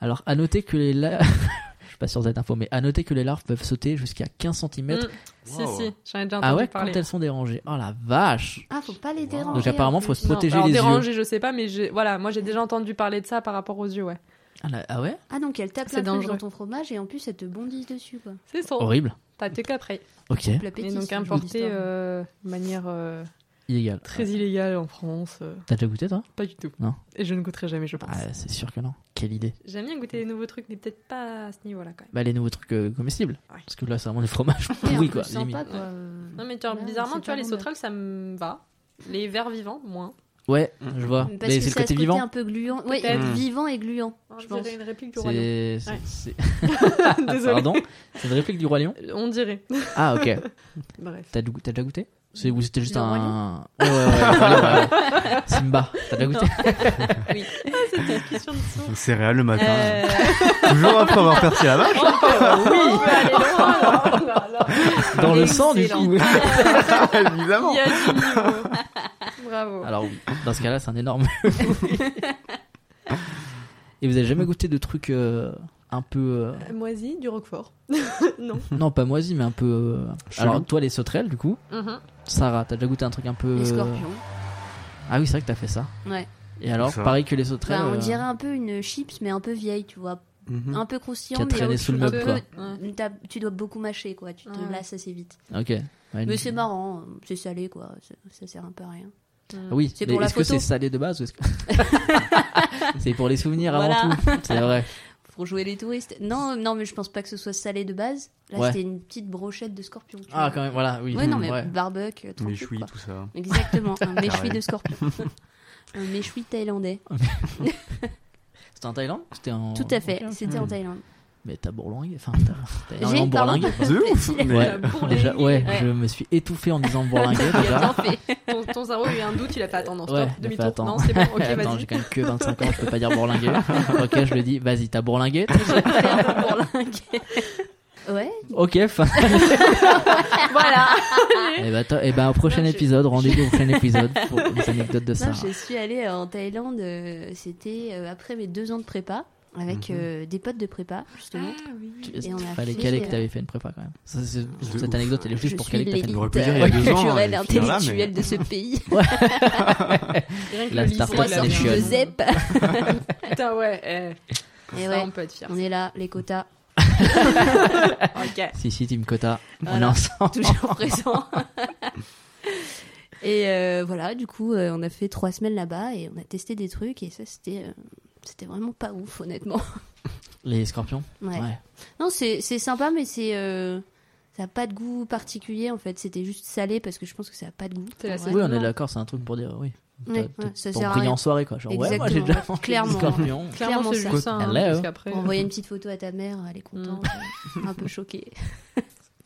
Speaker 4: Alors, à noter que les larves... Je suis pas sûr d'être info, mais à noter que les larves peuvent sauter jusqu'à 15 cm.
Speaker 6: Mm. Si,
Speaker 5: Wow.
Speaker 6: si, j'en ai déjà entendu
Speaker 4: ah ouais, quand
Speaker 6: parler.
Speaker 4: elles sont dérangées. Oh la vache
Speaker 3: Ah, faut pas les déranger.
Speaker 4: Donc apparemment,
Speaker 3: en
Speaker 4: faut
Speaker 3: plus.
Speaker 4: se protéger
Speaker 6: Alors,
Speaker 4: les yeux.
Speaker 6: dérangé, je sais pas, mais j'ai- voilà, moi j'ai déjà entendu parler de ça par rapport aux yeux, ouais.
Speaker 4: Ah, la- ah ouais
Speaker 3: Ah, donc elle tape
Speaker 6: C'est
Speaker 3: la truc
Speaker 6: dangereux.
Speaker 3: dans ton fromage et en plus elle te bondit dessus. Quoi.
Speaker 6: C'est son.
Speaker 4: Horrible.
Speaker 6: T'as tes qu'après.
Speaker 4: Ok,
Speaker 3: Double appétit,
Speaker 6: Et
Speaker 3: ce
Speaker 6: donc
Speaker 3: genre
Speaker 6: importé
Speaker 3: d'histoire.
Speaker 6: euh, de manière euh,
Speaker 4: illégal.
Speaker 6: très illégale en France, euh,
Speaker 4: T'as déjà goûté toi
Speaker 6: pas du tout.
Speaker 4: Non.
Speaker 6: Et je ne goûterai jamais, je pense.
Speaker 4: Ah, c'est sûr que non. Quelle idée.
Speaker 6: J'aime bien goûter les nouveaux trucs, mais peut-être pas à ce niveau-là quand même.
Speaker 4: Bah, les nouveaux trucs euh, comestibles.
Speaker 6: Ouais.
Speaker 4: Parce que là, c'est vraiment des fromages
Speaker 3: Ouais, un
Speaker 4: pourris
Speaker 3: peu
Speaker 4: quoi.
Speaker 3: sympa,
Speaker 4: limite.
Speaker 3: quoi. Euh,
Speaker 6: Non, mais tu vois,
Speaker 3: Là,
Speaker 6: bizarrement,
Speaker 3: c'est
Speaker 6: tu vois,
Speaker 3: pas
Speaker 6: les
Speaker 3: bon,
Speaker 6: sauterelles, ça me va. Les vers vivants, moins.
Speaker 4: Ouais, je vois.
Speaker 3: Parce
Speaker 4: mais
Speaker 3: que
Speaker 4: c'est
Speaker 3: ça
Speaker 4: le
Speaker 3: a ce
Speaker 4: côté vivant.
Speaker 3: un peu gluant. Ouais,
Speaker 6: Peut-être.
Speaker 5: Mm.
Speaker 3: vivant et gluant.
Speaker 6: On
Speaker 3: je pense.
Speaker 6: dirait Oh, une réplique du royaume.
Speaker 4: C'est.
Speaker 6: Ouais.
Speaker 4: c'est- c'est- ah,
Speaker 6: Désolé.
Speaker 4: Pardon C'est une réplique du Roi Lion
Speaker 6: On dirait.
Speaker 4: Ah, ok.
Speaker 6: Bref.
Speaker 4: T'as dou- t'as déjà goûté C'est- Ou c'était juste
Speaker 3: Le Roi
Speaker 4: un. Ouais, ouais, ouais, le Roi Lion, ouais. Simba, t'as déjà goûté
Speaker 6: Oui. Ah, cette discussion de sourds.
Speaker 5: Céréales le matin.
Speaker 6: Euh,
Speaker 5: Toujours après avoir percé la vache.
Speaker 6: on peut aller loin, alors. Oh là là.
Speaker 4: Dans le sang du coup
Speaker 5: Évidemment.
Speaker 6: Il y a du niveau. Bravo.
Speaker 4: Alors oui, dans ce cas-là, c'est un énorme. oui. Et vous avez jamais goûté de trucs euh, un peu. euh,
Speaker 6: Moisi, du roquefort. non.
Speaker 4: Non, pas moisi, mais un peu. euh,
Speaker 5: Chelou.
Speaker 4: Alors toi, les sauterelles, du coup.
Speaker 6: Mhm.
Speaker 4: Sarah, t'as déjà goûté un truc un peu. euh,
Speaker 3: Les scorpions.
Speaker 4: Ah oui, c'est vrai que t'as fait ça.
Speaker 3: Ouais.
Speaker 4: Et alors,
Speaker 5: Ça.
Speaker 4: pareil que les sauterelles.
Speaker 3: Bah, on
Speaker 4: euh, Hmm.
Speaker 3: dirait un peu une chips, mais un peu vieille, tu vois.
Speaker 5: Mhm.
Speaker 3: Un peu
Speaker 4: Qui a
Speaker 3: croustillante.
Speaker 4: traîné
Speaker 3: mais
Speaker 4: sous le
Speaker 3: un
Speaker 4: meuble,
Speaker 3: peu-
Speaker 6: quoi. Ouais.
Speaker 3: t'as- Tu dois beaucoup mâcher, quoi. Tu te
Speaker 6: Ouais.
Speaker 3: lasses assez vite.
Speaker 4: Ok. Ouais,
Speaker 3: Mais
Speaker 4: une-
Speaker 3: c'est marrant, hein. c'est salé, quoi. Ça, ça sert un peu à rien.
Speaker 4: Ah Oui,
Speaker 3: C'est
Speaker 4: mais
Speaker 3: pour la
Speaker 4: est-ce que
Speaker 3: photo.
Speaker 4: c'est salé de base ou est-ce que. c'est pour les souvenirs avant
Speaker 3: Voilà.
Speaker 4: tout. C'est vrai.
Speaker 3: Pour jouer les touristes. Non, non, mais je pense pas que ce soit salé de base. Là,
Speaker 4: Ouais.
Speaker 3: c'était une petite brochette de scorpion. tu
Speaker 4: Ah,
Speaker 3: vois.
Speaker 4: quand même, voilà, oui.
Speaker 3: Ouais, non, mais
Speaker 4: Ouais.
Speaker 3: barbecue, euh,
Speaker 5: Mes
Speaker 3: tranquille,
Speaker 5: chouilles,
Speaker 3: quoi.
Speaker 5: tout ça.
Speaker 3: Exactement, un méchoui
Speaker 5: Carré.
Speaker 3: de scorpion. un méchoui thaïlandais.
Speaker 4: Oh, C'était en Thaïlande C'était en.
Speaker 3: Tout à fait,
Speaker 4: Ok. Hmm.
Speaker 3: c'était en Thaïlande.
Speaker 4: Mais t'as bourlingue. Enfin, t'as. t'as énormément
Speaker 3: J'ai, pardon.
Speaker 4: bourlingué.
Speaker 5: De ouf. mais-
Speaker 4: Ouais,
Speaker 6: bourlingué.
Speaker 4: déjà, ouais,
Speaker 3: Ouais.
Speaker 4: je me suis étouffé en disant bourlingué
Speaker 3: Il a
Speaker 4: déjà.
Speaker 3: bien fait.
Speaker 6: Ton, ton cerveau a eu un doute, il a fait attends, non, stop,
Speaker 4: Ouais, il a fait,
Speaker 6: demi-tour.
Speaker 4: attends.
Speaker 6: Non, c'est bon, ok,
Speaker 4: Attends,
Speaker 6: vas-y.
Speaker 4: j'ai quand même que 25 ans, je peux pas dire bourlingué. ok, je le dis, vas-y, t'as bourlingué.
Speaker 3: Ouais,
Speaker 4: Ok, fin.
Speaker 6: Voilà.
Speaker 4: et bah, et ben, au prochain épisode, rendez-vous au prochain épisode pour les anecdotes de
Speaker 3: non,
Speaker 4: Sarah.
Speaker 3: je suis allée en Thaïlande, euh, c'était euh, après mes deux ans de prépa, avec
Speaker 5: Mhm.
Speaker 3: euh, des potes de prépa, justement.
Speaker 6: Ah
Speaker 4: Tu-
Speaker 3: Et on a
Speaker 4: fallait
Speaker 3: fait,
Speaker 4: caler que
Speaker 3: euh,
Speaker 4: t'avais fait une prépa quand même. Ça, c'est-
Speaker 5: De
Speaker 4: cette
Speaker 5: ouf.
Speaker 4: anecdote, elle est juste
Speaker 3: je
Speaker 4: pour
Speaker 3: suis
Speaker 4: caler que t'as fait une
Speaker 3: l'élite
Speaker 5: On
Speaker 4: prépa.
Speaker 5: aurait pu dire il
Speaker 3: euh,
Speaker 5: y a deux ans,
Speaker 3: culturelle
Speaker 5: euh, finalement,
Speaker 3: intellectuelle de ce pays,
Speaker 6: Rien que
Speaker 4: La
Speaker 6: le lycée,
Speaker 4: start-up,
Speaker 6: on l'a
Speaker 4: c'est les
Speaker 6: sorti
Speaker 4: chiottes.
Speaker 3: le
Speaker 6: de
Speaker 3: ZEP.
Speaker 6: Putain, ouais. eh,
Speaker 3: Et
Speaker 6: ça,
Speaker 3: ouais,
Speaker 6: on peut être fiers.
Speaker 3: on est là, les quotas,
Speaker 6: Ok.
Speaker 4: Si, si, Team Kota, on est
Speaker 3: Voilà.
Speaker 4: ensemble.
Speaker 3: toujours présents. et euh, voilà, du coup, euh, on a fait trois semaines là-bas et on a testé des trucs et ça, c'était euh, c'était vraiment pas ouf, honnêtement.
Speaker 4: Les scorpions
Speaker 3: Ouais.
Speaker 4: Ouais.
Speaker 3: Non, c'est c'est sympa, mais c'est euh, ça a pas de goût particulier en fait. C'était juste salé parce que je pense que ça a pas de goût.
Speaker 6: C'est la
Speaker 3: en vrai.
Speaker 6: Ouais,
Speaker 4: Oui, on est
Speaker 6: non.
Speaker 4: d'accord, c'est un truc pour dire oui.
Speaker 3: Ouais,
Speaker 4: T'as-
Speaker 3: ouais,
Speaker 4: t'as-
Speaker 3: ça
Speaker 4: pour
Speaker 3: sert à
Speaker 4: briller
Speaker 3: rien.
Speaker 4: en soirée quoi. Genre, ouais, moi j'ai
Speaker 3: Exactement,
Speaker 4: déjà mangé des
Speaker 3: clairement.
Speaker 4: scorpions.
Speaker 6: Clairement,
Speaker 3: Clairement,
Speaker 6: c'est
Speaker 3: ça.
Speaker 6: juste ça. hein,
Speaker 4: Hello.
Speaker 6: parce qu'après,
Speaker 3: Envoyer une petite photo à ta mère, elle est contente,
Speaker 6: Mm.
Speaker 3: euh, un peu choquée.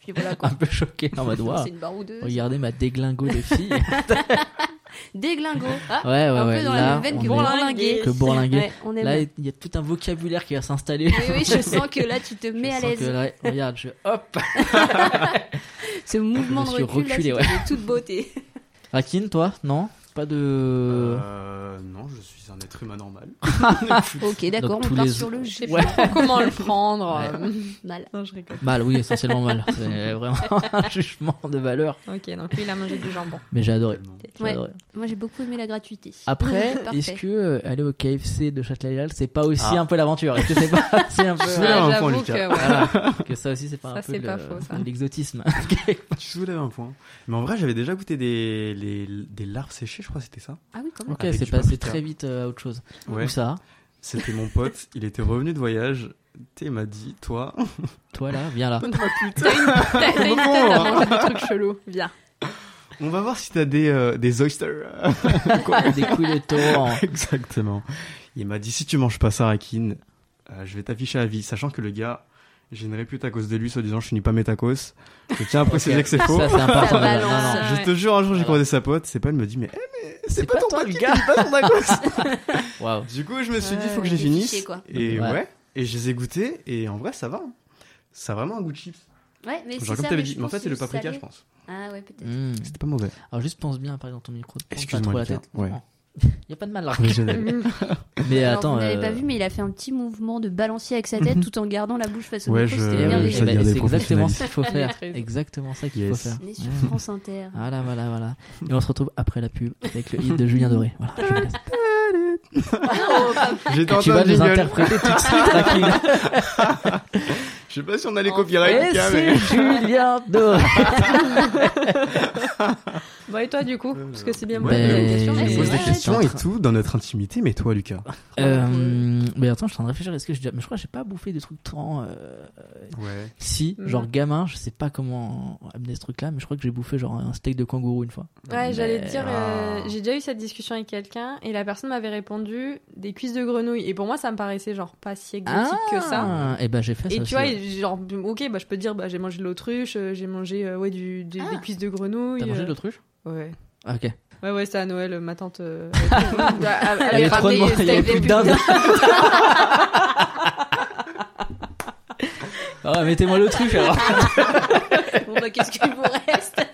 Speaker 3: Puis voilà quoi.
Speaker 4: Un peu choqué en mode waouh.
Speaker 3: C'est une barre ou deux.
Speaker 4: Regardez ma déglingo de fille.
Speaker 3: Des glingos. Ah,
Speaker 4: Ouais, ouais,
Speaker 3: un
Speaker 4: ouais.
Speaker 3: peu dans
Speaker 4: là,
Speaker 3: la même veine
Speaker 4: on
Speaker 3: que
Speaker 4: est-
Speaker 3: bourlinguer.
Speaker 4: que bourlinguer.
Speaker 3: Ouais, on aime.
Speaker 4: Là, il y a tout un vocabulaire qui va s'installer.
Speaker 3: Oui, oui, je sens que là, tu te mets
Speaker 4: Je
Speaker 3: à
Speaker 4: sens que,
Speaker 3: l'aise.
Speaker 4: là, regarde, je oh. hop.
Speaker 3: Ce mouvement
Speaker 4: je
Speaker 3: de
Speaker 4: me suis
Speaker 3: recul, là,
Speaker 4: reculé,
Speaker 3: c'était de toute beauté.
Speaker 4: Rakin, toi, non Pas de.
Speaker 5: Euh, non, je suis un être humain normal.
Speaker 3: Ok, d'accord,
Speaker 4: tous
Speaker 3: on part
Speaker 4: les-
Speaker 3: sur le
Speaker 6: Je sais
Speaker 3: jeu.
Speaker 4: Ouais.
Speaker 6: pas trop comment le prendre.
Speaker 4: Ouais.
Speaker 6: euh,
Speaker 3: Mal.
Speaker 6: Non, je rigole.
Speaker 4: Mal, oui, essentiellement mal. C'est vraiment un jugement de valeur.
Speaker 6: Ok, donc lui, il a mangé du jambon.
Speaker 4: Mais j'ai adoré.
Speaker 5: Tellement.
Speaker 4: J'ai
Speaker 3: Ouais.
Speaker 4: adoré.
Speaker 3: Moi, j'ai beaucoup aimé la gratuité.
Speaker 4: Après,
Speaker 3: Parfait.
Speaker 4: est-ce que euh, aller au KFC de Châtelet-Lal, c'est pas aussi
Speaker 5: Ah.
Speaker 4: un peu l'aventure Est-ce que c'est pas aussi un peu.
Speaker 5: Je
Speaker 4: euh,
Speaker 5: voulais un point,
Speaker 6: j'avoue
Speaker 5: Lucas.
Speaker 6: que, ouais.
Speaker 4: que ça aussi, c'est pas
Speaker 6: Ça,
Speaker 4: un peu
Speaker 6: c'est
Speaker 4: de-
Speaker 6: pas faux, ça.
Speaker 4: de l'exotisme
Speaker 5: Ah, Tu soulèves un point. Mais en vrai, j'avais déjà goûté des, les- des larves séchées, je crois que c'était ça.
Speaker 3: Ah oui, quand même.
Speaker 4: Ok,
Speaker 5: Avec
Speaker 4: c'est
Speaker 5: du
Speaker 4: passé
Speaker 5: paprika.
Speaker 4: très vite euh, à autre chose.
Speaker 5: Ouais.
Speaker 4: Où ça
Speaker 5: C'était mon pote, il était revenu de voyage. T'es m'a dit, toi.
Speaker 4: Toi là, viens là.
Speaker 6: T'as t'as une tête à manger des trucs chelous. Viens.
Speaker 5: On va voir si t'as des, euh, des oysters.
Speaker 4: Des couilles de taureau. en-
Speaker 5: Exactement. Il m'a dit si tu manges pas ça, Rakin, euh, je vais t'afficher à vie. Sachant que le gars, j'ai une répute à cause de lui, soi-disant je finis pas mes tacos. Je tiens à préciser que c'est faux.
Speaker 4: Ça, c'est important.
Speaker 3: balance.
Speaker 4: Non, non,
Speaker 6: Ah,
Speaker 5: je
Speaker 6: ouais.
Speaker 5: te jure, un jour j'ai
Speaker 4: Alors.
Speaker 5: commandé sa pote, c'est pas elle me dit mais, eh, mais c'est
Speaker 4: C'est
Speaker 5: pas,
Speaker 4: pas
Speaker 5: ton
Speaker 4: toi,
Speaker 5: pote
Speaker 4: le
Speaker 5: qui
Speaker 4: gars.
Speaker 5: finit pas ton tacos.
Speaker 4: Waouh.
Speaker 5: du coup, je me suis dit
Speaker 3: Ouais,
Speaker 5: faut que je les
Speaker 3: t'es
Speaker 5: finisse.
Speaker 3: fiché, quoi.
Speaker 5: Et
Speaker 4: Ouais.
Speaker 5: ouais. Et je les ai goûtés et en vrai ça va. hein. Ça a vraiment un goût de chips.
Speaker 3: Ouais, mais c'est
Speaker 5: Genre comme
Speaker 3: ça,
Speaker 5: t'avais
Speaker 3: mais je
Speaker 5: dit, mais en
Speaker 3: pense
Speaker 5: fait c'est
Speaker 3: que
Speaker 5: le paprika,
Speaker 3: salé.
Speaker 5: je pense.
Speaker 3: Ah ouais, peut-être.
Speaker 4: Hmm.
Speaker 5: C'était pas mauvais.
Speaker 4: Alors juste pense bien, par exemple, ton micro. te prends pas trop
Speaker 5: Excuse-moi,
Speaker 4: la
Speaker 5: Lucas.
Speaker 4: tête.
Speaker 5: Ouais.
Speaker 4: Il a pas de mal là.
Speaker 5: Professionnel.
Speaker 6: T'as
Speaker 4: Mais
Speaker 3: Alors,
Speaker 4: attends.
Speaker 3: vous l'avez
Speaker 4: euh,
Speaker 3: pas vu, mais il a fait un petit mouvement de balancier avec sa tête tout en gardant la bouche face au
Speaker 5: Ouais,
Speaker 3: micro.
Speaker 5: je-
Speaker 4: eh
Speaker 3: C'était
Speaker 4: oui,
Speaker 5: Euh,
Speaker 4: eh
Speaker 5: je veux
Speaker 4: ben,
Speaker 3: merveilleux.
Speaker 5: dire des
Speaker 4: c'est exactement
Speaker 5: professionnalistes.
Speaker 4: ce qu'il faut faire.
Speaker 6: Maîtrise.
Speaker 4: Exactement ça qu'il
Speaker 5: Yes.
Speaker 4: faut faire.
Speaker 3: On est
Speaker 4: Ouais.
Speaker 3: sur France Inter.
Speaker 4: Voilà, voilà, voilà. Et on se retrouve après la pub avec le hit de Julien Doré. Voilà, je vous laisse.
Speaker 5: J'étais
Speaker 4: Et
Speaker 5: en
Speaker 4: tu
Speaker 5: train
Speaker 4: vas
Speaker 5: de
Speaker 4: les
Speaker 5: gueuler.
Speaker 4: interpréter tout de suite, tranquille.
Speaker 5: Je sais pas si on a les
Speaker 6: En
Speaker 5: copyrights,
Speaker 4: Et
Speaker 5: Lucas, mais.
Speaker 4: c'est Julien Doré.
Speaker 6: Bon, et toi, du coup Parce que c'est bien moi
Speaker 5: Ouais,
Speaker 6: qui ai
Speaker 4: ben,
Speaker 6: une question.
Speaker 4: je
Speaker 5: On
Speaker 6: mais-
Speaker 5: pose
Speaker 4: Ouais,
Speaker 5: des questions
Speaker 4: t'es
Speaker 5: et
Speaker 4: en train-
Speaker 5: tout dans notre intimité, mais toi, Lucas.
Speaker 4: Euh, mais attends, je suis en train de réfléchir. Est-ce que j'ai déjà- mais je crois que j'ai pas bouffé de trucs tant. euh,
Speaker 5: Ouais.
Speaker 4: Si,
Speaker 6: Mm.
Speaker 4: genre gamin, je sais pas comment amener ce truc-là, mais je crois que j'ai bouffé genre un steak de kangourou une fois.
Speaker 6: Ouais, j'allais te
Speaker 4: Mais-
Speaker 6: dire, euh,
Speaker 5: Ah.
Speaker 6: j'ai déjà eu cette discussion avec quelqu'un et la personne m'avait répondu des cuisses de grenouille. Et pour moi, ça me paraissait genre pas si exotique que ça.
Speaker 4: Et ben j'ai fait ça.
Speaker 6: Et
Speaker 4: aussi,
Speaker 6: tu vois,
Speaker 4: ouais.
Speaker 6: genre, ok, bah, je peux te dire, bah, j'ai mangé de l'autruche, euh, j'ai mangé euh, ouais, du, des- des cuisses de grenouille.
Speaker 4: t'as mangé
Speaker 6: euh,
Speaker 4: de l'autruche
Speaker 6: Ouais.
Speaker 4: Ah, Ok.
Speaker 6: Ouais, ouais, c'était à Noël, euh, ma tante. euh,
Speaker 4: Il y avait trop de monde, il y avait plus de dinde. Ah, mettez-moi l'autruche alors.
Speaker 3: Bon, bah, qu'est-ce qu'il vous reste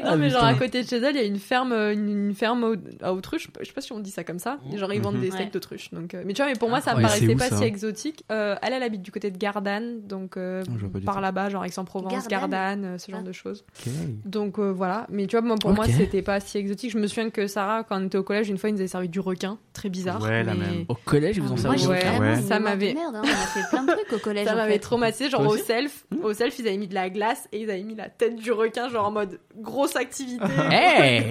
Speaker 4: Ah,
Speaker 3: Ah,
Speaker 6: non, mais genre
Speaker 4: putain.
Speaker 6: à côté de chez elle, il y a une ferme, euh, une, une ferme au- à autruche. Je sais pas si on dit ça comme ça. Et
Speaker 5: Oh.
Speaker 6: genre ils vendent des
Speaker 3: Mhm.
Speaker 6: steaks
Speaker 3: Ouais. Ah,
Speaker 6: d'autruche. Donc, euh, mais tu vois, mais pour moi, ça me
Speaker 5: Incroyable.
Speaker 6: paraissait
Speaker 5: Mais c'est
Speaker 6: pas
Speaker 5: où, ça
Speaker 6: si exotique. Euh, elle, elle habite du côté de Gardanne, donc euh,
Speaker 5: Ah, je vois pas du
Speaker 6: par
Speaker 5: tout.
Speaker 6: là-bas, genre Aix-en-Provence,
Speaker 3: Gardanne
Speaker 6: Gardanne, euh, ce genre
Speaker 3: Ah.
Speaker 6: de choses.
Speaker 5: Ok.
Speaker 6: Donc euh, voilà. Mais tu vois, moi, pour
Speaker 4: Ok.
Speaker 6: moi, c'était pas si exotique. Je me souviens que Sarah, quand on était au collège, une fois, ils nous avait servi du requin, très bizarre.
Speaker 5: Ouais, la
Speaker 6: mais
Speaker 5: même.
Speaker 4: Au collège, ils vous ont
Speaker 3: Moi,
Speaker 4: servi
Speaker 3: j'ai
Speaker 4: du
Speaker 6: Ouais.
Speaker 4: requin.
Speaker 3: vraiment une
Speaker 6: Ça
Speaker 3: mémoire de
Speaker 6: m'avait-
Speaker 3: Merde, hein. On a fait plein de trucs au collège.
Speaker 6: Ça
Speaker 3: en
Speaker 6: m'avait
Speaker 3: fait.
Speaker 6: traumatisé, genre
Speaker 4: Toi
Speaker 6: au
Speaker 4: aussi Mmh.
Speaker 6: self, au self, ils avaient mis de la glace et ils avaient mis la tête du requin, genre en mode grosse activité.
Speaker 4: Hey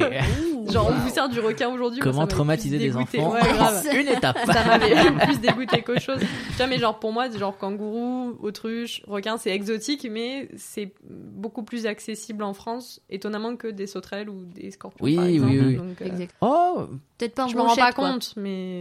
Speaker 6: Genre, on vous sert du requin aujourd'hui.
Speaker 4: Eh. Comment
Speaker 6: moi, ça m'avait
Speaker 4: traumatiser
Speaker 6: plus
Speaker 4: des
Speaker 6: dégoûté.
Speaker 4: enfants
Speaker 6: Ouais, grave.
Speaker 4: en Une étape.
Speaker 6: Ça m'avait plus dégoûté qu'autre chose. Tu vois, mais genre pour moi, c'est genre kangourou, autruche, requin, c'est exotique, mais c'est beaucoup plus accessible en France, étonnamment que des sauterelles ou des scorpions.
Speaker 4: Oui,
Speaker 6: par
Speaker 4: oui,
Speaker 6: exemple.
Speaker 4: oui.
Speaker 6: Donc, euh,
Speaker 3: Exact.
Speaker 4: Oh,
Speaker 3: Peut-être pas en
Speaker 6: Je m'en rends pas
Speaker 3: brochette, quoi.
Speaker 6: compte, mais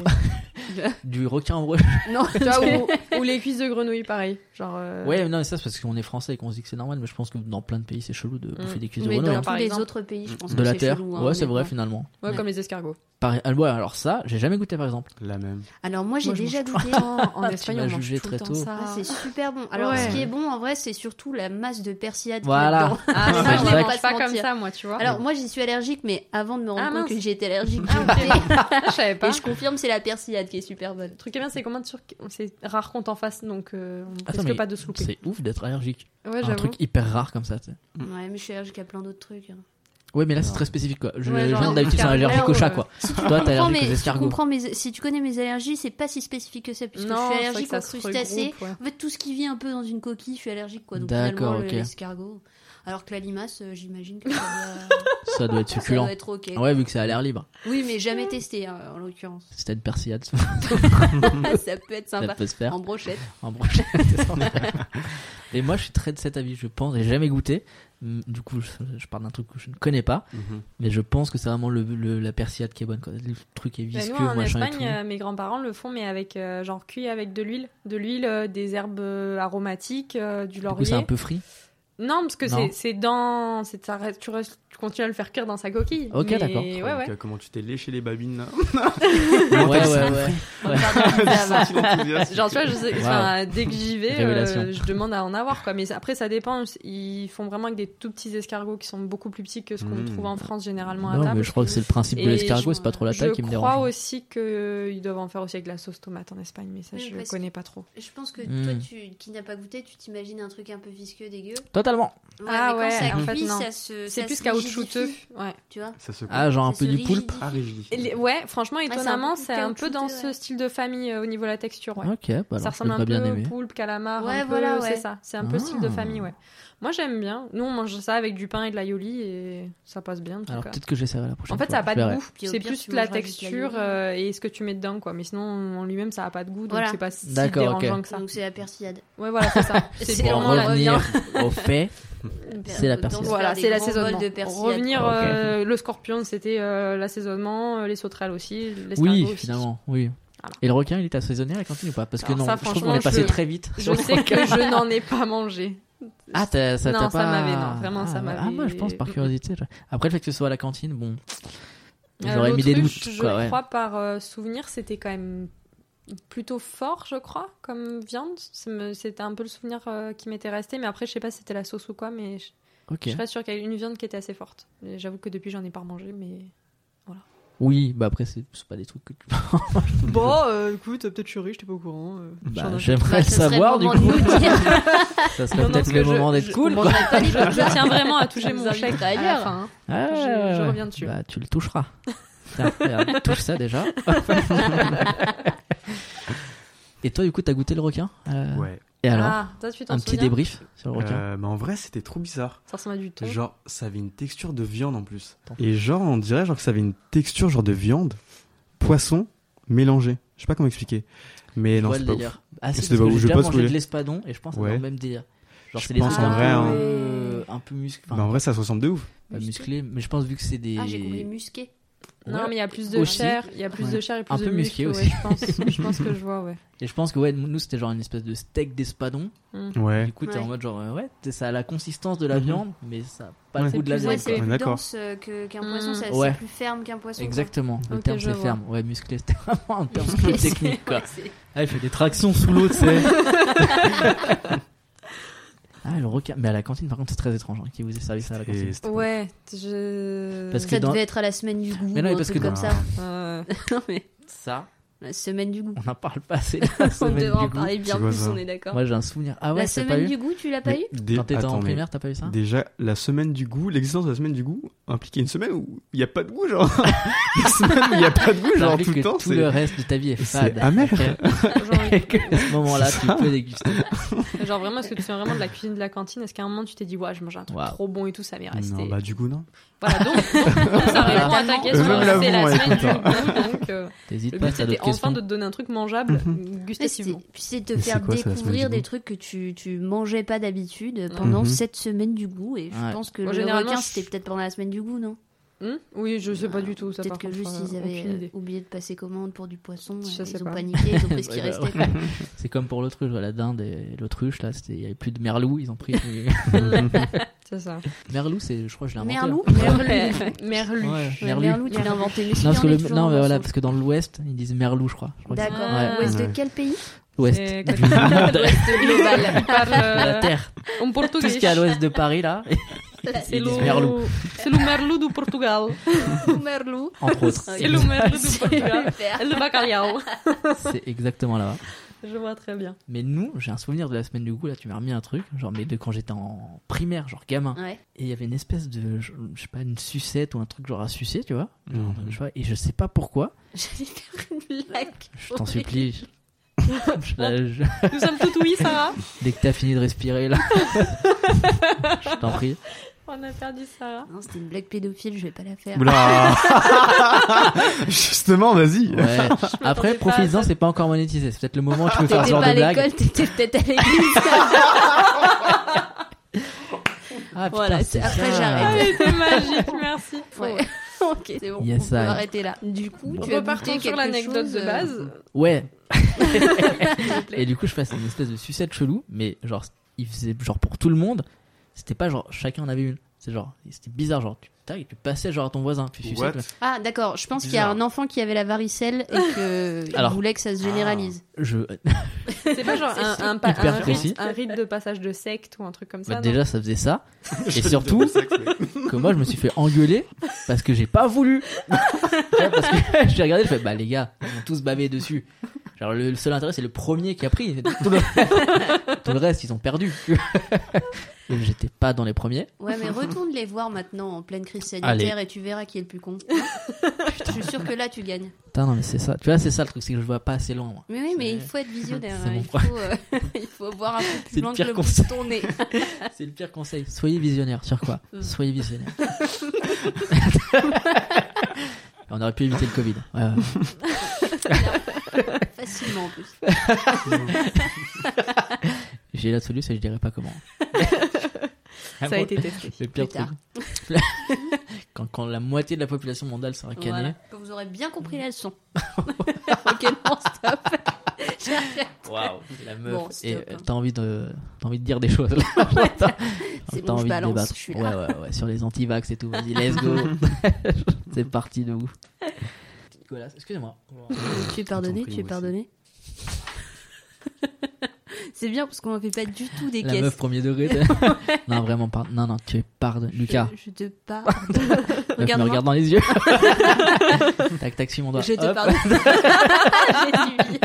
Speaker 4: du requin en vrai.
Speaker 3: Non,
Speaker 6: tu vois, ou, ou les cuisses de grenouille, pareil. Genre, euh,
Speaker 4: Ouais, mais non, mais ça c'est parce qu'on est français et qu'on se dit que c'est normal, mais je pense que dans plein de pays c'est chelou
Speaker 6: Mm.
Speaker 4: de bouffer des cuisses de
Speaker 3: Mais
Speaker 4: grenouille.
Speaker 3: dans
Speaker 4: hein.
Speaker 3: tous
Speaker 6: Par
Speaker 3: les
Speaker 6: exemple.
Speaker 3: autres pays, je pense
Speaker 4: De
Speaker 3: que
Speaker 4: la
Speaker 3: c'est
Speaker 4: terre.
Speaker 3: chelou, hein,
Speaker 4: ouais, c'est vrai
Speaker 3: honnêtement.
Speaker 4: finalement.
Speaker 6: ouais,
Speaker 4: Mais
Speaker 6: comme les escargots.
Speaker 4: pareil- ah, ouais, alors ça, j'ai jamais goûté par exemple.
Speaker 5: La même.
Speaker 3: Alors moi j'ai
Speaker 6: Moi, je
Speaker 3: déjà
Speaker 6: mange
Speaker 3: goûté.
Speaker 6: En, en Espagne,
Speaker 4: Ah, m'as
Speaker 6: on mange
Speaker 4: jugé
Speaker 6: tout
Speaker 4: très
Speaker 6: le temps
Speaker 4: tôt.
Speaker 6: ça.
Speaker 3: Ah, c'est super bon. Alors
Speaker 6: Ouais.
Speaker 3: ce qui est bon en vrai, c'est surtout la masse de persillade. qu'il y a
Speaker 4: Voilà. bah,
Speaker 3: dedans.
Speaker 6: Ah, mais moi, je
Speaker 3: Exact.
Speaker 6: les
Speaker 3: On va
Speaker 6: mange
Speaker 3: se
Speaker 6: pas comme
Speaker 3: mentir.
Speaker 6: ça, moi, tu vois.
Speaker 3: Alors moi j'y suis allergique, mais avant de me rendre
Speaker 6: Ah,
Speaker 3: compte
Speaker 6: mince.
Speaker 3: que j'étais allergique, j'ai
Speaker 6: Ah, ok.
Speaker 3: goûté.
Speaker 6: je savais pas.
Speaker 3: et je confirme c'est la persillade qui est super bonne.
Speaker 6: Le truc qui est bien, c'est comment sur... c'est rare qu'on t'en fasse, donc euh, on
Speaker 4: Attends,
Speaker 6: risque
Speaker 4: mais
Speaker 6: pas de se louper.
Speaker 4: C'est ouf d'être allergique.
Speaker 6: Ouais,
Speaker 4: un
Speaker 6: j'avoue.
Speaker 4: truc hyper rare comme ça. tu sais.
Speaker 3: Ouais, mais je suis allergique à plein d'autres trucs. hein.
Speaker 4: Ouais, mais là c'est très spécifique quoi. Je,
Speaker 6: Ouais,
Speaker 4: les
Speaker 6: genre,
Speaker 4: gens d'habitude sont
Speaker 6: escargot,
Speaker 4: allergiques au chat
Speaker 6: euh,
Speaker 4: quoi.
Speaker 3: Si tu
Speaker 4: Toi t'es
Speaker 3: comprends,
Speaker 4: allergique
Speaker 3: mais
Speaker 4: aux
Speaker 3: si tu
Speaker 4: escargots.
Speaker 3: comprends mes- si tu connais mes allergies, c'est pas si spécifique que ça, puisque je suis
Speaker 6: c'est vrai que
Speaker 3: allergique
Speaker 6: ça
Speaker 3: aux
Speaker 6: se
Speaker 3: crustacés.
Speaker 6: regroupe, ouais.
Speaker 3: En fait, tout ce qui vit un peu dans une coquille, je suis allergique quoi. Donc
Speaker 4: D'accord,
Speaker 3: finalement, le-
Speaker 4: ok.
Speaker 3: l'escargot. Alors que la limace, euh, j'imagine que ça doit,
Speaker 4: Ça doit être
Speaker 3: euh, ça
Speaker 4: succulent.
Speaker 3: doit être ok.
Speaker 4: Ouais, vu que c'est à l'air libre.
Speaker 3: Oui, mais jamais testé hein, en l'occurrence. Ah,
Speaker 4: C'était une persillade, ça
Speaker 3: ça peut être sympa.
Speaker 4: Mm. peut se faire.
Speaker 3: En brochette.
Speaker 4: En brochette, c'est ça. Et moi, je suis très de cet avis, je pense. J'ai jamais goûté. Hum, Du coup, je, je parle d'un truc que je ne connais pas.
Speaker 5: Mhm.
Speaker 4: Mais je pense que c'est vraiment le, le- la persillade qui est bonne. Quoi. Le truc est
Speaker 6: Bah,
Speaker 4: visqueux,
Speaker 6: nous, en
Speaker 4: machin et
Speaker 6: Espagne,
Speaker 4: tout. hein.
Speaker 6: euh, mes grands-parents le font, mais avec euh, genre cuit avec de l'huile, de l'huile, euh, des herbes euh, aromatiques, euh, du
Speaker 4: Du coup, c'est
Speaker 6: laurier.
Speaker 4: un peu frit.
Speaker 6: Non, parce que
Speaker 4: Non.
Speaker 6: c'est- c'est dans. c'est- ça reste- tu, restes- tu continues à le faire cuire dans sa coquille.
Speaker 4: Ok,
Speaker 6: Mais-
Speaker 4: d'accord.
Speaker 6: Ouais,
Speaker 5: Oh, donc,
Speaker 6: ouais.
Speaker 5: euh, Comment tu t'es léché les babines là
Speaker 4: Ouais, ouais, ouais.
Speaker 5: Senti l'enthousiasme.
Speaker 6: Genre, tu vois, je sais-
Speaker 4: Wow.
Speaker 6: enfin, dès que j'y vais, euh,
Speaker 4: Révélation.
Speaker 6: je demande à en avoir, quoi. Mais après, ça dépend. Ils font vraiment avec des tout petits escargots qui sont beaucoup plus petits que ce qu'on
Speaker 5: Mmh.
Speaker 6: trouve en France généralement à
Speaker 4: Non,
Speaker 6: table.
Speaker 4: mais je crois que c'est le principe de
Speaker 6: Et
Speaker 4: l'escargot,
Speaker 6: je-
Speaker 4: c'est pas trop la
Speaker 6: Je
Speaker 4: taille qui me
Speaker 6: crois
Speaker 4: dérange.
Speaker 6: aussi qu'ils doivent en faire aussi avec la sauce tomate en Espagne, mais ça,
Speaker 3: Oui,
Speaker 6: je
Speaker 3: parce
Speaker 6: connais pas trop.
Speaker 3: Je pense que
Speaker 4: Hmm.
Speaker 3: toi, tu, qui n'as pas goûté, tu t'imagines un truc un peu visqueux, dégueu.
Speaker 4: Totalement.
Speaker 3: Ouais,
Speaker 6: Ah
Speaker 3: mais
Speaker 6: ouais,
Speaker 3: quand ça
Speaker 6: en fait,
Speaker 3: cuit,
Speaker 6: non.
Speaker 3: ça se.
Speaker 6: C'est
Speaker 3: ça
Speaker 6: plus
Speaker 3: se
Speaker 6: caoutchouteux.
Speaker 3: rigidifie,
Speaker 6: Ouais.
Speaker 3: Tu vois
Speaker 5: Ça se coupe.
Speaker 4: Ah, genre un
Speaker 3: Ça
Speaker 4: peu
Speaker 3: se
Speaker 4: du poulpe.
Speaker 3: rigidifie.
Speaker 5: Ah, rigide.
Speaker 6: Et les- ouais, franchement,
Speaker 3: c'est un
Speaker 6: étonnamment,
Speaker 3: peu plus
Speaker 6: c'est un peu dans
Speaker 3: caoutchouteux,
Speaker 6: ce
Speaker 3: ouais.
Speaker 6: style de famille euh, au niveau de la texture. Ouais.
Speaker 4: Ok, bah
Speaker 6: ça
Speaker 4: alors, je
Speaker 6: ressemble
Speaker 4: l'aurais
Speaker 6: un peu
Speaker 4: bien aimé. Ah.
Speaker 6: au poulpe, calamar,
Speaker 3: Ouais,
Speaker 6: un peu,
Speaker 3: voilà, ouais.
Speaker 6: c'est ça. C'est un peu le style de famille, ouais. Moi, j'aime bien. Nous, on mange ça avec du pain et de l'aioli et ça passe bien, en tout
Speaker 4: Alors
Speaker 6: cas.
Speaker 4: peut-être que j'essaierai la prochaine
Speaker 6: En fait,
Speaker 4: fois.
Speaker 6: ça n'a pas
Speaker 4: je verrai.
Speaker 6: de goût.
Speaker 3: Puis au
Speaker 6: C'est
Speaker 3: pire,
Speaker 6: plus
Speaker 3: tu
Speaker 6: la
Speaker 3: mangeras juste
Speaker 6: texture
Speaker 3: l'aioli.
Speaker 6: euh, et ce que tu mets dedans, quoi. Mais sinon, en lui-même, ça n'a pas de goût, donc
Speaker 3: Voilà.
Speaker 6: c'est pas si
Speaker 4: D'accord,
Speaker 6: dérangeant
Speaker 4: ok.
Speaker 6: que ça.
Speaker 3: Donc c'est la persillade.
Speaker 6: Ouais, voilà, c'est ça.
Speaker 3: C'est
Speaker 4: Pour
Speaker 3: vraiment
Speaker 4: en
Speaker 3: la-
Speaker 4: revenir au fait, C'est la
Speaker 3: Autant se
Speaker 4: persillade.
Speaker 3: faire
Speaker 6: Voilà,
Speaker 3: des
Speaker 6: c'est
Speaker 3: grands
Speaker 6: l'assaisonnement.
Speaker 3: bols de persillade.
Speaker 6: Revenir,
Speaker 4: Ok.
Speaker 6: euh, le scorpion, c'était euh, l'assaisonnement, euh, les sauterelles aussi, l'escargot
Speaker 4: oui,
Speaker 6: aussi.
Speaker 4: finalement, oui.
Speaker 6: Voilà.
Speaker 4: Et le requin, il est assaisonné à la cantine ou pas Parce que
Speaker 6: Alors
Speaker 4: non,
Speaker 6: ça,
Speaker 4: je trouve qu'on
Speaker 6: franchement,
Speaker 4: est passé
Speaker 6: je-
Speaker 4: très vite.
Speaker 6: Je
Speaker 4: sur le
Speaker 6: sais que je n'en ai pas mangé.
Speaker 4: Ah, t'as, ça
Speaker 6: Non,
Speaker 4: t'a
Speaker 6: ça
Speaker 4: pas.
Speaker 6: m'avait- non, vraiment,
Speaker 4: ah,
Speaker 6: ça
Speaker 4: ouais. Ah,
Speaker 6: m'avait-
Speaker 4: moi, je pense par
Speaker 6: Mm, mm.
Speaker 4: curiosité. je- Après, le fait que ce soit à la cantine, bon.
Speaker 6: Euh,
Speaker 4: J'aurais mis des
Speaker 6: l'autruche,
Speaker 4: doutes,
Speaker 6: Je
Speaker 4: quoi, ouais.
Speaker 6: crois par euh, souvenir, c'était quand même plutôt fort, je crois, comme viande. Ça me- C'était un peu le souvenir euh, qui m'était resté, mais après, je sais pas si c'était la sauce ou quoi, mais je,
Speaker 4: Ok.
Speaker 6: je suis pas sûre qu'il y ait une viande qui était assez forte. Et J'avoue que depuis, j'en ai pas remangé, mais.
Speaker 4: Oui, bah après, c'est, c'est pas des trucs que tu.
Speaker 6: Bon, euh, écoute, peut-être je suis riche, t'es pas au courant.
Speaker 4: Bah, j'aimerais
Speaker 3: Bah,
Speaker 4: le
Speaker 3: ce serait
Speaker 4: savoir,
Speaker 3: le
Speaker 4: du
Speaker 3: moment de
Speaker 4: coup.
Speaker 3: nous dire.
Speaker 4: ça serait
Speaker 6: Non, non,
Speaker 4: peut-être
Speaker 6: parce
Speaker 4: le
Speaker 6: que
Speaker 4: moment
Speaker 6: je-
Speaker 4: d'être
Speaker 6: je-
Speaker 4: cool,
Speaker 6: bon,
Speaker 4: quoi.
Speaker 6: je-
Speaker 3: Pas les
Speaker 6: Je,
Speaker 3: pizzas.
Speaker 6: tiens vraiment à toucher
Speaker 3: Ça nous
Speaker 6: mon
Speaker 3: invite
Speaker 6: chèque
Speaker 3: à
Speaker 6: à
Speaker 3: ailleurs.
Speaker 6: la fin, hein.
Speaker 4: Ah,
Speaker 6: je- je reviens dessus.
Speaker 4: Bah, tu le toucheras. Tiens, regarde, touche ça déjà. Et toi, du coup, t'as goûté le requin Euh,
Speaker 5: Ouais.
Speaker 4: Et alors
Speaker 6: ah, toi, tu t'en
Speaker 4: Un petit
Speaker 6: souviens
Speaker 4: débrief sur le requin
Speaker 5: Euh, mais en vrai, c'était trop bizarre.
Speaker 6: Ça ressemble à du thon.
Speaker 5: Genre, ça avait une texture de viande en plus.
Speaker 4: Attends.
Speaker 5: Et genre, on dirait genre que ça avait une texture genre de viande, poisson mélangé. Je sais pas comment expliquer. Mais
Speaker 4: Je
Speaker 5: non,
Speaker 4: vois
Speaker 5: c'est
Speaker 4: le
Speaker 5: pas
Speaker 4: délire. Ah, si,
Speaker 5: C'est
Speaker 4: parce
Speaker 5: pas
Speaker 4: que
Speaker 5: ouf,
Speaker 4: j'ai
Speaker 5: je
Speaker 4: déjà
Speaker 5: vais pas
Speaker 4: mangé
Speaker 5: spoiler.
Speaker 4: de l'espadon et je pense que c'est dans
Speaker 5: Ouais.
Speaker 4: le même délire. Genre,
Speaker 5: Je
Speaker 4: c'est les
Speaker 5: pense
Speaker 4: trucs
Speaker 5: en vrai,
Speaker 4: un
Speaker 5: hein.
Speaker 4: peu- un peu musclés.
Speaker 5: ouf. Bah, en vrai, ça se ressemble de ouf.
Speaker 4: pas musclé, mais je pense vu que c'est des.
Speaker 3: Ah, j'ai compris musqué.
Speaker 6: Non,
Speaker 4: Ouais.
Speaker 6: mais il y a plus de
Speaker 4: Aussi.
Speaker 6: chair, il y a plus
Speaker 4: Ouais.
Speaker 6: de chair et plus
Speaker 4: Un
Speaker 6: de
Speaker 4: peu musqué
Speaker 6: muscles,
Speaker 4: aussi.
Speaker 6: ouais, je, pense, je pense que je vois, ouais.
Speaker 4: Et je pense que ouais, nous c'était genre une espèce de steak d'espadon.
Speaker 5: Ouais.
Speaker 4: Du coup, t'es
Speaker 3: Ouais.
Speaker 4: en mode genre euh, ouais, t'es- ça a la consistance de la
Speaker 5: Mhm.
Speaker 4: viande, mais ça a pas le
Speaker 5: Ouais.
Speaker 4: goût de la
Speaker 3: Ouais,
Speaker 4: viande.
Speaker 3: c'est
Speaker 4: quoi.
Speaker 5: Ouais,
Speaker 3: plus
Speaker 5: d'accord.
Speaker 3: dense euh, que- qu'un poisson,
Speaker 6: Mm.
Speaker 3: ça-
Speaker 4: Ouais.
Speaker 3: c'est plus ferme qu'un poisson. quoi.
Speaker 4: Exactement. Le
Speaker 6: Ok,
Speaker 4: terme
Speaker 6: je
Speaker 4: c'est
Speaker 6: vois.
Speaker 4: ferme. Ouais, musclé, c'était vraiment un terme plus
Speaker 3: C'est-
Speaker 4: technique quoi.
Speaker 3: ouais, c'est-
Speaker 4: Ah, il fait des tractions sous l'eau, tu sais. ah, le requin. Mais à la cantine, par contre, c'est très étrange hein, qui vous ait servi ça à la
Speaker 5: Et
Speaker 4: cantine.
Speaker 5: c'était-
Speaker 6: Ouais, je.
Speaker 4: Parce que
Speaker 3: Ça
Speaker 4: dans-
Speaker 3: devait être à la semaine du goût.
Speaker 4: Mais non, mais
Speaker 3: ou un
Speaker 4: parce
Speaker 3: truc
Speaker 4: que
Speaker 3: comme
Speaker 5: dans-
Speaker 3: ça.
Speaker 6: Euh,
Speaker 3: Non, mais
Speaker 4: Ça,
Speaker 3: la semaine du goût.
Speaker 4: on n'en parle pas assez. de La
Speaker 3: On
Speaker 4: semaine
Speaker 3: devrait en
Speaker 4: du goût.
Speaker 3: parler bien
Speaker 5: C'est quoi
Speaker 3: plus,
Speaker 5: ça
Speaker 3: on est d'accord.
Speaker 4: Moi, j'ai un souvenir. Ah ouais,
Speaker 3: la
Speaker 4: t'as pas
Speaker 3: semaine
Speaker 4: eu
Speaker 3: du goût, tu l'as pas eu
Speaker 5: Mais dès-
Speaker 4: Quand t'étais
Speaker 5: Attends,
Speaker 4: en
Speaker 5: mais
Speaker 4: primaire, t'as pas eu ça
Speaker 5: Déjà, la semaine du goût, l'existence de la semaine du goût impliquait une semaine où il n'y a pas de goût, genre. la semaine où il n'y a pas de goût, genre,
Speaker 4: J'implique
Speaker 5: tout le
Speaker 4: que
Speaker 5: temps,
Speaker 4: tout le Ah, bah,
Speaker 5: c'est.
Speaker 4: reste de ta vie est fade.
Speaker 5: C'est amer.
Speaker 6: genre,
Speaker 4: Et que à ce moment-là,
Speaker 5: C'est
Speaker 4: tu
Speaker 5: ça.
Speaker 4: peux déguster.
Speaker 6: genre vraiment, est-ce que tu fais vraiment de la cuisine de la cantine Est-ce qu'à un moment tu t'es dit, ouais, je mange un truc
Speaker 4: Waouh.
Speaker 6: trop bon et tout, ça m'est resté
Speaker 5: Non, bah, du coup, non.
Speaker 6: Voilà, donc, donc, donc, ça répond à ta question.
Speaker 5: Eux-mêmes
Speaker 6: C'est la
Speaker 5: l'avouent,
Speaker 6: semaine
Speaker 5: ouais,
Speaker 6: du goût, donc euh,
Speaker 4: T'hésites
Speaker 6: le
Speaker 4: pas,
Speaker 6: but
Speaker 4: t'as d'autres
Speaker 6: c'était enfin
Speaker 4: questions. Mhm.
Speaker 6: de te donner un truc mangeable,
Speaker 3: Ouais, c'était-
Speaker 6: gustativement.
Speaker 3: Puis c'est de te
Speaker 5: Mais c'est
Speaker 3: faire
Speaker 5: quoi, ça, la semaine
Speaker 3: découvrir
Speaker 5: du
Speaker 3: des
Speaker 5: goût
Speaker 3: trucs que tu, tu mangeais pas d'habitude pendant
Speaker 5: Mhm.
Speaker 3: cette semaine du goût. Et je
Speaker 4: Ouais.
Speaker 3: pense que
Speaker 6: Moi,
Speaker 3: le
Speaker 6: généralement,
Speaker 3: requin,
Speaker 6: je-
Speaker 3: c'était peut-être pendant la semaine du goût, non
Speaker 6: Hum oui, je sais pas du tout, ça
Speaker 3: Peut-être
Speaker 6: par
Speaker 3: que
Speaker 6: contre,
Speaker 3: juste
Speaker 6: euh,
Speaker 3: ils avaient
Speaker 6: aucune idée.
Speaker 3: euh, oublié de passer commande pour du poisson.
Speaker 6: Je
Speaker 3: et
Speaker 6: sais
Speaker 3: ils ont
Speaker 6: pas.
Speaker 3: paniqué, ils ont pris ce qui
Speaker 4: Ouais, bah,
Speaker 3: restait.
Speaker 4: ouais.
Speaker 3: quoi.
Speaker 4: C'est comme pour l'autruche, voilà, la dinde et l'autruche, là, c'était- il n'y avait plus de merlou, ils ont pris.
Speaker 6: C'est ça.
Speaker 4: merlou, c'est, je crois que je l'ai inventé.
Speaker 3: Merlou
Speaker 4: hein.
Speaker 6: Merlu.
Speaker 4: Ouais,
Speaker 3: Ouais,
Speaker 4: merlu.
Speaker 3: Merlou, tu l'as inventé. mais celui-là,
Speaker 4: Non, parce que
Speaker 3: on est
Speaker 4: le-
Speaker 3: toujours
Speaker 4: non,
Speaker 3: dans
Speaker 4: mais
Speaker 3: la
Speaker 4: voilà,
Speaker 3: sauce.
Speaker 4: parce que dans l'ouest, ils disent merlou, je crois. Je crois que c'est-
Speaker 3: D'accord.
Speaker 6: Ouais.
Speaker 3: Ouest de
Speaker 5: Ouais.
Speaker 3: quel pays
Speaker 4: Ouest.
Speaker 6: C'est Euh, quoi, l'ouest global. Par,
Speaker 4: La
Speaker 6: euh,
Speaker 4: terre.
Speaker 6: en
Speaker 4: Tout
Speaker 6: portugais.
Speaker 4: ce qu'il y a à l'ouest de Paris, là,
Speaker 6: C'est
Speaker 4: Ils
Speaker 6: le
Speaker 4: disent merlou.
Speaker 6: C'est le merlou du Portugal.
Speaker 3: Merlou.
Speaker 4: entre autres.
Speaker 6: C'est le merlou du Portugal.
Speaker 3: Super.
Speaker 6: Le bacalhau.
Speaker 4: C'est exactement là-bas.
Speaker 6: Je vois très bien.
Speaker 4: Mais nous, j'ai un souvenir de la semaine du goût, là, tu m'as remis un truc, genre, mais de quand j'étais en primaire, genre gamin.
Speaker 3: Ouais.
Speaker 4: Et il y avait une espèce de, je je sais pas, une sucette ou un truc genre à sucer, tu vois.
Speaker 5: Mhm.
Speaker 4: Je vois, et je sais pas pourquoi,
Speaker 3: J'allais faire une blague.
Speaker 4: je t'en supplie. je- je la- je-
Speaker 6: Nous sommes tout oui, Sarah.
Speaker 4: dès que t'as fini de respirer, là, je t'en prie.
Speaker 6: On a perdu Sarah.
Speaker 3: Non, c'était une blague pédophile, je vais pas la faire.
Speaker 5: Oula Justement, vas-y
Speaker 4: Ouais. Après,
Speaker 6: pas à
Speaker 4: profite-en,
Speaker 6: ça.
Speaker 4: c'est pas encore monétisé. C'est peut-être le moment où tu peux faire
Speaker 3: Ah, T'étais pas
Speaker 4: ce genre
Speaker 3: à
Speaker 4: de blague.
Speaker 3: l'école, t'étais peut-être à l'église.
Speaker 4: Ah, putain,
Speaker 3: Voilà,
Speaker 4: c'est
Speaker 3: c'est- après,
Speaker 4: ça.
Speaker 3: j'arrête.
Speaker 6: Elle était Ah, magique, merci.
Speaker 3: Ouais. ok, c'est bon.
Speaker 4: Yes,
Speaker 3: on peut
Speaker 4: I.
Speaker 3: arrêter là. Du coup,
Speaker 4: Bon.
Speaker 3: tu as
Speaker 6: Repartons
Speaker 3: goûté
Speaker 6: sur
Speaker 3: quelque
Speaker 6: l'anecdote
Speaker 3: chose,
Speaker 6: de
Speaker 3: euh,
Speaker 6: base.
Speaker 4: Ouais.
Speaker 6: s'il vous plaît.
Speaker 4: Et du coup, je fasse une espèce de sucette chelou, mais genre, il faisait genre pour tout le monde. C'était pas genre chacun en avait une. C'est genre, c'était bizarre, genre tu, tac, tu passais genre à ton voisin. Tu suçais,
Speaker 5: What
Speaker 4: toi.
Speaker 3: Ah, d'accord. Je pense qu'il y a
Speaker 5: Bizarre.
Speaker 3: un enfant qui avait la varicelle et qu'il
Speaker 4: Alors.
Speaker 3: voulait que ça se généralise.
Speaker 4: Je,
Speaker 6: C'est pas genre un, un, pa-
Speaker 4: Hyper
Speaker 6: un
Speaker 4: précis.
Speaker 6: rite, un rite de passage de secte ou un truc comme
Speaker 4: bah,
Speaker 6: ça. non
Speaker 4: déjà ça faisait ça.
Speaker 5: Je
Speaker 4: Et
Speaker 5: te
Speaker 4: surtout-
Speaker 5: dis pas ça, mais-
Speaker 4: que moi je me suis fait engueuler parce que j'ai pas voulu. Ouais, parce que j'ai regardé, je fais bah les gars, ils ont tous bavé dessus. Genre le, le seul intérêt c'est le premier qui a pris. Tout le, tout le reste ils ont perdu. Et j'étais pas dans les premiers.
Speaker 3: Ah. Ouais, mais retourne les voir maintenant en pleine crise sanitaire et tu verras qui est le plus con. Je suis sûre que là, tu gagnes.
Speaker 4: Putain non mais c'est ça. Tu vois c'est ça le truc, c'est que je vois pas assez loin moi.
Speaker 3: Mais oui, mais
Speaker 4: C'est-
Speaker 3: il faut être visionnaire.
Speaker 4: c'est
Speaker 3: hein.
Speaker 4: mon
Speaker 3: Il faut,
Speaker 4: problème.
Speaker 3: euh, il faut voir un peu
Speaker 4: C'est
Speaker 3: plus
Speaker 4: le
Speaker 3: loin que
Speaker 4: pire
Speaker 3: le bout
Speaker 4: conseil.
Speaker 3: de ton nez.
Speaker 4: C'est le pire conseil. Mm. Soyez visionnaire sur quoi Soyez visionnaire. On aurait pu éviter le Covid. Ouais, ouais.
Speaker 3: Facilement en plus.
Speaker 4: J'ai la solution et je dirais pas comment.
Speaker 6: Ça
Speaker 4: ah,
Speaker 6: a été testé.
Speaker 4: Le pire
Speaker 3: Plus tard.
Speaker 4: truc. quand, quand la moitié de la population mondiale sera canée.
Speaker 3: Voilà. Vous aurez bien compris la leçon. ok, non, stop. J'arrête.
Speaker 4: Waouh, la meuf.
Speaker 3: Bon, stop,
Speaker 4: et
Speaker 3: hein.
Speaker 4: euh, t'as envie de, t'as envie de dire des choses. là. T'as-
Speaker 3: C'est
Speaker 4: t'as
Speaker 3: bon, je
Speaker 4: envie de
Speaker 3: balance,
Speaker 4: débattre.
Speaker 3: je suis
Speaker 4: ouais,
Speaker 3: là.
Speaker 4: ouais, ouais, sur les anti-vax et tout. Vas-y, let's go. C'est parti de ouf. Nicolas, excusez-moi.
Speaker 3: Tu es pardonné,
Speaker 5: Attends,
Speaker 3: tu es
Speaker 5: moi aussi.
Speaker 3: pardonné. C'est bien parce qu'on en fait pas du tout des
Speaker 4: La
Speaker 3: caisses.
Speaker 4: meuf premier degré. t'es- non, vraiment, pardon. Non, non, tu es pardon. Lucas,
Speaker 3: Je, je te pardonne.
Speaker 4: meuf me
Speaker 3: Regarde-moi.
Speaker 4: regarde dans les yeux. tac, tac, suis mon doigt.
Speaker 3: Je te
Speaker 4: Bah, Hop,
Speaker 3: pardonne. J'ai suivi.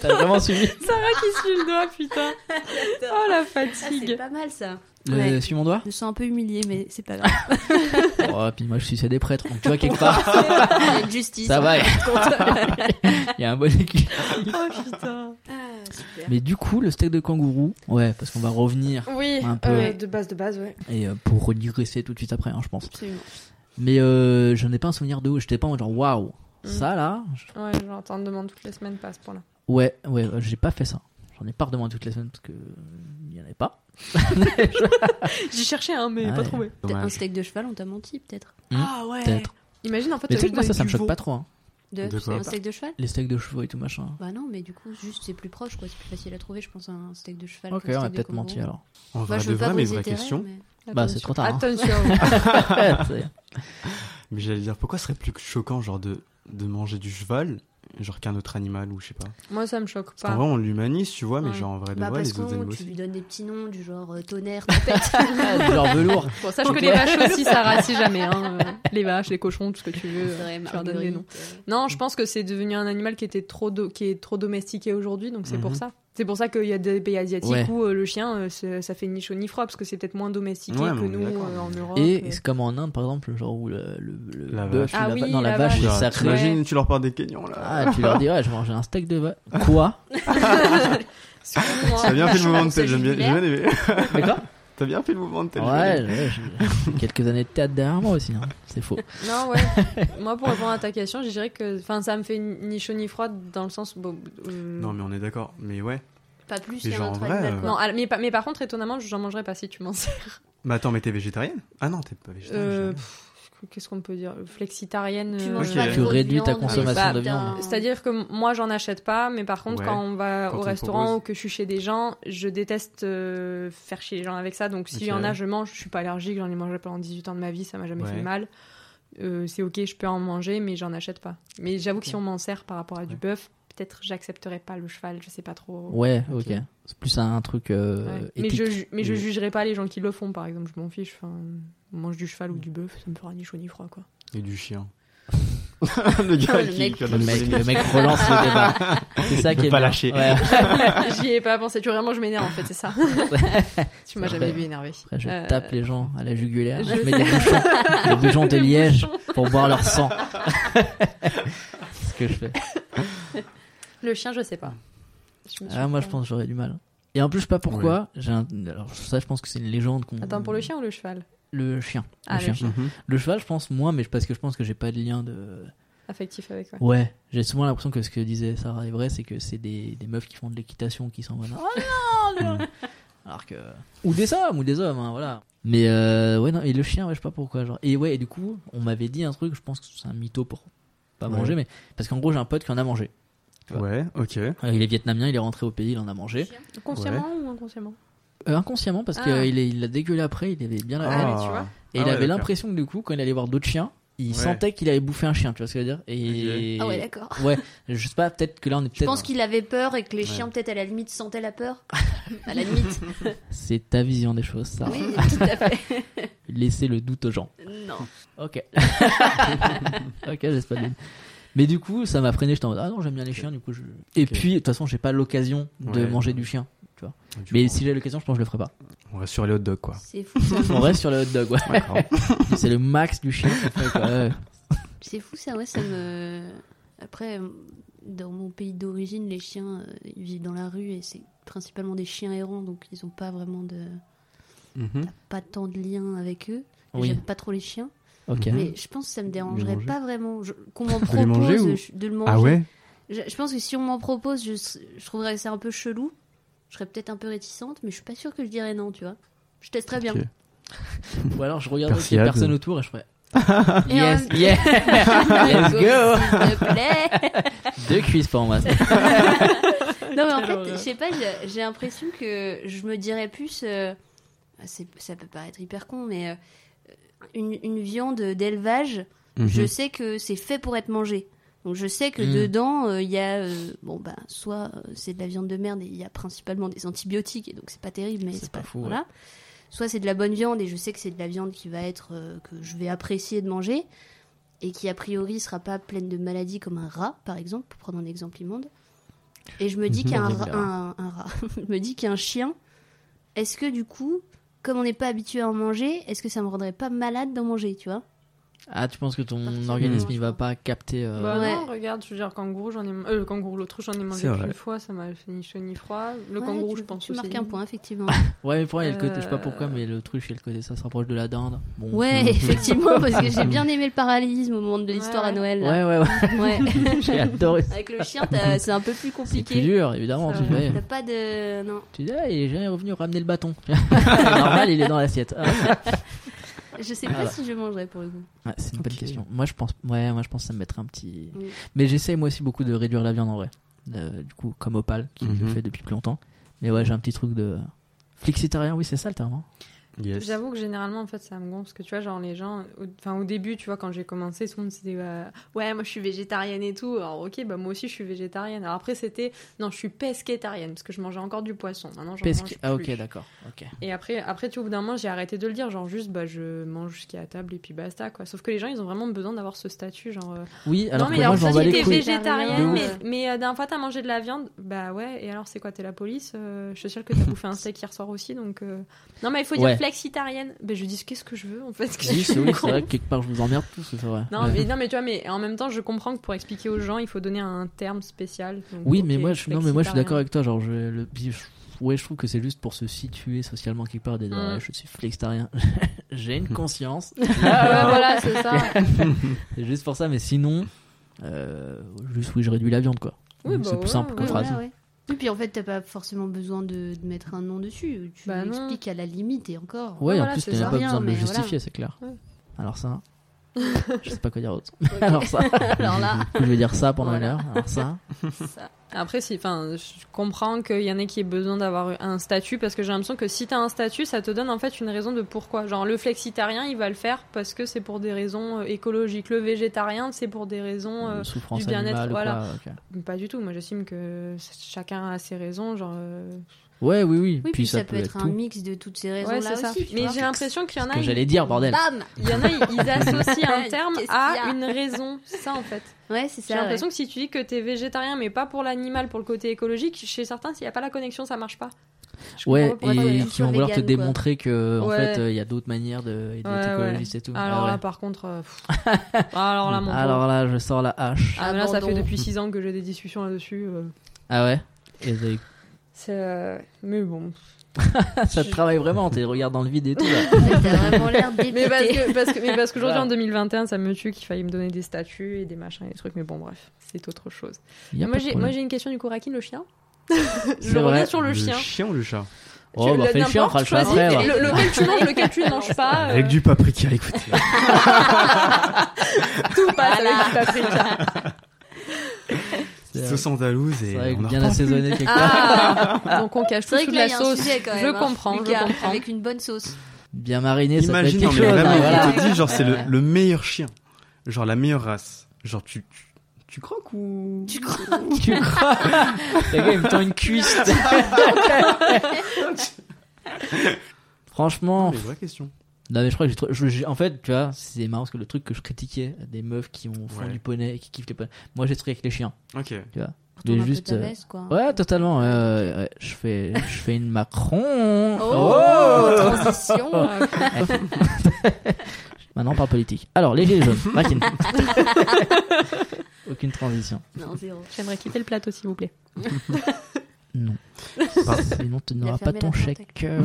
Speaker 4: T'as vraiment suivi.
Speaker 6: Sarah qui suit le doigt, putain. Oh la
Speaker 3: Ah, c'est
Speaker 6: fatigue.
Speaker 3: pas mal ça.
Speaker 4: Le,
Speaker 3: Ouais.
Speaker 4: Suis mon doigt.
Speaker 3: Je me sens un peu humiliée, mais c'est pas grave.
Speaker 4: Oh, puis moi, je suis chez des prêtres. Donc, tu vois, quelque part.
Speaker 3: Il y a une justice.
Speaker 4: Ça va.
Speaker 3: Ah,
Speaker 4: Il y a un bon équilibre.
Speaker 6: oh putain.
Speaker 3: super.
Speaker 4: Mais du coup, le steak de kangourou, ouais, parce qu'on va revenir
Speaker 6: Oui,
Speaker 4: Un peu.
Speaker 6: euh, de base, de base, ouais.
Speaker 4: et euh, pour redresser tout de suite après, hein, je pense.
Speaker 3: Absolument.
Speaker 4: Mais euh, j'en ai pas un souvenir de où. J'étais pas en mode genre waouh, ça là. je-
Speaker 6: Ouais, genre, t'en demandes toutes les semaines, pas à ce point-là.
Speaker 4: Ouais, ouais, euh, j'ai pas fait ça. J'en ai pas redemandé toutes les semaines parce que euh, il y en avait pas. Je-
Speaker 6: J'ai cherché un, mais
Speaker 4: Ah
Speaker 6: pas
Speaker 4: ouais.
Speaker 6: trouvé.
Speaker 3: Peut-être Un
Speaker 5: Dommage.
Speaker 3: steak de cheval, on t'a menti peut-être.
Speaker 6: Ah ouais.
Speaker 4: Peut-être.
Speaker 6: Imagine en fait.
Speaker 4: Mais
Speaker 6: au
Speaker 4: tu sais
Speaker 6: lieu
Speaker 4: que moi
Speaker 6: de-
Speaker 4: ça, ça me
Speaker 6: du
Speaker 4: choque
Speaker 6: veau.
Speaker 4: pas trop. hein.
Speaker 3: De,
Speaker 5: De quoi
Speaker 3: un steak de cheval
Speaker 4: Les steaks de chevaux et tout machin.
Speaker 3: Bah non, mais du coup, juste c'est plus proche quoi. C'est plus facile à trouver, je pense, un steak de cheval.
Speaker 4: Ok,
Speaker 3: qu'un
Speaker 4: on
Speaker 3: steak
Speaker 4: va
Speaker 3: de
Speaker 4: peut-être
Speaker 3: kangourou.
Speaker 4: mentir alors.
Speaker 5: En
Speaker 3: Moi,
Speaker 5: vrai,
Speaker 3: je
Speaker 5: de
Speaker 3: veux pas
Speaker 5: vrai, mais
Speaker 3: poser
Speaker 5: vraie
Speaker 3: tes rêves,
Speaker 5: question.
Speaker 3: mais-
Speaker 4: Bah, c'est trop tard, hein.
Speaker 6: Attention.
Speaker 4: C'est-
Speaker 5: Mais j'allais dire, pourquoi ce serait plus choquant, genre, de, de manger du cheval, genre qu'un autre animal, ou je sais pas.
Speaker 6: Moi, ça me choque
Speaker 5: En
Speaker 6: pas.
Speaker 5: vrai, on l'humanise, tu vois, mais
Speaker 6: Ouais.
Speaker 5: genre, en vrai, de
Speaker 3: Bah
Speaker 5: vrai,
Speaker 3: parce
Speaker 5: les autres
Speaker 3: qu'on
Speaker 5: animaux
Speaker 3: tu lui
Speaker 5: aussi.
Speaker 3: donnes des petits noms du genre euh, tonnerre, tempête.
Speaker 4: genre velours.
Speaker 6: Bon, sache que les vaches aussi, Sarah, si jamais. Hein, euh, les vaches, les cochons, tout ce que tu veux. euh,
Speaker 3: Ouais,
Speaker 6: tu leur donnes les
Speaker 3: Marguerite,
Speaker 6: noms.
Speaker 3: euh,
Speaker 6: Non, je pense que c'est devenu un animal qui était trop do- qui est trop domestiqué aujourd'hui, donc c'est pour
Speaker 5: Mhm.
Speaker 6: ça. C'est pour ça qu'il y a des pays asiatiques
Speaker 4: Ouais.
Speaker 6: où euh, le chien, euh, c'est- ça fait ni chaud ni froid parce que c'est peut-être moins domestiqué
Speaker 5: Ouais, mais
Speaker 6: que
Speaker 5: on est
Speaker 6: nous
Speaker 5: d'accord.
Speaker 6: euh, en Europe.
Speaker 4: Et c'est comme en Inde par exemple, genre où le, le, le
Speaker 5: La
Speaker 4: bœuf,
Speaker 5: vache.
Speaker 4: ou
Speaker 6: Ah
Speaker 4: la va-
Speaker 6: oui,
Speaker 4: non, la,
Speaker 6: la
Speaker 4: vache,
Speaker 5: Genre,
Speaker 4: est sacrée.
Speaker 5: T'imagines, tu leur parles des canyons, là.
Speaker 4: Ah, tu leur dis, ouais, je mangeais un steak de vache. Quoi
Speaker 5: T'as bien fait le mouvement de
Speaker 3: Ça,
Speaker 5: tête, j'aime bien,
Speaker 3: j'ai
Speaker 5: j'ai bien aimé.
Speaker 4: Mais quoi
Speaker 5: T'as bien fait le mouvement de tête. j'ai bien
Speaker 4: Ouais,
Speaker 5: aimé.
Speaker 4: ouais, j'ai- j'ai quelques années de théâtre derrière moi aussi, hein. c'est faux.
Speaker 6: Non, ouais. Moi, pour répondre à ta question, je dirais que, enfin, ça me fait ni chaud ni froid dans le sens. bon, euh,
Speaker 5: Non, mais on est d'accord. Mais ouais.
Speaker 3: Pas plus
Speaker 5: Mais
Speaker 3: qu'un
Speaker 5: genre, en
Speaker 3: autre
Speaker 5: vrai,
Speaker 3: animal
Speaker 5: euh,
Speaker 3: quoi.
Speaker 6: non, ah, mais, pa- mais par contre, étonnamment, j'en mangerais pas si tu m'en sers.
Speaker 5: Mais attends, mais t'es végétarienne Ah non, t'es pas végétarienne.
Speaker 6: Euh,
Speaker 5: j'ai bien
Speaker 6: pff, Qu'est-ce qu'on peut dire Flexitarienne.
Speaker 3: Tu
Speaker 6: euh,
Speaker 3: manges
Speaker 5: Ok.
Speaker 3: pas
Speaker 4: Tu
Speaker 3: trop de
Speaker 4: réduis ta
Speaker 3: viande,
Speaker 4: consommation
Speaker 3: bah,
Speaker 4: de viande.
Speaker 3: putain.
Speaker 6: C'est-à-dire que moi, j'en achète pas, mais par contre,
Speaker 5: Ouais.
Speaker 6: quand on va
Speaker 5: Quand
Speaker 6: au
Speaker 5: on
Speaker 6: restaurant
Speaker 5: propose.
Speaker 6: ou que je suis chez des gens, je déteste euh, faire chier les gens avec ça. Donc, s'il y
Speaker 5: Ok.
Speaker 6: en a, je mange. Je suis pas allergique, j'en ai mangé pendant 18 ans de ma vie, ça m'a jamais fait
Speaker 5: Ouais.
Speaker 6: de mal. Euh, c'est ok, je peux en manger, mais j'en achète pas. Mais j'avoue que si on m'en sert par rapport à du
Speaker 5: Ouais.
Speaker 6: bœuf, peut-être j'accepterais pas le cheval, je sais pas trop.
Speaker 4: Ouais, ok.
Speaker 6: Ok.
Speaker 4: C'est plus un truc euh,
Speaker 6: Ouais. Mais,
Speaker 4: éthique.
Speaker 6: je, ju- mais je
Speaker 5: Mais-
Speaker 6: jugerai pas les gens qui le font, par exemple, je m'en fiche. Enfin, on mange du cheval ou
Speaker 5: Mm.
Speaker 6: du bœuf, ça me fera ni chaud ni froid, quoi.
Speaker 5: Et du chien. le gars
Speaker 3: le
Speaker 5: qui
Speaker 3: mec-
Speaker 5: qui a
Speaker 4: Le
Speaker 5: des
Speaker 4: mec,
Speaker 5: polémiques.
Speaker 4: le mec relance le débat. C'est ça
Speaker 5: Il
Speaker 4: qui
Speaker 5: veut
Speaker 4: est
Speaker 5: pas
Speaker 4: bien.
Speaker 5: lâcher.
Speaker 4: Ouais.
Speaker 6: J'y ai pas pensé, tu vois, vraiment, je m'énerve en fait, c'est ça. tu m'as
Speaker 4: C'est
Speaker 6: jamais
Speaker 4: vrai.
Speaker 6: vu énerver.
Speaker 4: Après, je
Speaker 6: Euh,
Speaker 4: tape les gens à la jugulaire. Je
Speaker 6: je-
Speaker 4: mets des bouchons, des bouchons de
Speaker 6: Des
Speaker 4: liège
Speaker 6: bouchons.
Speaker 4: pour boire leur sang. C'est ce que je fais.
Speaker 6: Le chien, je sais pas. Je me suis
Speaker 4: Ah, moi,
Speaker 6: pas-
Speaker 4: je pense que j'aurais du mal. Et en plus, je sais pas pourquoi. J'ai un- Alors, ça, je pense que c'est une légende qu'on.
Speaker 6: Attends, pour le chien ou le cheval
Speaker 4: Le chien.
Speaker 6: Ah,
Speaker 4: le,
Speaker 6: le
Speaker 4: chien.
Speaker 6: chien.
Speaker 5: Mhm.
Speaker 4: Le cheval, je pense moins, mais parce que je pense que j'ai pas de lien de.
Speaker 6: Affectif avec, ouais.
Speaker 4: Ouais, j'ai souvent l'impression que ce que disait Sarah est vrai, c'est que c'est des, des meufs qui font de l'équitation qui s'en vont. là. Oh non, non Alors que ou des hommes ou des hommes, hein, voilà. Mais euh, ouais non et le chien, ouais, je sais pas pourquoi genre. Et ouais et du coup on m'avait dit un truc, je pense que c'est un mytho pour pas
Speaker 5: Ouais.
Speaker 4: manger, mais parce qu'en gros j'ai un pote qui en a mangé.
Speaker 5: Ouais, ok.
Speaker 4: Euh, Il est vietnamien, il est rentré au pays, il en a mangé.
Speaker 6: Consciemment ou inconsciemment
Speaker 4: Euh, inconsciemment, parce
Speaker 6: Ah.
Speaker 4: qu'il est- il l'a dégueulé après, il avait bien la
Speaker 6: Ah,
Speaker 4: haine.
Speaker 6: mais tu
Speaker 4: Et
Speaker 6: vois.
Speaker 5: Ah
Speaker 4: il
Speaker 5: ouais,
Speaker 4: avait
Speaker 5: d'accord.
Speaker 4: l'impression que du coup, quand il allait voir d'autres chiens, il
Speaker 5: Ouais.
Speaker 4: sentait qu'il avait bouffé un chien, tu vois ce que je veux dire Et...
Speaker 3: Ah ouais, d'accord.
Speaker 4: ouais, je sais pas, peut-être que là on est
Speaker 3: Je
Speaker 4: peut-être.
Speaker 3: pense qu'il avait peur et que les chiens, peut-être, à la limite, sentaient la peur. à la limite.
Speaker 4: C'est ta vision des choses, ça.
Speaker 3: Oui, tout à fait.
Speaker 4: Laissez le doute aux gens.
Speaker 3: Non.
Speaker 4: Ok. ok, j'espère bien. Mais du coup, ça m'a freiné. J'étais en mode ah non, j'aime bien les chiens. Du coup, je. Et
Speaker 5: Ok.
Speaker 4: puis, de toute façon, j'ai pas l'occasion de
Speaker 5: Ouais.
Speaker 4: manger du chien.
Speaker 5: Du
Speaker 4: Mais
Speaker 5: coup,
Speaker 4: si j'ai l'occasion, je pense que je le ferai pas.
Speaker 5: On reste sur les hot dogs, quoi.
Speaker 3: C'est fou, ça.
Speaker 4: On reste sur le hot dog. Ouais.
Speaker 5: D'accord.
Speaker 4: C'est le max du chien. qu'on fait, quoi. Ouais.
Speaker 3: C'est fou ça, ouais, ça me. Après, euh, dans mon pays d'origine, les chiens, euh, ils vivent dans la rue et c'est principalement des chiens errants, donc ils ont pas vraiment de.
Speaker 5: Mhm.
Speaker 3: pas tant de lien avec eux. Et
Speaker 4: Oui.
Speaker 3: J'aime pas trop les chiens,
Speaker 4: Ok.
Speaker 3: mais je pense que ça me dérangerait
Speaker 5: manger.
Speaker 3: pas vraiment. Je- Qu'on m'en
Speaker 5: les
Speaker 3: propose
Speaker 5: manger ou-
Speaker 3: je- de le manger.
Speaker 5: Ah ouais
Speaker 3: je, je pense que si on m'en propose, je, s- je trouverais ça un peu chelou. Je serais peut-être un peu réticente, mais je suis pas sûre que je dirais non, tu vois. Je testerais bien.
Speaker 5: Ok.
Speaker 4: Ou alors, je regarde s'il y a
Speaker 5: Persillade.
Speaker 4: personne autour et je ferai.
Speaker 3: Et
Speaker 4: Yes,
Speaker 3: en même-
Speaker 4: yes. Let's go.
Speaker 3: S'il te plaît.
Speaker 4: Deux cuisses pour moi.
Speaker 3: Non, mais en
Speaker 6: Quelle
Speaker 3: fait,
Speaker 6: horreur.
Speaker 3: je sais pas, j'ai- j'ai l'impression que je me dirais plus. euh, c'est- ça peut paraître hyper con, mais euh, une, une viande d'élevage, je
Speaker 5: Mhm.
Speaker 3: sais que c'est fait pour être mangé. Donc je sais que
Speaker 4: Mm.
Speaker 3: dedans, euh, il y a. euh, bon, bah, soit euh, c'est de la viande de merde et il y a principalement des antibiotiques, et donc c'est pas terrible, mais
Speaker 4: C'est
Speaker 3: c'est
Speaker 4: pas
Speaker 3: pas,
Speaker 4: fou,
Speaker 3: Voilà. Soit c'est de la bonne viande et je sais que c'est de la viande qui va être. euh, que je vais apprécier de manger et qui a priori sera pas pleine de maladies comme un rat, par exemple, pour prendre un exemple immonde. Et je me dis
Speaker 4: Mhm,
Speaker 3: qu'un
Speaker 4: horrible,
Speaker 3: ra- un, un rat, je me dis qu'un chien, est-ce que du coup, comme on n'est pas habitué à en manger, est-ce que ça me rendrait pas malade d'en manger, tu vois
Speaker 4: Ah, tu penses que ton
Speaker 3: Personnellement,
Speaker 4: organisme il
Speaker 3: je
Speaker 4: va
Speaker 3: pense.
Speaker 4: pas capter. euh,
Speaker 6: Bah
Speaker 3: Ouais.
Speaker 6: non, regarde, je veux dire, kangourou, j'en ai. ma- Euh, le kangourou, l'autruche, j'en ai mangé
Speaker 5: C'est vrai.
Speaker 6: qu'une fois, ça m'a fini chaud ni froid. Le
Speaker 3: Ouais,
Speaker 6: kangourou,
Speaker 3: tu-
Speaker 6: je pense
Speaker 3: Tu
Speaker 6: aussi.
Speaker 3: marques un point, effectivement.
Speaker 4: Ouais, mais pour moi, il y a le côté, je sais pas
Speaker 6: Euh,
Speaker 4: pourquoi, mais le truc, il y a le côté, ça se rapproche de la dinde. Bon.
Speaker 3: ouais, effectivement, parce que j'ai bien aimé le parallélisme au moment de l'histoire
Speaker 6: Ouais,
Speaker 3: à Noël. là.
Speaker 4: Ouais, ouais, ouais.
Speaker 3: Ouais.
Speaker 4: J'ai adoré. ça.
Speaker 3: Avec le chien, t'as- c'est un peu plus
Speaker 4: C'est plus
Speaker 3: compliqué. Euh,
Speaker 4: dur, évidemment.
Speaker 6: Ça
Speaker 4: Tu,
Speaker 6: va.
Speaker 4: fais-
Speaker 3: T'as pas de. Non.
Speaker 4: tu dis, ah, il est jamais revenu ramener le bâton. C'est normal, il est dans l'assiette. Ah, ouais.
Speaker 3: Je sais
Speaker 4: Voilà.
Speaker 3: pas si je mangerais pour le coup.
Speaker 4: Ouais, c'est une bonne
Speaker 5: Ok.
Speaker 4: question. Moi, je pense, ouais, moi, je pense que ça me mettrait un petit.
Speaker 3: Oui.
Speaker 4: Mais j'essaie moi aussi beaucoup de réduire la viande en vrai. Euh, du coup, comme Opal, qui le
Speaker 5: Mhm.
Speaker 4: fait depuis plus longtemps. Mais ouais, j'ai un petit truc de. Flexitarien, oui, c'est ça le terme. hein.
Speaker 5: Yes.
Speaker 6: J'avoue que généralement, en fait, ça me gonfle parce que tu vois, genre les gens, au- enfin au début, tu vois, quand j'ai commencé, tout le monde c'était euh, ouais, moi je suis végétarienne et tout. Alors ok, bah moi aussi je suis végétarienne. Alors après c'était non, je suis pesquétarienne parce que je mangeais encore du poisson. Maintenant j'en
Speaker 4: Pesqui-
Speaker 6: mange
Speaker 4: Ah,
Speaker 6: plus.
Speaker 4: ok, d'accord. ok
Speaker 6: Et après, après tu vois, au bout d'un moment, j'ai arrêté de le dire, genre juste bah je mange ce qui est à table et puis basta quoi. Sauf que les gens, ils ont vraiment besoin d'avoir ce statut, genre. euh,
Speaker 4: Oui, alors
Speaker 6: non
Speaker 4: que
Speaker 6: mais
Speaker 4: moi,
Speaker 6: alors
Speaker 4: j'en
Speaker 6: ça
Speaker 4: bats les
Speaker 6: j'étais
Speaker 4: couilles.
Speaker 6: végétarienne,
Speaker 3: De
Speaker 6: mais,
Speaker 3: ouf.
Speaker 6: mais euh, d'un fois t'as mangé de la viande, bah ouais. Et alors c'est quoi, t'es la police Euh, Je suis sûre que t'as bouffé un steak hier soir aussi, donc. euh, Non mais il faut dire
Speaker 4: Ouais.
Speaker 6: flexitarienne. Ben je dis qu'est-ce que je veux en fait. que
Speaker 4: Oui,
Speaker 6: je
Speaker 4: c'est
Speaker 6: suis
Speaker 4: oui,
Speaker 6: con.
Speaker 4: c'est vrai que quelque part, je vous emmerde tous, c'est vrai.
Speaker 6: Non,
Speaker 4: Ouais.
Speaker 6: mais, non, mais tu vois, mais en même temps, je comprends que pour expliquer aux gens, il faut donner un terme spécial. Donc,
Speaker 4: Oui,
Speaker 6: ok,
Speaker 4: mais moi, je, non, mais moi, je suis
Speaker 6: flexitarien.
Speaker 4: d'accord avec toi. Genre, je, le, puis je- ouais, je trouve que c'est juste pour se situer socialement quelque part. Des,
Speaker 6: Mm.
Speaker 4: Je suis flexitarien. J'ai une conscience.
Speaker 6: Ah, ouais, voilà, c'est ça.
Speaker 4: c'est juste pour ça. Mais sinon, euh, juste oui, je réduis la viande, quoi.
Speaker 6: Oui,
Speaker 4: c'est
Speaker 6: bah,
Speaker 4: plus simple
Speaker 6: ouais,
Speaker 4: comme
Speaker 3: Ouais,
Speaker 4: phrase.
Speaker 3: voilà, ouais. Et puis en fait, t'as pas forcément besoin de, de mettre un nom dessus. Tu
Speaker 6: Bah non.
Speaker 3: l'expliques à la limite et encore.
Speaker 4: Ouais,
Speaker 6: Ouais,
Speaker 4: en
Speaker 6: voilà,
Speaker 4: plus,
Speaker 6: c'est
Speaker 4: t'as même
Speaker 6: ça.
Speaker 4: pas
Speaker 3: Rien,
Speaker 4: besoin de le
Speaker 3: mais voilà.
Speaker 4: justifier, c'est clair.
Speaker 6: Ouais.
Speaker 4: Alors ça, je sais pas quoi dire autre. Alors ça,
Speaker 3: Alors là,
Speaker 4: je vais dire ça pendant
Speaker 6: Voilà.
Speaker 4: une heure. Alors ça,
Speaker 6: Après, si, enfin, je comprends qu'il y en a qui aient besoin d'avoir un statut parce que j'ai l'impression que si t'as un statut, ça te donne en fait une raison de pourquoi. Genre, le flexitarien, il va le faire parce que c'est pour des raisons euh, écologiques. Le végétarien, c'est pour des raisons. euh,
Speaker 4: souffrance
Speaker 6: du bien-être,
Speaker 4: animale, ou
Speaker 6: voilà.
Speaker 4: quoi, ok.
Speaker 6: Pas du tout. Moi, j'estime que chacun a ses raisons. Genre. euh,
Speaker 4: Ouais, oui, oui.
Speaker 3: oui, puis, ça, peut être, un
Speaker 4: tout.
Speaker 3: mix de toutes ces raisons
Speaker 6: Ouais,
Speaker 3: là
Speaker 6: c'est ça.
Speaker 3: aussi. tu
Speaker 6: Mais
Speaker 3: vois.
Speaker 6: j'ai l'impression qu'il y en a.
Speaker 4: que
Speaker 6: ils-
Speaker 4: j'allais dire, bordel.
Speaker 3: Bam
Speaker 6: Il y en a, ils- ils associent un terme
Speaker 3: Qu'est-ce qu'il y a
Speaker 6: à une raison. C'est ça, en fait.
Speaker 3: Ouais, c'est ça.
Speaker 6: J'ai l'impression que si tu dis que t'es végétarien, mais pas pour l'animal, pour le côté écologique, chez certains, s'il n'y a pas la connexion, ça marche pas. Je
Speaker 4: Ouais,
Speaker 6: comprends pas pourquoi
Speaker 4: et
Speaker 6: t'as-
Speaker 4: qui
Speaker 3: culture
Speaker 4: vont vouloir te
Speaker 3: végane, quoi.
Speaker 4: démontrer que en
Speaker 6: Ouais.
Speaker 4: fait, euh, il y a d'autres manières de- et d'être
Speaker 6: Ouais, ouais.
Speaker 4: écologiste et tout.
Speaker 6: Alors
Speaker 4: Ah ouais.
Speaker 6: là, par contre. euh, pff. Ah, Alors là, mon pauvre.
Speaker 4: Mm. Alors là, je sors la hache.
Speaker 6: Ah, mais là, ça fait
Speaker 3: Abandon.
Speaker 6: depuis 6 ans que j'ai des discussions là-dessus. euh.
Speaker 4: Ah ouais Et vous avez-
Speaker 6: C'est. euh, Mais bon.
Speaker 4: Ça te travaille vraiment, t'es regardes dans le vide et tout. là.
Speaker 3: Ouais, T'as vraiment l'air dépité.
Speaker 6: Mais parce que- parce que- mais parce qu'aujourd'hui,
Speaker 4: Voilà.
Speaker 6: en 2021, ça me tue qu'il faille me donner des statuts et des machins et des trucs. Mais bon, bref, c'est autre chose.
Speaker 4: Y a
Speaker 6: Moi,
Speaker 4: pas de
Speaker 6: j'ai moi,
Speaker 4: problème.
Speaker 6: j'ai une question du coup, Rakin, le chien
Speaker 4: C'est
Speaker 6: Je reviens
Speaker 4: vrai,
Speaker 6: sur le chien.
Speaker 5: ou le chat
Speaker 4: Oh, bah fais le chien, on fera le chat après.
Speaker 6: choisis
Speaker 4: ouais.
Speaker 6: le- lequel tu manges, lequel tu ne manges pas.
Speaker 5: Avec
Speaker 6: euh,
Speaker 5: du paprika, écoutez.
Speaker 6: tout passe avec du paprika.
Speaker 4: C'est
Speaker 5: Ce sauce andalouse et
Speaker 4: C'est vrai,
Speaker 5: on en
Speaker 4: bien
Speaker 5: reparle.
Speaker 4: assaisonné quelque part.
Speaker 6: Ah Donc on cache
Speaker 3: C'est vrai
Speaker 6: tout sous
Speaker 3: que
Speaker 6: de
Speaker 3: là,
Speaker 6: la
Speaker 3: il y a un
Speaker 6: sauce.
Speaker 3: sujet quand même.
Speaker 6: je
Speaker 3: hein.
Speaker 6: comprends, je
Speaker 3: Lucas,
Speaker 6: comprends.
Speaker 3: Avec une bonne sauce.
Speaker 4: Bien mariné, ça peut être
Speaker 5: Imagine, non,
Speaker 4: quelque
Speaker 5: mais
Speaker 4: chose.
Speaker 5: vraiment,
Speaker 4: hein,
Speaker 5: il
Speaker 4: voilà.
Speaker 5: te dit, genre, c'est le,
Speaker 4: Ouais.
Speaker 5: le meilleur chien. Genre, la meilleure race. Genre, tu, tu, tu croques ou.
Speaker 3: Tu crois
Speaker 4: Tu crois Le gars, il me tend une cuisse. Franchement,
Speaker 5: C'est une vraie question.
Speaker 4: non mais je crois que j'ai trop- je- j'ai- en fait, tu vois, c'est marrant parce que le truc que je critiquais des meufs qui ont font
Speaker 5: Ouais.
Speaker 4: du poney et qui kiffent les poneys. Moi, j'ai ce truc avec les chiens.
Speaker 5: Ok.
Speaker 4: Mais
Speaker 3: un peu
Speaker 4: juste,
Speaker 3: ta
Speaker 4: euh,
Speaker 3: baisse, quoi.
Speaker 4: Ouais, totalement. ouais, ouais, ouais. je fais, je fais une Macron.
Speaker 3: Oh, transition.
Speaker 4: Maintenant, on parle politique. Alors, les gilets jaunes. Makin. Aucune transition.
Speaker 3: Non, zéro.
Speaker 6: J'aimerais quitter le plateau, s'il vous plaît.
Speaker 4: Non.
Speaker 6: Ah.
Speaker 4: Sinon, tu n'auras pas
Speaker 3: fermé
Speaker 4: ton
Speaker 3: la porte.
Speaker 4: chèque euh,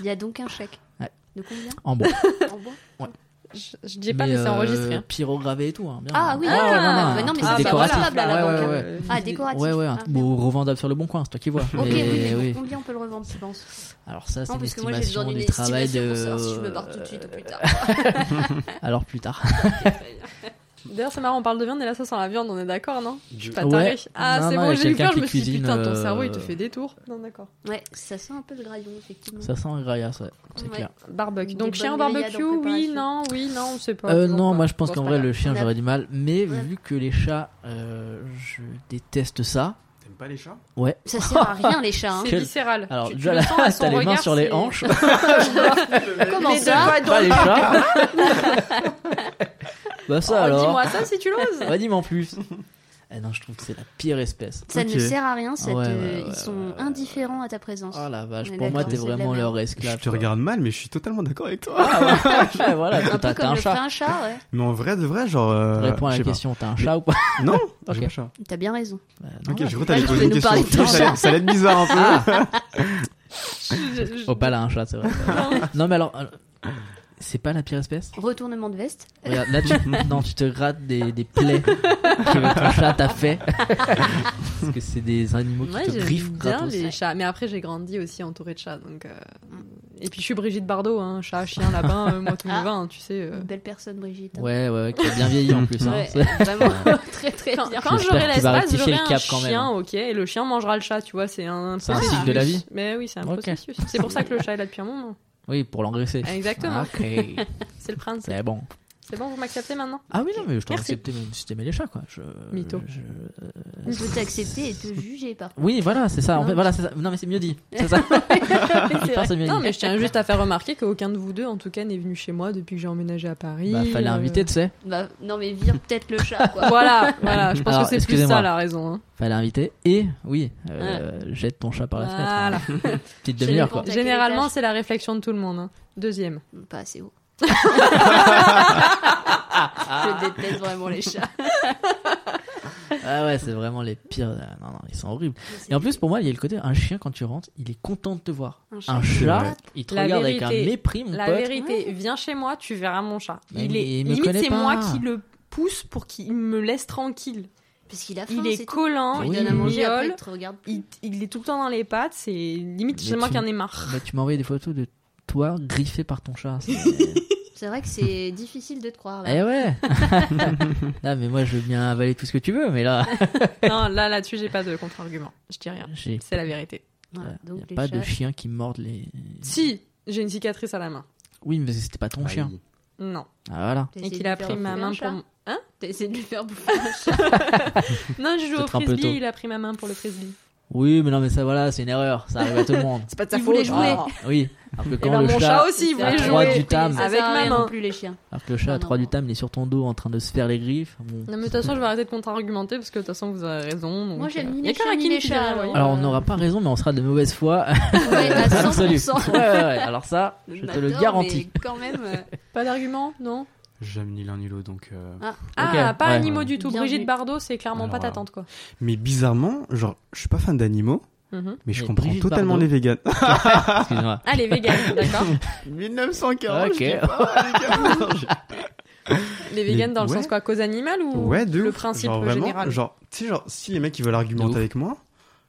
Speaker 3: Il y a donc un chèque.
Speaker 4: Ouais.
Speaker 3: De combien
Speaker 4: en bois.
Speaker 3: En bois
Speaker 6: Je, je dis pas, mais, c'est
Speaker 4: euh,
Speaker 6: enregistré. hein.
Speaker 4: pyrogravé et tout. hein, bien.
Speaker 3: Ah oui,
Speaker 4: Ouais,
Speaker 3: d'accord.
Speaker 4: non, non,
Speaker 3: Bah
Speaker 4: un
Speaker 3: non, mais
Speaker 4: truc
Speaker 3: c'est
Speaker 6: bah
Speaker 4: décoratif.
Speaker 6: voilà,
Speaker 3: décorable, alors,
Speaker 4: Ouais,
Speaker 3: donc,
Speaker 4: ouais,
Speaker 3: hein.
Speaker 4: ouais.
Speaker 3: Ah, décoratif.
Speaker 4: Ouais, ouais, un
Speaker 3: Ah,
Speaker 4: truc- bon, revendable sur le bon coin, c'est toi qui vois.
Speaker 3: Ok, oui, mais
Speaker 4: Mais
Speaker 3: pour
Speaker 4: oui.
Speaker 3: combien on peut le revendre, tu penses
Speaker 4: Alors, ça, c'est
Speaker 3: Non,
Speaker 4: une
Speaker 3: parce que moi j'ai
Speaker 4: estimation
Speaker 3: besoin d'une
Speaker 4: du travail
Speaker 3: estimation
Speaker 4: de. euh,
Speaker 3: pour savoir si je me barre tout de suite ou plus tard.
Speaker 4: Alors, plus tard.
Speaker 6: D'ailleurs, c'est marrant, on parle de viande et là, ça sent la viande, on est d'accord, non Je suis pas
Speaker 4: Ouais.
Speaker 6: taré. Ah,
Speaker 4: Non,
Speaker 6: c'est
Speaker 4: non,
Speaker 6: bon,
Speaker 4: il y a
Speaker 6: j'ai eu
Speaker 4: quelqu'un
Speaker 6: peur, je
Speaker 4: qui
Speaker 6: me suis dit,
Speaker 4: cuisine,
Speaker 6: putain, ton
Speaker 4: euh,
Speaker 6: cerveau, il te fait des tours. Non, d'accord.
Speaker 3: Ouais, ça sent un peu le graillon, effectivement.
Speaker 4: Ça sent un graillasse, ouais. C'est
Speaker 3: Mm. Ouais.
Speaker 4: clair.
Speaker 6: Barbecue.
Speaker 3: Des
Speaker 6: Donc, chien au
Speaker 3: bonnes grillades en
Speaker 6: barbecue, oui,
Speaker 3: préparation.
Speaker 6: non, oui, non, on sait pas.
Speaker 4: Euh,
Speaker 6: toujours
Speaker 4: non,
Speaker 6: pas.
Speaker 4: moi je pense
Speaker 6: Bon,
Speaker 4: qu'en
Speaker 6: c'est
Speaker 4: vrai
Speaker 6: pas
Speaker 4: le chien
Speaker 3: On a-
Speaker 4: j'aurais du mal, mais
Speaker 3: Ouais.
Speaker 4: vu que les chats, euh, je déteste ça.
Speaker 5: T'aimes pas les chats
Speaker 4: Ouais.
Speaker 3: Ça sert à rien, les chats. hein.
Speaker 6: grave. C'est
Speaker 4: Quel-
Speaker 6: viscéral.
Speaker 4: Alors
Speaker 6: Tu- tu
Speaker 4: déjà
Speaker 6: le
Speaker 4: là,
Speaker 6: sens à son
Speaker 4: t'as les mains
Speaker 6: regard,
Speaker 4: sur les
Speaker 6: c'est-
Speaker 4: hanches,
Speaker 3: Comment
Speaker 6: Les deux
Speaker 3: ça
Speaker 6: doigts dans
Speaker 4: pas euh, les chats. bah
Speaker 6: Oh,
Speaker 4: ça alors.
Speaker 6: Dis-moi ça si tu l'oses.
Speaker 4: Bah dis-moi en plus. Eh non, je trouve que c'est la pire espèce.
Speaker 3: Ça
Speaker 5: Ok.
Speaker 3: ne sert à rien, ça
Speaker 4: Ah Ouais,
Speaker 3: te-
Speaker 4: ouais, ouais,
Speaker 3: ils sont
Speaker 4: ouais, ouais.
Speaker 3: indifférents à ta présence.
Speaker 4: Oh la vache,
Speaker 3: On est
Speaker 4: pour moi
Speaker 3: d'accord,
Speaker 4: t'es
Speaker 3: c'est de la
Speaker 4: vraiment
Speaker 3: merde.
Speaker 4: leur esclave.
Speaker 5: Je te
Speaker 4: quoi.
Speaker 5: regarde mal, mais je suis totalement d'accord avec
Speaker 4: Ah.
Speaker 5: toi.
Speaker 4: Ouais, voilà,
Speaker 3: un
Speaker 4: t'as
Speaker 3: peu
Speaker 4: t'as
Speaker 3: comme
Speaker 4: un
Speaker 3: le
Speaker 4: chat.
Speaker 3: ferait un chat, ouais.
Speaker 5: Mais en vrai, de vrai, genre. euh,
Speaker 4: Réponds à
Speaker 5: je
Speaker 4: la
Speaker 5: sais pas.
Speaker 4: question, t'as un chat ou pas
Speaker 5: Non
Speaker 4: Ok.
Speaker 5: J'ai pas de chat.
Speaker 3: T'as bien raison.
Speaker 4: Bah, non,
Speaker 5: Ok,
Speaker 4: ouais.
Speaker 5: j'ai cru que t'allais
Speaker 3: Tu
Speaker 5: poser
Speaker 3: voulais
Speaker 5: une
Speaker 3: nous parler
Speaker 5: question.
Speaker 3: de ton
Speaker 5: Ça allait-
Speaker 3: chat.
Speaker 5: Ça allait être bizarre un peu.
Speaker 4: Ah, Oh, pas là, un chat, c'est vrai. non, mais alors, alors, c'est pas la pire espèce
Speaker 3: Retournement de veste.
Speaker 4: Regarde, là, tu, non, tu te grattes des, des plaies que ton chat t'a fait. Parce que c'est des animaux qui
Speaker 6: Moi,
Speaker 4: te
Speaker 6: j'aime
Speaker 4: griffent
Speaker 6: bien
Speaker 4: gratos.
Speaker 6: les chats. Mais après, j'ai grandi aussi entourée de chats. Donc, euh, Et puis, je suis Brigitte Bardot, hein, chat, chien, lapin, euh, moi tout me
Speaker 3: Ah.
Speaker 6: va, hein, tu sais. euh.
Speaker 3: Une belle personne, Brigitte. hein.
Speaker 4: Ouais, ouais, ouais, qui a bien vieilli en plus. hein.
Speaker 3: Ouais,
Speaker 4: C'est-
Speaker 3: vraiment très très
Speaker 6: Quand,
Speaker 3: bien.
Speaker 6: quand
Speaker 4: J'espère
Speaker 6: j'aurai
Speaker 4: qu'il va
Speaker 6: l'espace,
Speaker 4: rectifier
Speaker 6: j'aurai
Speaker 4: le
Speaker 6: un
Speaker 4: cap quand même,
Speaker 6: chien,
Speaker 4: hein.
Speaker 6: ok, et le chien mangera le chat, tu vois, c'est un
Speaker 4: C'est un
Speaker 6: processus.
Speaker 4: cycle de la vie.
Speaker 6: Mais oui, c'est un
Speaker 4: Ok.
Speaker 6: processus. C'est pour ça que le chat est là depuis un moment.
Speaker 4: Oui, pour l'engraisser.
Speaker 6: Exactement.
Speaker 4: Ok,
Speaker 6: C'est le prince.
Speaker 4: c'est bon.
Speaker 6: C'est bon, vous m'acceptez maintenant
Speaker 4: Ah oui, non, mais je t'en
Speaker 6: Merci.
Speaker 4: acceptais même si t'aimais les chats, quoi. Je,
Speaker 6: Mytho.
Speaker 4: je- euh,
Speaker 3: On peut t'accepter et te juger par
Speaker 4: Oui, voilà, c'est ça. En
Speaker 3: Non.
Speaker 4: fait, voilà, c'est ça. Non, mais c'est mieux dit. C'est ça. Putain, c'est mieux
Speaker 6: Non,
Speaker 4: dit.
Speaker 6: mais je tiens juste à faire remarquer qu'aucun de vous deux, en tout cas, n'est venu chez moi depuis que j'ai emménagé à Paris.
Speaker 4: Bah, fallait
Speaker 6: Euh,
Speaker 4: inviter, tu sais.
Speaker 3: Bah, non, mais vire peut-être le chat, quoi.
Speaker 6: Voilà, voilà, je pense
Speaker 4: Alors,
Speaker 6: que c'est plus
Speaker 4: excusez-moi.
Speaker 6: ça la raison. hein.
Speaker 4: Fallait inviter. Et, oui, euh, jette ton chat par la fenêtre. hein.
Speaker 6: Ah. Voilà.
Speaker 4: Petite
Speaker 3: J'ai
Speaker 4: demi-heure,
Speaker 3: le
Speaker 4: quoi.
Speaker 3: T'as quel
Speaker 6: Généralement,
Speaker 3: étage
Speaker 6: c'est la réflexion de tout le monde. hein. Deuxième.
Speaker 3: Pas assez haut. je déteste vraiment les chats.
Speaker 4: Ah ouais, c'est vraiment les pires. euh, Non, non, ils sont horribles. Et en plus, pour moi, il y a le côté un chien quand tu rentres, il est content de te voir.
Speaker 3: Un
Speaker 4: Un
Speaker 5: C'est
Speaker 4: chat,
Speaker 5: vrai.
Speaker 4: il te
Speaker 6: La
Speaker 4: regarde avec un
Speaker 6: vérité.
Speaker 4: mépris, mon
Speaker 6: La
Speaker 4: pote.
Speaker 6: vérité, viens chez moi, tu verras mon chat.
Speaker 4: Mais
Speaker 6: il
Speaker 4: il-
Speaker 6: est
Speaker 4: il me
Speaker 6: limite,
Speaker 4: connaît
Speaker 6: c'est
Speaker 4: pas.
Speaker 6: moi qui le pousse pour qu'il me laisse tranquille.
Speaker 3: Parce qu'il a faim,
Speaker 6: Il est
Speaker 3: c'est tout.
Speaker 6: collant,
Speaker 3: Tu lui
Speaker 4: Oui.
Speaker 3: donnes à
Speaker 6: il
Speaker 3: manger, après,
Speaker 6: miaule,
Speaker 3: il te regarde.
Speaker 6: il, il est tout le temps dans les pattes. C'est limite,
Speaker 4: Mais
Speaker 6: c'est moi
Speaker 4: tu-
Speaker 6: qui en ai marre.
Speaker 4: Mais tu m'as envoyé des photos de toi griffé par ton chat. c'est-
Speaker 3: C'est vrai que c'est difficile de te croire. là.
Speaker 4: eh ouais. non, mais moi, je veux bien avaler tout ce que tu veux, mais là,
Speaker 6: non, là, là-dessus, j'ai pas de contre-argument. Je dis rien.
Speaker 4: j'ai
Speaker 6: C'est la vérité.
Speaker 3: Ouais,
Speaker 4: voilà,
Speaker 3: donc
Speaker 4: y
Speaker 3: les
Speaker 4: a pas de
Speaker 3: chats-
Speaker 4: chien qui morde les.
Speaker 6: Si, j'ai une cicatrice à la main.
Speaker 4: Oui, mais c'était pas ton
Speaker 5: Bah,
Speaker 4: chien.
Speaker 5: il-
Speaker 6: Non.
Speaker 4: Ah, voilà.
Speaker 3: T'as
Speaker 6: Et
Speaker 3: essayé de
Speaker 6: qu'il
Speaker 3: lui
Speaker 6: a
Speaker 3: faire
Speaker 6: pris ma
Speaker 3: bouffer un
Speaker 6: main
Speaker 3: chat
Speaker 6: pour. mon- Hein
Speaker 3: T'as essayé de lui faire bouffer un chat.
Speaker 6: Non, je joue au
Speaker 4: Peut-être un peu
Speaker 6: frisbee,
Speaker 4: tôt.
Speaker 6: il a pris ma main pour le frisbee.
Speaker 4: Oui, mais non, mais ça, voilà, c'est une erreur. Ça arrive à tout le monde. Ah,
Speaker 6: C'est pas de
Speaker 3: sa Il voulait faute. jouer.
Speaker 6: Jouer.
Speaker 4: Oui. Alors que
Speaker 6: Et
Speaker 4: quand
Speaker 6: ben,
Speaker 4: le
Speaker 6: mon
Speaker 4: chat,
Speaker 3: Oh,
Speaker 6: chat aussi, il
Speaker 4: à
Speaker 6: voulait
Speaker 4: trois
Speaker 6: jouer.
Speaker 4: du tam.
Speaker 6: Avec
Speaker 3: Ça sert à
Speaker 6: ma
Speaker 3: rien
Speaker 6: main.
Speaker 3: non plus les chiens.
Speaker 4: alors que le chat à
Speaker 3: Non, non,
Speaker 4: 3 du
Speaker 3: non.
Speaker 4: tam, il est sur ton dos en train de se faire les griffes. Bon.
Speaker 6: Non, mais de toute façon, je vais arrêter de contre-argumenter parce que de toute façon, vous avez raison. donc,
Speaker 3: Moi, j'aime
Speaker 6: euh,
Speaker 3: ni
Speaker 6: y a
Speaker 3: les
Speaker 6: qu'un
Speaker 3: chiens, ni
Speaker 6: qui
Speaker 3: les
Speaker 6: dit
Speaker 3: chats,
Speaker 6: rien,
Speaker 3: alors.
Speaker 6: oui.
Speaker 4: Alors on n'aura pas raison, mais on sera de mauvaise foi.
Speaker 3: Ouais, à 100%.
Speaker 4: Absolue. Ouais, ouais, ouais. Alors ça,
Speaker 3: On
Speaker 4: je te le
Speaker 3: adore,
Speaker 4: garantis.
Speaker 3: mais quand même. euh,
Speaker 6: Pas d'argument, non
Speaker 5: J'aime ni l'un ni l'autre, donc. euh,
Speaker 3: Ah.
Speaker 6: Ah,
Speaker 4: Ok,
Speaker 6: pas
Speaker 4: ouais.
Speaker 6: animaux du tout.
Speaker 3: Bien
Speaker 6: Brigitte
Speaker 3: vu.
Speaker 6: Bardot, c'est clairement
Speaker 5: Alors,
Speaker 6: pas ta
Speaker 5: voilà.
Speaker 6: tante, quoi.
Speaker 5: Mais bizarrement, genre, je suis pas fan d'animaux,
Speaker 6: Mhm.
Speaker 5: mais je
Speaker 4: Mais
Speaker 5: comprends
Speaker 4: Brigitte
Speaker 5: totalement
Speaker 4: Bardot.
Speaker 5: les véganes.
Speaker 4: Excuse-moi.
Speaker 6: Ah, les véganes, d'accord.
Speaker 5: 1940
Speaker 4: Ok.
Speaker 5: je dis pas, les gars.
Speaker 6: Les véganes
Speaker 5: Mais
Speaker 6: dans le
Speaker 5: ouais.
Speaker 6: sens quoi Cause animale ou
Speaker 5: Ouais, de
Speaker 6: le
Speaker 5: ouf.
Speaker 6: principe
Speaker 5: genre, vraiment,
Speaker 6: général
Speaker 5: Genre, tu sais, genre, si les mecs ils veulent
Speaker 4: De
Speaker 5: argumenter
Speaker 4: ouf.
Speaker 5: avec moi,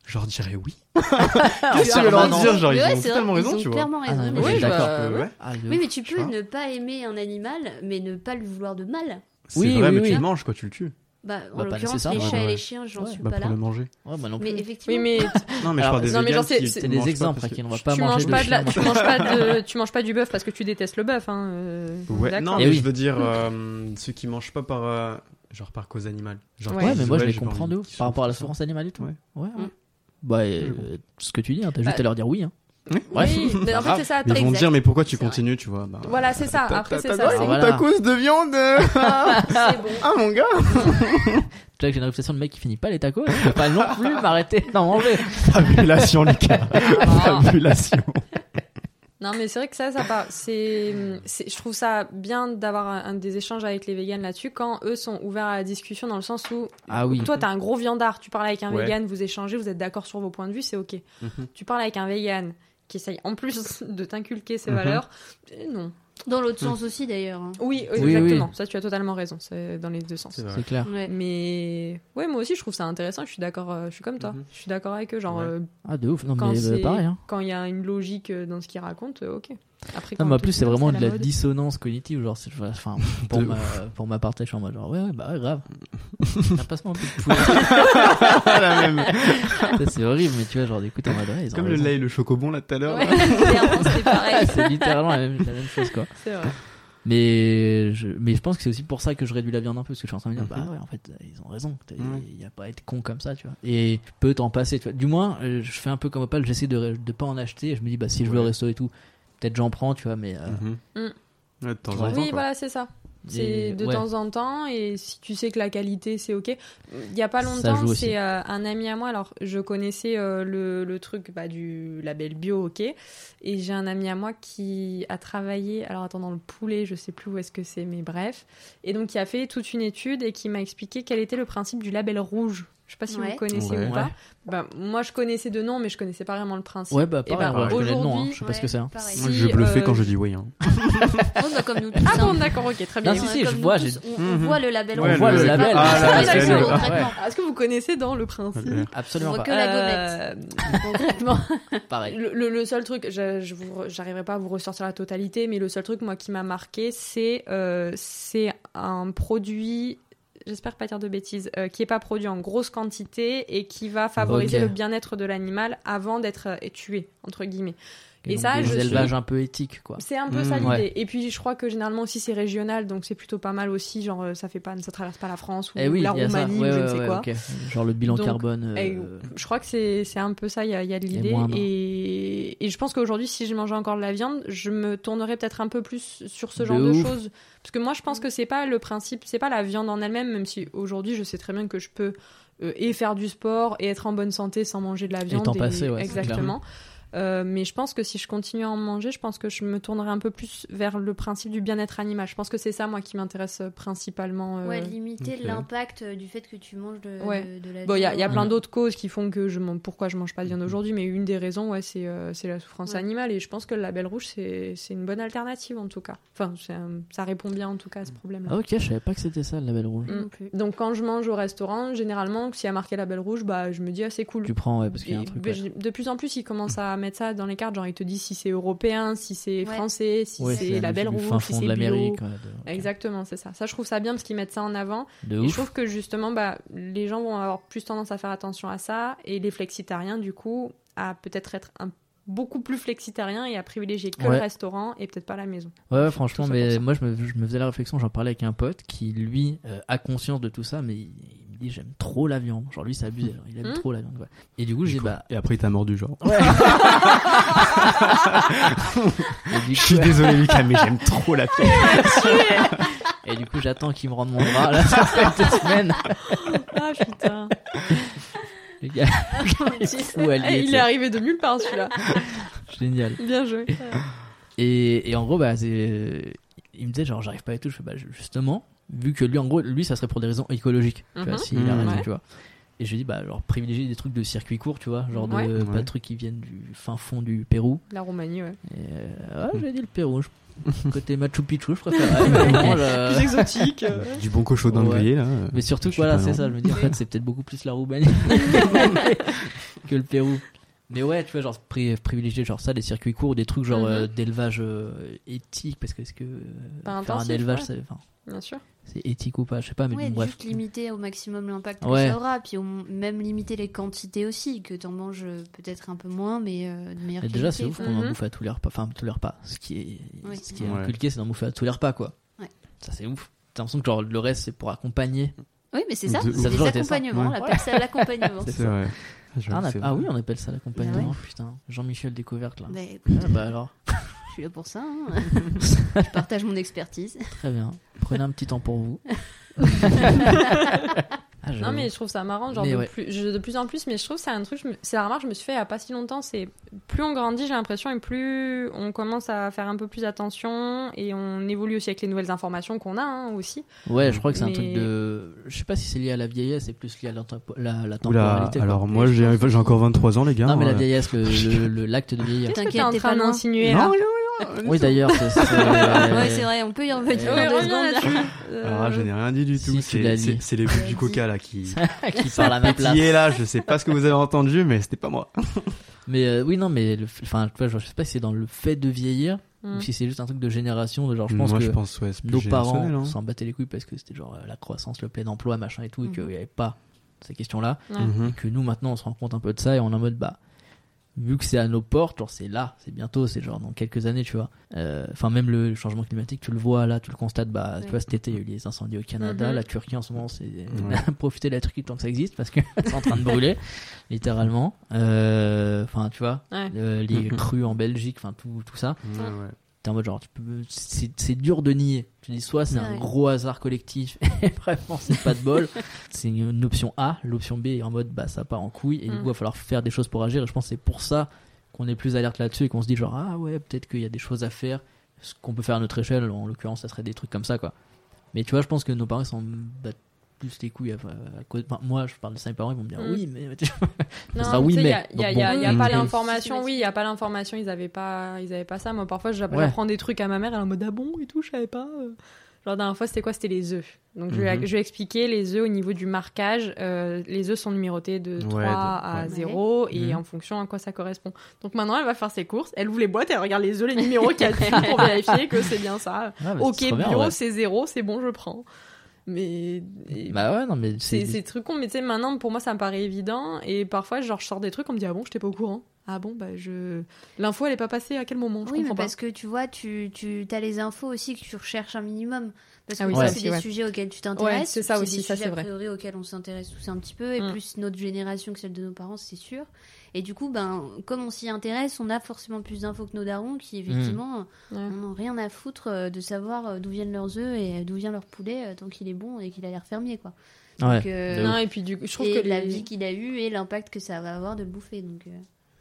Speaker 5: je leur dirais oui.
Speaker 4: Ah,
Speaker 5: Qu'est-ce que tu veux leur
Speaker 4: pardon.
Speaker 5: dire Genre, ils
Speaker 3: Mais ouais,
Speaker 5: ont
Speaker 3: c'est
Speaker 5: totalement
Speaker 3: vrai,
Speaker 5: raison,
Speaker 3: ils
Speaker 5: tu
Speaker 3: ont
Speaker 5: vois.
Speaker 3: clairement
Speaker 4: Ah, non, mais
Speaker 3: raison.
Speaker 4: moi, je
Speaker 6: Oui,
Speaker 4: suis
Speaker 6: bah,
Speaker 4: d'accord.
Speaker 5: Euh, ouais.
Speaker 4: Ah, de
Speaker 3: Oui,
Speaker 4: ouf.
Speaker 3: mais tu
Speaker 5: Tu
Speaker 3: peux
Speaker 5: vois.
Speaker 3: ne pas aimer un animal, mais ne pas lui vouloir de mal.
Speaker 5: C'est
Speaker 4: Oui,
Speaker 5: vrai,
Speaker 4: oui,
Speaker 5: mais
Speaker 4: oui.
Speaker 5: tu le manges, quoi, tu le tues.
Speaker 3: Bah, en
Speaker 4: Bah, pas
Speaker 3: l'occurrence, les
Speaker 4: nécessairement,
Speaker 3: chats
Speaker 5: ouais.
Speaker 3: et les chiens, j'en
Speaker 4: Ouais.
Speaker 3: suis
Speaker 5: Bah,
Speaker 3: pas
Speaker 5: pour
Speaker 3: là.
Speaker 5: le manger.
Speaker 4: Ouais, moi non plus.
Speaker 3: Mais
Speaker 6: Oui,
Speaker 3: effectivement,
Speaker 6: mais
Speaker 5: Non, mais je
Speaker 4: Alors,
Speaker 5: parle des
Speaker 6: non, mais
Speaker 5: vegans
Speaker 6: genre, c'est-
Speaker 5: qui-
Speaker 6: c'est-
Speaker 4: C'est
Speaker 5: qui
Speaker 4: des
Speaker 5: mangent
Speaker 4: exemples, hein,
Speaker 5: parce que-
Speaker 4: Raquel, on va pas
Speaker 6: tu
Speaker 4: manger
Speaker 6: manges
Speaker 4: de
Speaker 6: pas, de
Speaker 4: chien.
Speaker 6: la- tu manges pas de, tu manges pas du bœuf parce que tu détestes le bœuf. Hein. euh,
Speaker 5: Ouais,
Speaker 6: d'accord.
Speaker 5: non,
Speaker 4: Et
Speaker 5: mais
Speaker 4: Eh oui.
Speaker 5: je veux dire, euh, ceux qui mangent pas par, euh, genre par cause animale. Genre
Speaker 4: Ouais,
Speaker 5: qui
Speaker 4: mais
Speaker 5: disent,
Speaker 4: moi je les
Speaker 5: j'ai pas
Speaker 4: comprends
Speaker 5: envie
Speaker 4: de ouf.
Speaker 5: qu'ils
Speaker 4: Par
Speaker 5: souffrent,
Speaker 4: rapport à la
Speaker 5: tout ça.
Speaker 4: souffrance animale et tout.
Speaker 5: Ouais.
Speaker 4: ouais.
Speaker 3: Mm.
Speaker 4: Bah, euh, ce que tu dis, hein, t'as juste
Speaker 6: Bah,
Speaker 4: à leur dire oui. Hein. Ouais.
Speaker 6: Oui, mais en fait, c'est ça.
Speaker 5: Mais ils vont
Speaker 3: Exact.
Speaker 5: dire, mais pourquoi tu
Speaker 3: C'est vrai.
Speaker 5: continues, tu vois bah,
Speaker 6: Voilà, c'est ça.
Speaker 5: t'as-
Speaker 6: Après,
Speaker 5: t'as-
Speaker 6: c'est
Speaker 5: t'as-
Speaker 6: ça.
Speaker 5: t'as-
Speaker 6: c'est-
Speaker 4: Voilà.
Speaker 5: Ta cause de viande Ah,
Speaker 6: C'est bon.
Speaker 5: ah, mon gars
Speaker 4: Tu vois que j'ai une réputation de mec qui finit pas les tacos, hein. je peux pas non Ah. plus m'arrêter d'en manger.
Speaker 5: Fabulation, Lucas Fabulation
Speaker 6: Non, mais c'est vrai que ça, ça part. C'est, c'est- je trouve ça bien d'avoir un, un des échanges avec les véganes là-dessus quand eux sont ouverts à la discussion dans le sens où
Speaker 4: Ah oui.
Speaker 6: toi, t'as un gros viandard, tu parles avec un
Speaker 5: Ouais.
Speaker 6: vegan, vous échangez, vous êtes d'accord sur vos points de vue, c'est ok.
Speaker 5: Mhm.
Speaker 6: Tu parles avec un vegan qui essaye en plus de t'inculquer ses
Speaker 5: Mhm.
Speaker 6: valeurs, eh non.
Speaker 3: dans l'autre sens aussi d'ailleurs. hein.
Speaker 6: Oui,
Speaker 4: Oui,
Speaker 6: exactement. Ça, tu as totalement raison. C'est dans les deux sens.
Speaker 5: C'est vrai.
Speaker 4: C'est clair.
Speaker 3: Ouais.
Speaker 6: Mais ouais, moi aussi, je trouve ça intéressant. Je suis d'accord. euh, Je suis comme toi.
Speaker 5: Mhm.
Speaker 6: Je suis d'accord avec eux. Genre
Speaker 5: Ouais.
Speaker 6: euh,
Speaker 4: Ah, de ouf. Non,
Speaker 6: quand
Speaker 4: mais euh,
Speaker 6: c'est
Speaker 4: pareil. Hein.
Speaker 6: quand il y a une logique euh, dans ce qu'ils racontent, euh, ok. Après,
Speaker 4: Non,
Speaker 6: quand
Speaker 4: mais en
Speaker 6: tout
Speaker 4: plus, c'est
Speaker 6: ça,
Speaker 4: vraiment de la
Speaker 6: mode.
Speaker 4: dissonance cognitive. Genre, c'est- enfin, pour,
Speaker 5: De
Speaker 4: ma, pour ma part, je suis en mode genre, ouais, ouais, bah, ouais, grave. Un passement un peu de poulet.
Speaker 5: Ah, la même
Speaker 4: Ça, c'est horrible, mais tu vois, genre, d'écouter en mode, ouais, ils ont
Speaker 5: Comme le
Speaker 4: raison.
Speaker 5: lait et le chocobon, là, tout à l'heure.
Speaker 6: Ouais, clairement, c'est pareil.
Speaker 4: C'est littéralement la même, la même chose, quoi.
Speaker 6: C'est vrai.
Speaker 4: Mais je, mais je pense que c'est aussi pour ça que je réduis la viande un peu, parce que je suis en train de me dire,
Speaker 5: Mhm.
Speaker 4: bah ouais, en fait, ils ont raison. T'as- Il
Speaker 6: Mhm.
Speaker 5: Ouais.
Speaker 4: n'y a pas à être con comme ça, tu vois. Et je peux t'en passer, tu vois. Du moins, euh, je fais un peu comme Opal, j'essaie de, de pas en acheter, et je me dis, bah si je veux
Speaker 5: Ouais.
Speaker 4: le resto et tout, peut-être j'en prends, tu vois, mais. euh,
Speaker 5: Mhm.
Speaker 6: Mhm.
Speaker 5: Ouais, de temps en
Speaker 4: Oui,
Speaker 5: temps,
Speaker 6: Oui,
Speaker 5: quoi.
Speaker 6: voilà, c'est ça.
Speaker 4: et-
Speaker 6: C'est de
Speaker 4: ouais.
Speaker 6: temps en temps, et si tu sais que la qualité, c'est ok. Il y a pas
Speaker 4: Ça
Speaker 6: longtemps,
Speaker 4: joue aussi.
Speaker 6: c'est euh, un ami à moi. Alors, je connaissais euh, le, le truc bah, du label bio, ok. Et j'ai un ami à moi qui a travaillé, alors attends, dans le poulet, je sais plus où est-ce que c'est, mais bref. Et donc, qui a fait toute une étude et qui m'a expliqué quel était le principe du label rouge. Je sais pas si
Speaker 3: Ouais.
Speaker 6: vous connaissez
Speaker 5: Ouais.
Speaker 6: ou pas. Bah, moi, je connaissais de nom, mais je connaissais pas vraiment le principe.
Speaker 4: Ouais, bah
Speaker 6: Et
Speaker 4: pareil,
Speaker 6: bah,
Speaker 4: ouais, je connais le nom, hein,
Speaker 6: aujourd'hui,
Speaker 4: je sais pas ce que c'est. hein.
Speaker 3: Pareil.
Speaker 5: Moi,
Speaker 6: Si,
Speaker 5: j'ai bluffé
Speaker 6: euh,
Speaker 5: quand j'ai dit oui. hein.
Speaker 3: Oh, bah, comme nous tous.
Speaker 6: Ah bon,
Speaker 3: hein.
Speaker 6: d'accord, ok, très bien.
Speaker 4: Non, si,
Speaker 3: Ouais,
Speaker 4: si,
Speaker 3: comme
Speaker 4: je
Speaker 3: nous
Speaker 4: vois,
Speaker 3: tous,
Speaker 4: j'ai-
Speaker 3: on, on
Speaker 5: euh, Mhm.
Speaker 3: voit le label.
Speaker 5: Ouais,
Speaker 4: On voit le
Speaker 5: le-
Speaker 4: label.
Speaker 5: Ah,
Speaker 4: ça,
Speaker 6: la
Speaker 4: c'est
Speaker 6: label,
Speaker 4: le-
Speaker 6: ouais.
Speaker 4: ouais,
Speaker 6: Ah, Est-ce que vous connaissez dans le
Speaker 4: Ah,
Speaker 6: principe
Speaker 5: Ouais.
Speaker 3: On
Speaker 4: Absolument
Speaker 3: voit que
Speaker 4: pas.
Speaker 3: la gonnette.
Speaker 6: Euh, concrètement,
Speaker 4: Pareil.
Speaker 6: le, le- le seul truc, je- je vous re- j'arriverai pas à vous ressortir la totalité, mais le seul truc moi qui m'a marqué, c'est euh, c'est un produit. J'espère pas dire de bêtises, euh, qui est pas produit en grosse quantité et qui va favoriser
Speaker 4: Ok.
Speaker 6: le bien-être de l'animal avant d'être euh, tué entre guillemets. Et
Speaker 4: donc,
Speaker 6: ça,
Speaker 4: des
Speaker 6: je suis-
Speaker 4: élevages un peu éthiques, quoi.
Speaker 6: C'est un
Speaker 5: Mm.
Speaker 6: peu ça l'idée.
Speaker 4: Ouais.
Speaker 6: Et puis je crois que généralement aussi c'est régional, donc c'est plutôt pas mal aussi. Genre euh, ça fait pas, ça traverse pas la France ou
Speaker 4: Eh oui,
Speaker 6: la
Speaker 4: il y a ça.
Speaker 6: Roumanie
Speaker 4: Ouais,
Speaker 6: ou je
Speaker 4: ouais,
Speaker 6: ne sais
Speaker 4: ouais,
Speaker 6: quoi.
Speaker 4: ok. Genre le bilan
Speaker 6: Donc,
Speaker 4: carbone. euh,
Speaker 6: Et je crois que c'est c'est un peu ça, il y a, il y a de l'idée.
Speaker 4: moindre.
Speaker 6: Et, et je pense qu'aujourd'hui, si je mangeais encore de la viande, je me tournerais peut-être un peu plus sur ce
Speaker 4: De
Speaker 6: genre de,
Speaker 4: ouf.
Speaker 6: choses. Parce que moi, je pense que c'est pas le principe, c'est pas la viande en elle-même, même si aujourd'hui, je sais très bien que je peux euh, et faire du sport et être en bonne santé sans manger de la viande.
Speaker 4: t'en passer, ouais, c'est clair.
Speaker 6: Exactement. Euh, mais je pense que si je continue à en manger, je pense que je me tournerai un peu plus vers le principe du bien-être animal. Je pense que c'est ça, moi, qui m'intéresse euh, principalement. euh,
Speaker 3: Ouais, limiter
Speaker 5: ok.
Speaker 3: l'impact euh, du fait que tu manges de,
Speaker 6: Ouais.
Speaker 3: de- de la
Speaker 6: Bon, il y a, il y a
Speaker 3: viande. euh,
Speaker 6: plein
Speaker 4: Mm.
Speaker 6: d'autres causes qui font que je mange, pourquoi je mange pas de
Speaker 4: Mm-hmm.
Speaker 6: viande aujourd'hui, mais une des raisons, ouais, c'est euh, c'est la souffrance
Speaker 3: Ouais.
Speaker 6: animale. Et je pense que le label rouge, c'est c'est une bonne alternative en tout cas. Enfin, c'est un- ça répond bien en tout cas à ce
Speaker 4: Ah,
Speaker 6: problème-là.
Speaker 4: ok, je savais pas que c'était ça le label rouge.
Speaker 6: Mm.
Speaker 3: Non plus.
Speaker 6: Donc quand je mange au restaurant, généralement, s'il y a marqué label rouge, bah, je me dis, ah, c'est cool.
Speaker 4: Tu prends, ouais, parce qu'il y a un
Speaker 6: Et-
Speaker 4: truc.
Speaker 6: ben,
Speaker 4: ouais. Mm.
Speaker 6: j'ai- De plus en plus, ils commencent à mettre ça dans les cartes. Genre, ils te disent si c'est européen, si c'est
Speaker 3: Ouais.
Speaker 6: français, si
Speaker 4: Ouais,
Speaker 6: c'est label
Speaker 4: du
Speaker 6: rouge,
Speaker 4: fin
Speaker 6: si
Speaker 4: fond de
Speaker 6: c'est bio.
Speaker 4: l'Amérique. ouais, de- ok.
Speaker 6: Exactement, c'est ça. Ça, je trouve ça bien parce qu'ils mettent ça en avant.
Speaker 4: De
Speaker 6: Et je
Speaker 4: ouf.
Speaker 6: trouve que justement, bah, les gens vont avoir plus tendance à faire attention à ça et les flexitariens, du coup, à peut-être être un- beaucoup plus flexitariens et à privilégier que
Speaker 4: Ouais.
Speaker 6: le restaurant et peut-être pas la maison.
Speaker 4: Ouais, ouais, franchement,
Speaker 6: tout ça pour
Speaker 4: mais
Speaker 6: ça.
Speaker 4: moi je me, je me faisais la réflexion, j'en parlais avec un pote qui lui euh, a conscience de tout ça, mais il, il me dit j'aime trop la viande. Genre lui, ça abuse, alors, il aime
Speaker 6: Hmm.
Speaker 4: trop la viande. quoi. Et du coup, j'ai dit, bah.
Speaker 5: Et après, il t'a mordu, genre.
Speaker 4: et du
Speaker 5: Je
Speaker 4: coup-
Speaker 5: suis désolé, Lucas, mais j'aime trop la pièce.
Speaker 4: Et du coup, j'attends qu'il me rende mon bras là, ça fait deux semaines.
Speaker 6: Ah putain
Speaker 4: Le gars, il est fou à lier, tu
Speaker 6: Eh, Il est
Speaker 4: sais.
Speaker 6: arrivé de nulle part celui-là.
Speaker 4: Génial.
Speaker 6: Bien joué.
Speaker 4: Et, et en gros, bah, c'est- il me disait genre j'arrive pas et tout. Je fais bah justement, vu que lui en gros, lui ça serait pour des raisons écologiques. Tu vois,
Speaker 6: Mhm.
Speaker 4: s'il a
Speaker 5: Mhm.
Speaker 4: raison,
Speaker 6: Ouais.
Speaker 4: tu vois. Et je lui dis bah genre privilégier des trucs de circuit court, tu vois, genre de,
Speaker 6: Ouais.
Speaker 4: pas de
Speaker 5: Ouais.
Speaker 4: trucs qui viennent du fin fond du Pérou.
Speaker 6: La Roumanie, ouais.
Speaker 4: Et, euh,
Speaker 5: Hmm.
Speaker 4: ouais, j'ai dit le Pérou. je- Côté Machu Picchu, je préférerais. mais, bon, je-
Speaker 6: Plus exotique. euh.
Speaker 5: Du bon cochon
Speaker 4: Ouais.
Speaker 5: d'un grillé, là.
Speaker 4: mais surtout,
Speaker 5: Je suis
Speaker 4: voilà,
Speaker 5: pas
Speaker 4: c'est
Speaker 5: loin.
Speaker 4: ça. Je me dis en fait, c'est peut-être beaucoup plus la Roumanie que le Pérou. Mais ouais, tu vois, genre pri- privilégier genre ça, des circuits courts, des
Speaker 5: Mm-hmm.
Speaker 4: trucs genre
Speaker 6: Mhm.
Speaker 4: euh, d'élevage euh, éthique, parce que est-ce que euh,
Speaker 6: Pas
Speaker 4: faire un
Speaker 6: intensif,
Speaker 4: élevage,
Speaker 6: ouais.
Speaker 4: c'est- enfin,
Speaker 6: Bien sûr.
Speaker 4: c'est éthique ou pas, je sais pas, mais
Speaker 3: Ouais,
Speaker 4: bon, bref.
Speaker 3: juste limiter au maximum l'impact
Speaker 4: Ouais.
Speaker 3: que ça aura, puis au- même limiter les quantités aussi, que t'en manges euh, peut-être un peu moins, mais euh, de meilleure
Speaker 4: Mais
Speaker 3: qualité.
Speaker 4: déjà, c'est ouf qu'on en
Speaker 6: Mhm.
Speaker 4: bouffe à tous les repas. Enfin, tous les repas. Ce qui est,
Speaker 3: Mm-hmm. Oui.
Speaker 4: ce qui est
Speaker 5: Ouais.
Speaker 4: inculqué, c'est d'en bouffer à tous les repas, quoi.
Speaker 3: Ouais.
Speaker 4: Ça, c'est ouf. T'as l'impression que genre, le reste, c'est pour accompagner.
Speaker 3: Oui, mais c'est ça,
Speaker 5: De
Speaker 3: c'est
Speaker 5: ouf. Ça a
Speaker 3: des
Speaker 4: toujours été ça.
Speaker 3: accompagnements, on
Speaker 5: Ouais.
Speaker 3: l'appelle ça l'accompagnement.
Speaker 4: C'est
Speaker 5: C'est vrai.
Speaker 4: Ah, on
Speaker 5: J'avoue,
Speaker 4: a-
Speaker 5: c'est
Speaker 4: ah
Speaker 5: vrai.
Speaker 4: oui, on appelle ça l'accompagnement.
Speaker 3: Bah
Speaker 4: Putain, Jean-Michel découverte, là.
Speaker 3: Bah, écoute,
Speaker 4: Ah, bah alors,
Speaker 3: je suis là pour ça, hein. je partage mon expertise.
Speaker 4: très bien. Prenez un petit temps pour vous. Ah,
Speaker 6: Non,
Speaker 4: j'avoue.
Speaker 6: mais je trouve ça marrant, genre
Speaker 4: Mais
Speaker 6: de,
Speaker 4: ouais.
Speaker 6: plus, je- de plus en plus, mais je trouve que c'est un truc, je me- c'est la remarque que je me suis fait il y a pas si longtemps, c'est plus on grandit, j'ai l'impression, et plus on commence à faire un peu plus attention, et on évolue aussi avec les nouvelles informations qu'on a hein, aussi.
Speaker 4: Ouais, je crois que c'est un
Speaker 6: Mais-
Speaker 4: truc de. Je sais pas si c'est lié à la vieillesse, c'est plus lié à la, tempo- la- la
Speaker 5: Oula,
Speaker 4: temporalité. quoi.
Speaker 5: alors moi j'ai j'ai encore 23 ans les gars.
Speaker 4: non, mais la
Speaker 5: hein.
Speaker 4: vieillesse, le- le- le- l'acte de vieillir.
Speaker 6: Qu'est-ce que
Speaker 3: T'inquiète,
Speaker 6: t'es en
Speaker 3: t'es
Speaker 6: train
Speaker 3: pas loin.
Speaker 6: d'insinuer
Speaker 5: Non,
Speaker 6: là
Speaker 5: oui,
Speaker 4: Oui, d'ailleurs, c'est.
Speaker 3: Ouais, c'est vrai, on peut y revenir
Speaker 4: Ouais,
Speaker 3: dans deux
Speaker 6: reviens
Speaker 3: secondes. là.
Speaker 6: là-dessus. Euh,
Speaker 4: Ah,
Speaker 5: Alors là, je n'ai rien dit du
Speaker 4: Si,
Speaker 5: tout.
Speaker 4: tu l'as
Speaker 5: C'est-
Speaker 4: dit.
Speaker 5: C'est c'est les buts du coca là qui.
Speaker 4: qui parle à ma place.
Speaker 5: Qui est là, je sais pas ce que vous avez entendu, mais c'était pas moi.
Speaker 4: Mais euh, oui, non, mais le- enfin, tu vois, je sais pas si c'est dans le fait de vieillir
Speaker 6: Mm.
Speaker 4: ou si c'est juste un truc de génération. de Genre, je pense
Speaker 5: moi
Speaker 4: que
Speaker 5: je pense, ouais, c'est plus
Speaker 4: nos parents
Speaker 5: générationnel, hein.
Speaker 4: s'en battaient les couilles parce que c'était genre euh, la croissance, le plein emploi, machin et tout, et qu'il
Speaker 3: Mhm.
Speaker 4: n'y avait pas ces questions-là.
Speaker 6: Ouais.
Speaker 5: Mhm.
Speaker 4: Que nous, maintenant, on se rend compte un peu de ça et on est en mode, bah, vu que c'est à nos portes, genre, c'est là, c'est bientôt, c'est genre dans quelques années, tu vois. Euh, Enfin, même le changement climatique, tu le vois là, tu le constates, bah, tu
Speaker 3: Ouais.
Speaker 4: vois, cet été, il y a eu les incendies au Canada,
Speaker 6: Mhm.
Speaker 4: la Turquie en ce moment, c'est. Profiter de la Turquie tant que ça existe parce que c'est en train de brûler, littéralement. Euh, Enfin, tu vois.
Speaker 6: Ouais.
Speaker 4: Euh, les
Speaker 5: Mhm.
Speaker 4: crues en Belgique, enfin tout, tout ça.
Speaker 5: Ouais, ouais.
Speaker 4: T'es en mode genre, tu peux, c'est c'est dur de nier. Tu dis soit c'est un
Speaker 3: Ouais.
Speaker 4: gros hasard collectif, et vraiment c'est pas de bol. c'est une, une option A, l'option B est en mode bah ça part en couille, et du
Speaker 6: Mm.
Speaker 4: coup va falloir faire des choses pour agir. Et je pense que c'est pour ça qu'on est plus alerte là-dessus et qu'on se dit genre ah ouais peut-être qu'il y a des choses à faire, ce qu'on peut faire à notre échelle. En l'occurrence, ça serait des trucs comme ça quoi. Mais tu vois, je pense que nos parents ils s'en battent plus les couilles à, à cause. enfin, moi, je parle de ça, mes parents ils vont me dire
Speaker 6: Mm.
Speaker 4: oui mais tu vois,
Speaker 6: Non,
Speaker 4: ça sera oui
Speaker 6: tu sais,
Speaker 4: mais.
Speaker 6: Il n'y a,
Speaker 4: Donc
Speaker 6: il y a-
Speaker 4: bon.
Speaker 6: il y a pas
Speaker 5: Mm.
Speaker 6: l'information, oui, il n'y a pas l'information, ils n'avaient pas, ils avaient pas ça. Moi, parfois, j'app-
Speaker 4: Ouais.
Speaker 6: j'apprends des trucs à ma mère, elle est en mode ah bon et tout, je savais pas. euh. Genre, la dernière fois, c'était quoi C'était les œufs. Donc, je, vais
Speaker 5: Mhm.
Speaker 6: je lui ai expliqué, les œufs au niveau du marquage, euh, les œufs sont numérotés de 3
Speaker 5: Ouais, de-
Speaker 6: à
Speaker 5: ouais.
Speaker 6: 0 et
Speaker 4: Mhm.
Speaker 6: en fonction à quoi ça correspond. Donc, maintenant, elle va faire ses courses, elle ouvre les boîtes et elle regarde les œufs, les numéros qu'il y a dessus pour vérifier que c'est bien ça.
Speaker 4: Ah, bah,
Speaker 6: ok,
Speaker 4: c'est trop bien,
Speaker 6: bio,
Speaker 4: ouais.
Speaker 6: c'est 0, c'est bon, je prends. Mais. et-
Speaker 4: Bah ouais, non, mais
Speaker 6: c'est c'est truc con, mais tu sais, maintenant, pour moi, ça me paraît évident. Et parfois, genre, je sors des trucs, on me dit, ah bon, je t'ai pas au courant. Ah bon, bah, je. L'info, elle est pas passée à quel moment Je
Speaker 3: Oui, mais
Speaker 6: comprends pas.
Speaker 3: parce que tu vois, tu, tu as les infos aussi que tu recherches un minimum. Parce que
Speaker 6: Ah oui,
Speaker 3: ça,
Speaker 4: ça
Speaker 3: c'est
Speaker 6: aussi,
Speaker 3: des
Speaker 6: ouais.
Speaker 3: sujets auxquels tu t'intéresses.
Speaker 6: Ouais, c'est ça aussi,
Speaker 3: des
Speaker 6: ça,
Speaker 3: sujets
Speaker 6: c'est
Speaker 3: a
Speaker 6: vrai.
Speaker 3: priori auxquels on s'intéresse tous un petit peu, et
Speaker 6: Mm.
Speaker 3: plus notre génération que celle de nos parents, c'est sûr. Et du coup, ben, comme on s'y intéresse, on a forcément plus d'infos que nos darons qui, effectivement,
Speaker 6: Mm. Ouais.
Speaker 3: n'en ont rien à foutre euh, de savoir euh, d'où viennent leurs œufs et d'où vient leur poulet euh, tant qu'il est bon et qu'il a l'air fermier, quoi.
Speaker 4: Ouais.
Speaker 3: Donc, euh,
Speaker 4: De
Speaker 6: Non, et puis, du coup, je trouve
Speaker 3: et
Speaker 6: que
Speaker 3: la
Speaker 6: les-
Speaker 3: vie qu'il a eue et l'impact que ça va avoir de le bouffer. Donc, euh,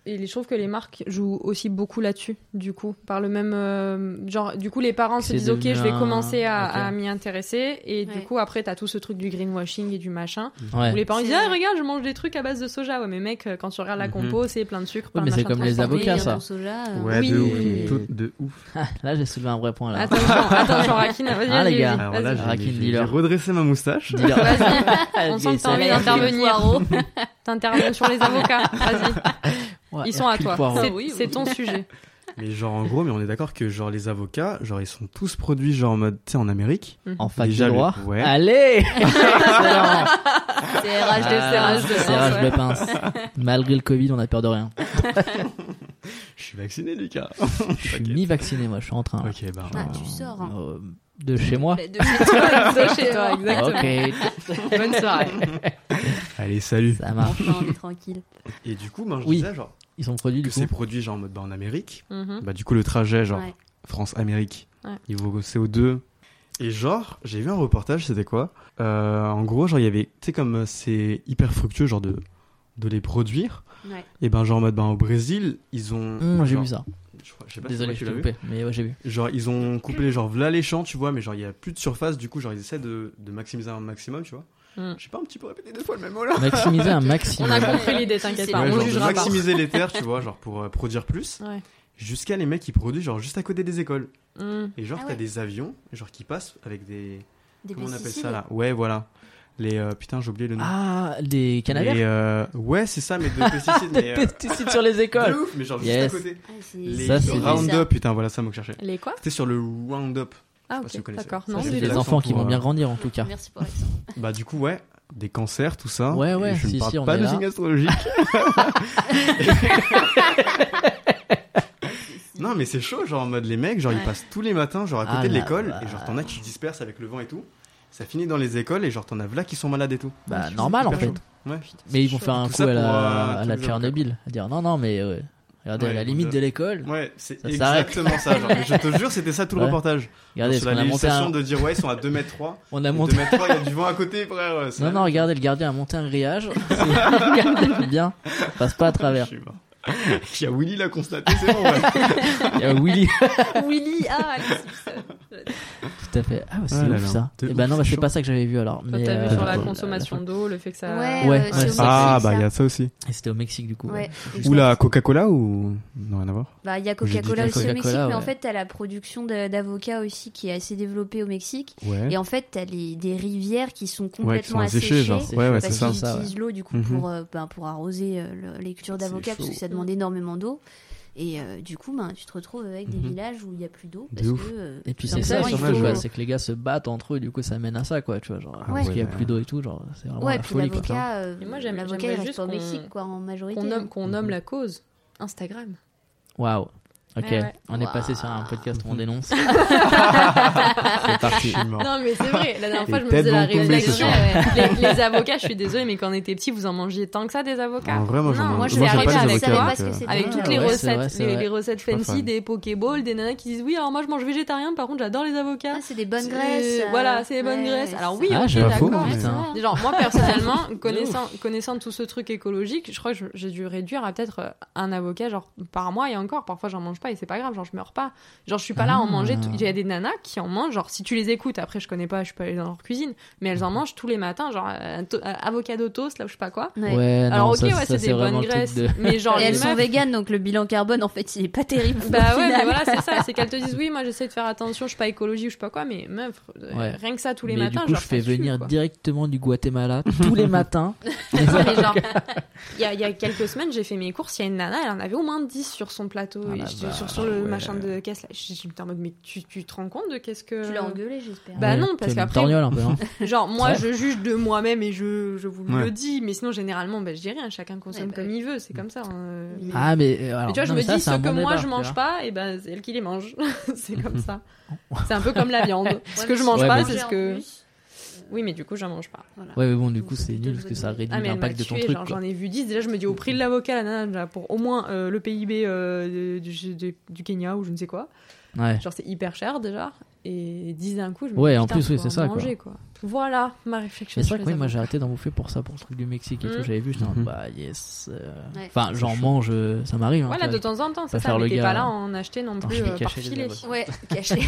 Speaker 6: Et je trouve que les marques jouent aussi beaucoup là-dessus, du coup, par le même euh, genre. Du coup, les parents se
Speaker 4: C'est
Speaker 6: disent, ok,
Speaker 4: devenu
Speaker 6: je vais
Speaker 4: un-
Speaker 6: commencer à, à
Speaker 4: ok.
Speaker 6: m'y intéresser, et du
Speaker 3: Ouais.
Speaker 6: coup, après, t'as tout ce truc du greenwashing et du machin.
Speaker 4: Ouais.
Speaker 6: Où les parents
Speaker 3: C'est
Speaker 6: disent, ah
Speaker 3: vrai.
Speaker 6: regarde, je mange des trucs à base de soja. Ouais, mais mec, euh, quand tu regardes la
Speaker 5: Mhm.
Speaker 6: compo, c'est plein de sucre, plein de
Speaker 4: mais c'est
Speaker 6: machin
Speaker 4: comme les
Speaker 6: transformé.
Speaker 4: avocats, ça.
Speaker 3: Au soja, euh,
Speaker 5: Ouais,
Speaker 6: Oui.
Speaker 5: de ouf.
Speaker 4: Et-
Speaker 5: Tout de ouf.
Speaker 4: Là, j'ai soulevé un vrai point là.
Speaker 6: Attention, attention, Rakine, vas-y,
Speaker 4: Ah, les
Speaker 6: vas-y,
Speaker 4: gars.
Speaker 6: vas-y,
Speaker 5: Alors là,
Speaker 6: vas-y.
Speaker 5: j'ai-
Speaker 4: Rakim
Speaker 5: j'ai j'ai
Speaker 4: dealer.
Speaker 5: redressé ma moustache.
Speaker 4: Dis-leur.
Speaker 6: on sent que t'as envie
Speaker 4: Ça-
Speaker 6: d'intervenir.
Speaker 3: Poireau.
Speaker 6: T'interviens sur les avocats, vas-y.
Speaker 5: Bah,
Speaker 4: Ouais,
Speaker 6: Ils sont à
Speaker 4: Hercule
Speaker 6: toi.
Speaker 4: Poirot.
Speaker 6: C'est
Speaker 3: Ah oui,
Speaker 6: c'est
Speaker 3: oui.
Speaker 6: ton sujet.
Speaker 5: Mais genre en gros, mais on est d'accord que genre les avocats, genre ils sont tous produits genre en mode, tu sais, en Amérique.
Speaker 4: En fac
Speaker 5: Déjà,
Speaker 4: de
Speaker 5: le-
Speaker 4: droit.
Speaker 5: ouais.
Speaker 4: Allez Excellent
Speaker 3: C'est RH de
Speaker 4: Ah,
Speaker 3: serrage de pince,
Speaker 4: serrage
Speaker 3: ouais.
Speaker 4: de pince. Malgré le Covid, on a peur de rien.
Speaker 5: Je suis vacciné, Lucas.
Speaker 4: Je suis mi-vacciné, moi, je suis en train. là.
Speaker 5: Ok, bah.
Speaker 3: Ah, tu sors. hein.
Speaker 4: Euh, de chez moi
Speaker 3: De chez toi, de chez toi,
Speaker 4: Ok,
Speaker 3: exactement.
Speaker 6: Bonne soirée.
Speaker 5: Allez, salut.
Speaker 4: ça marche.
Speaker 3: Enfin, on est tranquille.
Speaker 5: Et du coup, ben, je
Speaker 4: Oui.
Speaker 5: disais genre
Speaker 4: Ils sont produits
Speaker 5: que
Speaker 4: du coup.
Speaker 5: c'est produit genre en mode bah, en Amérique.
Speaker 6: Mhm.
Speaker 5: Bah du coup le trajet genre
Speaker 3: Ouais.
Speaker 5: France-Amérique,
Speaker 6: Ouais.
Speaker 5: niveau CO2. Et genre, j'ai vu un reportage, c'était quoi Euh, En gros, genre, il y avait, tu sais, comme euh, c'est hyper fructueux, genre, de, de les produire.
Speaker 3: Ouais.
Speaker 5: Et ben, genre, en mode, ben, au Brésil, ils ont.
Speaker 4: Hum, j'ai
Speaker 5: genre,
Speaker 4: vu ça.
Speaker 5: Je, crois- je sais pas si
Speaker 4: Désolé,
Speaker 5: toi, tu
Speaker 4: je t'ai
Speaker 5: l'as vu.
Speaker 4: coupé, mais ouais, j'ai vu.
Speaker 5: Genre, ils ont coupé,
Speaker 6: Mmh.
Speaker 5: genre, v'là les champs, tu vois, mais genre, il y a plus de surface, du coup, genre, ils essaient de, de maximiser un maximum, tu vois.
Speaker 6: Mm.
Speaker 5: Je sais pas, un petit peu répéter deux fois le même mot là.
Speaker 4: Maximiser un
Speaker 6: On
Speaker 4: maximum.
Speaker 6: a compris l'idée, t'inquiète
Speaker 3: C'est
Speaker 6: pas,
Speaker 3: bon,
Speaker 5: Ouais,
Speaker 6: on
Speaker 5: genre, de
Speaker 6: jugera pas.
Speaker 5: maximiser les terres, tu vois, genre, pour euh, produire plus.
Speaker 6: Ouais.
Speaker 5: Jusqu'à les mecs qui produisent, genre, juste à côté des écoles.
Speaker 6: Mhm.
Speaker 5: Et genre,
Speaker 3: Ah
Speaker 5: t'as
Speaker 3: ouais.
Speaker 5: des avions, genre, qui passent avec des.
Speaker 3: Des
Speaker 5: Comment on appelle
Speaker 3: pesticides.
Speaker 5: ça là Ouais, voilà. Les euh, putain, j'ai oublié le nom.
Speaker 4: Ah, des canadiens
Speaker 5: Les, euh, ouais, c'est ça, mais de pesticides.
Speaker 4: De
Speaker 5: mais, euh,
Speaker 4: pesticides sur les
Speaker 5: de
Speaker 4: écoles.
Speaker 5: ouf, mais genre
Speaker 4: Yes.
Speaker 5: juste à côté.
Speaker 3: Ah, c'est-
Speaker 5: Les
Speaker 4: Ça, c'est-
Speaker 5: Roundup, putain, voilà ça mot que je cherchais.
Speaker 6: Les quoi
Speaker 5: C'était sur le Roundup.
Speaker 6: Ah,
Speaker 5: pas si vous
Speaker 6: ok,
Speaker 5: connaissez.
Speaker 6: d'accord.
Speaker 5: Ça,
Speaker 6: Non,
Speaker 5: c'est
Speaker 6: du
Speaker 4: C'est
Speaker 5: des
Speaker 4: des
Speaker 6: tout.
Speaker 5: enfants
Speaker 4: enfants qui
Speaker 5: pour,
Speaker 4: vont bien
Speaker 5: euh,
Speaker 4: grandir en tout cas.
Speaker 3: Merci pour l'exemple.
Speaker 5: Bah du coup ouais, des cancers, tout ça.
Speaker 4: Ouais, ouais,
Speaker 5: Et je
Speaker 4: si,
Speaker 5: ne parle
Speaker 4: si, on
Speaker 5: pas
Speaker 4: est
Speaker 5: de
Speaker 4: là.
Speaker 5: signes astrologiques. non mais c'est chaud, genre en mode les mecs, genre ils
Speaker 3: Ouais.
Speaker 5: passent tous les matins genre à côté
Speaker 4: Ah
Speaker 5: de
Speaker 4: là
Speaker 5: l'école
Speaker 4: là.
Speaker 5: et genre t'en as qui se dispersent avec le vent et tout. Ça finit dans les écoles et genre t'en as là qui sont malades et tout.
Speaker 4: Bah,
Speaker 5: C'est
Speaker 4: normal en
Speaker 5: hyper
Speaker 4: fait.
Speaker 5: chaud. Ouais.
Speaker 4: Mais ils vont faire un
Speaker 5: Tout
Speaker 4: coup
Speaker 5: ça
Speaker 4: à
Speaker 5: pour,
Speaker 4: la,
Speaker 5: euh,
Speaker 4: à la
Speaker 5: tous les
Speaker 4: Tchernobyl. À dire non, non, mais euh, regardez,
Speaker 5: Ouais,
Speaker 4: à la
Speaker 5: ils vont
Speaker 4: limite
Speaker 5: dire-
Speaker 4: de l'école,
Speaker 5: Ouais, c'est
Speaker 4: Ça s'arrête.
Speaker 5: exactement ça. Genre. Je te jure, c'était ça tout le
Speaker 4: Ouais.
Speaker 5: reportage.
Speaker 4: regardez,
Speaker 5: Sur
Speaker 4: parce
Speaker 5: la
Speaker 4: qu'on a monté
Speaker 5: législation
Speaker 4: un.
Speaker 5: de dire ouais, ils sont à 2m3.
Speaker 4: On a
Speaker 5: 2
Speaker 4: monté...
Speaker 5: m 3, il y a du vent à côté, frère. c'est-
Speaker 4: Non, non, regardez, le gardien a monté un grillage. Regardez bien, passe pas à
Speaker 5: Je
Speaker 4: travers.
Speaker 5: suis mort. Il y a Willy l'a constaté, c'est bon. ouais.
Speaker 4: Il y a euh, Willy.
Speaker 6: Willy, ah, Alice Simpson.
Speaker 4: Tout à fait. Ah, ouais, c'est
Speaker 5: Ah là
Speaker 4: ouf
Speaker 5: là.
Speaker 4: ça.
Speaker 5: De
Speaker 4: Et ben
Speaker 5: ouf,
Speaker 4: non, bah,
Speaker 5: c'est
Speaker 4: c'est
Speaker 5: chaud.
Speaker 4: pas ça que j'avais vu alors.
Speaker 6: Toi,
Speaker 4: Mais,
Speaker 6: t'as
Speaker 4: euh,
Speaker 6: vu sur la
Speaker 4: euh,
Speaker 6: consommation d'eau, le fait que ça.
Speaker 3: Ouais,
Speaker 4: Ouais,
Speaker 3: euh,
Speaker 4: ouais,
Speaker 3: c'est
Speaker 4: ça.
Speaker 3: au
Speaker 5: Ah,
Speaker 3: Mexique,
Speaker 5: bah
Speaker 3: ça.
Speaker 5: il y a ça aussi.
Speaker 4: Et c'était au Mexique du coup.
Speaker 3: Ouais.
Speaker 4: ouais.
Speaker 5: Ou la Coca-Cola ou. Non, rien à voir.
Speaker 3: Bah, il y a
Speaker 5: j'ai dit
Speaker 3: Coca-Cola
Speaker 4: la
Speaker 3: aussi au
Speaker 4: Coca-Cola,
Speaker 3: Mexique, mais en
Speaker 4: ouais.
Speaker 3: fait, t'as la production de- d'avocats aussi qui est assez développée au Mexique.
Speaker 5: Ouais.
Speaker 3: Et en fait, t'as les, des rivières qui sont complètement
Speaker 5: Ouais, qui sont asséchés,
Speaker 3: asséchées.
Speaker 5: genre.
Speaker 4: C'est
Speaker 5: Ouais, ouais,
Speaker 4: chaud.
Speaker 3: parce
Speaker 5: c'est ça.
Speaker 3: qu'ils
Speaker 4: ça, ouais.
Speaker 3: utilisent l'eau du coup
Speaker 5: Mhm.
Speaker 3: pour, euh, ben, pour arroser euh, le- les cultures
Speaker 5: C'est
Speaker 3: d'avocats parce
Speaker 5: chaud.
Speaker 3: que ça demande énormément d'eau. Et euh, du coup, ben, tu te retrouves avec des
Speaker 5: Mhm.
Speaker 3: villages où il n'y a plus d'eau.
Speaker 5: De
Speaker 3: parce
Speaker 5: ouf.
Speaker 3: que, euh,
Speaker 4: Et puis
Speaker 3: tout
Speaker 4: c'est ça,
Speaker 3: simplement, il
Speaker 4: surtout,
Speaker 3: faut-
Speaker 4: quoi, c'est que les gars se battent entre eux, du coup ça mène à ça, quoi, tu vois, genre,
Speaker 5: Ah
Speaker 4: parce qu'il y a
Speaker 5: ouais.
Speaker 4: plus d'eau et tout, genre, c'est vraiment
Speaker 3: Ouais,
Speaker 4: la
Speaker 3: puis
Speaker 4: folie, putain.
Speaker 3: l'avocat, euh,
Speaker 6: Et moi, j'aime-
Speaker 3: l'avocat,
Speaker 6: j'aimerais
Speaker 3: il reste
Speaker 6: juste
Speaker 3: pas au
Speaker 6: qu'on-
Speaker 3: Mexique, quoi, en majorité.
Speaker 6: Qu'on nomme, qu'on nomme
Speaker 5: Mhm.
Speaker 6: la cause. Instagram.
Speaker 4: Waouh. Ok,
Speaker 6: Eh Ouais, ouais.
Speaker 4: on est passé
Speaker 3: Waouh.
Speaker 4: sur un podcast où on dénonce. c'est parti.
Speaker 5: Ah.
Speaker 6: Non, mais c'est vrai. La dernière fois,
Speaker 5: Les
Speaker 6: je me faisais
Speaker 5: têtes
Speaker 6: la
Speaker 5: vont tomber
Speaker 6: réflexion.
Speaker 5: ce soir.
Speaker 6: Les, les avocats, je suis désolée, mais quand on était petit, vous en mangiez tant que ça des avocats.
Speaker 5: En vrai, moi, Ah, j'en
Speaker 6: Non,
Speaker 5: mange-
Speaker 6: moi, je
Speaker 5: moi,
Speaker 6: vais
Speaker 5: j'aime
Speaker 6: arrêter
Speaker 5: pas les
Speaker 6: avec
Speaker 5: avocats,
Speaker 6: toi,
Speaker 5: donc, euh,
Speaker 6: Avec
Speaker 4: Ah,
Speaker 6: toutes
Speaker 4: ouais,
Speaker 6: les
Speaker 4: c'est
Speaker 6: recettes,
Speaker 4: vrai, c'est
Speaker 6: les,
Speaker 4: vrai.
Speaker 6: les recettes
Speaker 5: pas
Speaker 6: fancy
Speaker 5: fan.
Speaker 6: des pokéballs, des nanas qui disent oui, alors moi je mange végétarien, par contre j'adore les avocats.
Speaker 3: Ah, c'est des bonnes
Speaker 6: C'est-
Speaker 3: graisses. euh,
Speaker 6: Voilà, c'est les bonnes
Speaker 3: ouais,
Speaker 6: graisses. Alors
Speaker 3: c'est-
Speaker 6: oui,
Speaker 4: Ah,
Speaker 6: ok,
Speaker 4: j'ai pas
Speaker 5: faux,
Speaker 6: d'accord.
Speaker 5: mais-
Speaker 4: putain.
Speaker 6: Mais Genre, moi personnellement, connaissant, connaissant tout ce truc écologique, je crois que je- j'ai dû réduire à peut-être euh, un avocat genre par mois et encore. Parfois, j'en mange pas et c'est pas grave, genre je meurs pas. Genre, je suis pas là à en manger.
Speaker 4: Ah.
Speaker 6: tout- Il y a des nanas qui en mangent. Genre, si tu les écoutes, après, je connais pas, je suis pas allée dans leur cuisine, mais elles en
Speaker 4: Mm.
Speaker 6: mangent tous les matins, genre euh, un to- euh, avocado toast, là, ou je sais pas quoi.
Speaker 3: Ouais.
Speaker 4: Ouais,
Speaker 6: Alors,
Speaker 4: Ah non,
Speaker 6: ok,
Speaker 4: ça,
Speaker 6: ouais,
Speaker 4: ça,
Speaker 6: c'est des
Speaker 4: vraiment
Speaker 6: bonnes
Speaker 4: le truc
Speaker 6: graisses,
Speaker 4: de-
Speaker 6: mais genre,
Speaker 3: Et
Speaker 6: les
Speaker 3: elles sont
Speaker 6: meufs,
Speaker 3: véganes, donc le bilan carbone, en fait, il est pas terrible.
Speaker 6: bah
Speaker 3: au
Speaker 6: ouais,
Speaker 3: final.
Speaker 6: mais voilà, c'est ça, c'est qu'elles te disent oui, moi j'essaie de faire attention, je suis pas écologique ou je sais pas quoi, mais meuf, euh,
Speaker 4: Ouais.
Speaker 6: rien que ça tous les
Speaker 4: Mais
Speaker 6: matins,
Speaker 4: du coup,
Speaker 6: genre,
Speaker 4: je fais
Speaker 6: ça tue,
Speaker 4: venir
Speaker 6: quoi.
Speaker 4: directement du Guatemala tous les matins. Les
Speaker 6: Non, mais
Speaker 4: avocats.
Speaker 6: genre, il y, a- il y a quelques semaines, j'ai fait mes courses, il y a une nana, elle en avait au moins 10 sur son plateau,
Speaker 4: Ah
Speaker 6: et
Speaker 4: la
Speaker 6: sur, sur- sur le machin de caisse. Là. Je suis en mode, mais tu, tu te rends compte de qu'est-ce que.
Speaker 3: Tu l'as engueulé, j'espère.
Speaker 6: Bah
Speaker 4: Ouais,
Speaker 6: non, parce
Speaker 4: t'es une
Speaker 6: qu'après-
Speaker 4: torgnole, un peu, hein.
Speaker 6: Genre, moi,
Speaker 4: Ouais.
Speaker 6: je juge de moi-même et je, je vous
Speaker 5: Ouais.
Speaker 6: le dis, mais sinon, généralement, ben, je dis rien, chacun consomme
Speaker 3: Ouais, bah
Speaker 6: comme
Speaker 3: oui.
Speaker 6: il veut, c'est comme ça. hein.
Speaker 3: Mais-
Speaker 4: Ah, mais euh, alors,
Speaker 6: Mais tu vois, je
Speaker 4: non,
Speaker 6: me
Speaker 4: mais ça,
Speaker 6: dis,
Speaker 4: c'est
Speaker 6: ceux
Speaker 4: un
Speaker 6: que
Speaker 4: bon
Speaker 6: moi
Speaker 4: débat,
Speaker 6: je
Speaker 4: tu
Speaker 6: mange
Speaker 4: vois.
Speaker 6: pas, et ben c'est elle qui les mange. c'est comme ça. C'est un peu comme la viande. Ce
Speaker 3: Ouais,
Speaker 6: que
Speaker 3: mais
Speaker 6: je mange
Speaker 3: si
Speaker 4: Ouais,
Speaker 6: pas,
Speaker 3: tu
Speaker 4: mais-
Speaker 6: c'est
Speaker 3: mangeais
Speaker 6: ce
Speaker 3: en
Speaker 6: que.
Speaker 3: plus,
Speaker 6: Oui, mais du coup, j'en mange pas.
Speaker 3: voilà.
Speaker 4: Ouais, mais bon, du
Speaker 3: Donc,
Speaker 4: coup,
Speaker 3: c'est
Speaker 4: c'est
Speaker 3: plutôt
Speaker 4: nul
Speaker 3: le
Speaker 4: parce que
Speaker 3: bon
Speaker 4: ça
Speaker 3: débat.
Speaker 4: réduit
Speaker 6: Ah, mais elle m'a
Speaker 4: l'impact de ton
Speaker 6: tué,
Speaker 4: truc.
Speaker 6: genre,
Speaker 4: quoi.
Speaker 6: j'en ai vu 10. Déjà, je me dis au prix de l'avocat, la nana, là, pour au moins euh, le PIB euh, du, du- du Kenya ou je ne sais quoi.
Speaker 4: Ouais.
Speaker 6: Genre, c'est hyper cher déjà. Et 10 d'un coup, je me
Speaker 4: Ouais,
Speaker 6: dis,
Speaker 4: en
Speaker 6: putain,
Speaker 4: plus, oui,
Speaker 6: faut
Speaker 4: c'est ça,
Speaker 6: en manger, quoi. Voilà ma réflexion.
Speaker 4: Mais c'est vrai
Speaker 6: sur
Speaker 4: que
Speaker 6: les
Speaker 4: oui, moi j'ai
Speaker 6: avocats.
Speaker 4: arrêté d'en bouffer pour ça, pour le truc du Mexique et
Speaker 6: Mm.
Speaker 4: tout. J'avais vu, j'étais en mode,
Speaker 5: Mhm.
Speaker 4: bah yes. euh,
Speaker 3: Ouais.
Speaker 4: Enfin, j'en mange, euh, ça m'arrive. hein,
Speaker 6: Voilà,
Speaker 4: tu
Speaker 6: de
Speaker 4: vois.
Speaker 6: temps en temps, c'est
Speaker 4: Pas
Speaker 6: ça.
Speaker 4: faire
Speaker 6: Mais
Speaker 4: le
Speaker 6: t'es
Speaker 4: gars, euh,
Speaker 6: pas
Speaker 4: là.
Speaker 6: là à en acheter non
Speaker 4: Attends,
Speaker 6: plus
Speaker 4: je vais
Speaker 6: euh, par
Speaker 4: cacher les
Speaker 6: filet.
Speaker 4: avocats.
Speaker 3: Ouais, caché.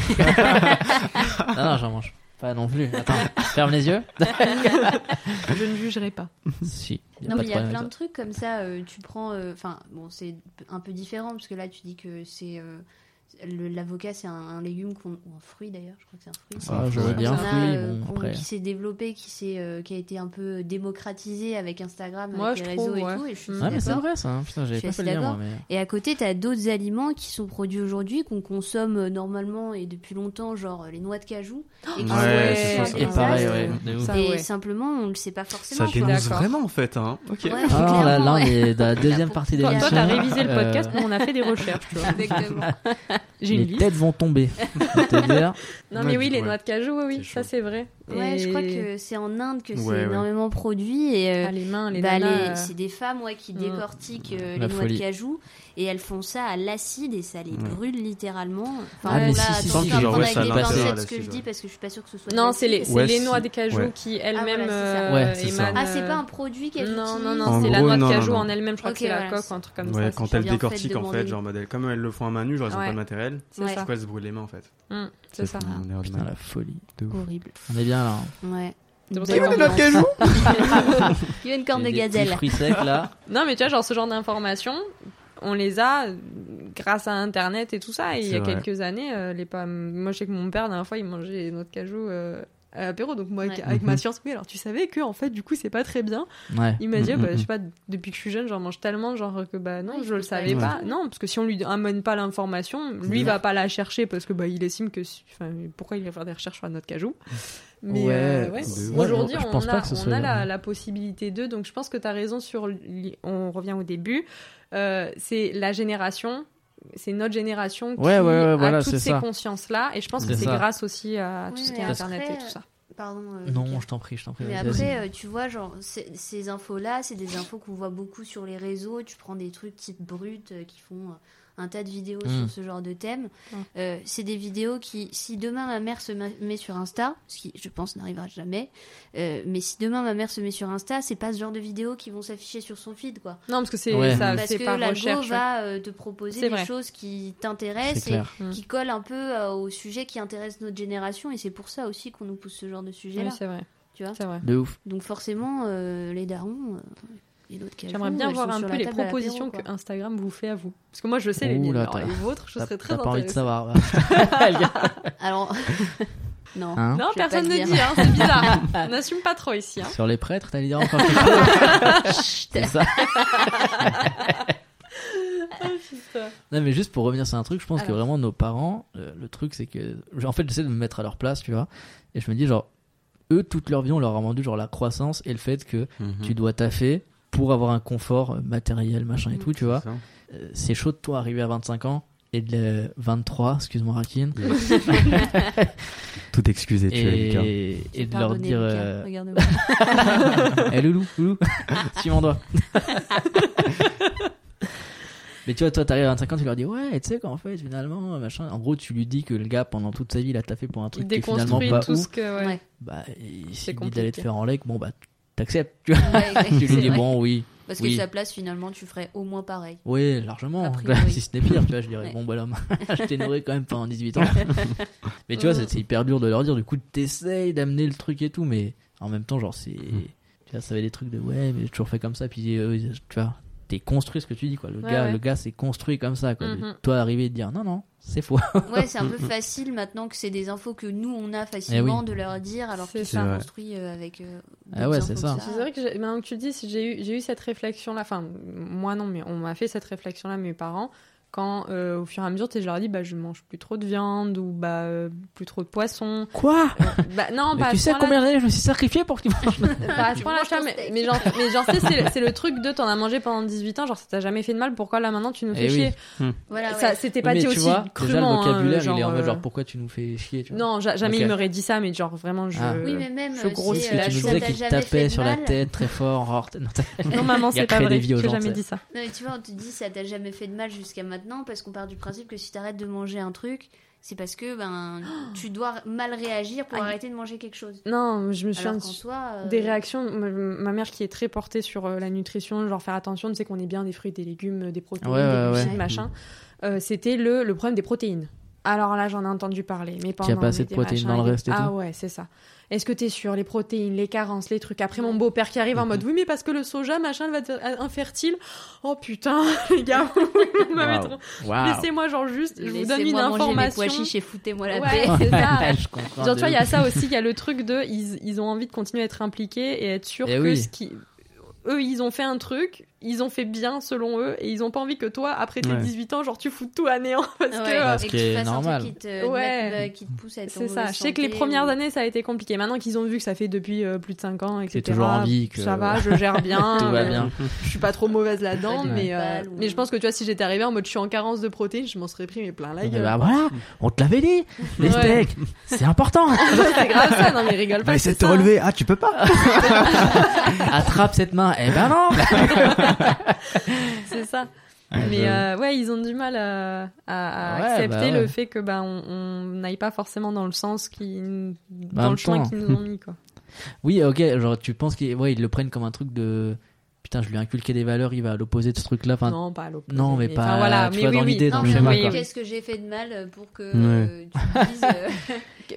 Speaker 4: Ah non, j'en mange pas non plus. Attends, ferme les yeux.
Speaker 6: Je ne jugerai pas.
Speaker 4: si, y a
Speaker 3: Non,
Speaker 4: pas
Speaker 3: mais
Speaker 4: de
Speaker 3: il y a
Speaker 4: problème
Speaker 3: plein de
Speaker 4: avec
Speaker 3: trucs comme ça. euh, tu prends. euh, Enfin, bon, c'est un peu différent, parce que là, tu dis que c'est. euh, le- L'avocat, c'est un, un légume qu'on- ou un fruit d'ailleurs, je crois que c'est un fruit.
Speaker 4: ça. Ah, j'aurais
Speaker 5: Ouais.
Speaker 4: dit
Speaker 3: On
Speaker 4: un
Speaker 3: a,
Speaker 4: fruit,
Speaker 3: euh,
Speaker 4: bon
Speaker 3: qu'on-
Speaker 4: après.
Speaker 3: qui s'est développé, qui, s'est, euh, qui a été un peu démocratisé avec Instagram,
Speaker 6: Moi,
Speaker 3: avec
Speaker 6: je
Speaker 3: les
Speaker 6: trouve,
Speaker 3: réseaux et
Speaker 6: ouais.
Speaker 3: tout. Et, je suis
Speaker 6: Ouais,
Speaker 4: Ah, mais c'est
Speaker 3: d'accord.
Speaker 4: vrai ça, hein. putain, j'avais
Speaker 3: Je suis
Speaker 4: pas fait
Speaker 3: assez
Speaker 4: le lien moi.
Speaker 3: d'accord.
Speaker 4: Mais...
Speaker 3: et à côté, tu as d'autres aliments qui sont produits aujourd'hui, qu'on consomme euh, normalement et depuis longtemps, genre euh, les noix de cajou.
Speaker 6: Oh,
Speaker 3: Et qui
Speaker 5: Ouais,
Speaker 3: sont
Speaker 5: c'est
Speaker 3: euh,
Speaker 5: ça, ça.
Speaker 4: Et
Speaker 3: des
Speaker 4: pareil,
Speaker 3: astres.
Speaker 4: ouais. de ouf.
Speaker 6: Ça,
Speaker 3: Et
Speaker 6: ouais.
Speaker 3: simplement, on le sait pas
Speaker 5: Ça
Speaker 3: forcément. quoi.
Speaker 5: dénonce
Speaker 6: d'accord.
Speaker 5: vraiment en fait, hein. Ok.
Speaker 3: Ouais,
Speaker 4: Ah là, là,
Speaker 3: clairement,
Speaker 4: on
Speaker 3: ouais.
Speaker 4: est dans la deuxième partie de
Speaker 6: Toi,
Speaker 4: l'émission.
Speaker 6: toi, t'as révisé le podcast,
Speaker 4: Euh,
Speaker 6: nous on a fait des recherches, tu vois.
Speaker 3: Exactement.
Speaker 6: J'ai une
Speaker 4: les
Speaker 6: liste.
Speaker 4: têtes vont tomber. Pour te dire.
Speaker 6: Non, mais
Speaker 5: Ouais,
Speaker 6: oui,
Speaker 5: du
Speaker 6: les
Speaker 5: coup,
Speaker 6: noix de cajou, oui, oui,
Speaker 5: C'est
Speaker 6: ça
Speaker 5: chaud.
Speaker 6: c'est vrai.
Speaker 3: Ouais,
Speaker 6: Et-
Speaker 3: je crois que c'est en Inde que
Speaker 5: Ouais, ouais.
Speaker 3: c'est énormément produit. Et, euh,
Speaker 6: Ah, les mains, les
Speaker 3: bah, les-
Speaker 6: nanas, euh,
Speaker 3: c'est des femmes ouais, qui
Speaker 6: Mm.
Speaker 3: décortiquent euh,
Speaker 4: La
Speaker 3: les noix
Speaker 4: folie. Mm.
Speaker 3: de cajou et elles font ça à l'acide et ça les
Speaker 5: Ouais.
Speaker 3: brûle littéralement.
Speaker 4: Ah, mais
Speaker 3: bon,
Speaker 4: si,
Speaker 3: là,
Speaker 4: si, si,
Speaker 3: attention à
Speaker 4: si, genre,
Speaker 3: prendre
Speaker 4: ouais,
Speaker 3: avec
Speaker 4: ça
Speaker 3: des
Speaker 4: a passé
Speaker 3: pincettes
Speaker 5: à
Speaker 3: ce que je
Speaker 5: l'acide,
Speaker 3: dis
Speaker 5: ouais.
Speaker 3: parce que je suis pas sûre que ce soit. de
Speaker 6: Non,
Speaker 3: l'acide.
Speaker 6: c'est les, c'est
Speaker 5: Ouais,
Speaker 6: les
Speaker 5: si.
Speaker 6: noix de cajou
Speaker 5: Ouais.
Speaker 6: qui
Speaker 3: Ah,
Speaker 6: elles-mêmes
Speaker 3: voilà, c'est ça.
Speaker 6: euh,
Speaker 4: Ouais, c'est ça.
Speaker 6: émanent,
Speaker 3: Ah, c'est pas
Speaker 6: euh,
Speaker 3: un produit qu'elles
Speaker 6: Non, non,
Speaker 3: utilisent.
Speaker 6: non,
Speaker 5: En
Speaker 6: c'est la
Speaker 5: gros,
Speaker 6: noix de
Speaker 5: non,
Speaker 6: cajou
Speaker 5: non,
Speaker 6: en elle-même, je crois
Speaker 3: Ok,
Speaker 6: que c'est la
Speaker 3: voilà,
Speaker 6: coque
Speaker 3: c'est-
Speaker 6: ou un truc comme
Speaker 5: Ouais,
Speaker 6: ça.
Speaker 5: quand
Speaker 3: c'est
Speaker 5: elles
Speaker 3: bien, en fait,
Speaker 5: décortiquent en fait,
Speaker 3: demander.
Speaker 5: genre modèle, comme elles le font à main nue, genre elles ont
Speaker 6: Ouais.
Speaker 5: pas de matériel.
Speaker 6: C'est
Speaker 3: Ouais.
Speaker 6: ça.
Speaker 5: Pourquoi elles se brûlent les mains en fait
Speaker 6: Hum, C'est ça.
Speaker 5: une erreur de
Speaker 4: Putain,
Speaker 5: mal.
Speaker 4: Ah, la folie.
Speaker 3: Horrible.
Speaker 4: On est bien là. hein.
Speaker 3: Ouais.
Speaker 6: C'est pour
Speaker 3: Belle
Speaker 6: ça qu'on
Speaker 3: ambiance.
Speaker 6: est en-
Speaker 3: Il y a une corne de
Speaker 4: J'ai des petits
Speaker 3: gazelle.
Speaker 4: fruits secs là.
Speaker 6: Non, mais tu vois, genre ce genre d'informations, on les a euh, grâce à Internet et tout ça. Et il y a
Speaker 5: C'est vrai.
Speaker 6: quelques années, euh, les pommes. Moi, je sais que mon père, la dernière fois, il mangeait des noix de cajou. euh, euh, apéro. Donc moi,
Speaker 3: Ouais.
Speaker 6: avec ma
Speaker 4: Mhm.
Speaker 6: science, oui, alors tu savais que en fait, du coup, c'est pas très bien.
Speaker 4: Ouais.
Speaker 6: Il m'a dit,
Speaker 4: Mm,
Speaker 6: bah,
Speaker 4: mm,
Speaker 6: je
Speaker 4: mm.
Speaker 6: sais pas, depuis que je suis jeune, j'en mange tellement, genre que bah non,
Speaker 3: Ouais,
Speaker 6: je le
Speaker 3: c'est pas
Speaker 6: savais
Speaker 5: vrai.
Speaker 6: pas. Non, parce que si on lui amène pas l'information, lui il
Speaker 4: bizarre.
Speaker 6: va pas la chercher parce que bah il estime que, si- enfin, pourquoi il va faire des recherches sur notre cajou. Mais
Speaker 4: Ouais,
Speaker 6: euh, ouais.
Speaker 4: de ouf.
Speaker 6: aujourd'hui,
Speaker 4: Ouais, je
Speaker 6: on
Speaker 4: pense
Speaker 6: a,
Speaker 4: pas que ce
Speaker 6: on
Speaker 4: soit-
Speaker 6: a la, la possibilité de. Donc je pense que tu as raison sur. li- On revient au début. Euh, c'est la génération. C'est notre génération qui
Speaker 4: Ouais, ouais, ouais,
Speaker 6: a
Speaker 4: voilà,
Speaker 6: toutes
Speaker 4: c'est
Speaker 6: ces
Speaker 4: ça.
Speaker 6: consciences-là, et je pense que
Speaker 4: C'est
Speaker 6: c'est
Speaker 4: ça.
Speaker 6: grâce aussi à tout
Speaker 3: Ouais,
Speaker 6: ce qui est
Speaker 3: mais
Speaker 6: internet
Speaker 3: après,
Speaker 6: et tout ça.
Speaker 3: Pardon. euh,
Speaker 4: Non, je t'en prie, je t'en prie.
Speaker 3: Mais
Speaker 4: vas-y, vas-y.
Speaker 3: après, euh, tu vois, genre, ces ces infos-là, c'est des infos qu'on voit beaucoup sur les réseaux. Tu prends des trucs type brut euh, qui font euh, un tas de vidéos
Speaker 4: Mm.
Speaker 3: sur ce genre de thème.
Speaker 6: Mm.
Speaker 3: Euh, c'est des vidéos qui, si demain ma mère se ma- met sur Insta, ce qui, je pense, n'arrivera jamais, euh, mais si demain ma mère se met sur Insta, c'est pas ce genre de vidéos qui vont s'afficher sur son feed, quoi.
Speaker 6: Non, parce que c'est
Speaker 4: Ouais.
Speaker 6: ça,
Speaker 3: Parce
Speaker 6: c'est
Speaker 3: que
Speaker 6: par
Speaker 3: l'algo
Speaker 6: recherche.
Speaker 3: va euh, te proposer
Speaker 6: C'est
Speaker 3: des
Speaker 6: vrai. Mm.
Speaker 3: choses qui
Speaker 4: C'est
Speaker 3: t'intéressent et
Speaker 4: clair.
Speaker 3: qui collent un peu euh, au sujet qui intéresse notre génération. Et c'est pour ça aussi qu'on nous pousse ce genre de
Speaker 6: Oui,
Speaker 3: sujet-là,
Speaker 6: c'est vrai.
Speaker 3: tu vois.
Speaker 6: C'est vrai.
Speaker 4: De ouf.
Speaker 3: Donc forcément, euh, les darons euh, et l'autre cajou,
Speaker 6: J'aimerais bien
Speaker 3: elles
Speaker 6: voir
Speaker 3: sont
Speaker 6: un
Speaker 3: sur
Speaker 6: peu
Speaker 3: la
Speaker 6: les
Speaker 3: table à l'apéro,
Speaker 6: propositions
Speaker 3: quoi.
Speaker 6: que Instagram vous fait à vous. Parce que moi, je sais les
Speaker 4: Ouh
Speaker 6: miennes.
Speaker 4: là,
Speaker 6: Alors,
Speaker 4: t'as-
Speaker 6: les vôtres, je
Speaker 4: T'as
Speaker 6: serais très
Speaker 4: t'as pas envie de
Speaker 6: intéressée.
Speaker 4: savoir. ouais.
Speaker 3: Alors, non.
Speaker 4: Hein
Speaker 6: Non,
Speaker 3: Je vais pas
Speaker 6: personne
Speaker 3: le
Speaker 6: ne
Speaker 3: dire.
Speaker 6: dit, hein, c'est bizarre. On n'assume pas trop ici. Hein.
Speaker 4: Sur les prêtres, t'allais dire encore quelque chose C'est ça. Non, mais juste pour revenir sur un truc, je pense que
Speaker 6: Alors.
Speaker 4: vraiment nos parents, euh, le truc c'est que. En fait, j'essaie de me mettre à leur place, tu vois. Et je me dis, genre, eux, toute leur vie, on leur a vendu, genre, la croissance et le fait que
Speaker 5: Mm.
Speaker 4: tu dois taffer pour avoir un confort euh, matériel, machin et
Speaker 3: Mm.
Speaker 4: tout, tu vois. Euh, C'est chaud de toi arriver à 25 ans et de euh, 23, excuse-moi, Rakin.
Speaker 5: Tout excusé, tu es Lucas.
Speaker 4: Et, et de leur
Speaker 3: Pardonnez,
Speaker 4: dire.
Speaker 3: Lucas,
Speaker 4: euh,
Speaker 3: regardez-moi.
Speaker 4: Eh loulou, loulou, suis-moi doigt. Mais tu vois, toi, t'arrives à 25 ans, tu leur dis, ouais, tu sais qu'en fait, finalement, machin. En gros, tu lui dis que le gars, pendant toute sa vie, il a taffé pour un
Speaker 6: Il
Speaker 4: truc qui est finalement
Speaker 6: déconstruit
Speaker 4: pas
Speaker 6: tout
Speaker 4: ouf.
Speaker 6: ce que. ouais.
Speaker 3: Ouais.
Speaker 4: Bah, il s'est dit
Speaker 6: compliqué.
Speaker 4: d'aller te faire en leg, bon, bah, t'acceptes, tu vois.
Speaker 3: Ouais, exact,
Speaker 4: Tu lui
Speaker 3: c'est
Speaker 4: dis,
Speaker 3: vrai.
Speaker 4: bon, oui,
Speaker 3: Parce
Speaker 4: oui.
Speaker 3: que sa place, finalement, tu ferais au moins pareil.
Speaker 4: oui, largement. hein,
Speaker 3: A priori.
Speaker 4: si ce n'est pire, tu vois, je dirais,
Speaker 3: Ouais.
Speaker 4: bon, bah, l'homme, je t'ai nourri quand même pendant 18 ans. mais tu vois, c'est c'est hyper dur de leur dire, du coup, t'essayes d'amener le truc et tout, mais en même temps, genre, c'est. Tu vois, ça avait des trucs de ouais, mais j'ai toujours fait comme ça, puis euh, tu vois, t'es construit ce que tu dis, quoi. Le
Speaker 6: Ouais,
Speaker 4: gars,
Speaker 6: ouais.
Speaker 4: le gars s'est construit comme ça, quoi. De
Speaker 6: Mhm.
Speaker 4: Toi, arriver et te dire non, non, c'est faux.
Speaker 3: Ouais, c'est un peu facile maintenant que c'est des infos que nous, on a
Speaker 4: Eh
Speaker 3: facilement de leur dire, alors
Speaker 6: C'est
Speaker 3: qu'ils
Speaker 5: ça.
Speaker 3: sont construits euh, avec. euh,
Speaker 4: Ah
Speaker 3: d'autres
Speaker 4: ouais, c'est
Speaker 3: infos
Speaker 4: ça.
Speaker 3: que
Speaker 6: C'est vrai que j'ai- maintenant que tu le dis, si j'ai eu, j'ai eu cette réflexion-là. Enfin, moi non, mais on m'a fait cette réflexion-là, mes parents. Quand, euh, au fur et à mesure, tu sais, je leur dis, bah, je mange plus trop de viande ou bah, euh, plus trop de poisson.
Speaker 4: Quoi
Speaker 6: Euh, bah, non, pas à
Speaker 4: Tu
Speaker 6: ce
Speaker 4: sais à
Speaker 6: point-là,
Speaker 4: combien d'années je me suis sacrifié pour que tu manges
Speaker 6: Bah, à ce
Speaker 3: Tu
Speaker 6: point-là,
Speaker 3: manges
Speaker 6: tu vois,
Speaker 3: ton
Speaker 6: mais,
Speaker 3: steak.
Speaker 6: mais genre, mais genre, tu sais, c'est le- c'est le truc de t'en as mangé pendant 18 ans, genre ça t'a jamais fait de mal, pourquoi là maintenant tu nous fais
Speaker 4: Eh oui.
Speaker 6: chier
Speaker 3: Voilà, Ah ouais.
Speaker 6: Ça, c'était pas
Speaker 4: Mais
Speaker 6: dit
Speaker 4: tu
Speaker 6: aussi
Speaker 4: vois, déjà le
Speaker 6: crûment. hein,
Speaker 4: vocabulaire, il est en
Speaker 6: genre,
Speaker 4: mode
Speaker 6: euh,
Speaker 4: genre pourquoi tu nous fais chier, tu vois.
Speaker 6: Non, ja- jamais
Speaker 4: Ok.
Speaker 6: il m'aurait dit ça, mais genre vraiment, je.
Speaker 4: Ah.
Speaker 3: Oui, mais même.
Speaker 6: Je
Speaker 3: euh,
Speaker 6: gros,
Speaker 3: si,
Speaker 4: Parce
Speaker 6: euh,
Speaker 4: que tu
Speaker 3: ça
Speaker 4: nous disais
Speaker 3: t'a
Speaker 4: qu'il te
Speaker 3: jamais
Speaker 4: tapait
Speaker 3: fait de
Speaker 4: sur la
Speaker 3: mal.
Speaker 4: tête très fort. hors- non, t'as-
Speaker 6: Non, maman,
Speaker 4: Il y a
Speaker 6: c'est pas
Speaker 4: créé des
Speaker 6: vrai.
Speaker 4: vies aux
Speaker 6: J'ai
Speaker 4: gens,
Speaker 6: jamais
Speaker 4: tu sais.
Speaker 6: dit ça.
Speaker 3: Non, mais tu vois, on te dit ça t'a jamais fait de mal jusqu'à maintenant parce qu'on part du principe que si t'arrêtes de manger un truc, c'est parce que ben tu dois mal réagir pour
Speaker 6: Aïe.
Speaker 3: arrêter de manger quelque chose.
Speaker 6: Non, je me suis
Speaker 3: Alors qu'en soi, euh,
Speaker 6: des réactions. Ma- Ma mère qui est très portée sur euh, la nutrition, genre faire attention, tu sais qu'on est bien des fruits, des légumes, euh, des protéines,
Speaker 4: Ouais, ouais,
Speaker 6: des glucides,
Speaker 3: ouais.
Speaker 6: machin. Euh, C'était le, le problème des protéines. Alors là, j'en ai entendu parler, mais pendant
Speaker 4: pas assez de
Speaker 6: l'été,
Speaker 4: protéines
Speaker 6: machin,
Speaker 4: dans le
Speaker 6: et-
Speaker 4: reste et
Speaker 6: Ah
Speaker 4: tout.
Speaker 6: ouais, c'est ça. Est-ce que t'es sûr les protéines, les carences, les trucs. Après, mon beau-père qui
Speaker 4: Mhm.
Speaker 6: arrive en mode oui, mais parce que le soja, machin, va être euh, infertile. Oh putain, les gars, vous m'avez
Speaker 4: Waouh. Ah.
Speaker 6: trop-
Speaker 4: Waouh.
Speaker 6: Laissez-moi genre juste, je vous donne une
Speaker 3: Laissez-moi manger mes pois
Speaker 6: information.
Speaker 3: chiches et foutez-moi la paix.
Speaker 6: Ah Ouais, c'est ça.
Speaker 4: Je comprends.
Speaker 6: Genre,
Speaker 4: de
Speaker 6: tu vois, il y a
Speaker 4: ouf.
Speaker 6: ça aussi, il y a le truc de ils, ils ont envie de continuer à être impliqués et être sûr
Speaker 4: Eh
Speaker 6: que
Speaker 4: oui.
Speaker 6: ce qui. Eux, ils ont fait un truc, ils ont fait bien selon eux et ils ont pas envie que toi, après tes
Speaker 5: Ouais.
Speaker 6: 18 ans, genre tu fous tout à néant parce
Speaker 3: Ouais,
Speaker 6: que. euh,
Speaker 4: Parce
Speaker 3: et
Speaker 4: que
Speaker 3: que tu fasses
Speaker 4: normal.
Speaker 3: un truc qui te,
Speaker 6: Ouais.
Speaker 3: mette- euh, qui te pousse à être en
Speaker 6: C'est ça,
Speaker 3: mauvaise
Speaker 6: je sais que les
Speaker 3: santé
Speaker 6: premières
Speaker 3: ou-
Speaker 6: années ça a été compliqué. Maintenant qu'ils ont vu que ça fait depuis euh, plus de 5 ans, etc.
Speaker 4: J'ai toujours envie que
Speaker 6: Ça va, je gère bien.
Speaker 4: tout va
Speaker 6: euh,
Speaker 4: bien.
Speaker 6: Je suis pas trop mauvaise là-dedans,
Speaker 4: Ouais.
Speaker 6: mais, euh,
Speaker 3: Ou-
Speaker 6: mais je pense que tu vois, si j'étais arrivée en mode je suis en carence de protéines, je m'en serais pris mais plein la
Speaker 4: Eh
Speaker 6: gueule.
Speaker 4: ben voilà, on te l'avait dit, les
Speaker 6: Ouais.
Speaker 4: steaks, c'est important.
Speaker 6: c'est grave ça, non mais rigole
Speaker 5: Bah,
Speaker 6: pas. c'est
Speaker 5: essaie de te
Speaker 6: ça.
Speaker 5: relever. Ah, tu peux pas.
Speaker 4: Attrape cette main. Eh ben non.
Speaker 6: C'est ça.
Speaker 4: Ouais,
Speaker 6: Mais
Speaker 4: je-
Speaker 6: euh, ouais, ils ont du mal euh, à, à- à
Speaker 4: Ouais,
Speaker 6: accepter
Speaker 4: bah ouais.
Speaker 6: le fait que bah on- on n'aille pas forcément dans le sens qui,
Speaker 4: Bah, en
Speaker 6: dans
Speaker 4: même
Speaker 6: le chemin
Speaker 4: temps.
Speaker 6: qu'ils nous ont mis quoi.
Speaker 4: Oui, ok, genre tu penses qu'ils ouais, ils le prennent comme un truc de putain, je lui ai inculqué des valeurs, il va à l'opposé de ce truc-là. Enfin,
Speaker 6: non, pas à l'opposé.
Speaker 4: non, mais pas-
Speaker 6: enfin, voilà,
Speaker 4: tu
Speaker 6: mais
Speaker 4: vois,
Speaker 6: oui,
Speaker 4: dans
Speaker 6: oui.
Speaker 4: l'idée,
Speaker 3: Non,
Speaker 4: dans
Speaker 3: mais
Speaker 4: le
Speaker 6: mais
Speaker 4: schéma,
Speaker 6: oui,
Speaker 4: quoi.
Speaker 6: oui.
Speaker 3: Qu'est-ce que j'ai fait de mal pour que euh, tu me dises, euh,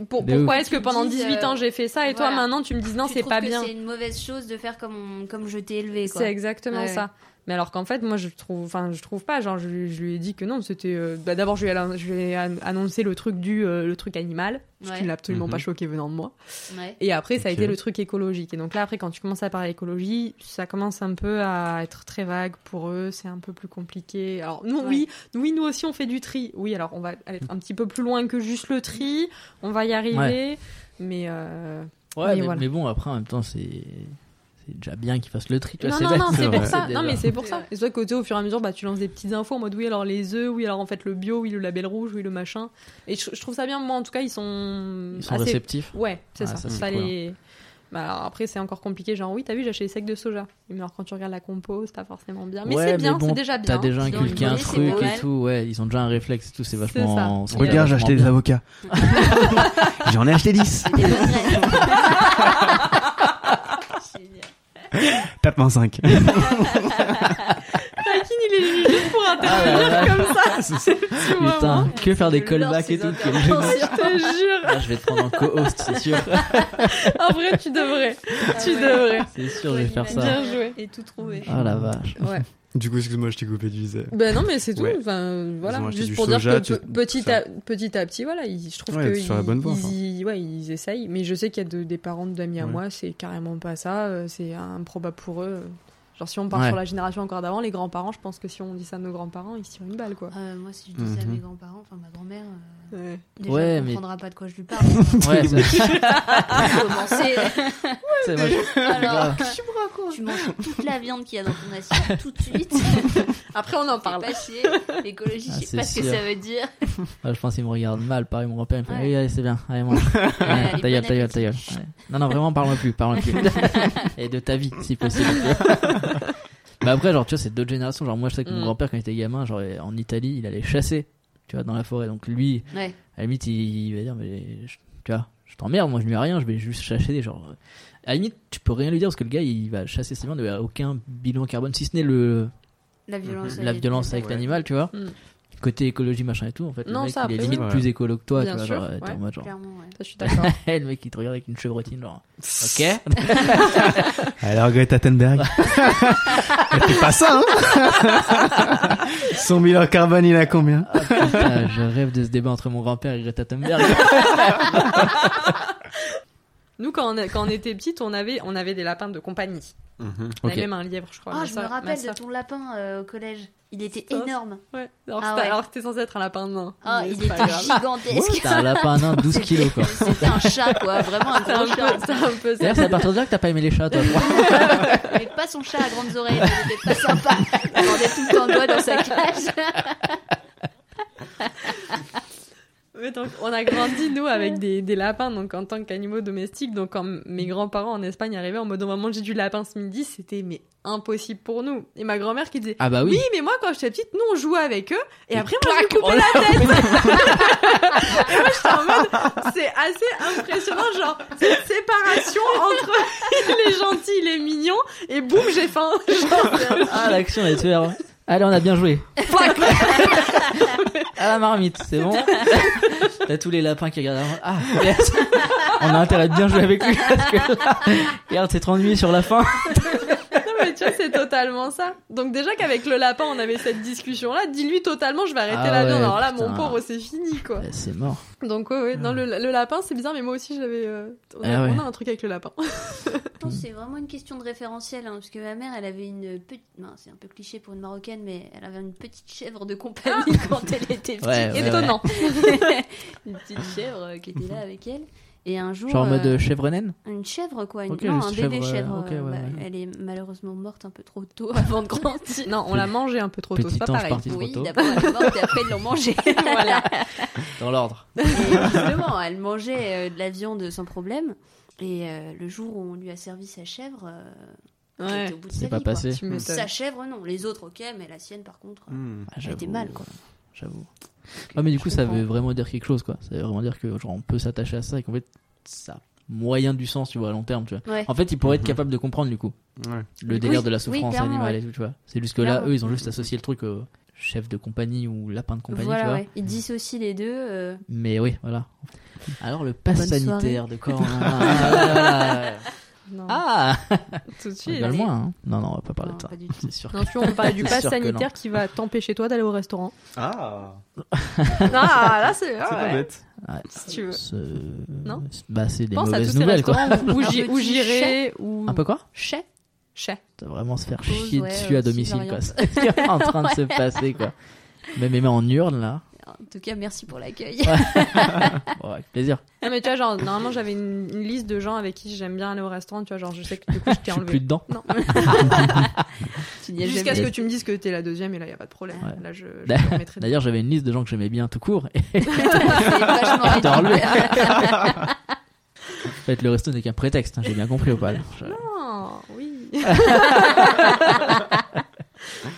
Speaker 6: Pour-
Speaker 4: De
Speaker 6: pourquoi est-ce que
Speaker 3: Tu
Speaker 6: pendant
Speaker 3: dis,
Speaker 6: 18 ans
Speaker 3: euh,
Speaker 6: j'ai fait ça et toi
Speaker 3: voilà.
Speaker 6: maintenant tu me dis non,
Speaker 3: tu
Speaker 6: c'est
Speaker 3: trouves
Speaker 6: pas
Speaker 3: que
Speaker 6: bien.
Speaker 3: C'est une mauvaise chose de faire comme, on- comme je t'ai élevé. quoi.
Speaker 6: C'est exactement
Speaker 3: Ouais,
Speaker 6: ça. Mais alors qu'en fait, moi, je trouve, enfin, je trouve pas. Genre, je, lui- je lui ai dit que non. C'était euh, bah, d'abord, je lui ai allan- je lui ai an- annoncé le truc du euh, le truc animal, ce
Speaker 3: Ouais.
Speaker 6: qui ne l'a absolument
Speaker 5: Mhm.
Speaker 6: pas choqué venant de moi.
Speaker 3: Ouais.
Speaker 6: Et après, ça a
Speaker 5: Ok.
Speaker 6: été le truc écologique. Et donc là, après, quand tu commences à parler écologie, ça commence un peu à être très vague pour eux. C'est un peu plus compliqué. Alors nous,
Speaker 3: Ouais.
Speaker 6: oui, nous, oui, nous aussi, on fait du tri. Oui, alors on va aller un petit peu plus loin que juste le tri. On va y arriver. Mais euh,
Speaker 4: Ouais,
Speaker 6: Mais
Speaker 4: mais,
Speaker 6: voilà.
Speaker 4: mais bon, après, en même temps, c'est c'est déjà bien qu'ils fassent le tri. tu vois,
Speaker 6: non,
Speaker 4: c'est
Speaker 6: non,
Speaker 4: bête,
Speaker 6: non, c'est
Speaker 5: vrai.
Speaker 6: pour ça.
Speaker 4: C'est
Speaker 6: Non,
Speaker 4: déjà-
Speaker 6: mais c'est pour ça.
Speaker 3: Ouais.
Speaker 6: Et toi, côté, au fur et à mesure, bah, tu lances des petites infos en mode oui, alors les œufs, oui, alors en fait le bio, oui, le label rouge, oui, le machin. Et je, je trouve ça bien. Moi, en tout cas, ils sont,
Speaker 4: Ils sont
Speaker 6: assez-
Speaker 4: réceptifs.
Speaker 6: Ouais, c'est
Speaker 4: Ah,
Speaker 6: ça.
Speaker 4: ça,
Speaker 6: ça,
Speaker 4: c'est cool,
Speaker 6: les- Bah, alors après, c'est encore compliqué. Genre, oui, t'as vu, j'ai acheté des secs de soja. Mais alors, quand tu regardes la compo, c'est pas forcément bien. Mais
Speaker 4: Ouais,
Speaker 6: c'est bien,
Speaker 4: bon,
Speaker 6: c'est déjà bien.
Speaker 4: T'as déjà
Speaker 3: Ils ont
Speaker 4: inculqué un
Speaker 3: évolué, c'est
Speaker 4: truc
Speaker 3: pas mal.
Speaker 4: et tout. Ouais, ils ont déjà un réflexe et tout. C'est
Speaker 6: C'est
Speaker 4: vachement.
Speaker 6: ça.
Speaker 4: c'est
Speaker 6: Regarde,
Speaker 4: vachement bien.
Speaker 5: avocats. J'en ai acheté 10.
Speaker 3: Des bonnes rêves. Génial.
Speaker 5: Tape-moi 5.
Speaker 6: Takin, il est juste
Speaker 4: Ah,
Speaker 6: pour intervenir comme ça. C'est le petit moment.
Speaker 4: Putain, que faire des
Speaker 3: Je leur
Speaker 4: callbacks
Speaker 3: ces
Speaker 4: et tout. que les gens-
Speaker 3: interventions. Ah
Speaker 6: Je te jure.
Speaker 4: Ah, je vais te prendre en co-host, c'est sûr.
Speaker 6: En vrai, tu devrais. Tu
Speaker 3: Ah ouais.
Speaker 6: devrais.
Speaker 4: C'est sûr, je vais faire ça.
Speaker 6: Bien joué.
Speaker 3: Et tout trouvé.
Speaker 4: Ah la vache.
Speaker 6: Ouais.
Speaker 5: Du coup, excuse-moi, je t'ai coupé du visage.
Speaker 6: Ben non, mais c'est tout.
Speaker 5: Ouais.
Speaker 6: Enfin, voilà.
Speaker 5: Ils ont acheté
Speaker 6: Juste
Speaker 5: du
Speaker 6: pour
Speaker 5: soja,
Speaker 6: dire que
Speaker 5: tu-
Speaker 6: pe- petit,
Speaker 5: ça.
Speaker 6: à, petit à petit, voilà, ils- je trouve
Speaker 5: Ouais,
Speaker 6: que
Speaker 5: sur
Speaker 6: ils,
Speaker 5: la bonne voie,
Speaker 6: ils y- ouais, ils essayent. Mais je sais qu'il y a de- des parents d'amis à
Speaker 5: Ouais.
Speaker 6: moi, c'est carrément pas ça. euh, C'est improbable pour eux. Genre, si on part
Speaker 4: Ouais.
Speaker 6: sur la génération encore d'avant, les grands-parents, je pense que si on dit ça à nos grands-parents, ils se tirent une balle, quoi.
Speaker 3: Euh, moi, si je dis ça à
Speaker 5: Mhm.
Speaker 3: mes grands-parents, enfin ma grand-mère, euh,
Speaker 6: Ouais.
Speaker 3: déjà,
Speaker 4: Ouais,
Speaker 3: elle
Speaker 4: mais-
Speaker 3: comprendra pas de quoi je lui parle. Pour
Speaker 4: Ouais, c'est
Speaker 3: commencer,
Speaker 4: c'est vachement-
Speaker 3: alors,
Speaker 4: grave.
Speaker 3: tu manges toute la viande qu'il y a dans ton assiette tout de suite.
Speaker 6: Après, on en
Speaker 3: T'es
Speaker 6: parle.
Speaker 3: pas chier. L'écologie,
Speaker 4: Ah,
Speaker 3: je sais
Speaker 4: c'est
Speaker 3: pas ce que
Speaker 4: sûr.
Speaker 3: ça veut dire.
Speaker 4: Ouais, je pense qu'ils me regardent mal. Pareil, mon grand-père, il me fait
Speaker 3: Ouais.
Speaker 4: Oui, allez, c'est bien. Allez, mange. Ouais,
Speaker 3: allez,
Speaker 4: ta gueule,
Speaker 3: bon
Speaker 4: ta gueule, ta gueule. Ouais. Non, non, vraiment, parle-moi plus, parle-moi plus. Et de ta vie, si possible. Mais après, genre, tu vois, c'est d'autres générations. Genre, moi, je sais que mon
Speaker 6: Mm.
Speaker 4: grand-père, quand il était gamin, genre, en Italie, il allait chasser, tu vois, dans la forêt. Donc, lui,
Speaker 3: Ouais.
Speaker 4: à la limite, il, il va dire, mais, je- tu vois, je t'emmerde, moi, je lui ai rien, je vais juste chasser des genre. euh, À la limite, tu peux rien lui dire parce que le gars, il va chasser ses viandes, il a aucun bilan carbone, si ce n'est le,
Speaker 3: La violence,
Speaker 4: Mhm. la
Speaker 3: elle est-
Speaker 4: violence avec
Speaker 5: Ouais.
Speaker 4: l'animal, tu vois.
Speaker 6: Mm.
Speaker 4: Côté écologie, machin et tout, en fait, le
Speaker 6: Non,
Speaker 4: mec,
Speaker 6: ça,
Speaker 4: il est
Speaker 6: après,
Speaker 4: limite
Speaker 5: oui.
Speaker 4: plus écolo que toi,
Speaker 6: Bien
Speaker 4: tu vois.
Speaker 6: sûr,
Speaker 4: genre, t'es en
Speaker 6: ouais.
Speaker 4: mode, genre,
Speaker 3: Clairement, ouais.
Speaker 6: Ça, je suis d'accord.
Speaker 4: Eh, le mec qui te regarde avec une chevrotine, genre. Ok.
Speaker 5: Alors, Greta Thunberg. Elle fait pas ça, hein. Son bilan carbone, il a combien
Speaker 4: Putain, je rêve de ce débat entre mon grand-père et Greta Thunberg.
Speaker 6: Nous, quand on, a- quand on était petites, on avait, on avait des lapins de compagnie. On
Speaker 4: Ok.
Speaker 6: avait même un lièvre, je crois.
Speaker 3: Ah,
Speaker 6: Ma
Speaker 3: je
Speaker 6: sœur-
Speaker 3: me
Speaker 6: ma
Speaker 3: rappelle de
Speaker 6: sœur.
Speaker 3: ton lapin euh, au collège. Il était
Speaker 6: Ça,
Speaker 3: énorme.
Speaker 6: Ouais. Alors,
Speaker 3: Ah
Speaker 6: que t'as-
Speaker 3: ouais.
Speaker 6: alors que t'es censé être un lapin nain.
Speaker 3: Ah,
Speaker 6: Mais
Speaker 3: il
Speaker 6: c'est pas
Speaker 3: était
Speaker 6: grave.
Speaker 3: gigantesque.
Speaker 4: T'as un lapin nain, 12 kilos, quoi.
Speaker 3: C'était un chat, quoi. Vraiment un
Speaker 6: C'est
Speaker 3: gros
Speaker 6: un
Speaker 3: chat.
Speaker 6: peu- c'est un peu ça.
Speaker 4: D'ailleurs, c'est à partir de là que t'as pas aimé les chats, toi, je crois.
Speaker 3: Mais pas son chat à grandes oreilles. Il était pas sympa. Il rendait tout le temps doigt dans sa cage.
Speaker 6: Mais donc, on a grandi, nous, avec des, des lapins, donc en tant qu'animaux domestiques. Donc, quand mes grands-parents en Espagne arrivaient en mode on va manger du lapin ce midi, c'était mais impossible pour nous. Et ma grand-mère qui disait
Speaker 4: Ah bah
Speaker 6: oui.
Speaker 4: oui.
Speaker 6: mais moi, quand j'étais petite, nous, on jouait avec eux, et,
Speaker 4: Et
Speaker 6: après, moi, je lui coupais la tête. et moi, j'étais en mode, c'est assez impressionnant, genre, cette séparation entre il est gentil, il est mignon, et boum, j'ai faim. Genre,
Speaker 4: Ah, l'action, elle est super. Allez, on a bien joué.
Speaker 6: fuck.
Speaker 4: À la marmite, c'est bon. T'as tous les lapins qui regardent. avant. Ah, yes. On a intérêt de bien jouer avec lui parce que là, regarde, c'est 30 minutes sur la fin.
Speaker 6: Non, mais tu vois, c'est totalement ça. Donc, déjà qu'avec le lapin, on avait cette discussion-là, dis-lui totalement, je vais arrêter
Speaker 4: Ah
Speaker 6: la viande.
Speaker 4: ouais,
Speaker 6: Alors là,
Speaker 4: putain.
Speaker 6: mon pauvre, c'est fini, quoi.
Speaker 4: Eh, C'est mort.
Speaker 6: Donc, ouais, ouais, non, le, le lapin, c'est bizarre, mais moi aussi, j'avais. euh, on, a,
Speaker 4: Ah ouais.
Speaker 6: on a un truc avec le lapin.
Speaker 3: Je pense que c'est vraiment une question de référentiel, hein, parce que ma mère, elle avait une petite... Non, c'est un peu cliché pour une Marocaine, mais elle avait une petite chèvre de compagnie quand elle était petite.
Speaker 4: Ouais, ouais,
Speaker 6: Ah. Étonnant.
Speaker 3: une petite chèvre euh, qui était là avec elle. Et un jour,
Speaker 4: Genre en
Speaker 3: euh,
Speaker 4: mode euh, chèvre naine
Speaker 3: une chèvre, quoi. Une...
Speaker 4: Ok,
Speaker 3: non, un
Speaker 4: juste
Speaker 3: bébé
Speaker 4: chèvre,
Speaker 3: chèvre.
Speaker 4: euh, ok,
Speaker 3: euh,
Speaker 4: ouais,
Speaker 3: bah,
Speaker 4: ouais.
Speaker 3: Elle est malheureusement morte un peu trop tôt avant de grandir.
Speaker 6: Non, on l'a mangé un peu trop tôt,
Speaker 4: Petit
Speaker 6: c'est pas
Speaker 4: ange
Speaker 6: pareil.
Speaker 4: parti trop
Speaker 3: Oui,
Speaker 4: tôt.
Speaker 3: d'abord elle est morte et après ils l'ont mangée.
Speaker 6: Voilà.
Speaker 4: Dans l'ordre.
Speaker 3: Et justement, elle mangeait euh, de la viande sans problème. Et euh, le jour où on lui a servi sa chèvre, euh, elle était
Speaker 6: Ouais.
Speaker 3: au bout de sa
Speaker 4: C'est
Speaker 3: vie.
Speaker 4: pas
Speaker 3: quoi.
Speaker 4: passé.
Speaker 6: Tu m'étonnes.
Speaker 3: Sa chèvre, non. Les autres, ok, mais la sienne, par contre. euh,
Speaker 5: Mm-hmm.
Speaker 4: Ah,
Speaker 3: Elle était mal, quoi.
Speaker 4: J'avoue. Ah, mais du
Speaker 3: je
Speaker 4: coup, ça
Speaker 3: comprends.
Speaker 4: veut vraiment dire quelque chose, quoi. Ça veut vraiment dire que, genre, on peut s'attacher à ça et qu'en fait, ça a moyen du sens, tu vois, à long terme, tu vois.
Speaker 3: Ouais.
Speaker 4: En fait, ils pourraient être
Speaker 5: Mhm.
Speaker 4: capables de comprendre, du coup,
Speaker 5: Ouais.
Speaker 4: le délire
Speaker 3: Oui,
Speaker 4: de la
Speaker 3: oui,
Speaker 4: souffrance
Speaker 3: clairement,
Speaker 4: animale
Speaker 3: ouais.
Speaker 4: et tout, tu vois. C'est juste que là,
Speaker 3: Clairement.
Speaker 4: eux, ils ont juste associé le truc au chef de compagnie ou lapin de compagnie, tu
Speaker 3: voilà,
Speaker 4: vois.
Speaker 3: ouais. Ils dissocient les deux. euh,
Speaker 4: Mais oui, voilà. Alors, le pass
Speaker 3: Bonne
Speaker 4: sanitaire, de quoi on en a- Ah, hein. voilà.
Speaker 6: Non,
Speaker 3: Non.
Speaker 4: Ah
Speaker 6: Tout de suite.
Speaker 4: Regarde-moi. hein. Non, non, on va pas parler
Speaker 3: Non,
Speaker 4: de ça.
Speaker 3: pas du tout.
Speaker 4: C'est sûr. que-
Speaker 6: Non, tu vois, on parlait du
Speaker 4: C'est
Speaker 6: pass
Speaker 4: sûr que non.
Speaker 6: sanitaire qui va t'empêcher toi d'aller au restaurant.
Speaker 5: Ah,
Speaker 6: Ah, là c'est
Speaker 5: c'est pas
Speaker 6: ouais.
Speaker 5: bête.
Speaker 6: Si
Speaker 3: Euh,
Speaker 6: tu veux.
Speaker 4: Ce-
Speaker 6: Non
Speaker 4: Bah, c'est des
Speaker 6: Pense à tous
Speaker 4: mauvaises
Speaker 6: ces
Speaker 4: nouvelles, quoi.
Speaker 6: restaurants où- où
Speaker 3: Un
Speaker 6: j'y- où
Speaker 3: petit
Speaker 6: j'irai, ou
Speaker 4: Un peu quoi
Speaker 3: Chet
Speaker 6: Chez.
Speaker 4: de vraiment se faire
Speaker 3: Cause,
Speaker 4: chier
Speaker 3: ouais,
Speaker 4: dessus
Speaker 3: euh,
Speaker 4: à domicile, quoi.
Speaker 3: sous-variante.
Speaker 4: C'est ce qui est en train de se passer, quoi. Même aimé en urne, là.
Speaker 3: En tout cas, merci pour l'accueil.
Speaker 4: Bon, avec plaisir.
Speaker 6: Non mais tu vois genre normalement j'avais une, une liste de gens avec qui j'aime bien aller au restaurant, tu vois genre je sais que du coup je t'ai
Speaker 4: Je suis plus
Speaker 6: enlevé.
Speaker 4: dedans.
Speaker 6: Non.
Speaker 3: Tu n'y as
Speaker 6: Jusqu'à ce
Speaker 3: jamais
Speaker 6: que tu me dises que t'es la deuxième et là y a pas de problème.
Speaker 4: Ouais.
Speaker 6: Là je, je
Speaker 4: D'a-
Speaker 6: te remettrai.
Speaker 4: D'ailleurs, j'avais une liste de gens que j'aimais bien tout court. Et
Speaker 3: été vachement
Speaker 4: T'as enlevé.
Speaker 3: étonnée.
Speaker 4: en fait, le resto n'est qu'un prétexte. hein, J'ai bien compris ou pas là Je-
Speaker 6: Non, Ah, oui. pas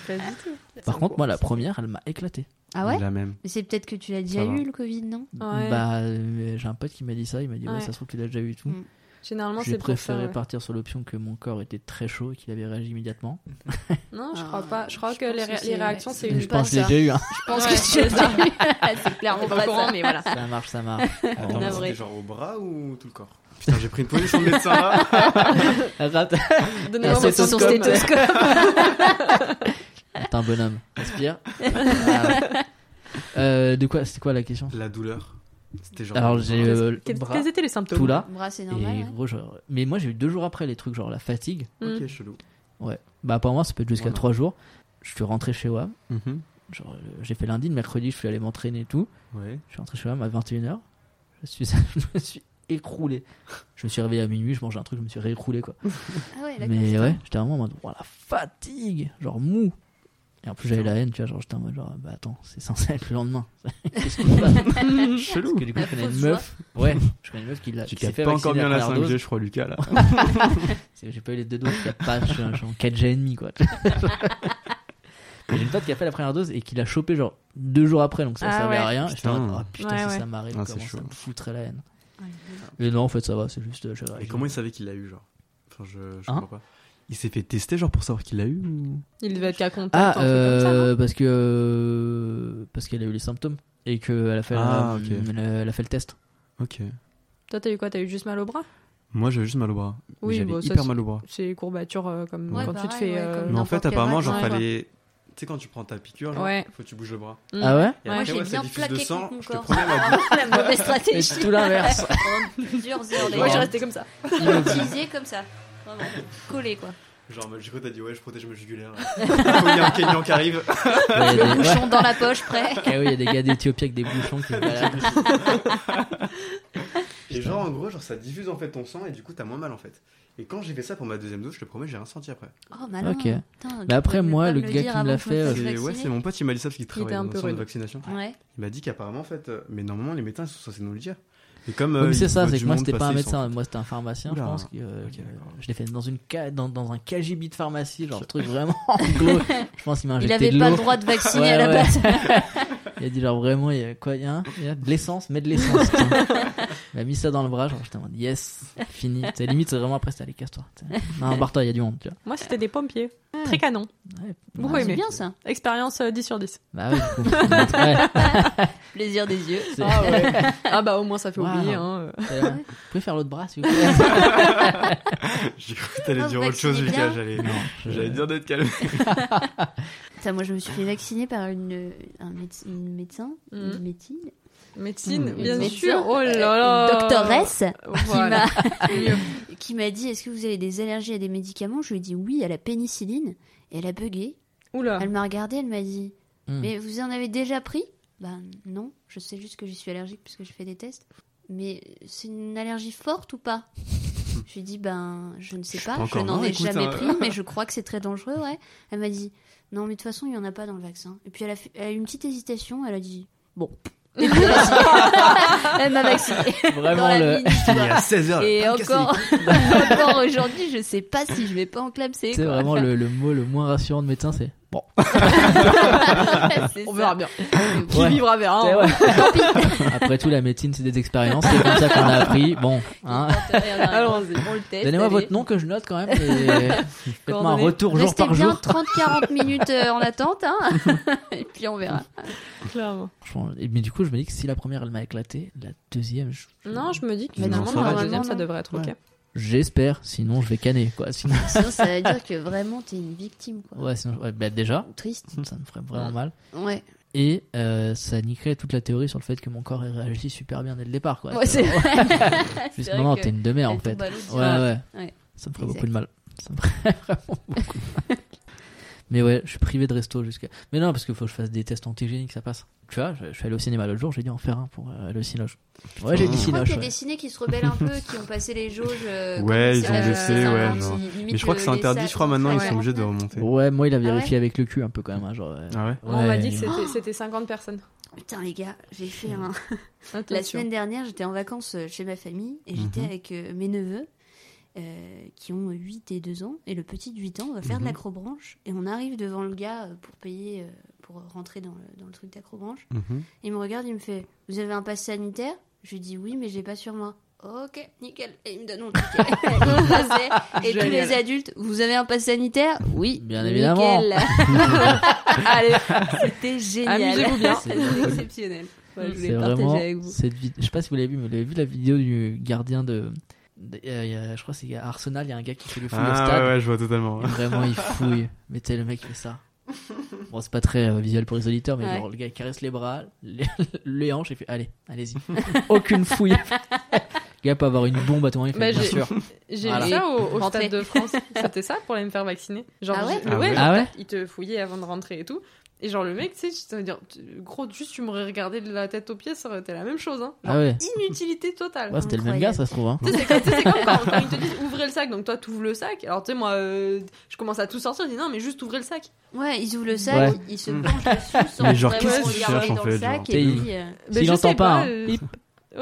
Speaker 6: du tout.
Speaker 4: Par contre, moi, la première, elle m'a éclaté.
Speaker 3: Ah ouais
Speaker 5: La même.
Speaker 3: Mais c'est peut-être que tu l'as déjà
Speaker 5: Ça va.
Speaker 3: eu le Covid, non
Speaker 6: Ouais.
Speaker 4: Bah, euh, j'ai un pote qui m'a dit ça. Il m'a dit, ouais,
Speaker 6: Ouais.
Speaker 4: ça se trouve, tu l'as déjà eu et tout.
Speaker 3: Mm.
Speaker 6: Généralement
Speaker 4: J'ai
Speaker 6: c'est pour ça.
Speaker 4: préféré
Speaker 6: ouais.
Speaker 4: partir sur l'option que mon corps était très chaud et qu'il avait réagi immédiatement.
Speaker 6: Non, je
Speaker 3: Ah,
Speaker 6: crois pas. Je crois
Speaker 3: je
Speaker 6: que les,
Speaker 3: pense que
Speaker 6: ré-
Speaker 3: c'est-
Speaker 6: les réactions c'est
Speaker 3: Et
Speaker 4: Mais
Speaker 6: une
Speaker 4: je
Speaker 3: pas
Speaker 4: pense que j'ai
Speaker 3: ça.
Speaker 4: déjà eu hein. un.
Speaker 3: Je pense
Speaker 6: Ouais,
Speaker 3: que tu
Speaker 6: c'est
Speaker 3: l'as déjà eu. c'est clairement
Speaker 6: pas
Speaker 3: pas,
Speaker 6: au courant,
Speaker 3: ça.
Speaker 6: mais voilà.
Speaker 4: Ça marche, ça marche.
Speaker 5: Attends,
Speaker 3: mais
Speaker 5: c'était
Speaker 3: vrai.
Speaker 5: genre au bras ou tout le corps Putain, j'ai pris une position de médecin là.
Speaker 4: Rate-
Speaker 6: Donnez-moi
Speaker 4: Ah, c'est
Speaker 6: votre euh,
Speaker 4: son
Speaker 6: scope.
Speaker 3: stéthoscope.
Speaker 4: T'es un bonhomme. Respire. Voilà. Euh, de quoi C'était quoi la question
Speaker 5: La douleur. C'était genre.
Speaker 4: Alors j'ai euh, le
Speaker 6: Quels-
Speaker 4: bras
Speaker 6: Quels étaient les symptômes
Speaker 4: tout là.
Speaker 3: Bras, c'est
Speaker 4: Et
Speaker 3: normal. ouais.
Speaker 4: gros, genre- Mais moi j'ai eu deux jours après les trucs genre la fatigue.
Speaker 5: Ok, chelou.
Speaker 4: Bah pour moi ça peut être jusqu'à
Speaker 5: Voilà.
Speaker 4: trois jours. Je suis rentré chez WAM.
Speaker 5: Mm-hmm.
Speaker 4: Genre euh, j'ai fait lundi, le mercredi je suis allé m'entraîner et tout.
Speaker 5: Ouais.
Speaker 4: Je suis rentré chez WAM à 21h. Je, suis... je me suis écroulé. Je me suis réveillé à minuit, je mangeais un truc, je me suis réécroulé quoi.
Speaker 3: Ah ouais, d'accord.
Speaker 4: Mais ouais, j'étais vraiment en mode, Ouah, la fatigue, genre mou. Et en plus j'avais la haine, tu vois, genre j'étais en mode, genre, bah attends, c'est censé être le lendemain. Qu'est-ce qu'on fait Parce que du coup,
Speaker 3: La
Speaker 4: je connais une
Speaker 3: fausse
Speaker 4: meuf. Ouais, je connais une meuf qui l'a.
Speaker 5: Tu
Speaker 4: qui s'est
Speaker 5: captes
Speaker 4: fait
Speaker 5: pas encore
Speaker 4: vacciner
Speaker 5: bien
Speaker 4: la
Speaker 5: la
Speaker 4: première dose.
Speaker 5: 5G, je crois, Lucas là.
Speaker 4: C'est que J'ai pas eu les deux doses, je capte pas, je suis en- je suis en 4G et demi quoi. Mais J'ai une pote qui a fait la première dose et qui l'a chopé genre deux jours après, donc ça
Speaker 6: Ah
Speaker 4: servait à
Speaker 6: ouais.
Speaker 4: rien. Et j'étais en mode,
Speaker 5: Putain.
Speaker 4: oh putain,
Speaker 6: Ouais,
Speaker 4: si
Speaker 6: ouais.
Speaker 4: ça m'arrive,
Speaker 5: Ah, c'est
Speaker 4: comment ça
Speaker 5: chaud.
Speaker 4: me foutrait la haine.
Speaker 3: Ouais.
Speaker 4: Mais non, en fait, ça va, c'est juste. euh, j'ai réagi.
Speaker 5: Et comment il savait qu'il l'a eu, genre Enfin, je, je
Speaker 4: Hein
Speaker 5: comprends pas. Il s'est fait tester, genre, pour savoir qu'il l'a eu ou...
Speaker 6: Il devait être qu'à contact.
Speaker 4: Ah,
Speaker 6: un truc comme ça, non
Speaker 4: euh, parce que. euh, parce qu'elle a eu les symptômes et qu'elle a, fait la-
Speaker 5: Ah, ok.
Speaker 4: elle a- elle a fait le test.
Speaker 5: Ok.
Speaker 6: Toi, t'as eu quoi T'as eu juste mal au bras
Speaker 5: Moi, j'avais juste mal au bras. Mais
Speaker 6: Oui,
Speaker 5: j'avais
Speaker 6: bah, ça,
Speaker 5: hyper
Speaker 6: c'est-
Speaker 5: mal au bras.
Speaker 6: C'est courbature euh, comme
Speaker 5: Ouais,
Speaker 6: quand tu te
Speaker 3: pareil,
Speaker 6: fais.
Speaker 3: ouais,
Speaker 6: euh,
Speaker 3: comme-
Speaker 5: Mais
Speaker 4: Ah
Speaker 5: en fait,
Speaker 3: n'importe quel
Speaker 5: apparemment,
Speaker 3: bras,
Speaker 5: genre,
Speaker 3: ouais, quoi.
Speaker 5: fallait. Tu sais, quand tu prends ta piqûre, genre,
Speaker 6: Ouais.
Speaker 5: faut que tu bouges le bras.
Speaker 6: Mm.
Speaker 4: Ah ouais
Speaker 5: Et
Speaker 6: Ouais.
Speaker 3: Moi,
Speaker 5: après,
Speaker 3: j'ai
Speaker 5: ouais, ça
Speaker 3: bien
Speaker 5: diffuse de
Speaker 3: plaqué
Speaker 5: sang.
Speaker 3: contre mon
Speaker 5: Je te
Speaker 3: corps.
Speaker 5: promets, ma bouche.
Speaker 3: La mauvaise
Speaker 4: Mais
Speaker 3: stratégie.
Speaker 4: c'est tout l'inverse.
Speaker 3: Pendant plusieurs heures,
Speaker 6: Moi,
Speaker 3: d'ailleurs.
Speaker 6: j'ai resté comme ça.
Speaker 3: Utilisé comme ça. Vraiment. Collé, quoi.
Speaker 5: Genre, j'ai cru que t'as dit, ouais, je protège mes jugulaires. là. Il y a un Kenyan qui arrive.
Speaker 4: Ouais, il y a des- ouais.
Speaker 3: Bouchon dans la poche, prêt.
Speaker 4: Ah oui, il y a des gars d'Éthiopie avec des bouchons qui se baladent.
Speaker 5: Et genre, en gros, genre, ça diffuse en fait ton sang et du coup, t'as moins mal en fait. Et quand j'ai fait ça pour ma deuxième dose, je te promets, j'ai rien senti
Speaker 4: Ah,
Speaker 5: après.
Speaker 3: Oh, malin.
Speaker 4: Ok.
Speaker 3: Putain,
Speaker 4: Mais après,
Speaker 3: tu pouvais
Speaker 4: moi,
Speaker 3: pas
Speaker 4: le
Speaker 3: me
Speaker 4: gars
Speaker 3: dire
Speaker 4: qui me
Speaker 3: avant
Speaker 4: l'a
Speaker 3: que je
Speaker 4: fait,
Speaker 3: me fasse
Speaker 4: euh,
Speaker 5: C'est- Ouais,
Speaker 3: vacciner.
Speaker 5: c'est mon pote, il m'a dit ça parce qu'il travaille
Speaker 6: était un
Speaker 5: dans le
Speaker 6: peu
Speaker 5: centre de
Speaker 6: rude.
Speaker 5: vaccination.
Speaker 3: Ouais.
Speaker 4: Ah,
Speaker 5: Il m'a dit qu'apparemment, en fait, euh, mais normalement, les médecins ils sont censés nous le dire. Et comme.
Speaker 4: Oui,
Speaker 5: euh,
Speaker 4: mais c'est
Speaker 5: ils
Speaker 4: ça,
Speaker 5: voient
Speaker 4: c'est
Speaker 5: du
Speaker 4: que moi
Speaker 5: monde
Speaker 4: c'était pas un
Speaker 5: passer, ils
Speaker 4: médecin,
Speaker 5: sont-
Speaker 4: moi c'était un pharmacien,
Speaker 5: Oula.
Speaker 4: je pense. que, euh,
Speaker 5: Ok,
Speaker 4: que, euh,
Speaker 5: d'accord.
Speaker 4: je l'ai fait dans, une ca- dans, dans un KGB de pharmacie, genre truc vraiment en gros. Je pense qu'il m'a
Speaker 3: Il
Speaker 4: injecté
Speaker 3: avait
Speaker 4: de
Speaker 3: pas
Speaker 4: l'eau.
Speaker 3: le droit de vacciner
Speaker 4: Ouais,
Speaker 3: à la
Speaker 4: ouais.
Speaker 3: base.
Speaker 4: Il a dit genre vraiment, il y a quoi, il y a, un- il y a de l'essence, mets de l'essence. tiens. il a mis ça dans le bras, genre j'étais en mode yes, fini. C'est limite, c'est vraiment après, c'était allez, casse-toi. tu sais. Non, barre-toi, il y a du monde, tu vois.
Speaker 6: Moi, c'était des pompiers. Très canon.
Speaker 4: Ouais.
Speaker 6: Beaucoup
Speaker 4: Ouais,
Speaker 3: C'est
Speaker 6: aimé.
Speaker 3: bien, ça.
Speaker 6: Expérience euh, 10 sur 10.
Speaker 4: Bah oui, du coup. Ouais,
Speaker 3: Plaisir des yeux.
Speaker 4: c'est-
Speaker 6: Ah bah au moins ça fait
Speaker 4: Wow.
Speaker 6: oublier. Hein. euh.
Speaker 4: c'est- Vous pouvez faire l'autre bras, s'il vous plaît.
Speaker 5: J'ai cru que t'allais
Speaker 3: Ah,
Speaker 5: dire
Speaker 3: vous
Speaker 5: autre chose,
Speaker 3: vaccinez
Speaker 5: Lucas.
Speaker 3: bien
Speaker 5: J'allais
Speaker 4: Non, je-
Speaker 5: j'allais dire d'être calme.
Speaker 3: Putain, moi, je me suis fait vacciner par une, un méde- une médecin,
Speaker 6: Mhm.
Speaker 3: une médecine,
Speaker 6: Médecine,
Speaker 4: Mmh.
Speaker 6: bien
Speaker 3: Une
Speaker 6: sûr.
Speaker 3: médecin,
Speaker 6: Oh là
Speaker 3: euh,
Speaker 6: là.
Speaker 3: une doctoresse,
Speaker 6: Voilà. Mieux.
Speaker 3: qui m'a dit Est-ce que vous avez des allergies à des médicaments Je lui ai dit oui à la pénicilline. Et elle a bugué.
Speaker 6: Oula.
Speaker 3: Elle m'a regardé, elle m'a dit
Speaker 4: Hmm.
Speaker 3: Mais vous en avez déjà pris Ben non, je sais juste que j'y suis allergique puisque j'ai fait des tests. Mais c'est une allergie forte ou pas Je lui ai dit Ben je ne sais
Speaker 5: Je suis
Speaker 3: pas,
Speaker 5: pas
Speaker 3: je
Speaker 5: encore-
Speaker 3: n'en
Speaker 5: non,
Speaker 3: ai
Speaker 5: écoute,
Speaker 3: jamais
Speaker 5: hein.
Speaker 3: pris, mais je crois que c'est très dangereux, ouais. Elle m'a dit Non, mais de toute façon, il n'y en a pas dans le vaccin. Et puis elle a, fait- elle a eu une petite hésitation, elle a dit Bon. Et puis, elle a- elle m'a vacciné.
Speaker 4: Vraiment le-
Speaker 5: Il est à 16h.
Speaker 3: Et encore, encore aujourd'hui, je sais pas si je vais pas en clamser.
Speaker 4: C'est
Speaker 3: quoi.
Speaker 4: vraiment le, le mot le moins rassurant de médecin, c'est bon.
Speaker 3: C'est
Speaker 6: On
Speaker 3: ça.
Speaker 6: verra bien. Qui
Speaker 4: Ouais.
Speaker 6: vivra verra.
Speaker 4: C'est
Speaker 6: hein.
Speaker 4: Après tout, la médecine, c'est des expériences, c'est comme ça qu'on a appris. Bon, hein.
Speaker 6: Allons-y.
Speaker 3: On le teste.
Speaker 4: Donnez-moi
Speaker 3: allez.
Speaker 4: votre nom que je note quand même. Et... Faites-moi un
Speaker 6: Coordonnées.
Speaker 4: retour jour
Speaker 3: Restez
Speaker 4: par
Speaker 3: bien
Speaker 4: jour.
Speaker 3: 30-40 minutes euh, en attente, hein. et puis on verra.
Speaker 6: Clairement.
Speaker 4: Franchement, et- Mais du coup, je me dis que si la première elle m'a éclaté, la deuxième. Je...
Speaker 6: Non, je me dis que
Speaker 5: Non,
Speaker 6: finalement
Speaker 5: ça
Speaker 6: dans
Speaker 5: va,
Speaker 6: la deuxième
Speaker 3: normalement,
Speaker 6: ça devrait être
Speaker 4: non.
Speaker 6: ok.
Speaker 4: J'espère, sinon je vais canner, quoi. Sinon,
Speaker 3: Sinon, ça veut dire que vraiment, t'es une victime, quoi.
Speaker 4: ouais, sinon- ouais, bah, déjà,
Speaker 3: Triste.
Speaker 4: ça me ferait vraiment mal.
Speaker 3: Ouais.
Speaker 4: Et euh, ça niquerait toute la théorie sur le fait que mon corps ait réagi super bien dès le départ, quoi.
Speaker 3: Ouais, c'est vrai.
Speaker 4: Juste,
Speaker 3: C'est
Speaker 4: non, non,
Speaker 3: que
Speaker 4: t'es une demeure, en
Speaker 3: elle
Speaker 4: fait.
Speaker 3: tombe à l'eau
Speaker 4: Ouais,
Speaker 3: direct.
Speaker 4: ouais.
Speaker 3: Ouais.
Speaker 4: Ça me ferait
Speaker 3: Exact.
Speaker 4: beaucoup de mal. Ça me ferait vraiment beaucoup de mal. Mais ouais, je suis privé de resto jusqu'à. Mais non, parce qu'il faut que je fasse des tests antigéniques, ça passe. Tu vois, je, je suis allé au cinéma l'autre jour, j'ai dû en faire un pour euh, le Ah. Cinoche. Ouais, j'ai dit
Speaker 3: Je crois
Speaker 4: Cinoche.
Speaker 3: qu'il y a
Speaker 4: ouais.
Speaker 3: des ciné qui se rebellent un peu, qui ont passé les jauges. euh,
Speaker 5: Ouais,
Speaker 3: comme
Speaker 5: ils
Speaker 3: ça,
Speaker 5: ont
Speaker 3: euh,
Speaker 5: baissé,
Speaker 3: ça,
Speaker 5: ouais,
Speaker 3: hein,
Speaker 5: genre.
Speaker 3: qui limite
Speaker 5: Mais je crois que
Speaker 3: le-
Speaker 5: c'est
Speaker 3: les
Speaker 5: interdit,
Speaker 3: salles
Speaker 5: je crois maintenant, ils
Speaker 3: sont
Speaker 5: sont obligés de
Speaker 3: fermées.
Speaker 5: remonter.
Speaker 4: Ouais, moi il a
Speaker 3: Ah ouais
Speaker 4: vérifié avec le cul un peu quand même. hein, genre, euh,
Speaker 5: Ah ouais
Speaker 6: On m'a
Speaker 4: ouais.
Speaker 6: dit que c'était- c'était 50 personnes.
Speaker 3: Putain, les gars, j'ai fait un. La
Speaker 6: Attention.
Speaker 3: semaine dernière, j'étais en vacances euh, chez ma famille et j'étais
Speaker 5: Mhm.
Speaker 3: avec euh, mes neveux euh, qui ont 8 et 2 ans. Et le petit de 8 ans va faire de
Speaker 5: Mhm.
Speaker 3: l'acrobranche. Et on arrive devant le gars euh, pour payer, euh, pour rentrer dans le, dans le truc d'acrobranche.
Speaker 5: Mhm.
Speaker 3: Il me regarde, il me fait Vous avez un pass sanitaire Je lui dis Oui, mais je l'ai pas sur moi. Ok, nickel. Et il me donne mon ticket. Il me passait. et tous les adultes, vous avez un pass sanitaire Oui,
Speaker 4: Bien
Speaker 3: nickel.
Speaker 4: évidemment.
Speaker 3: Allez, c'était génial.
Speaker 6: Amusez-vous bien.
Speaker 3: C'était exceptionnel. Voilà, je voulais
Speaker 4: C'est
Speaker 3: partager
Speaker 4: vraiment
Speaker 3: avec vous.
Speaker 4: cette vid- Je sais pas si vous l'avez vu, mais vous avez vu la vidéo du gardien de. de- euh, il y a- je crois que c'est à Arsenal, il y a un gars qui fait le fou au
Speaker 5: Ah
Speaker 4: stade.
Speaker 5: ouais, ouais, je vois totalement.
Speaker 4: Et Vraiment, il fouille. Mais tu sais, le mec fait ça. Bon, c'est pas très euh, visuel pour les auditeurs, mais
Speaker 3: Ouais.
Speaker 4: genre, le gars il caresse les bras, les, les hanches, et fait Allez, allez-y. Aucune fouille. le gars peut avoir une bombe à tout moment, il fait
Speaker 6: Bah,
Speaker 4: Bien
Speaker 6: j'ai-
Speaker 4: sûr.
Speaker 6: J'ai
Speaker 4: Voilà.
Speaker 6: vu ça au, au
Speaker 3: Rentrez.
Speaker 6: Stade de France. C'était ça pour aller me faire vacciner. Genre,
Speaker 3: Ah ouais
Speaker 6: j'ai-
Speaker 5: Ah ouais
Speaker 6: genre,
Speaker 4: Ah ouais
Speaker 6: il te fouillait avant de rentrer et tout. Et genre, le mec, tu sais, ça veut dire, tu- gros, juste tu m'aurais regardé de la tête aux pieds, ça aurait été la même chose. Hein. Genre,
Speaker 4: Ah ouais.
Speaker 6: Inutilité totale.
Speaker 4: Ouais, c'était le même
Speaker 3: Incroyable.
Speaker 4: gars, ça se trouve. Hein.
Speaker 6: Tu sais, c'est comme, tu sais, c'est comme quand, quand ils te disent ouvrez le sac, donc toi t'ouvres le sac. Alors tu sais, moi euh, je commence à tout sortir, je dis non, mais juste ouvrez le sac.
Speaker 3: Ouais, ils ouvrent le sac,
Speaker 4: Ouais.
Speaker 3: ils se penchent dessus sans
Speaker 5: Mais genre,
Speaker 3: vraiment
Speaker 6: qu'est-ce qu'ils
Speaker 3: regarder
Speaker 5: cherchent, en
Speaker 3: dans le
Speaker 5: fait,
Speaker 3: sac
Speaker 5: genre
Speaker 3: et
Speaker 4: T'es-
Speaker 3: puis, euh,
Speaker 6: Mais
Speaker 4: il
Speaker 6: je
Speaker 4: entend
Speaker 6: sais
Speaker 4: pas, hein.
Speaker 6: euh,
Speaker 4: Bip.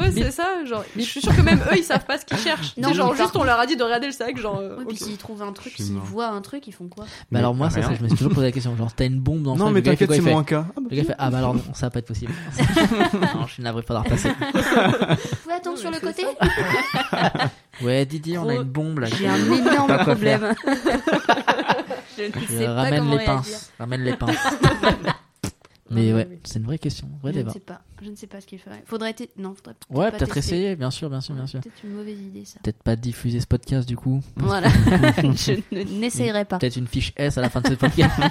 Speaker 6: Ouais,
Speaker 4: Bip.
Speaker 6: c'est ça. Genre, je suis sûre que même eux ils savent pas ce qu'ils cherchent.
Speaker 3: Non,
Speaker 6: Non, genre,
Speaker 3: mais par
Speaker 6: juste on leur a dit de regarder le sac. Genre, euh,
Speaker 3: Oui,
Speaker 6: ok.
Speaker 3: puis s'ils trouvent un truc,
Speaker 5: Je suis
Speaker 3: s'ils
Speaker 5: mort.
Speaker 3: voient un truc, ils font quoi
Speaker 4: Bah, alors, moi, ça,
Speaker 5: Rien.
Speaker 4: ça, je me suis toujours posé la question. Genre, t'as une bombe dans le
Speaker 5: Ah, Non,
Speaker 4: sac,
Speaker 5: mais
Speaker 4: le gars, il fait
Speaker 5: t'inquiète, c'est
Speaker 4: quoi, il
Speaker 5: mon
Speaker 4: fait
Speaker 5: cas.
Speaker 4: Le gars fait Ah bah alors, non, ça va pas être possible. non, je suis navré, faudra repasser.
Speaker 3: Vous pouvez attendre
Speaker 6: Oui,
Speaker 3: sur le
Speaker 6: mais c'est
Speaker 3: côté
Speaker 4: Ouais, Didier, on a
Speaker 3: Gros,
Speaker 4: une bombe
Speaker 5: Bah,
Speaker 4: là.
Speaker 3: J'ai un énorme problème. Je ne
Speaker 4: Je
Speaker 3: sais pas
Speaker 4: ramène
Speaker 3: comment
Speaker 4: les pinces. Ramène les pinces. mais ouais, c'est une vraie question. un Vrai
Speaker 3: réagir. Je ne
Speaker 4: débat.
Speaker 3: sais pas. Je ne sais pas ce qu'il ferait. Faudrait t- Non, faudrait peut-être
Speaker 4: Ouais,
Speaker 3: pas
Speaker 4: peut-être
Speaker 3: tester.
Speaker 4: essayer, bien sûr, bien sûr, bien sûr.
Speaker 3: Peut-être une mauvaise idée ça.
Speaker 4: Peut-être pas diffuser ce podcast du coup.
Speaker 3: Voilà. je ne- n'essayerai pas.
Speaker 4: Peut-être une fiche S à la fin de ce podcast.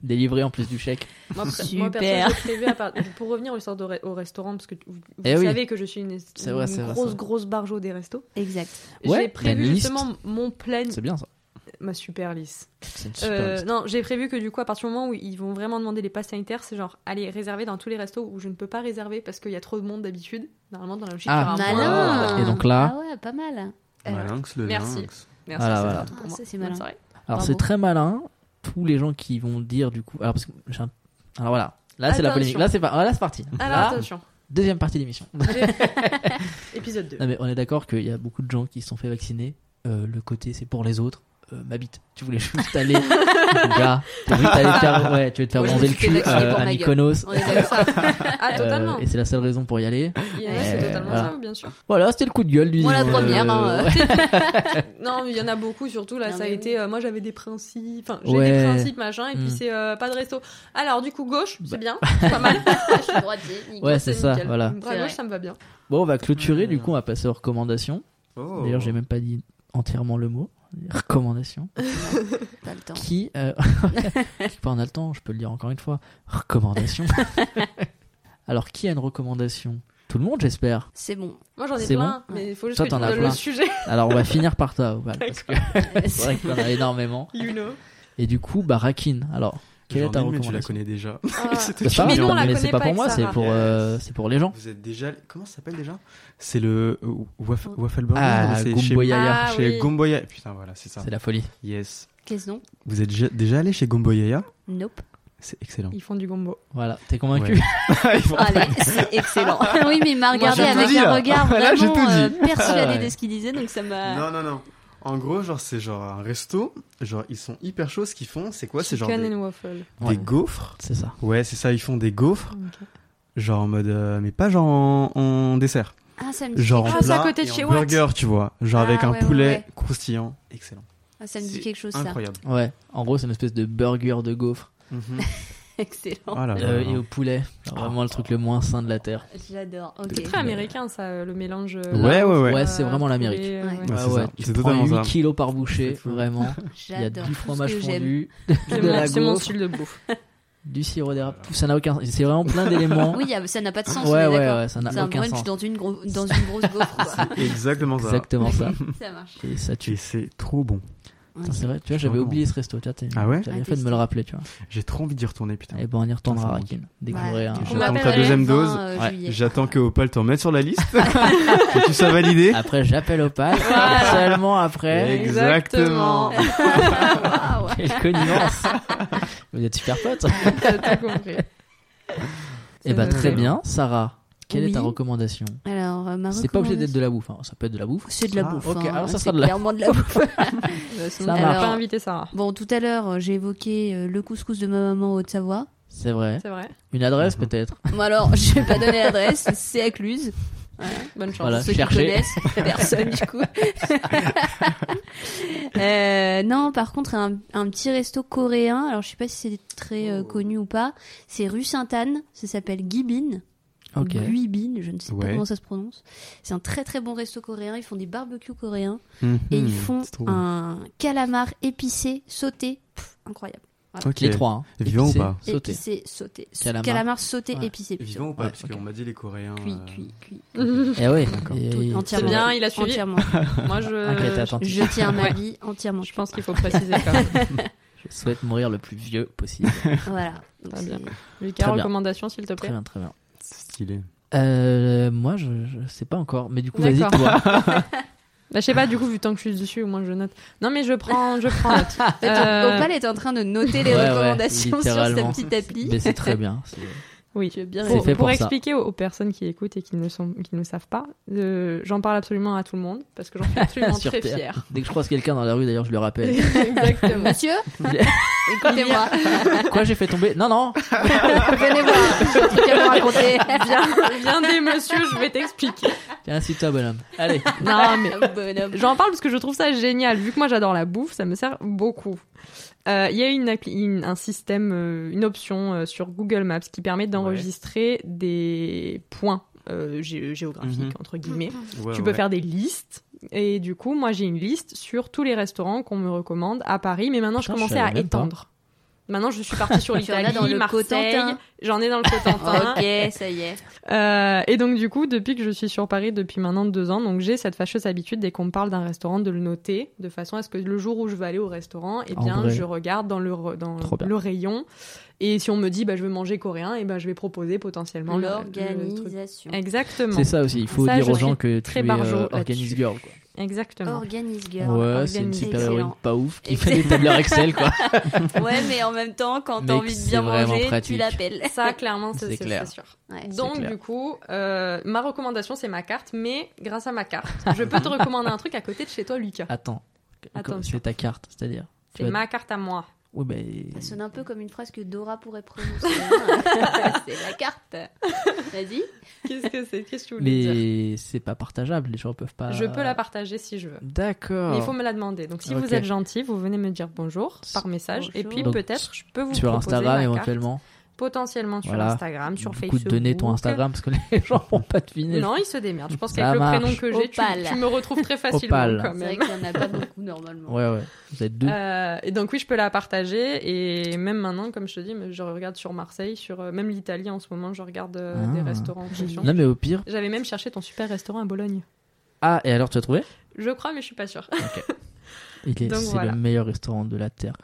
Speaker 4: Délivrée en plus du chèque.
Speaker 6: Moi, per-
Speaker 3: Super.
Speaker 6: moi, perso, j'ai prévu, à part- pour revenir au, sort de re- au restaurant, parce que tu- vous, vous
Speaker 4: Eh oui.
Speaker 6: savez que je suis une, une
Speaker 4: C'est vrai, c'est vrai, c'est
Speaker 6: grosse,
Speaker 4: vrai.
Speaker 6: grosse barjo des restos.
Speaker 3: Exact.
Speaker 4: Ouais,
Speaker 6: j'ai
Speaker 4: t'as
Speaker 6: prévu
Speaker 4: une
Speaker 6: justement mon plan,
Speaker 4: C'est bien ça.
Speaker 6: ma super liste.
Speaker 4: C'est une
Speaker 6: Euh,
Speaker 4: super liste.
Speaker 6: non, j'ai prévu que du coup, à partir du moment où ils vont vraiment demander les passes sanitaires, c'est genre aller réserver dans tous les restos où je ne peux pas réserver parce qu'il y a trop de monde d'habitude. Normalement, dans la logique,
Speaker 4: Ah.
Speaker 6: il y aura un
Speaker 4: Malin.
Speaker 6: moins de monde.
Speaker 4: Et donc là-
Speaker 3: Ah ouais, pas mal.
Speaker 6: Euh,
Speaker 5: Malinx, le
Speaker 6: merci.
Speaker 5: lynx.
Speaker 6: Merci,
Speaker 4: Voilà,
Speaker 6: c'est
Speaker 4: voilà.
Speaker 6: tout pour
Speaker 3: Ah,
Speaker 6: moi.
Speaker 3: ça, c'est
Speaker 6: Bonne
Speaker 3: malin.
Speaker 6: soirée.
Speaker 4: Alors
Speaker 3: bravo.
Speaker 4: c'est très malin. Tous les gens qui vont dire du coup. Alors parce que j'ai un- Alors voilà. Là c'est la polémique.
Speaker 6: Attention.
Speaker 4: Là c'est pas. ah, là c'est parti.
Speaker 6: Alors
Speaker 4: Là,
Speaker 6: attention,
Speaker 4: deuxième partie d'émission.
Speaker 6: épisode 2.
Speaker 4: Non mais on est d'accord qu'il y a beaucoup de gens qui se sont fait vacciner. Euh, le côté c'est pour les autres. Euh, ma bite. Tu voulais juste aller, gars. Tu voulais t'aller te faire, ouais, tu veux te faire
Speaker 3: Moi, je
Speaker 4: bronzer
Speaker 3: me
Speaker 4: le
Speaker 3: suis fait
Speaker 4: cul
Speaker 3: vacciner
Speaker 4: euh,
Speaker 3: pour
Speaker 4: à
Speaker 3: ma gueule.
Speaker 4: Mykonos.
Speaker 3: On est comme ça.
Speaker 6: Ah,
Speaker 4: Euh,
Speaker 6: totalement.
Speaker 4: et c'est la seule raison pour y aller.
Speaker 6: Yeah, c'est
Speaker 4: Euh,
Speaker 6: totalement
Speaker 4: voilà.
Speaker 6: ça, bien sûr.
Speaker 4: Voilà, c'était le coup de gueule du.
Speaker 3: Moi, la
Speaker 4: euh,
Speaker 3: première, hein,
Speaker 4: ouais.
Speaker 6: Non, mais il y en a beaucoup, surtout là,
Speaker 3: Non,
Speaker 6: ça a
Speaker 3: mais
Speaker 6: été. euh, moi, j'avais des principes, enfin, j'ai
Speaker 4: Ouais.
Speaker 6: des principes, machin, et
Speaker 4: Mm.
Speaker 6: puis c'est euh, pas de resto. Alors, du coup, gauche,
Speaker 4: Bah.
Speaker 6: c'est bien, c'est pas mal.
Speaker 3: Je suis droitier. nickel.
Speaker 4: Ouais, c'est ça,
Speaker 6: nickel.
Speaker 4: voilà.
Speaker 6: Bras
Speaker 3: C'est vrai.
Speaker 6: gauche, ça me va bien.
Speaker 4: Bon, on va clôturer. Du
Speaker 5: Mm.
Speaker 4: coup, on va passer aux recommandations.
Speaker 5: Oh.
Speaker 4: D'ailleurs, j'ai même pas dit entièrement le mot. Les Recommandations.
Speaker 3: Pas le temps.
Speaker 4: Qui, euh, qui pas en a le temps, je peux le dire encore une fois. Recommandations. Alors, qui a une recommandation Tout le monde, j'espère.
Speaker 3: C'est bon.
Speaker 6: Moi, j'en ai
Speaker 4: C'est
Speaker 6: plein, mais il faut juste
Speaker 4: Toi,
Speaker 6: que
Speaker 4: t'en
Speaker 6: tu me
Speaker 4: as
Speaker 6: donnes
Speaker 4: plein.
Speaker 6: le sujet,
Speaker 4: Alors, on va finir par toi, Oval, parce que c'est vrai qu'on a énormément.
Speaker 6: you know.
Speaker 4: Et du coup, bah, Rakin. Alors, quelle est
Speaker 5: J'en
Speaker 4: ta
Speaker 5: ai une, mais tu la
Speaker 4: recommandation
Speaker 5: connais déjà.
Speaker 6: Ah.
Speaker 5: C'était
Speaker 4: Bah, ça va,
Speaker 6: Mais nous, on la
Speaker 4: mais c'est
Speaker 6: connaît
Speaker 4: pas
Speaker 6: pas
Speaker 4: pour
Speaker 6: avec
Speaker 4: moi, c'est
Speaker 6: Sarah.
Speaker 4: pour, euh, c'est pour les gens.
Speaker 5: Vous êtes déjà. Comment ça s'appelle déjà C'est le euh, Waffle, Waffle Burger
Speaker 4: Ah,
Speaker 5: ou c'est chez,
Speaker 4: Gumboyaya.
Speaker 6: Ah,
Speaker 5: chez
Speaker 6: oui.
Speaker 5: Gomboya. Putain, voilà, c'est ça.
Speaker 4: C'est la folie.
Speaker 5: Yes.
Speaker 3: Qu'est-ce donc
Speaker 5: Vous êtes déjà- déjà allé chez Gomboyaya
Speaker 3: Nope.
Speaker 5: C'est excellent.
Speaker 6: Ils font du gombo.
Speaker 4: Voilà, t'es convaincu
Speaker 5: Ouais.
Speaker 3: Allez, c'est excellent. oui, mais il m'a regardé
Speaker 5: j'ai tout
Speaker 3: avec
Speaker 5: dit,
Speaker 4: hein.
Speaker 3: un
Speaker 5: là.
Speaker 3: regard
Speaker 5: Là, j'ai
Speaker 3: vraiment
Speaker 5: tout
Speaker 3: euh,
Speaker 5: dit.
Speaker 4: Ah ouais.
Speaker 3: persuadé de ce qu'il disait, donc ça
Speaker 6: Euh.
Speaker 3: m'a.
Speaker 5: Non, non, non. En gros, genre, c'est genre un resto. Genre, ils sont hyper chauds. Ce qu'ils font, c'est quoi C'est genre
Speaker 6: Chicken
Speaker 5: des,
Speaker 6: and waffle.
Speaker 5: des
Speaker 4: Ouais.
Speaker 5: gaufres.
Speaker 4: C'est ça.
Speaker 5: Ouais, c'est ça, ils font des gaufres. Genre en mode. euh, mais pas genre en, en dessert.
Speaker 3: Ah, ça me dit
Speaker 5: Genre
Speaker 3: quelque
Speaker 5: en
Speaker 6: Ah, c'est à
Speaker 5: plat
Speaker 6: côté de
Speaker 5: et en
Speaker 6: chez Watt.
Speaker 5: burger, tu vois. Genre
Speaker 3: Ah,
Speaker 5: avec un
Speaker 3: ouais, ouais,
Speaker 5: poulet
Speaker 3: ouais.
Speaker 5: croustillant. Excellent.
Speaker 3: Ah, ça me dit
Speaker 5: C'est
Speaker 3: quelque chose, ça.
Speaker 5: Incroyable.
Speaker 4: Ouais, en gros, c'est une espèce de burger de gaufre.
Speaker 3: Excellent.
Speaker 5: Ah là là
Speaker 4: Euh,
Speaker 5: là.
Speaker 4: et au poulet. Vraiment le truc le moins sain de la terre.
Speaker 3: J'adore. ok.
Speaker 6: C'est très américain, ça, euh, le mélange. euh,
Speaker 5: Ouais, ouais, ouais.
Speaker 4: Ouais, c'est vraiment
Speaker 6: poulet,
Speaker 4: l'amérique.
Speaker 6: euh,
Speaker 3: Ouais.
Speaker 6: ouais.
Speaker 5: Ouais,
Speaker 4: Ah
Speaker 5: c'est
Speaker 4: ouais,
Speaker 5: ça.
Speaker 4: tu
Speaker 5: C'est
Speaker 4: prends
Speaker 5: totalement
Speaker 4: 8
Speaker 5: ça.
Speaker 4: kilos par bouchée,
Speaker 5: C'est fou.
Speaker 4: vraiment. Il y a
Speaker 3: J'adore.
Speaker 4: du
Speaker 3: tout ce
Speaker 4: fromage
Speaker 3: que j'aime.
Speaker 4: fondu,
Speaker 6: C'est
Speaker 4: de
Speaker 6: mon-
Speaker 4: la
Speaker 6: C'est mon
Speaker 4: gaufre,
Speaker 6: style de bouffe.
Speaker 4: du sirop d'érable. Tout ça n'a aucun C'est vraiment plein d'éléments.
Speaker 3: Oui, y a- ça n'a pas de sens.
Speaker 4: Ouais,
Speaker 3: on est
Speaker 4: ouais,
Speaker 3: d'accord.
Speaker 4: ouais, ça n'a
Speaker 3: C'est un
Speaker 4: aucun
Speaker 3: brunch
Speaker 4: sens.
Speaker 3: dans une, gro- dans une grosse gaufre. quoi.
Speaker 5: Exactement ça.
Speaker 4: Exactement ça.
Speaker 3: ça marche.
Speaker 4: Et ça tue.
Speaker 5: Et c'est trop bon.
Speaker 4: Putain, C'est vrai, tu vois,
Speaker 5: Je
Speaker 4: j'avais
Speaker 5: recommande.
Speaker 4: oublié ce resto. Tu vois, t'as
Speaker 5: Ah ouais
Speaker 4: t'as
Speaker 3: Ah,
Speaker 4: bien fait de me
Speaker 3: testé.
Speaker 4: le rappeler, tu vois.
Speaker 5: J'ai trop envie d'y retourner, putain.
Speaker 4: Et ben, on y retournera,
Speaker 5: Putain, ça
Speaker 4: Rakin.
Speaker 3: Ouais,
Speaker 4: Découvrir
Speaker 3: Bah, du coup,
Speaker 5: J'attends
Speaker 6: On
Speaker 5: que ta
Speaker 6: m'appelle
Speaker 5: deuxième
Speaker 3: le 20,
Speaker 5: dose.
Speaker 3: euh,
Speaker 4: Ouais,
Speaker 3: juillet.
Speaker 5: J'attends que Opal te remette sur la liste. que tu sois validé.
Speaker 4: un. Après, j'appelle Opal.
Speaker 6: Voilà.
Speaker 4: Seulement après.
Speaker 5: Exactement.
Speaker 3: Waouh.
Speaker 4: Quelle connivence. Vous êtes super potes.
Speaker 6: T'as t'as compris.
Speaker 4: Et bah,
Speaker 6: noté.
Speaker 4: très bien. Sarah, quelle est ta
Speaker 3: Oui.
Speaker 4: recommandation
Speaker 3: Alors, euh, ma
Speaker 4: C'est pas obligé d'être
Speaker 3: recommandation-
Speaker 4: de la bouffe. hein. Ça peut être de la bouffe.
Speaker 3: C'est de la
Speaker 5: Ah,
Speaker 3: bouffe.
Speaker 4: ok,
Speaker 3: hein.
Speaker 4: alors ça
Speaker 3: C'est
Speaker 4: sera de la-
Speaker 3: clairement de la bouffe.
Speaker 6: Euh, Sinon,
Speaker 4: Ça
Speaker 6: t'as
Speaker 3: marche.
Speaker 6: pas invité Sarah.
Speaker 3: bon, tout à l'heure, euh, j'ai évoqué euh, le couscous de ma maman au Haute-Savoie.
Speaker 4: C'est vrai.
Speaker 6: C'est vrai.
Speaker 4: Une adresse, peut-être
Speaker 3: Bon, alors, je vais pas donner l'adresse, c'est à Cluse.
Speaker 6: Bonne chance.
Speaker 4: Voilà,
Speaker 3: ceux qui
Speaker 4: cherchez.
Speaker 3: connaissent, personne du coup. Euh, non, par contre, un, un petit resto coréen, alors je sais pas si c'est très
Speaker 4: Oh.
Speaker 3: euh, connu ou pas, c'est rue Sainte-Anne, ça s'appelle Gibin.
Speaker 4: Ok.
Speaker 3: Guibin, je ne sais pas
Speaker 5: Ouais.
Speaker 3: comment ça se prononce. C'est un très très bon resto coréen, ils font des barbecues coréens
Speaker 5: Mhm.
Speaker 4: Hmm,
Speaker 3: et ils font un calamar épicé sauté, Pff, incroyable.
Speaker 4: Les trois. hein.
Speaker 5: Vivant
Speaker 4: Épicé,
Speaker 5: ou pas
Speaker 4: Sauté.
Speaker 3: Épicé sauté.
Speaker 4: Calamar.
Speaker 3: Calamar, sauté
Speaker 4: Ouais.
Speaker 3: épicé. plutôt.
Speaker 5: Vivant ou pas
Speaker 4: Ouais,
Speaker 5: Parce
Speaker 4: ok.
Speaker 5: qu'on m'a dit les Coréens.
Speaker 3: Cuit,
Speaker 5: euh,
Speaker 3: cuit, cuit.
Speaker 4: Eh ouais.
Speaker 5: D'accord.
Speaker 4: Et-
Speaker 3: Tout-
Speaker 6: C'est
Speaker 3: entièrement.
Speaker 6: bien, il a suivi.
Speaker 3: Entièrement.
Speaker 6: Moi,
Speaker 4: Inquiète,
Speaker 6: je.
Speaker 4: attentif.
Speaker 3: Je tiens ma vie entièrement.
Speaker 6: Je pense qu'il faut préciser quand même.
Speaker 4: Je souhaite mourir le plus vieux possible.
Speaker 3: Voilà. Donc,
Speaker 6: Très bien.
Speaker 3: c'est-
Speaker 6: Lucas,
Speaker 4: Très bien.
Speaker 6: recommandation, s'il te
Speaker 4: très
Speaker 6: plaît.
Speaker 4: bien, très bien.
Speaker 5: Stylé.
Speaker 4: Euh, moi, je, je sais pas encore, mais du coup, vas-y,
Speaker 6: D'accord.
Speaker 4: toi.
Speaker 6: Bah, je sais pas, du coup, vu tant que je suis dessus, au moins je note. Non, mais je prends, je prends note.
Speaker 3: En fait,
Speaker 6: Euh,
Speaker 3: Opal est en train de noter les
Speaker 4: Ouais, ouais,
Speaker 3: recommandations sur sa
Speaker 4: littéralement.
Speaker 3: petite appli.
Speaker 4: Mais c'est très bien. c'est-
Speaker 6: Oui.
Speaker 3: bien
Speaker 4: C'est
Speaker 6: Pour,
Speaker 4: fait
Speaker 6: pour
Speaker 4: pour ça.
Speaker 6: expliquer aux, aux personnes qui écoutent et qui ne, sont, qui ne savent pas, euh, j'en parle absolument à tout le monde parce que j'en suis absolument
Speaker 4: Sur
Speaker 6: très
Speaker 4: Terre.
Speaker 6: fière.
Speaker 4: Dès que je croise quelqu'un dans la rue, d'ailleurs, je le rappelle.
Speaker 6: Exactement.
Speaker 3: Monsieur, écoutez-moi,
Speaker 4: Quoi, j'ai fait tomber Non, non.
Speaker 3: venez voir, j'ai un truc à vous raconter.
Speaker 6: Viens, viens des messieurs, je vais t'expliquer.
Speaker 4: Tiens, assis-toi, bonhomme. Allez.
Speaker 6: Non, mais
Speaker 3: Bonhomme.
Speaker 6: J'en parle parce que je trouve ça génial. Vu que moi j'adore la bouffe, ça me sert beaucoup. Euh, Il y a une, appli- une- un système, euh, une option euh, sur Google Maps qui permet d'enregistrer des points euh, gé- géographiques,
Speaker 5: Mhm.
Speaker 6: entre guillemets.
Speaker 5: Ouais,
Speaker 6: tu
Speaker 5: ouais.
Speaker 6: peux faire des listes. Et du coup, moi j'ai une liste sur tous les restaurants qu'on me recommande à Paris. Mais maintenant
Speaker 4: Putain,
Speaker 6: je
Speaker 4: je
Speaker 6: commençais
Speaker 4: savais
Speaker 6: à
Speaker 4: même pas.
Speaker 6: étendre. Maintenant je suis partie sur
Speaker 3: Tu en as
Speaker 6: l'Italie,
Speaker 3: dans le
Speaker 6: Marseille.
Speaker 3: Cotentin.
Speaker 6: J'en ai dans le Cotentin.
Speaker 3: Ok, ça y est.
Speaker 6: Euh, et donc du coup, depuis que je suis sur Paris depuis maintenant deux ans, donc j'ai cette fâcheuse habitude dès qu'on me parle d'un restaurant de le noter, de façon à ce que le jour où je vais aller au restaurant, eh
Speaker 4: En
Speaker 6: bien
Speaker 4: vrai.
Speaker 6: je regarde dans le re- dans
Speaker 4: Trop bien.
Speaker 6: le rayon. Et si on me dit bah je veux manger coréen, et ben je vais proposer potentiellement euh, le- le truc.
Speaker 3: L'organisation.
Speaker 6: Exactement.
Speaker 4: C'est ça aussi. Il faut
Speaker 6: Ça,
Speaker 4: dire
Speaker 6: je
Speaker 4: aux gens
Speaker 6: suis
Speaker 4: que
Speaker 6: très
Speaker 4: tu es
Speaker 6: barjo
Speaker 4: euh,
Speaker 6: là-dessus.
Speaker 4: organise girl. Quoi.
Speaker 6: Exactement.
Speaker 3: Organise girl.
Speaker 4: Ouais, c'est une
Speaker 6: organise-
Speaker 4: super héroïne
Speaker 3: Excellent.
Speaker 4: pas ouf qui fait des tableurs Excel, quoi.
Speaker 3: Ouais, mais en même temps, quand
Speaker 4: Mec,
Speaker 3: t'as envie de
Speaker 4: c'est
Speaker 3: bien
Speaker 4: vraiment
Speaker 3: manger,
Speaker 4: pratique.
Speaker 3: tu l'appelles.
Speaker 6: Ça clairement c'est
Speaker 4: C'est
Speaker 6: c'est-
Speaker 4: clair.
Speaker 6: c'est sûr.
Speaker 3: Ouais.
Speaker 6: Donc
Speaker 4: clair.
Speaker 6: du coup, euh, ma recommandation c'est ma carte, mais grâce à ma carte, je peux te recommander un truc à côté de chez toi, Lucas.
Speaker 4: Attends.
Speaker 6: Attention.
Speaker 4: C'est ta carte, c'est-à-dire. tu
Speaker 6: C'est
Speaker 4: vas-
Speaker 6: ma carte à moi.
Speaker 4: Oui, ben.
Speaker 3: Ça sonne un peu comme une phrase que Dora pourrait prononcer. hein. c'est la carte. Vas-y.
Speaker 6: Qu'est-ce que c'est Qu'est-ce que tu voulais dire
Speaker 4: Mais euh, c'est pas partageable. Les gens peuvent pas.
Speaker 6: Je peux la partager si je veux.
Speaker 4: D'accord.
Speaker 6: Mais il faut me la demander. Donc si
Speaker 4: Ah. Ok.
Speaker 6: vous êtes gentil, vous venez me dire bonjour par message. Et
Speaker 3: Bonjour.
Speaker 6: puis
Speaker 4: Donc,
Speaker 6: peut-être je peux vous
Speaker 4: Sur
Speaker 6: proposer
Speaker 4: Instagram,
Speaker 6: ma carte,
Speaker 4: éventuellement.
Speaker 6: potentiellement sur
Speaker 4: Voilà.
Speaker 6: Instagram, sur
Speaker 4: du coup,
Speaker 6: Facebook.
Speaker 4: donner ton Instagram parce que les gens vont pas deviner.
Speaker 6: Non, il se démerde. Je pense
Speaker 4: Ça
Speaker 6: qu'avec le
Speaker 4: marche.
Speaker 6: prénom que j'ai, tu,
Speaker 3: Opal.
Speaker 6: tu me retrouves très facilement
Speaker 4: Opal.
Speaker 6: quand
Speaker 3: C'est vrai
Speaker 6: même.
Speaker 3: qu'il y en a pas beaucoup normalement.
Speaker 4: Ouais, ouais. Vous êtes deux.
Speaker 6: Euh, et donc oui, je peux la partager. Et même maintenant, comme je te dis, mais je regarde sur Marseille, sur euh, même l'Italie en ce moment, je regarde euh,
Speaker 4: Ah.
Speaker 6: des restaurants. en fonction.
Speaker 4: Non, mais au pire.
Speaker 6: J'avais même cherché ton super restaurant à Bologne.
Speaker 4: Ah, et alors tu as trouvé
Speaker 6: Je crois, mais je suis pas sûre.
Speaker 4: Il est,
Speaker 6: Donc,
Speaker 4: c'est
Speaker 6: voilà.
Speaker 4: le meilleur restaurant de la terre.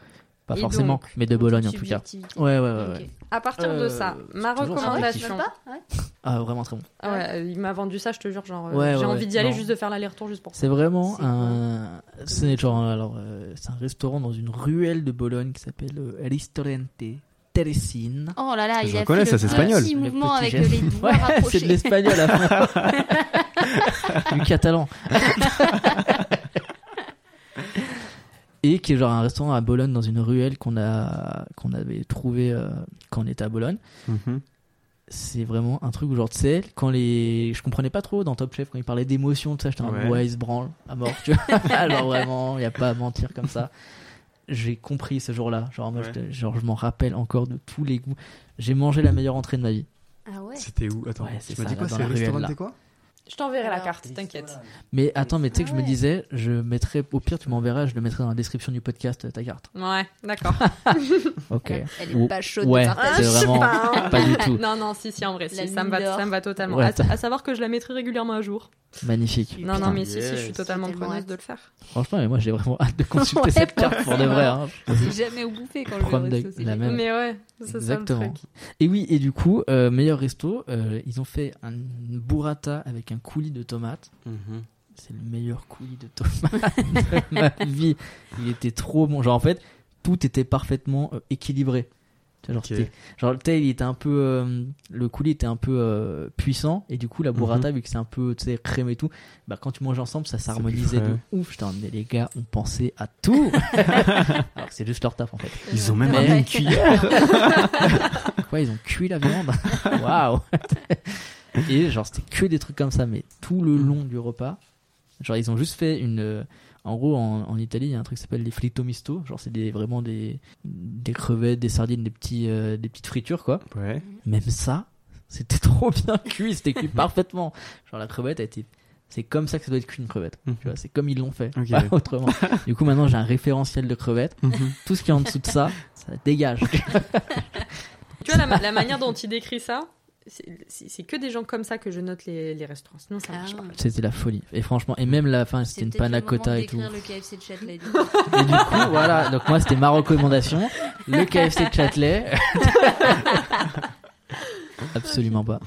Speaker 4: Pas
Speaker 6: Et
Speaker 4: forcément,
Speaker 6: donc,
Speaker 4: mais de Bologne en tout cas.
Speaker 3: Subjectivité.
Speaker 4: Ouais, ouais, ouais.
Speaker 3: Ok.
Speaker 4: ouais.
Speaker 6: À partir de
Speaker 4: Euh,
Speaker 6: ça, ma
Speaker 4: toujours subjectif.
Speaker 6: recommandation.
Speaker 3: Ah ouais
Speaker 4: Ah, vraiment très bon.
Speaker 6: Ah ouais, euh, il m'a vendu ça, je te jure, genre euh,
Speaker 4: Ouais,
Speaker 6: j'ai
Speaker 4: ouais,
Speaker 6: envie
Speaker 4: ouais.
Speaker 6: d'y aller
Speaker 4: Non.
Speaker 6: juste de faire l'aller-retour juste pour ça.
Speaker 4: C'est vraiment
Speaker 3: C'est
Speaker 4: un. C'est genre, alors, euh, c'est un restaurant dans une ruelle de Bologne qui s'appelle euh, Ristorante Teresina.
Speaker 3: Oh là là,
Speaker 5: Je
Speaker 3: il a
Speaker 5: reconnais,
Speaker 3: fait
Speaker 5: ça,
Speaker 3: le
Speaker 5: c'est
Speaker 3: petit
Speaker 5: espagnol.
Speaker 4: Le
Speaker 3: mouvement
Speaker 4: petit
Speaker 3: avec
Speaker 4: geste.
Speaker 3: les doigts
Speaker 4: Ouais,
Speaker 3: rapprochés.
Speaker 4: c'est de l'espagnol à fond. du catalan. Et qui est genre un restaurant à Bologne dans une ruelle qu'on a qu'on avait trouvé euh, quand on était à Bologne.
Speaker 5: Mhm.
Speaker 4: c'est vraiment un truc où genre tu sais quand les je comprenais pas trop dans Top Chef quand ils parlaient d'émotion tout ça j'étais en mode,
Speaker 5: Ouais.
Speaker 4: ouais ils se branlent à mort tu vois alors vraiment il y a pas à mentir comme ça j'ai compris ce jour-là. Genre, moi,
Speaker 5: Ouais.
Speaker 4: j'étais- genre, je m'en rappelle encore de tous les goûts. J'ai mangé la meilleure entrée de ma vie.
Speaker 3: Ah ouais.
Speaker 5: C'était où Attends,
Speaker 4: Ouais, c'est
Speaker 5: tu m'as
Speaker 4: ça,
Speaker 5: dit
Speaker 4: là,
Speaker 5: quoi
Speaker 4: dans
Speaker 5: C'est
Speaker 4: la ruelle,
Speaker 5: restaurant,
Speaker 4: là.
Speaker 5: t'es quoi
Speaker 6: Je t'enverrai la
Speaker 3: Alors,
Speaker 6: carte, t'inquiette.
Speaker 4: Mais attends, mais tu sais que
Speaker 3: Ah
Speaker 4: je me
Speaker 3: ouais.
Speaker 4: disais, je mettrais, au pire, tu m'enverras, je le mettrai dans la description du podcast, euh, ta carte.
Speaker 6: Ouais, d'accord.
Speaker 4: Ok.
Speaker 3: Elle, elle
Speaker 4: Ou-
Speaker 3: est pas chaude. de
Speaker 4: ouais,
Speaker 3: partager.
Speaker 4: c'est vraiment
Speaker 6: hein.
Speaker 4: pas, du tout.
Speaker 6: non, non, si, si, en vrai, si,
Speaker 3: La
Speaker 6: ça, me
Speaker 3: mine
Speaker 6: va,
Speaker 3: d'or.
Speaker 6: ça me va totalement.
Speaker 4: Ouais,
Speaker 6: à,
Speaker 4: t'as-
Speaker 6: à savoir que je la mettrai régulièrement à jour.
Speaker 4: Magnifique.
Speaker 3: Non,
Speaker 6: Non,
Speaker 4: Putain.
Speaker 6: non, mais si, si, je
Speaker 5: Yes.
Speaker 6: suis totalement
Speaker 3: C'est tellement
Speaker 6: preneuse
Speaker 3: hâte.
Speaker 6: de le faire.
Speaker 4: Franchement, mais moi, j'ai vraiment hâte de consulter
Speaker 3: Ouais,
Speaker 4: cette
Speaker 3: pour
Speaker 4: carte pour de vrai. hein.
Speaker 3: C'est jamais au bouffet quand je
Speaker 4: Prendre
Speaker 3: le
Speaker 4: de-
Speaker 3: reste aussi.
Speaker 4: la même.
Speaker 6: Mais ouais, c'est ça le
Speaker 4: Exactement.
Speaker 6: truc.
Speaker 4: Et oui, et du coup, euh, meilleur resto, euh, ils ont fait un une burrata avec un coulis de tomates. C'est le meilleur coulis de tomates de ma vie. Il était trop bon. Genre, en fait, tout était parfaitement euh, équilibré. Tu vois, Genre,
Speaker 5: Ok.
Speaker 4: t'es- genre, le tail, il était un peu. euh, le coulis était un peu euh, puissant. Et du coup, la burrata,
Speaker 5: Mhm.
Speaker 4: vu que c'est un peu tu sais, crème et tout, bah, quand tu manges ensemble, ça s'harmonisait
Speaker 5: frais,
Speaker 4: de ouf. J'étais en mode, mais les gars, on pensait à tout. Alors que c'est juste leur taf, en fait.
Speaker 5: Ils ont même
Speaker 3: Ah Ouais.
Speaker 5: ramené une cuillère.
Speaker 4: Quoi, ils ont cuit la viande Waouh Et genre, c'était que des trucs comme ça, mais tout le long du repas. Genre, ils ont juste fait une. euh, En gros, en, en Italie, il y a un truc qui s'appelle les fritto misto. Genre, c'est des, vraiment des, des crevettes, des sardines, des, petits, euh, des petites fritures, quoi.
Speaker 5: Ouais.
Speaker 4: Même ça, c'était trop bien cuit, c'était cuit parfaitement. Genre, la crevette a été. C'est comme ça que ça doit être cuit une crevette.
Speaker 5: Mhm.
Speaker 4: Tu vois, c'est comme ils l'ont fait,
Speaker 5: Ok.
Speaker 4: pas autrement. Du coup, maintenant, j'ai un référentiel de crevettes.
Speaker 5: Mhm.
Speaker 4: Tout ce qui est en dessous de ça, ça dégage.
Speaker 6: Tu vois, la, ma- la manière dont il décrit ça, c'est c'est- c'est que des gens comme ça que je note les, les restaurants. Sinon, ça marche
Speaker 3: Ah.
Speaker 6: pas.
Speaker 4: C'était la folie. Et franchement, et même la fin,
Speaker 3: C'est
Speaker 4: c'était une
Speaker 3: peut-être le
Speaker 4: panna cotta
Speaker 3: moment
Speaker 4: et tout.
Speaker 3: d'écrire le KFC de Châtelet, du coup.
Speaker 4: Et du coup, voilà. Donc moi, c'était ma recommandation. Le KFC de Châtelet. Absolument pas.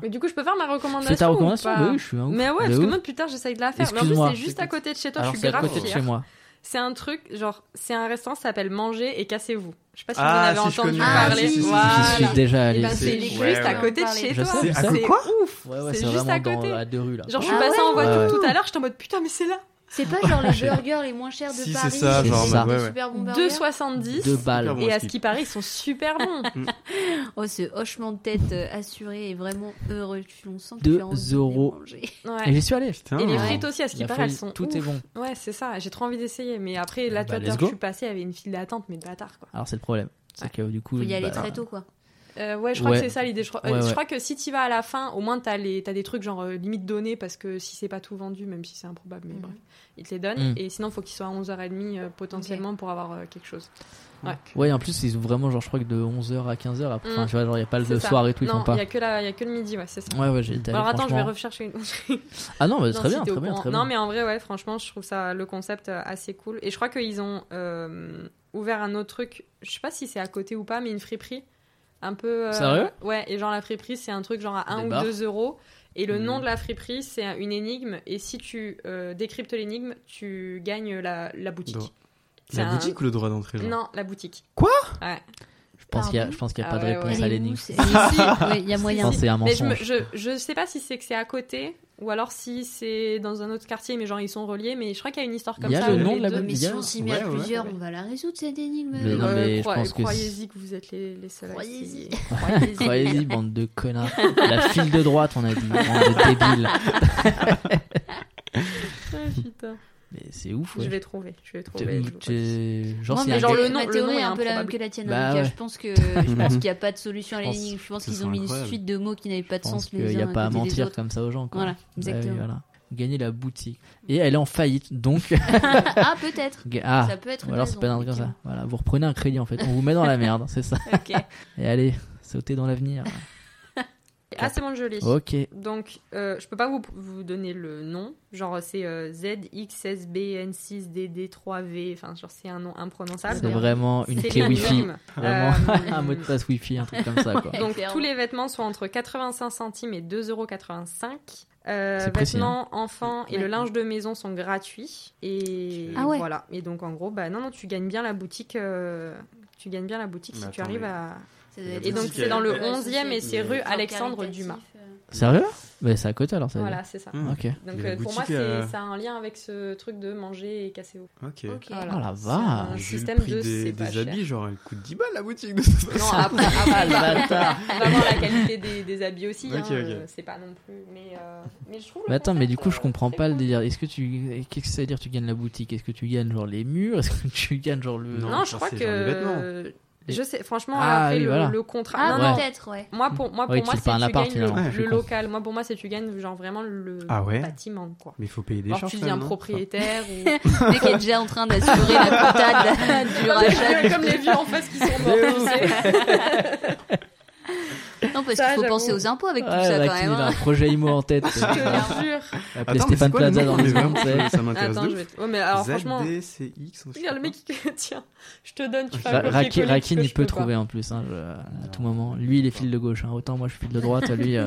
Speaker 6: Mais du coup, je peux faire ma recommandation.
Speaker 4: C'est ta
Speaker 6: ou
Speaker 4: recommandation
Speaker 6: pas
Speaker 4: Oui, je suis un ouf.
Speaker 6: Mais ouais,
Speaker 4: De
Speaker 6: parce que
Speaker 4: ouf.
Speaker 6: moi, plus tard, j'essaye de la faire. Mais en plus,
Speaker 4: Excuse-moi.
Speaker 6: c'est juste à côté de chez toi,
Speaker 4: Alors
Speaker 6: je
Speaker 4: c'est
Speaker 6: suis
Speaker 4: à
Speaker 6: grave
Speaker 4: côté de
Speaker 6: fière.
Speaker 4: chez moi.
Speaker 6: C'est un truc, genre, c'est un restaurant, ça s'appelle Manger et Cassez-vous. Je sais pas si
Speaker 5: Ah,
Speaker 6: vous en
Speaker 5: si,
Speaker 6: avez
Speaker 5: je
Speaker 6: entendu
Speaker 5: connais.
Speaker 3: Ah, si,
Speaker 6: parler.
Speaker 3: si, si, si, si.
Speaker 6: Voilà.
Speaker 4: J'y suis déjà
Speaker 3: Eh
Speaker 4: allé.
Speaker 3: ben,
Speaker 5: c'est-
Speaker 3: c'est
Speaker 5: ouais,
Speaker 6: juste
Speaker 5: ouais.
Speaker 6: à côté de chez
Speaker 4: Je
Speaker 6: toi.
Speaker 4: sais,
Speaker 5: C'est à
Speaker 6: C'est
Speaker 5: quoi
Speaker 6: ouf.
Speaker 4: Ouais, ouais,
Speaker 6: c'est
Speaker 4: c'est
Speaker 6: juste
Speaker 4: vraiment
Speaker 6: à
Speaker 4: dans
Speaker 6: côté.
Speaker 4: à deux rues là.
Speaker 6: Genre, je
Speaker 3: Ah
Speaker 6: suis passée en
Speaker 4: ouais
Speaker 6: voiture
Speaker 4: Ouais.
Speaker 6: tout à l'heure, j'étais en mode putain, mais c'est là.
Speaker 3: C'est pas genre les
Speaker 5: Je sais.
Speaker 3: burgers les moins chers de
Speaker 5: Si, c'est
Speaker 3: Paris.
Speaker 4: genre,
Speaker 5: ça,
Speaker 3: les
Speaker 4: bah,
Speaker 3: des
Speaker 5: ouais, ouais.
Speaker 3: super bons burgers.
Speaker 6: 2,70.
Speaker 4: Deux balles.
Speaker 5: Super bon.
Speaker 6: Et à ce
Speaker 5: Skip.
Speaker 6: qui paraît, ils sont super bons.
Speaker 3: Oh, ce hochement de tête euh, assuré est vraiment heureux. Tu l'en sens que
Speaker 4: Deux
Speaker 3: tu as envie de les
Speaker 4: euros.
Speaker 3: manger.
Speaker 4: Et
Speaker 6: Ouais.
Speaker 4: j'y suis allé.
Speaker 5: Putain.
Speaker 6: Et les
Speaker 4: Ah.
Speaker 6: frites aussi, à ce qui
Speaker 4: La
Speaker 6: paraît, elles
Speaker 4: folie.
Speaker 6: sont
Speaker 4: Tout est bon.
Speaker 6: Ouais, c'est ça, j'ai trop envie d'essayer. Mais après, là,
Speaker 4: Bah,
Speaker 6: toi,
Speaker 4: let's
Speaker 6: tu vois,
Speaker 4: go.
Speaker 6: je suis passée, il y avait une file d'attente, mais de bâtard, quoi.
Speaker 4: Alors c'est le problème. C'est que du coup.
Speaker 3: Faut y aller
Speaker 4: bah,
Speaker 3: très tôt, quoi.
Speaker 6: Euh, ouais, je crois
Speaker 4: Ouais.
Speaker 6: que c'est ça l'idée. Je, crois- euh,
Speaker 4: Ouais,
Speaker 6: je
Speaker 4: ouais.
Speaker 6: crois que si t'y vas à la fin, au moins t'as, les, t'as des trucs genre euh, limite donnés parce que si c'est pas tout vendu, même si c'est improbable, mais
Speaker 3: Mhm.
Speaker 6: bref, ils te les donnent.
Speaker 4: Mm.
Speaker 6: Et sinon, faut qu'ils soient à 11h30 euh, potentiellement pour avoir euh, quelque chose. Ouais.
Speaker 4: Ouais, en plus, ils ont vraiment, genre, je crois que de 11h à 15h. Après,
Speaker 6: Mm.
Speaker 4: enfin, tu vois, genre, il n'y a pas le
Speaker 6: C'est
Speaker 4: le
Speaker 6: ça.
Speaker 4: soir et tout, ils
Speaker 6: non,
Speaker 4: font pas.
Speaker 6: il y a, que la- y a que le midi, ouais, c'est ça.
Speaker 4: Ouais, ouais, j'ai été allé,
Speaker 6: Alors attends, je vais
Speaker 4: franchement.
Speaker 6: rechercher une autre.
Speaker 4: Ah non, mais
Speaker 6: Non,
Speaker 4: très
Speaker 6: si
Speaker 4: bien,
Speaker 6: t'es au
Speaker 4: très bien,
Speaker 6: courant.
Speaker 4: très
Speaker 6: Non,
Speaker 4: bien.
Speaker 6: mais en vrai, ouais, franchement, je trouve ça le concept euh, assez cool. Et je crois qu'ils ont euh, ouvert un autre truc. Je sais pas si c'est à côté ou pas, mais une friperie. Un peu. euh,
Speaker 4: Sérieux
Speaker 6: Ouais, et genre la friperie, c'est un truc genre à 1
Speaker 4: Des
Speaker 6: ou
Speaker 4: bars. Hmm.
Speaker 6: 2 euros. Et le
Speaker 5: Mhm.
Speaker 6: nom de la friperie, c'est un- une énigme. Et si tu euh, décryptes l'énigme, tu gagnes la, la boutique.
Speaker 5: Droit.
Speaker 6: C'est
Speaker 5: La
Speaker 6: un-
Speaker 5: boutique ou le droit d'entrée genre
Speaker 6: Non, la boutique.
Speaker 4: Je pense qu'il y a-
Speaker 3: Pardon
Speaker 4: je pense qu'il n'y a
Speaker 6: Ah
Speaker 4: pas de
Speaker 6: ouais,
Speaker 4: réponse
Speaker 6: ouais.
Speaker 4: à
Speaker 3: Elle est où,
Speaker 4: l'énigme.
Speaker 3: c'est- Oui, il y a
Speaker 6: Si,
Speaker 4: Je
Speaker 3: moyen.
Speaker 4: pense que c'est un
Speaker 6: Mais je, me-
Speaker 4: mensonge.
Speaker 6: je, je sais pas si c'est que c'est à côté ou alors si c'est dans un autre quartier, mais genre ils sont reliés. Mais je crois qu'il y a une histoire comme
Speaker 4: Il y a
Speaker 6: ça.
Speaker 4: le
Speaker 6: où
Speaker 4: nom
Speaker 6: les
Speaker 4: de la
Speaker 6: deux-
Speaker 4: boutique.
Speaker 3: Oh, Mais si on s'y met à
Speaker 5: Ouais, ouais,
Speaker 3: plusieurs,
Speaker 6: ouais.
Speaker 3: on va la résoudre, cette énigme.
Speaker 4: Mais non,
Speaker 6: Euh,
Speaker 4: mais je
Speaker 6: croy-
Speaker 4: pense que
Speaker 6: croyez-y que vous êtes les, les seuls. à
Speaker 3: Croyez-y.
Speaker 6: essayer.
Speaker 4: Croyez-y, bande de connards. La file de droite, on a dit. Bande de débiles.
Speaker 6: Ah, putain.
Speaker 4: Mais c'est ouf,
Speaker 6: Je
Speaker 4: ouais.
Speaker 6: vais trouver. Je vais
Speaker 4: T'es-
Speaker 6: trouver. je vous dis.
Speaker 4: t'es- Genre,
Speaker 3: Moi,
Speaker 4: c'est
Speaker 6: mais
Speaker 4: un
Speaker 6: genre
Speaker 4: gars-
Speaker 6: le nom-
Speaker 3: ma
Speaker 6: le
Speaker 3: théorie
Speaker 6: nom
Speaker 3: est
Speaker 6: est
Speaker 3: un peu la même
Speaker 6: improbable.
Speaker 3: que la tienne.
Speaker 4: Bah
Speaker 3: Lucas.
Speaker 4: ouais.
Speaker 3: Je pense que je pense qu'il n'y a pas de solution à
Speaker 5: Je pense-
Speaker 3: l'énigme. Je pense
Speaker 5: ce
Speaker 3: qu'ils
Speaker 5: sera
Speaker 3: ont mis une
Speaker 5: incroyable.
Speaker 3: suite de mots qui n'avaient pas de
Speaker 4: je pense
Speaker 3: sens
Speaker 4: qu'il
Speaker 3: les
Speaker 4: n'y
Speaker 3: uns
Speaker 4: a pas à
Speaker 3: à côté des
Speaker 4: mentir
Speaker 3: autres.
Speaker 4: comme ça aux gens. Quoi.
Speaker 3: Voilà,
Speaker 4: Bah oui,
Speaker 3: exactement.
Speaker 4: voilà. Gagner la boutique. Et elle est en faillite, donc.
Speaker 3: Ah peut-être.
Speaker 4: ga- Ah,
Speaker 3: Ça peut être.
Speaker 4: ou
Speaker 3: une
Speaker 4: alors c'est pas
Speaker 3: raison,
Speaker 4: dingue comme ça. Voilà, vous reprenez un crédit en fait. On vous met dans la merde, c'est ça.
Speaker 6: Ok.
Speaker 4: Et allez, sautez dans l'avenir.
Speaker 6: Ah, c'est bon, je l'ai.
Speaker 4: Ok.
Speaker 6: Donc, euh, je peux pas vous, vous donner le nom. Genre, c'est euh, ZXSBN6DD3V. Enfin, genre, c'est un nom imprononçable.
Speaker 4: C'est vraiment une clé wifi.
Speaker 6: l'énigme.
Speaker 4: Vraiment
Speaker 6: Euh,
Speaker 4: un mot de passe wifi, un truc comme ça quoi.
Speaker 3: Ouais.
Speaker 6: Donc,
Speaker 3: Clairement.
Speaker 6: tous les vêtements sont entre 85 centimes et 2,85€.
Speaker 4: C'est
Speaker 6: Euh,
Speaker 4: précis,
Speaker 6: vêtements,
Speaker 5: hein.
Speaker 6: enfants et
Speaker 3: Ouais.
Speaker 6: le linge de maison sont gratuits. Et
Speaker 3: Ah ouais.
Speaker 6: voilà. Et donc, en gros, bah non, non, tu gagnes bien la boutique. euh, Tu gagnes bien la boutique
Speaker 5: Mais
Speaker 6: si tu
Speaker 5: attends,
Speaker 6: arrives
Speaker 5: mais-
Speaker 6: à.
Speaker 3: Ça doit être
Speaker 6: Et donc
Speaker 5: boutique,
Speaker 6: c'est dans le
Speaker 5: elle-
Speaker 6: 11e et c'est
Speaker 5: Mais-
Speaker 6: rue
Speaker 3: euh, Genre
Speaker 6: Alexandre
Speaker 3: caritatif,
Speaker 6: Dumas.
Speaker 3: euh,
Speaker 4: Sérieux Mais c'est à côté alors ça. veut
Speaker 6: Voilà, c'est ça.
Speaker 5: Hum.
Speaker 4: dire. Ok.
Speaker 6: Donc
Speaker 5: Mais
Speaker 6: euh,
Speaker 5: la
Speaker 6: pour moi,
Speaker 5: boutique,
Speaker 6: c'est-
Speaker 5: euh,
Speaker 6: ça a un lien avec ce truc de manger et casser au.
Speaker 5: Ok.
Speaker 3: Ok.
Speaker 6: Voilà.
Speaker 4: Ah la
Speaker 6: C'est un
Speaker 4: vache.
Speaker 5: J'ai vu
Speaker 6: système
Speaker 5: le prix
Speaker 6: de
Speaker 5: des,
Speaker 6: c'est pas
Speaker 5: des
Speaker 6: cher.
Speaker 5: habits, genre, elle coûte 10 balles la boutique. de toute façon.
Speaker 6: Non, ah après,
Speaker 4: Ah,
Speaker 6: après,
Speaker 4: bâtard.
Speaker 6: on va voir la qualité des, des habits aussi. hein,
Speaker 5: Ok, ok.
Speaker 6: euh, c'est pas non plus. Mais, euh, mais je trouve. le
Speaker 4: Mais attends, mais du
Speaker 6: concept,
Speaker 4: coup, je
Speaker 6: euh,
Speaker 4: comprends
Speaker 6: très
Speaker 4: pas le
Speaker 6: cool.
Speaker 4: délire. Est-ce que tu. Qu'est-ce que ça veut dire tu gagnes la boutique Est-ce que tu gagnes genre les murs Est-ce que tu gagnes genre le.
Speaker 5: Non.
Speaker 6: Non, je
Speaker 5: ça,
Speaker 6: crois
Speaker 5: c'est genre des vêtements.
Speaker 6: que. Je sais, franchement,
Speaker 4: Ah,
Speaker 6: après
Speaker 4: oui,
Speaker 6: le,
Speaker 4: voilà.
Speaker 6: le contrat.
Speaker 3: Ah,
Speaker 6: non, non,
Speaker 3: peut-être, ouais.
Speaker 6: Moi, pour moi, pour
Speaker 4: Ouais,
Speaker 6: moi
Speaker 4: tu
Speaker 6: c'est
Speaker 4: te fais un
Speaker 6: tu
Speaker 4: appart,
Speaker 6: gagnes le,
Speaker 4: finalement.
Speaker 5: Ouais, je
Speaker 6: le
Speaker 5: suis con.
Speaker 6: local. Moi, pour moi, c'est tu gagnes genre vraiment le
Speaker 5: Ah ouais
Speaker 6: bâtiment, quoi.
Speaker 5: Mais il faut payer des
Speaker 6: Alors
Speaker 5: charges.
Speaker 6: tu
Speaker 5: quand
Speaker 6: deviens
Speaker 5: même, non
Speaker 6: propriétaire ou.
Speaker 3: Le mec est déjà en train d'assurer la compta de- du
Speaker 6: Comme les
Speaker 3: rachat.
Speaker 6: vieux-
Speaker 3: du-
Speaker 6: comme les vieux en face qui sont morts. tu sais.
Speaker 3: Non, parce
Speaker 6: Ça,
Speaker 3: qu'il faut
Speaker 6: j'avoue.
Speaker 3: penser aux impôts avec tout
Speaker 4: Ouais,
Speaker 3: ça
Speaker 4: Ah, la
Speaker 3: quand
Speaker 4: Kim,
Speaker 3: même.
Speaker 4: il a
Speaker 3: hein.
Speaker 4: un projet IMO en tête.
Speaker 6: Je te jure.
Speaker 4: Appeler
Speaker 5: Attends, mais c'est
Speaker 4: Stéphane
Speaker 5: quoi le
Speaker 4: Plaza
Speaker 5: nom
Speaker 4: dans
Speaker 5: Mais
Speaker 4: les
Speaker 5: vraiment,
Speaker 4: secondes, tu sais.
Speaker 5: Ça m'intéresse
Speaker 6: Attends,
Speaker 5: de
Speaker 6: je
Speaker 5: ouf.
Speaker 6: vais. te- Ouais, mais alors franchement.
Speaker 5: ZDCX, ou je sais
Speaker 6: Regarde le
Speaker 5: pas
Speaker 6: mec qui tiens, je te donne, tu fais un
Speaker 4: Ra- Raki-
Speaker 6: copier-coller de ce
Speaker 4: Rakin,
Speaker 6: que
Speaker 4: il
Speaker 6: je
Speaker 4: peut
Speaker 6: peux pas.
Speaker 4: trouver en plus, hein, je- à tout moment. Lui, il est fil de gauche. hein. Autant moi, je suis fil de droite. Lui, euh,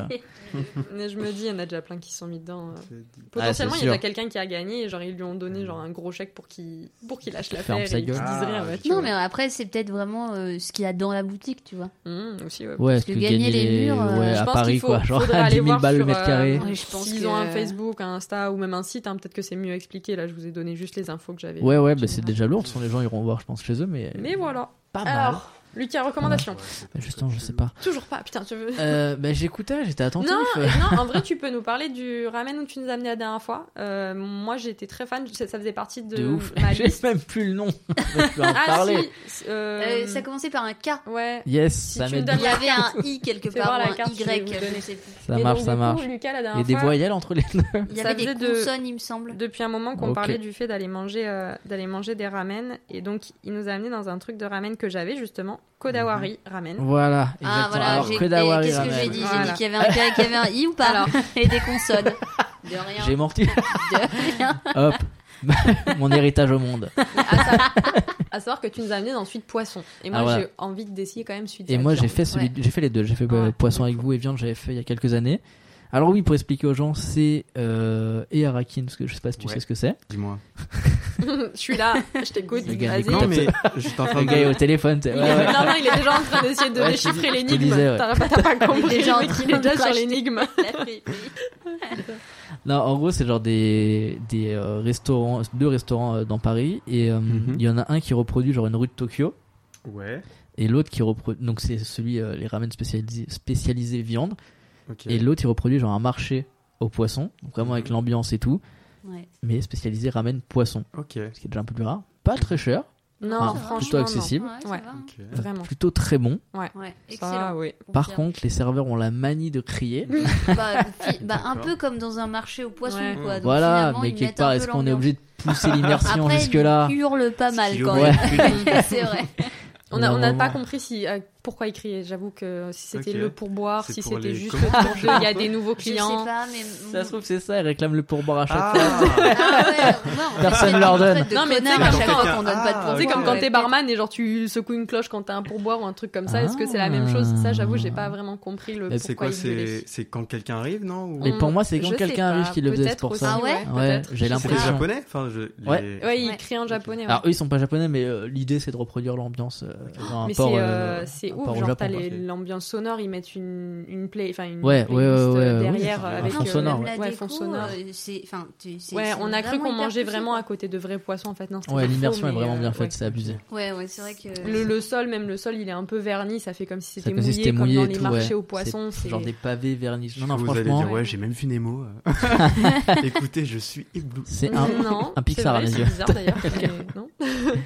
Speaker 6: Mais je me dis, il y en a déjà plein qui sont mis dedans. euh.
Speaker 5: quoi. ZD.
Speaker 6: Potentiellement,
Speaker 4: Ah, c'est
Speaker 6: il y a
Speaker 4: sûr.
Speaker 6: déjà quelqu'un qui a gagné et genre ils lui ont donné genre un gros chèque pour qu'il pour qu'il lâche l'affaire
Speaker 4: Ferme
Speaker 6: et
Speaker 4: sa
Speaker 6: qu'ils disent
Speaker 4: gueule.
Speaker 6: rien.
Speaker 5: Ah,
Speaker 6: ouais, tu
Speaker 3: Non,
Speaker 6: vois.
Speaker 3: mais après, c'est peut-être vraiment euh, ce qu'il y a dans la boutique, tu vois.
Speaker 6: Mmh, aussi, ouais.
Speaker 4: Ouais,
Speaker 3: Parce
Speaker 4: parce
Speaker 3: que
Speaker 4: que
Speaker 3: gagner
Speaker 4: gagner
Speaker 3: les
Speaker 4: les-
Speaker 3: murs, euh,
Speaker 4: ouais,
Speaker 6: je
Speaker 4: à
Speaker 6: pense
Speaker 4: Paris,
Speaker 6: qu'il faut-
Speaker 4: quoi. Genre
Speaker 6: faudra
Speaker 4: à
Speaker 6: aller
Speaker 4: 10 000
Speaker 6: voir
Speaker 4: balles le
Speaker 6: sur,
Speaker 4: mètre carré.
Speaker 6: euh,
Speaker 3: Ouais, je pense
Speaker 6: S'ils
Speaker 3: que-
Speaker 6: ont un Facebook, un Insta ou même un site, hein, peut-être que c'est mieux expliqué. Là, je vous ai donné juste les infos que j'avais.
Speaker 4: Ouais, ouais,
Speaker 6: en
Speaker 4: bah, c'est
Speaker 6: général.
Speaker 4: déjà lourd. De toute façon, les gens iront voir, je pense, chez eux, mais.
Speaker 6: Mais voilà.
Speaker 4: pas mal.
Speaker 6: Ah, bah, Alors, Lucas, recommandation.
Speaker 4: Bah, Justement, je sais pas.
Speaker 6: Toujours pas. Putain, tu veux.
Speaker 4: Euh, bah, j'écoutais, j'étais attentif. Euh,
Speaker 6: Non, euh, non, en vrai, tu peux nous parler du ramen où tu nous as amené la dernière fois. Euh, moi, j'étais très fan. Ça ça faisait partie de,
Speaker 4: de ouf.
Speaker 6: ma
Speaker 4: J'ai
Speaker 6: liste.
Speaker 4: même plus le nom. je vais en
Speaker 6: Ah
Speaker 4: parler.
Speaker 6: si. euh,
Speaker 3: Euh, ça commençait par un K.
Speaker 6: Ouais.
Speaker 4: Yes,
Speaker 6: Si
Speaker 4: ça
Speaker 6: tu
Speaker 4: m'aide.
Speaker 6: me
Speaker 3: Il
Speaker 6: donnes
Speaker 3: y avait un I quelque
Speaker 6: Fais
Speaker 3: part,
Speaker 6: voir la
Speaker 3: ou un
Speaker 6: carte, je vais
Speaker 3: Y,
Speaker 6: vous
Speaker 3: je
Speaker 6: donner.
Speaker 3: sais plus.
Speaker 4: Ça
Speaker 6: Et
Speaker 4: marche,
Speaker 6: donc,
Speaker 4: ça
Speaker 6: du coup,
Speaker 4: marche.
Speaker 6: Lucas, la
Speaker 4: Il y a
Speaker 6: dernière
Speaker 4: des
Speaker 6: fois,
Speaker 4: voyelles entre les deux.
Speaker 3: Il y
Speaker 6: Ça
Speaker 3: avait des
Speaker 6: faisait de-
Speaker 3: consonnes, il me semble.
Speaker 6: depuis un moment qu'on
Speaker 4: Ok.
Speaker 6: parlait du fait d'aller manger, euh, d'aller manger des ramen, et donc il nous a amené dans un truc de ramen que j'avais justement, Kodawari
Speaker 4: Mhm.
Speaker 6: ramen.
Speaker 4: Voilà.
Speaker 3: Ah
Speaker 4: exactement.
Speaker 3: voilà,
Speaker 4: Alors,
Speaker 3: j'ai- et
Speaker 4: Kodawari
Speaker 3: qu'est-ce que
Speaker 4: Ramen.
Speaker 3: j'ai dit J'ai dit
Speaker 6: Voilà.
Speaker 3: qu'il y avait un K et qu'il y avait un I ou pas
Speaker 6: Alors.
Speaker 3: Et des consonnes. De rien.
Speaker 4: J'ai menti.
Speaker 3: De rien.
Speaker 4: Hop. Mon héritage au monde.
Speaker 6: à, savoir, à savoir que tu nous as amené dans suite poisson, et moi
Speaker 4: Ah, voilà.
Speaker 6: j'ai envie d'essayer quand même suite.
Speaker 4: Et
Speaker 6: à
Speaker 4: moi,
Speaker 6: viande.
Speaker 4: j'ai fait celui,
Speaker 3: Ouais.
Speaker 4: j'ai fait les deux. J'ai fait euh,
Speaker 6: Ouais.
Speaker 4: poisson avec vous et viande. J'avais fait il y a quelques années. Alors oui, pour expliquer aux gens, c'est euh, et Arakin, parce que je sais pas si tu
Speaker 5: Ouais.
Speaker 4: sais ce que c'est.
Speaker 5: Dis-moi.
Speaker 6: je suis là, je t'écoute.
Speaker 4: Le gars,
Speaker 6: vas-y.
Speaker 4: écoute.
Speaker 5: Non, mais j'étais en train
Speaker 4: Le gars est au
Speaker 5: de.
Speaker 4: téléphone. t'es-
Speaker 6: Il-
Speaker 4: ouais, ouais.
Speaker 6: Non, non, il est déjà en train d'essayer de
Speaker 4: Ouais, je te
Speaker 6: déchiffrer
Speaker 4: dis- je te
Speaker 6: l'énigme.
Speaker 4: disais, ouais.
Speaker 6: T'as pas, t'as pas compris.
Speaker 3: Il est déjà en
Speaker 6: le mec,
Speaker 3: train
Speaker 6: il
Speaker 3: de
Speaker 6: est déjà sur
Speaker 3: cracher.
Speaker 6: l'énigme.
Speaker 4: Non, en gros, c'est genre des, des euh, restaurants, deux restaurants euh, dans Paris, et euh, il
Speaker 5: Mhm.
Speaker 4: y en a un qui reproduit genre une rue de Tokyo,
Speaker 5: Ouais.
Speaker 4: et l'autre qui reproduit, donc c'est celui euh, les ramen spécialisés, spécialisés viande,
Speaker 5: Ok.
Speaker 4: et l'autre il reproduit genre un marché aux poissons, donc vraiment
Speaker 5: Mhm.
Speaker 4: avec l'ambiance et tout,
Speaker 3: Ouais.
Speaker 4: mais spécialisé ramen poisson,
Speaker 5: Ok.
Speaker 4: ce qui est déjà un peu plus rare, pas
Speaker 5: Mhm.
Speaker 4: très cher,
Speaker 6: Non,
Speaker 4: Enfin, plutôt
Speaker 6: franchement, non.
Speaker 4: Ah, accessible.
Speaker 3: Ouais, ça
Speaker 6: Ouais.
Speaker 3: va.
Speaker 5: Ok.
Speaker 6: Vraiment.
Speaker 4: plutôt très bon.
Speaker 3: Ouais, excellent.
Speaker 6: Ça, oui.
Speaker 4: Par contre, les servers ont la manie de crier.
Speaker 3: Bah, fi- bah, un
Speaker 5: D'accord.
Speaker 3: peu comme dans un marché aux poissons,
Speaker 6: Ouais.
Speaker 3: quoi. Ah, Donc,
Speaker 4: voilà,
Speaker 3: finalement,
Speaker 4: mais
Speaker 3: ils
Speaker 4: quelque
Speaker 3: mettent un
Speaker 4: part,
Speaker 3: peu
Speaker 4: est-ce qu'on est
Speaker 3: l'ambiance.
Speaker 4: obligé de pousser l'immersion
Speaker 3: Après,
Speaker 4: jusque-là
Speaker 3: ils hurlent pas
Speaker 5: Si
Speaker 3: mal
Speaker 5: tu
Speaker 3: quand
Speaker 5: veux,
Speaker 3: même.
Speaker 5: ouais.
Speaker 3: c'est vrai.
Speaker 6: On n'a on n'a pas
Speaker 4: Vraiment.
Speaker 6: compris si, euh, pourquoi il criait. J'avoue que si c'était
Speaker 5: Ok.
Speaker 6: le pourboire,
Speaker 5: C'est
Speaker 6: si
Speaker 5: pour
Speaker 6: c'était
Speaker 5: les
Speaker 6: juste
Speaker 5: commandes.
Speaker 6: pour qu'il y a des nouveaux
Speaker 3: Je sais
Speaker 6: clients.
Speaker 3: pas, mais.
Speaker 4: Ça se trouve, c'est ça, ils réclament le pourboire à chaque fois.
Speaker 5: Ah
Speaker 3: Ah ouais, ouais, en fait,
Speaker 4: Personne
Speaker 3: c'est
Speaker 4: leur
Speaker 3: un
Speaker 4: donne.
Speaker 3: traite de
Speaker 6: Non, mais tu sais,
Speaker 3: connard à
Speaker 6: quand
Speaker 3: chaque fois
Speaker 5: quelqu'un-
Speaker 3: qu'on donne pas de
Speaker 5: Ah,
Speaker 3: pourboire.
Speaker 6: Tu sais, comme quand
Speaker 3: Ouais.
Speaker 6: t'es barman et genre tu secoues une cloche quand t'as un pourboire ou un truc comme ça, est-ce que c'est la même chose Ça, j'avoue, j'ai pas vraiment compris le
Speaker 4: Et
Speaker 5: C'est
Speaker 6: pourquoi
Speaker 5: quoi
Speaker 6: il gueulait.
Speaker 5: C'est c'est quand quelqu'un arrive, non ou-
Speaker 4: Mais
Speaker 6: On-
Speaker 4: pour moi, c'est quand
Speaker 6: je sais
Speaker 4: quelqu'un arrive
Speaker 6: pas,
Speaker 4: qui le faisait, c'est
Speaker 6: peut-être
Speaker 4: pour
Speaker 6: aussi,
Speaker 4: ça.
Speaker 3: Ah ouais
Speaker 6: peut-être.
Speaker 4: j'ai
Speaker 5: C'est
Speaker 4: l'impression.
Speaker 5: les japonais Enfin, je. les-
Speaker 4: Ouais.
Speaker 6: Ouais, il
Speaker 3: Ouais.
Speaker 6: crie en japonais. ouais.
Speaker 4: Alors eux ils sont pas japonais mais euh, l'idée c'est de reproduire l'ambiance euh, dans un
Speaker 6: mais c'est
Speaker 4: port,
Speaker 6: euh,
Speaker 4: euh,
Speaker 6: c'est
Speaker 4: un
Speaker 6: ouf,
Speaker 4: port au
Speaker 6: genre
Speaker 4: Japon,
Speaker 6: t'as
Speaker 4: quoi.
Speaker 6: les- l'ambiance sonore, ils mettent une, une play, enfin une
Speaker 4: Ouais, ouais,
Speaker 6: playlist, euh,
Speaker 4: ouais, ouais, ouais,
Speaker 6: derrière
Speaker 5: oui,
Speaker 6: euh,
Speaker 5: un
Speaker 6: avec
Speaker 4: fond
Speaker 6: euh,
Speaker 4: sonore, ouais.
Speaker 3: la
Speaker 6: ouais,
Speaker 3: déco,
Speaker 6: fond sonore.
Speaker 3: euh, c'est- enfin, tu- c'est-
Speaker 6: Ouais,
Speaker 3: c'est
Speaker 6: on a cru qu'on
Speaker 3: hyper
Speaker 6: mangeait
Speaker 3: poussé,
Speaker 6: vraiment
Speaker 3: quoi.
Speaker 6: à côté de vrais poissons en fait. Non, c'était
Speaker 4: Ouais,
Speaker 6: faux,
Speaker 4: l'immersion est
Speaker 6: mais,
Speaker 4: vraiment
Speaker 6: euh,
Speaker 4: bien
Speaker 6: ouais.
Speaker 4: faite, c'est abusé.
Speaker 3: Ouais, ouais, c'est vrai que.
Speaker 6: Le, le sol, même le sol, il est un peu verni, ça fait comme si
Speaker 4: C'est
Speaker 6: c'était
Speaker 4: comme si
Speaker 6: mouillé,
Speaker 4: c'était
Speaker 6: comme
Speaker 4: mouillé
Speaker 6: dans
Speaker 4: et
Speaker 6: les
Speaker 4: tout,
Speaker 6: marchés
Speaker 4: ouais.
Speaker 6: aux poissons. C'est
Speaker 4: Genre des pavés vernis. Non
Speaker 5: Parce
Speaker 4: non
Speaker 5: que vous allez
Speaker 4: franchement
Speaker 5: dire, ouais, j'ai même vu Nemo. euh. Écoutez, je suis ébloui.
Speaker 4: c'est un
Speaker 6: non,
Speaker 4: un Pixar
Speaker 6: c'est
Speaker 4: à
Speaker 6: vrai,
Speaker 4: mes
Speaker 6: c'est
Speaker 4: yeux.
Speaker 6: bizarre d'ailleurs. mais non.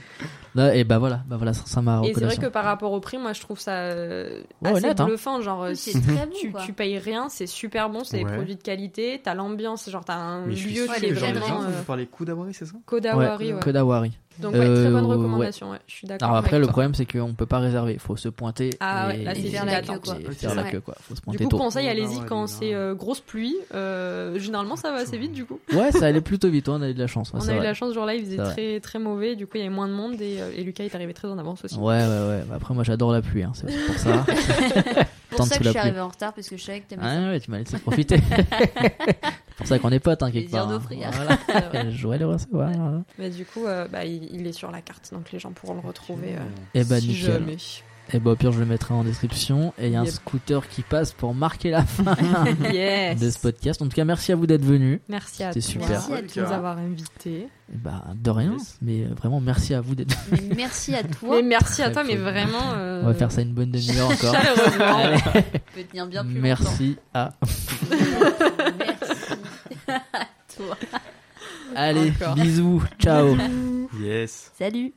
Speaker 4: Là, et bah voilà bah voilà ça, ça m'a
Speaker 6: Et c'est vrai que
Speaker 4: recommandation.
Speaker 6: par rapport au prix, moi je trouve ça euh,
Speaker 4: Ouais,
Speaker 6: assez
Speaker 4: honnête, hein.
Speaker 6: bluffant. Genre, euh,
Speaker 3: Ouais,
Speaker 6: si
Speaker 3: C'est très bon,
Speaker 6: tu,
Speaker 3: quoi.
Speaker 6: tu payes rien, c'est super bon, c'est des
Speaker 5: Ouais.
Speaker 6: produits de qualité, t'as l'ambiance, genre t'as un
Speaker 5: Mais je suis
Speaker 6: lieu
Speaker 5: sûr
Speaker 3: Ouais,
Speaker 6: qui
Speaker 5: que
Speaker 6: est
Speaker 5: genre, les
Speaker 6: vraiment
Speaker 5: gens,
Speaker 6: euh,
Speaker 5: vous parlez coup d'abri, c'est ça
Speaker 6: Kodawari.
Speaker 4: Ouais,
Speaker 6: ouais.
Speaker 4: Kodawari.
Speaker 6: Donc, ouais, très bonne
Speaker 4: Euh,
Speaker 6: recommandation, ouais, je suis d'accord.
Speaker 4: Alors après
Speaker 6: avec
Speaker 4: le
Speaker 6: toi.
Speaker 4: problème c'est qu'on peut pas réserver, il faut se pointer
Speaker 6: Ah ouais,
Speaker 4: et,
Speaker 6: là, c'est
Speaker 4: et-
Speaker 6: faire la queue,
Speaker 3: quoi.
Speaker 4: et faire la
Speaker 3: Ouais.
Speaker 4: queue quoi, faut se
Speaker 6: Du
Speaker 4: pointer
Speaker 6: coup,
Speaker 4: tôt.
Speaker 6: conseil,
Speaker 5: Oh là
Speaker 6: allez-y
Speaker 5: là,
Speaker 6: quand
Speaker 5: les
Speaker 6: c'est
Speaker 5: gars.
Speaker 6: euh, grosse pluie. euh, généralement, ça va assez vite, du coup.
Speaker 4: Ouais, ça allait plutôt vite, on a eu de la chance, ouais,
Speaker 6: On
Speaker 4: c'est
Speaker 6: a eu
Speaker 4: vrai.
Speaker 6: la chance, genre là, il faisait
Speaker 4: C'est vrai.
Speaker 6: très très mauvais, du coup, il y avait moins de monde et, euh, et Lucas est arrivé très en avance aussi.
Speaker 4: Ouais, ouais, ouais. Bah, Après, moi, j'adore la pluie, hein. c'est aussi pour ça.
Speaker 3: C'est pour
Speaker 4: Tente
Speaker 3: ça
Speaker 4: sous
Speaker 3: que je suis
Speaker 4: la pluie.
Speaker 3: arrivée en retard parce que je savais que t'aimais ça.
Speaker 4: Ah ouais, tu m'as laissé profiter. c'est pour ça qu'on est potes, hein, quelque
Speaker 3: Plaisir
Speaker 4: part. hein.
Speaker 3: d'offrir.
Speaker 4: Voilà.
Speaker 6: C'est vrai.
Speaker 4: Je voudrais le recevoir.
Speaker 6: Mais du coup, euh, bah, il, il est sur la carte, donc les gens pourront le retrouver. euh,
Speaker 4: Et bah,
Speaker 6: si
Speaker 4: nickel.
Speaker 6: jamais.
Speaker 4: Et bah, au pire, je le mettrai en description. Et il y a un
Speaker 6: Yep.
Speaker 4: scooter qui passe pour marquer la fin
Speaker 6: yes.
Speaker 4: de ce podcast. En tout cas, merci à vous d'être venus.
Speaker 6: Merci à
Speaker 4: C'était
Speaker 6: toi
Speaker 4: super.
Speaker 3: Merci à
Speaker 6: de nous
Speaker 3: toi.
Speaker 6: avoir invités.
Speaker 4: Et Bah, de rien.
Speaker 5: Yes.
Speaker 4: Mais euh, vraiment, merci à vous d'être venus.
Speaker 3: Mais merci à toi.
Speaker 6: Mais merci à
Speaker 4: Très
Speaker 6: toi, mais
Speaker 4: cool.
Speaker 6: vraiment. euh,
Speaker 4: On va faire ça une bonne demi-heure encore.
Speaker 6: Chaleureusement.
Speaker 4: Allez,
Speaker 3: On peut tenir bien plus
Speaker 4: merci à.
Speaker 3: longtemps. Merci à toi.
Speaker 4: Allez,
Speaker 6: Encore.
Speaker 4: bisous. Ciao.
Speaker 5: Yes.
Speaker 3: Salut.